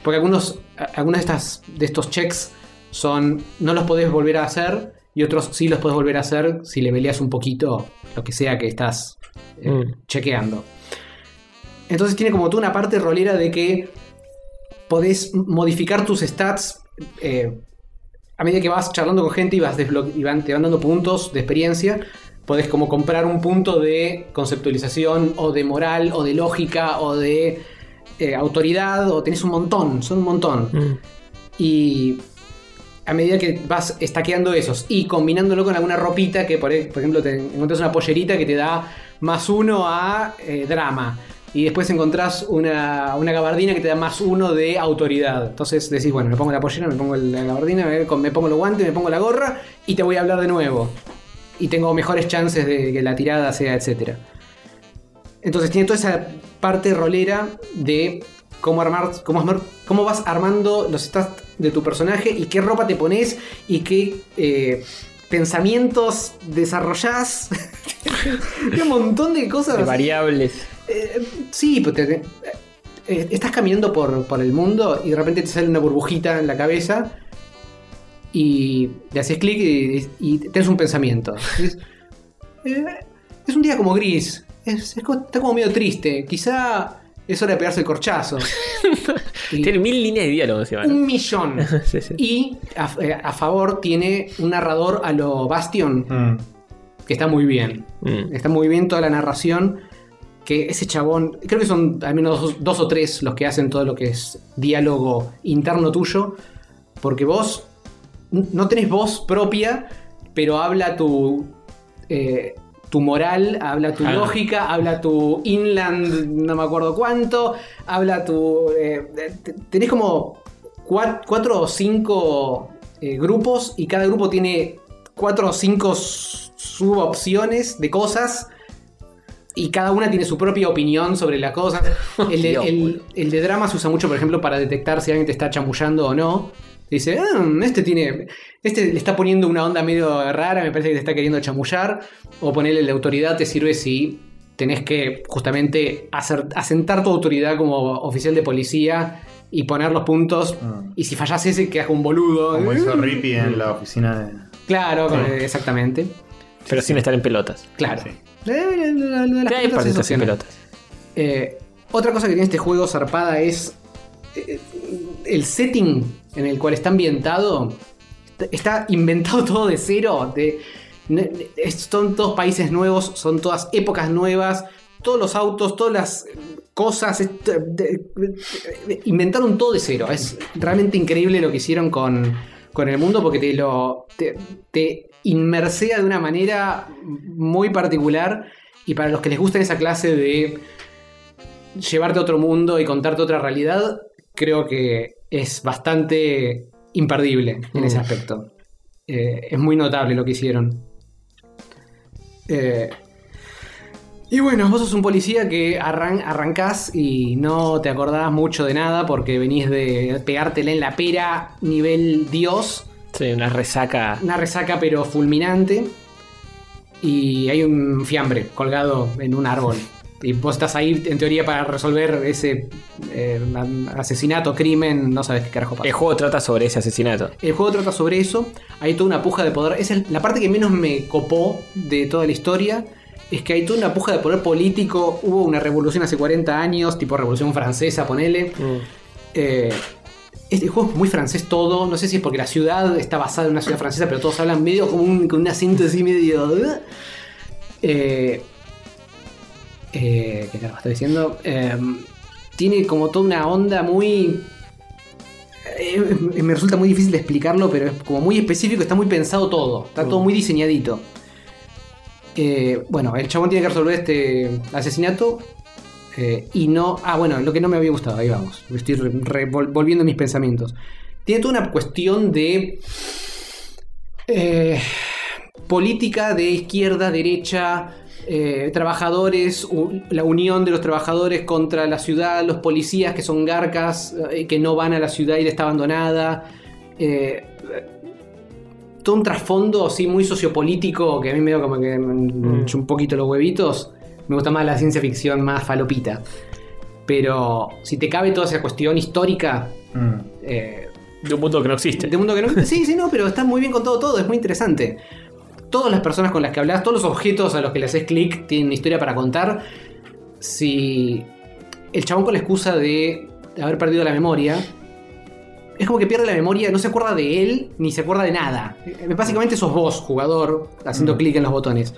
Speaker 2: Porque algunos, a- algunos de, estas, de estos checks son no los podés volver a hacer y otros sí los podés volver a hacer si le peleas un poquito lo que sea que estás eh,
Speaker 1: Mm.
Speaker 2: chequeando. Entonces tiene como tú una parte rolera de que podés modificar tus stats eh, a medida que vas charlando con gente y vas desblo- y van- te van dando puntos de experiencia. Podés como comprar un punto de conceptualización o de moral o de lógica o de eh, autoridad o tenés un montón, son un montón.
Speaker 1: Mm.
Speaker 2: Y a medida que vas estaqueando esos y combinándolo con alguna ropita que, por, e, por ejemplo, te encontrás una pollerita que te da más uno a eh, drama. Y después encontrás una, una gabardina que te da más uno de autoridad. Entonces decís, bueno, me pongo la pollera, me pongo la gabardina, me, me pongo los guantes, me pongo la gorra y te voy a hablar de nuevo. Y tengo mejores chances de que la tirada sea, etcétera. Entonces tiene toda esa parte rolera de cómo armar, cómo, armar- cómo vas armando los stats de tu personaje y qué ropa te pones y qué eh, pensamientos desarrollás. Tiene un montón de cosas.
Speaker 1: De variables.
Speaker 2: Eh, sí, pero te- te- eh, estás caminando por, por el mundo y de repente te sale una burbujita en la cabeza y le haces clic y, y tenés un pensamiento. Es, eh, es un día como gris, es, es como- está como medio triste, quizá es hora de pegarse el corchazo. Y
Speaker 1: Tiene mil líneas de diálogo encima. ¿no?
Speaker 2: un millón.
Speaker 1: Sí, sí.
Speaker 2: Y a, eh, a favor tiene un narrador a lo Bastion,
Speaker 3: Mm.
Speaker 2: que está muy bien.
Speaker 1: Mm.
Speaker 2: Está muy bien toda la narración. Que ese chabón, creo que son al menos dos, dos o tres los que hacen todo lo que es diálogo interno tuyo. Porque vos n- no tenés voz propia, pero habla tu. eh, tu moral, habla tu
Speaker 1: Ah.
Speaker 2: lógica, habla tu inland, no me acuerdo cuánto, habla tu. eh, te- tenés como cua- cuatro o cinco eh, grupos y cada grupo tiene cuatro o cinco s- subopciones de cosas y cada una tiene su propia opinión sobre las cosas. El de,
Speaker 1: Dios,
Speaker 2: el-
Speaker 1: boludo.
Speaker 2: el de drama se usa mucho, por ejemplo, para detectar si alguien te está chamullando o no. Dice, "Ah, este tiene. Este le está poniendo una onda medio rara, me parece que te está queriendo chamullar. O ponerle la autoridad te sirve si tenés que justamente hacer- asentar tu autoridad como oficial de policía y poner los puntos.
Speaker 3: Mm.
Speaker 2: Y si fallas ese, quedas como un boludo.
Speaker 3: Como hizo Rippy en la oficina de.
Speaker 2: Claro,
Speaker 1: Sí.
Speaker 2: eh, exactamente.
Speaker 1: Pero sin estar en pelotas.
Speaker 2: Claro.
Speaker 3: Sí.
Speaker 2: Eh, lo- lo- lo de las
Speaker 1: ¿Qué hay
Speaker 2: pelotas
Speaker 1: para estar
Speaker 2: es
Speaker 1: sin
Speaker 2: opcional.
Speaker 1: pelotas?
Speaker 2: Eh, otra cosa que tiene este juego zarpada es eh, el setting en el cual está ambientado. Está- Está inventado todo de cero. De, ne- es- son todos países nuevos, son todas épocas nuevas, todos los autos, todas las eh, cosas. es- de- de- de- inventaron todo de cero. Es realmente increíble lo que hicieron con, con el mundo porque te lo te, te inmersea de una manera muy particular. Y para los que les gusta esa clase de llevarte a otro mundo y contarte otra realidad, creo que es bastante imperdible en ese
Speaker 1: Mm.
Speaker 2: aspecto. Eh, es muy notable lo que hicieron. Eh, y bueno, vos sos un policía que arran- arrancás y no te acordás mucho de nada porque venís de pegártela en la pera nivel dios
Speaker 1: Sí, una resaca.
Speaker 2: una resaca pero fulminante y hay un fiambre colgado en un árbol. Y vos estás ahí en teoría para resolver ese eh, asesinato, crimen, no sabes qué carajo pasa.
Speaker 1: El juego trata sobre ese asesinato.
Speaker 2: El juego trata sobre eso. Hay toda una puja de poder. Esa es la parte que menos me copó de toda la historia. Es que hay toda una puja de poder político. Hubo una revolución hace 40 años, tipo revolución francesa, ponele.
Speaker 1: Mm.
Speaker 2: Eh, este juego es muy francés todo. No sé si es porque la ciudad está basada en una ciudad francesa, pero todos hablan medio con un, con un acento así medio. "Ugh". Eh, eh, ¿Qué Em, carajo estoy diciendo? Eh, tiene como toda una onda muy. eh, me resulta muy difícil de explicarlo, pero es como muy específico, está muy pensado todo, está todo muy diseñadito. Eh, bueno, el chabón tiene que resolver este asesinato eh, y no... Ah, bueno, lo que no me había gustado, ahí vamos. Estoy re- revol- volviendo a mis pensamientos. Tiene toda una cuestión de... eh, política de izquierda, derecha, eh, trabajadores, u- la unión de los trabajadores contra la ciudad, los policías que son garcas, eh, que no van a la ciudad y está abandonada. eh, todo un trasfondo así muy sociopolítico que a mí me dio como que me hinchó un poquito los huevitos. Me gusta más la ciencia ficción más falopita. Pero si te cabe toda esa cuestión histórica,
Speaker 3: Mm.
Speaker 2: eh,
Speaker 1: De un mundo que no existe.
Speaker 2: de mundo que no. Sí, sí, no, pero está muy bien con todo, todo, es muy interesante. Todas las personas con las que hablas, todos los objetos a los que le haces clic tienen una historia para contar. Si el chabón con la excusa de haber perdido la memoria, es como que pierde la memoria, no se acuerda de él ni se acuerda de nada. Eh, Básicamente sos vos, jugador, haciendo clic en los botones.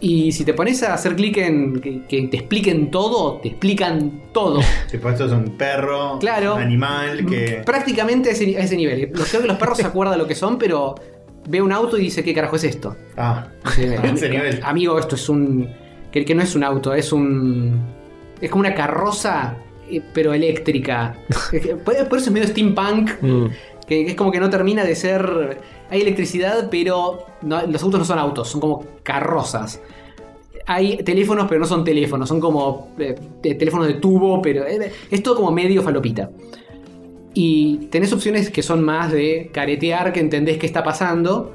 Speaker 2: Y si te pones a hacer clic en que, que te expliquen todo, te explican todo.
Speaker 3: Tipo, esto es un perro,
Speaker 2: Claro.
Speaker 3: un animal que.
Speaker 2: Prácticamente a ese, a ese nivel. Los, creo que los perros se acuerdan lo que son, pero ve un auto y dice, ¿qué carajo es esto?
Speaker 3: Ah,
Speaker 2: Dice,
Speaker 3: A ese nivel.
Speaker 2: Amigo, esto es un... Que, que no es un auto, es un... Es como una carroza, eh, pero eléctrica. Es que- por, por eso es medio steampunk,
Speaker 1: Mm.
Speaker 2: que, que es como que no termina de ser... Hay electricidad, pero no- los autos no son autos, son como carrozas. Hay teléfonos, pero no son teléfonos, son como eh, te- teléfonos de tubo, pero eh, es todo como medio falopita. Y tenés opciones que son más de caretear, que entendés qué está pasando.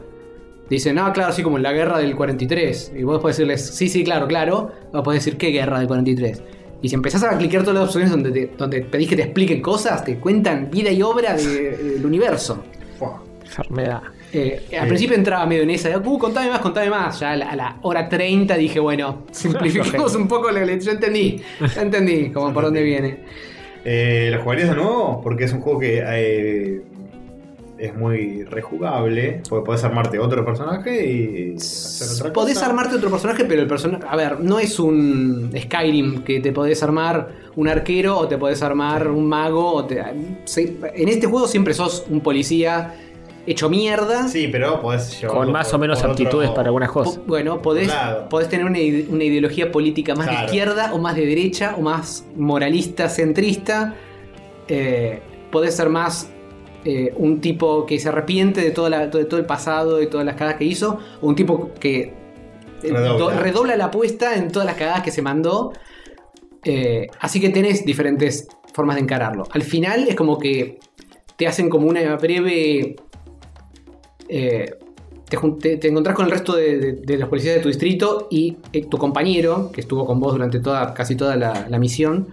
Speaker 2: Dicen, no, claro, sí, como en la guerra del 43. Y vos podés decirles, sí, sí, claro, claro. O podés decir, ¿qué guerra del 43? Y si empezás a cliquear todas las opciones donde, te- donde pedís que te expliquen cosas, te cuentan vida y obra de- del universo.
Speaker 3: fua.
Speaker 1: Enfermedad.
Speaker 2: Eh, al
Speaker 3: Sí.
Speaker 2: principio entraba medio en esa, de, uh, contame más, contame más. Ya a la, a la hora 30 dije, bueno, simplifiquemos un poco la lección. Ya entendí, ya entendí, como por dónde viene.
Speaker 3: Eh, ¿Lo jugarías de nuevo? Porque es un juego que eh, es muy rejugable. Porque podés armarte otro personaje y hacer otra
Speaker 2: Podés
Speaker 3: cosa.
Speaker 2: armarte otro personaje, pero el personaje. A ver, no es un Skyrim que te podés armar un arquero o te podés armar un mago. o te- sí, en este juego siempre sos un policía hecho mierda.
Speaker 3: Sí, pero podés llevarlo
Speaker 1: Con Oh. más
Speaker 3: por-
Speaker 1: o menos
Speaker 3: por otro-
Speaker 1: aptitudes para algunas
Speaker 2: Po-
Speaker 1: cosas.
Speaker 2: Bueno, podés,
Speaker 3: Claro.
Speaker 2: podés tener una, ide- una ideología política más de
Speaker 3: Claro.
Speaker 2: izquierda o más de derecha o más moralista, centrista. Eh, podés ser más eh, un tipo que se arrepiente de, toda la- de todo el pasado, de todas las cagadas que hizo, o un tipo que eh, do-
Speaker 3: Redobla.
Speaker 2: redobla, la apuesta en todas las cagadas que se mandó. Eh, así que tenés diferentes formas de encararlo. Al final es como que te hacen como una breve eh, te, jun- te- te encontrás con el resto de, de- de los policías de tu distrito y eh, tu compañero, que estuvo con vos durante toda, casi toda la, la misión,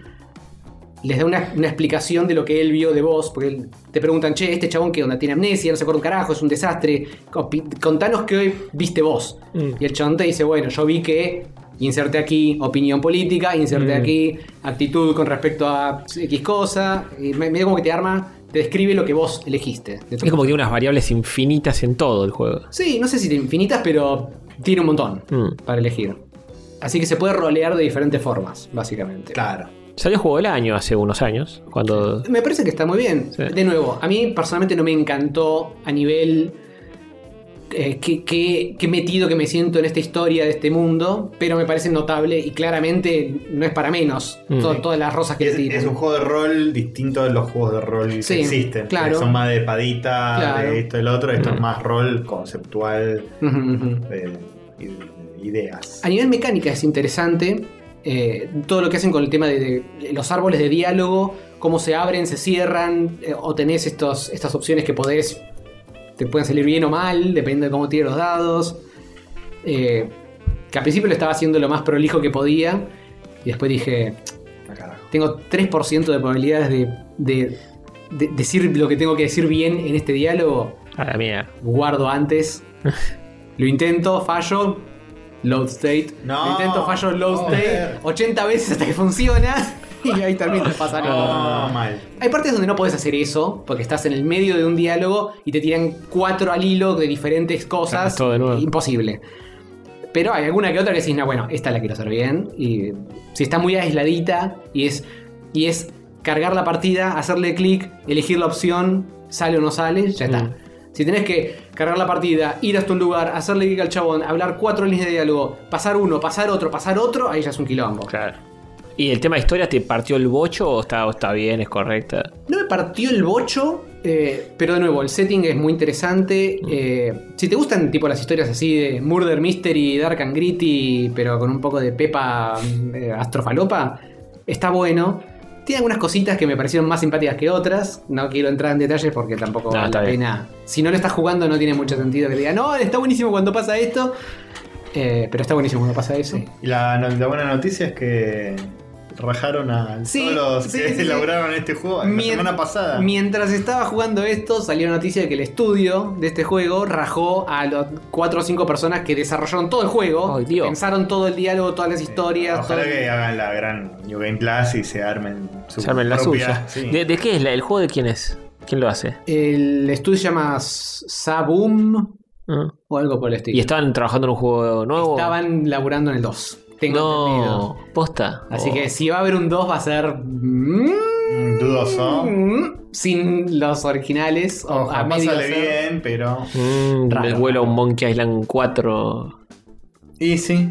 Speaker 2: les da una, una explicación de lo que él vio de vos, porque él- te preguntan, che, este chabón que onda tiene amnesia, no se acuerda un carajo, es un desastre, Opi- contanos qué hoy viste vos.
Speaker 1: Mm.
Speaker 2: Y el chabón te dice, bueno, yo vi que inserte aquí opinión política, inserte
Speaker 1: Mm.
Speaker 2: aquí actitud con respecto a X cosa, y me- medio como que te arma, te describe lo que vos elegiste. de tu
Speaker 1: Es como que tiene unas variables infinitas en todo el juego.
Speaker 2: Sí, no sé si de infinitas, pero tiene un montón
Speaker 1: Mm.
Speaker 2: para elegir. Así que se puede rolear de diferentes formas, básicamente.
Speaker 3: Claro.
Speaker 1: Salió juego del año hace unos años. Cuando.
Speaker 2: Me parece que está muy bien.
Speaker 1: Sí.
Speaker 2: De nuevo, a mí personalmente no me encantó a nivel eh, qué, qué- qué metido que me siento en esta historia de este mundo, pero me parece notable y claramente no es para menos
Speaker 1: Mm.
Speaker 2: to- todas las rosas que
Speaker 3: Es,
Speaker 2: le tiran.
Speaker 3: es un juego de rol distinto de los juegos de rol
Speaker 2: Sí,
Speaker 3: que existen.
Speaker 2: claro.
Speaker 3: Que son más de padita,
Speaker 2: Claro.
Speaker 3: de esto y lo otro. Esto es
Speaker 1: Mm.
Speaker 3: más rol conceptual,
Speaker 2: Ujú, ujú.
Speaker 3: de, y de ideas.
Speaker 2: A nivel mecánica es interesante eh, todo lo que hacen con el tema de, de los árboles de diálogo, cómo se abren, se cierran, eh, o tenés estos, estas opciones que podés, te pueden salir bien o mal, dependiendo de cómo tires los dados. Eh, que al principio lo estaba haciendo lo más prolijo que podía, y después dije,
Speaker 3: Ah, carajo.
Speaker 2: tengo 3% de probabilidades de, de- de decir lo que tengo que decir bien en este diálogo
Speaker 1: A la mía.
Speaker 2: guardo antes. Lo intento, fallo. Load state.
Speaker 3: No. Oh,
Speaker 2: Lo intento, fallo, load state.
Speaker 3: Joder.
Speaker 2: 80 veces hasta que funciona. Y ahí también te pasa nada.
Speaker 3: Ah, mal.
Speaker 2: Hay partes donde no puedes hacer eso, porque estás en el medio de un diálogo y te tiran cuatro al hilo de diferentes
Speaker 1: Claro,
Speaker 2: cosas.
Speaker 1: todo de nuevo.
Speaker 2: Imposible. Pero hay alguna que otra que decís, no, bueno, esta la quiero hacer bien. Y si está muy aisladita y es. Y es cargar la partida, hacerle clic, elegir la opción, sale o no sale, ya está.
Speaker 1: Mm.
Speaker 2: Si tenés que cargar la partida, ir hasta un lugar, hacerle clic al chabón, hablar cuatro líneas de diálogo, pasar uno, pasar otro, pasar otro, ahí ya es un quilombo.
Speaker 1: Claro. ¿Y el tema de historia te partió el bocho o está, o está bien, es correcta?
Speaker 2: No me partió el bocho, eh, pero de nuevo, el setting es muy
Speaker 1: Mm.
Speaker 2: interesante. eh, si te gustan tipo las historias así de Murder Mystery, Dark and Gritty, pero con un poco de pepa eh, astrofalopa, está bueno. Tiene algunas cositas que me parecieron más simpáticas que otras. No quiero entrar en detalles porque tampoco
Speaker 1: No,
Speaker 2: vale
Speaker 1: está
Speaker 2: la
Speaker 1: bien.
Speaker 2: pena. Si no lo estás jugando, no tiene mucho sentido que te diga, no, está buenísimo cuando pasa esto. Eh, pero está buenísimo cuando pasa eso.
Speaker 3: Y la, no- la buena noticia es que rajaron a
Speaker 2: Sí,
Speaker 3: todos los
Speaker 2: sí,
Speaker 3: que
Speaker 2: sí, sí.
Speaker 3: elaboraron este juego la
Speaker 2: Mien-
Speaker 3: semana pasada.
Speaker 2: Mientras estaba jugando esto, salió la noticia de que el estudio de este juego rajó a los 4 o 5 personas que desarrollaron todo el juego.
Speaker 1: Ay, Dios.
Speaker 2: Pensaron todo el diálogo, todas las historias.
Speaker 3: Eh, Ojalá
Speaker 2: todo-
Speaker 3: que hagan la gran New Game Plus y se armen su
Speaker 1: Se armen la
Speaker 3: propia.
Speaker 1: suya.
Speaker 3: sí.
Speaker 1: ¿De, de qué es? la- ¿El juego de quién es? ¿Quién lo hace?
Speaker 2: El estudio se llama S- Saboom
Speaker 1: ¿Mm?
Speaker 2: o algo por el estilo.
Speaker 1: ¿Y estaban trabajando en un juego nuevo?
Speaker 2: Estaban laburando en el 2. Tengo entendido.
Speaker 1: No, posta.
Speaker 2: Así
Speaker 1: Oh.
Speaker 2: que si va a haber un 2 va a ser... mm,
Speaker 3: Mm, Dudoso.
Speaker 2: mm, sin los originales. o a
Speaker 3: Ojalá
Speaker 2: medio
Speaker 3: Oh, sale
Speaker 2: hacer.
Speaker 3: bien, pero.
Speaker 1: Mm,
Speaker 2: Raro,
Speaker 1: me vuelo a un
Speaker 2: raro.
Speaker 1: Monkey Island 4.
Speaker 3: Y sí.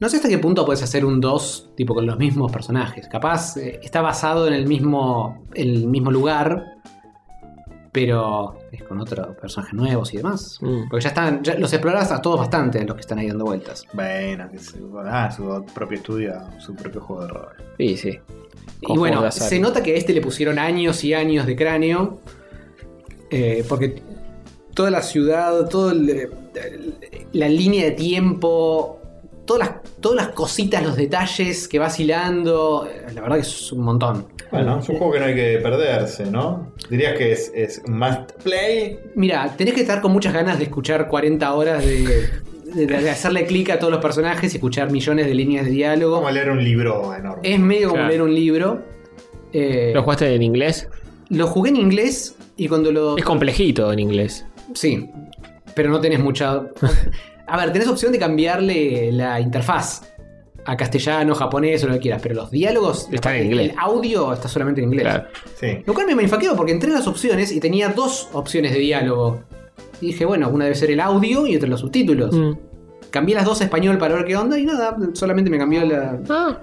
Speaker 2: No sé hasta qué punto puedes hacer un 2 tipo con los mismos personajes. Capaz eh, está basado en el mismo en el mismo lugar, pero es con otros personajes nuevos y demás.
Speaker 1: Mm.
Speaker 2: Porque ya están ya los exploras a todos bastante los que están ahí dando vueltas.
Speaker 3: Bueno, que su, ah, su propio estudio, su propio juego de rol.
Speaker 1: Sí, sí.
Speaker 2: y
Speaker 1: Con juegos de
Speaker 2: bueno,
Speaker 1: azar.
Speaker 2: se nota que a este le pusieron años y años de cráneo. eh, porque toda la ciudad, toda la línea de tiempo, todas las, todas las cositas, los detalles que vas hilando, eh, la verdad que es un montón.
Speaker 3: Bueno, es un juego que no hay que perderse, ¿no? Dirías que es, es must play.
Speaker 2: Mira, tenés que estar con muchas ganas de escuchar 40 horas de, de- de hacerle clic a todos los personajes y escuchar millones de líneas de diálogo.
Speaker 3: Como leer un libro enorme.
Speaker 2: Es medio como
Speaker 1: Claro.
Speaker 2: leer un libro. Eh,
Speaker 1: ¿Lo jugaste en inglés?
Speaker 2: lo jugué en inglés y cuando lo.
Speaker 1: Es complejito en inglés.
Speaker 2: Sí, pero no tenés mucha. A ver, tenés opción de cambiarle la interfaz a castellano, japonés o lo que quieras, pero los diálogos. la
Speaker 1: Está en
Speaker 2: parte-
Speaker 1: inglés.
Speaker 2: El audio está solamente en inglés.
Speaker 1: Claro.
Speaker 3: Sí.
Speaker 2: Lo cual me manifaqueó porque entré a las opciones y tenía dos opciones de diálogo. Y dije, bueno, una debe ser el audio y otra los subtítulos.
Speaker 1: Mm.
Speaker 2: Cambié las dos a español para ver qué onda y nada, solamente me cambió la-
Speaker 1: Ah.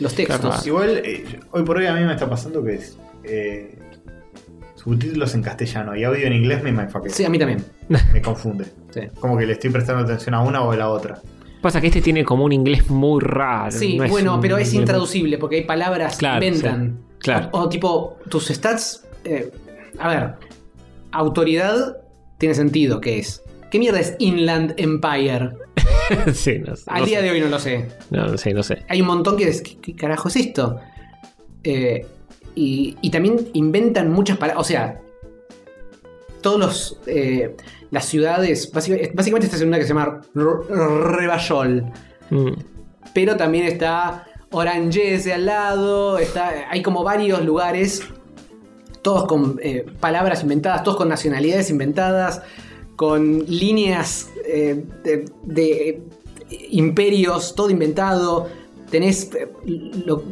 Speaker 2: los textos.
Speaker 1: Claro.
Speaker 3: Igual, eh, hoy por hoy a mí me está pasando que es. eh, subtítulos en castellano y audio en inglés me mindfuckea.
Speaker 2: Sí, a mí también.
Speaker 3: Me confunde.
Speaker 2: Sí.
Speaker 3: Como que le estoy prestando atención a una o a la otra.
Speaker 1: Pasa que este tiene como un inglés muy raro.
Speaker 2: Sí,
Speaker 1: no es
Speaker 2: bueno,
Speaker 1: un
Speaker 2: pero es
Speaker 1: inglés-
Speaker 2: intraducible Oh, porque hay palabras que
Speaker 1: Claro,
Speaker 2: inventan.
Speaker 1: sí. Claro.
Speaker 2: O, o tipo, tus stats. eh, a ver, autoridad tiene sentido, ¿qué es? ¿Qué mierda es Inland Empire?
Speaker 1: sí, no sé.
Speaker 2: Al
Speaker 1: no
Speaker 2: día
Speaker 1: sé.
Speaker 2: de hoy no lo sé.
Speaker 1: No, no sé, no sé.
Speaker 2: Hay un montón que es, ¿qué, qué carajo es esto? Eh, y, y también inventan muchas palabras, o sea, todos los, eh, las ciudades, básicamente, básicamente estás en una que se llama R- Reballol,
Speaker 1: Mm.
Speaker 2: pero también está Oranges de al lado, está, hay como varios lugares, todos con eh, palabras inventadas, todos con nacionalidades inventadas, con líneas eh, de, de eh, imperios, todo inventado, tenés eh, lo-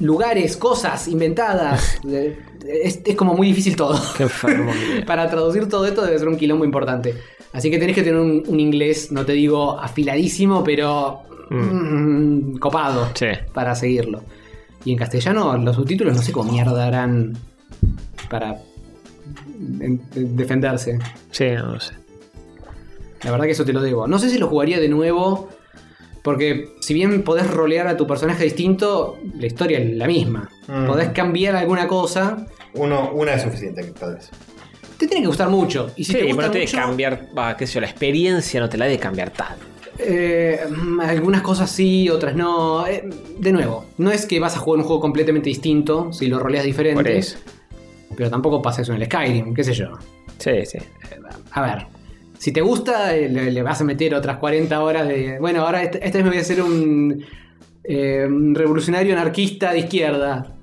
Speaker 2: lugares, cosas inventadas, eh, es- es como muy difícil todo.
Speaker 1: Qué enfermo. que-
Speaker 2: Para traducir todo esto debe ser un quilombo importante. Así que tenés que tener un, un inglés, no te digo afiladísimo, pero mm, copado
Speaker 1: Sí.
Speaker 2: para seguirlo. Y en castellano los subtítulos no sé cómo mierda harán para en- en- defenderse.
Speaker 1: Sí, no, no sé.
Speaker 2: La verdad que eso te lo debo. No sé si lo jugaría de nuevo, porque si bien podés rolear a tu personaje distinto, la historia es la misma.
Speaker 3: Mm.
Speaker 2: Podés cambiar alguna cosa.
Speaker 3: Uno, una es suficiente, tal vez.
Speaker 2: Te tiene que gustar mucho. Y si
Speaker 1: sí,
Speaker 2: te gusta
Speaker 1: pero no te
Speaker 2: mucho,
Speaker 1: de cambiar, va, qué sé yo, la experiencia no te la de cambiar tanto.
Speaker 2: Eh, mm, algunas cosas sí, otras no. Eh, de nuevo, no es que vas a jugar un juego completamente distinto si lo roleas diferente.
Speaker 1: Por eso.
Speaker 2: Pero tampoco pasa eso en el Skyrim, qué sé yo.
Speaker 1: Sí, sí.
Speaker 2: A ver, si te gusta, eh, le, le vas a meter otras 40 horas de. Bueno, ahora este, este me voy a hacer un, eh, un revolucionario anarquista de izquierda.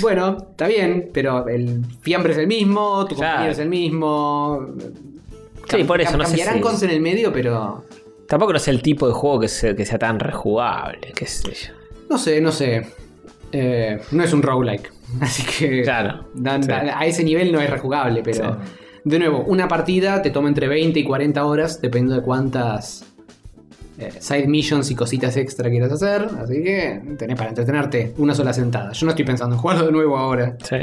Speaker 2: Bueno, está bien, pero el fiambre es el mismo, tu
Speaker 1: Claro.
Speaker 2: compañero es el mismo.
Speaker 1: Sí, por eso, no sé
Speaker 2: Cambiarán
Speaker 1: si-
Speaker 2: cosas en el medio, pero.
Speaker 1: Tampoco no es el tipo de juego que, se- que sea tan rejugable, qué sé yo.
Speaker 2: No sé, no sé. eh, no es un roguelike. Así que
Speaker 1: Claro.
Speaker 2: da-
Speaker 1: Sí.
Speaker 2: da- a ese nivel no es rejugable, pero de nuevo, una partida te toma entre 20 y 40 horas, dependiendo de cuántas eh, side missions y cositas extra quieras hacer. Así que tenés para entretenerte una sola sentada. Yo no estoy pensando en jugarlo de nuevo ahora.
Speaker 1: Sí.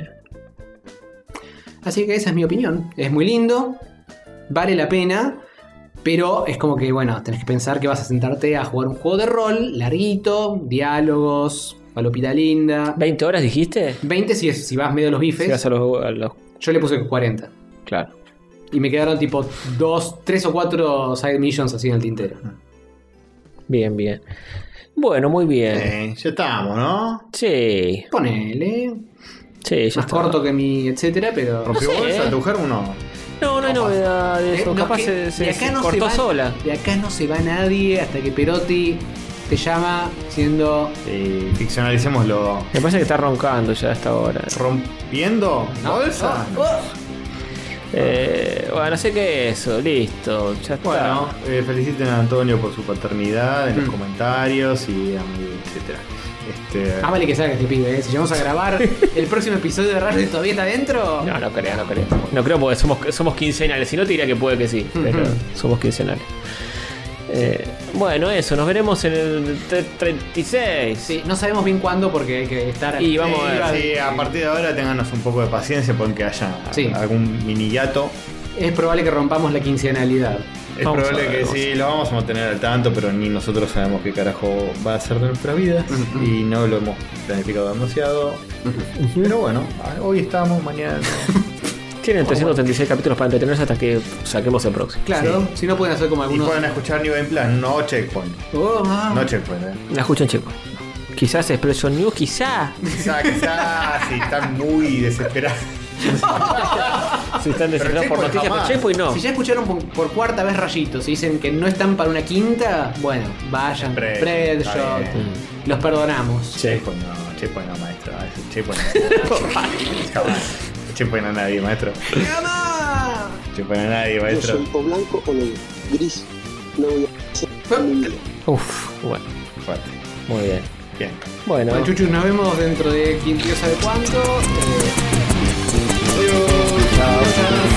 Speaker 2: Así que esa es mi opinión. Es muy lindo, vale la pena, pero es como que, bueno, tenés que pensar que vas a sentarte a jugar un juego de rol larguito, diálogos, palopita linda.
Speaker 1: ¿20 horas dijiste?
Speaker 2: 20 si, es- si vas medio a los
Speaker 1: Si vas
Speaker 2: bifes.
Speaker 1: a los, a los-
Speaker 2: Yo le puse 40.
Speaker 1: Claro.
Speaker 2: Y me quedaron tipo 2, 3 o 4 side missions así en el tintero.
Speaker 1: Bien, bien. Bueno, muy bien.
Speaker 3: Eh, ya estamos, ¿no?
Speaker 1: Sí,
Speaker 2: Ponele.
Speaker 1: sí, ya
Speaker 2: Más
Speaker 1: está.
Speaker 2: corto que mi etcétera, pero.
Speaker 3: ¿Rompió
Speaker 1: sé,
Speaker 3: bolsa
Speaker 1: eh.
Speaker 3: tu germo? No.
Speaker 1: No, no hay novedad de
Speaker 2: Eh,
Speaker 1: eso.
Speaker 2: no,
Speaker 1: Capaz
Speaker 2: que
Speaker 1: se, se-
Speaker 2: de acá
Speaker 1: se
Speaker 2: no se
Speaker 1: cortó
Speaker 2: va-
Speaker 1: sola.
Speaker 2: De acá no se va nadie hasta que Perotti te llama siendo
Speaker 3: Eh, ficcionalicémoslo.
Speaker 1: Me parece que está roncando ya hasta ahora.
Speaker 3: ¿Rompiendo
Speaker 2: Ah,
Speaker 3: bolsa?
Speaker 1: Eh, bueno, sé que eso, listo. Ya está.
Speaker 3: Bueno, eh, feliciten a Antonio por su paternidad en los
Speaker 2: Mm.
Speaker 3: comentarios y a mi etcétera. Este,
Speaker 2: Ah, vale que salga este pibe, ¿eh? Si vamos a grabar el próximo episodio de Raro y todavía está adentro.
Speaker 1: No, no creo, no creo. No creo porque somos, somos quincenales. Si no, te diría que puede que sí, pero
Speaker 2: Ujú.
Speaker 1: somos quincenales. Eh, bueno, eso, nos veremos en el tre- 36.
Speaker 2: Sí, no sabemos bien cuándo porque hay que estar
Speaker 1: Y vamos a ver.
Speaker 2: iba-
Speaker 3: sí, a partir de ahora tenganos un poco de paciencia porque haya
Speaker 2: Sí.
Speaker 3: algún mini hiato.
Speaker 2: Es probable que rompamos la quincenalidad.
Speaker 3: Es
Speaker 1: Vamos a
Speaker 3: probable
Speaker 1: ver,
Speaker 3: que
Speaker 1: vamos
Speaker 3: sí, lo vamos a mantener al tanto, pero ni nosotros sabemos qué carajo va a ser de nuestras vidas y no lo hemos planificado demasiado. Pero bueno, hoy estamos, mañana. no.
Speaker 1: Tienen 336 capítulos para entretenerse hasta que saquemos el próximo.
Speaker 2: Claro, si no pueden hacer como
Speaker 3: y
Speaker 2: algunos.
Speaker 3: pueden escuchar New Game Plan, no Checkpoint.
Speaker 2: Oh, ah.
Speaker 3: No Checkpoint, eh.
Speaker 1: La escuchan, chicos. Quizás Expression News, quizá.
Speaker 3: Quizá, quizá, si están muy desesperados.
Speaker 1: Si están desesperados
Speaker 3: Checkpoint
Speaker 1: por noticias, pero
Speaker 3: jamás.
Speaker 1: Checkpoint no.
Speaker 2: Si ya escucharon por, por cuarta vez rayitos y dicen que no están para una quinta, bueno, vayan,
Speaker 3: Fred,
Speaker 2: Fred,
Speaker 3: está
Speaker 2: Shot,
Speaker 3: bien.
Speaker 2: los perdonamos.
Speaker 3: Checkpoint no, Checkpoint no, maestro. Checkpoint no. Jamás. Checkpoint a nadie, maestro. Checkpoint a nadie,
Speaker 4: Yo
Speaker 3: maestro.
Speaker 4: soy o blanco o negro. Gris. No voy a ser mi vida.
Speaker 1: Uf, bueno,
Speaker 3: Fuerte.
Speaker 1: muy bien.
Speaker 3: Bien.
Speaker 1: Bueno,
Speaker 2: Bueno, chuchus, nos vemos dentro de quien Dios sabe cuánto. Eh,
Speaker 3: Adiós.
Speaker 2: chao.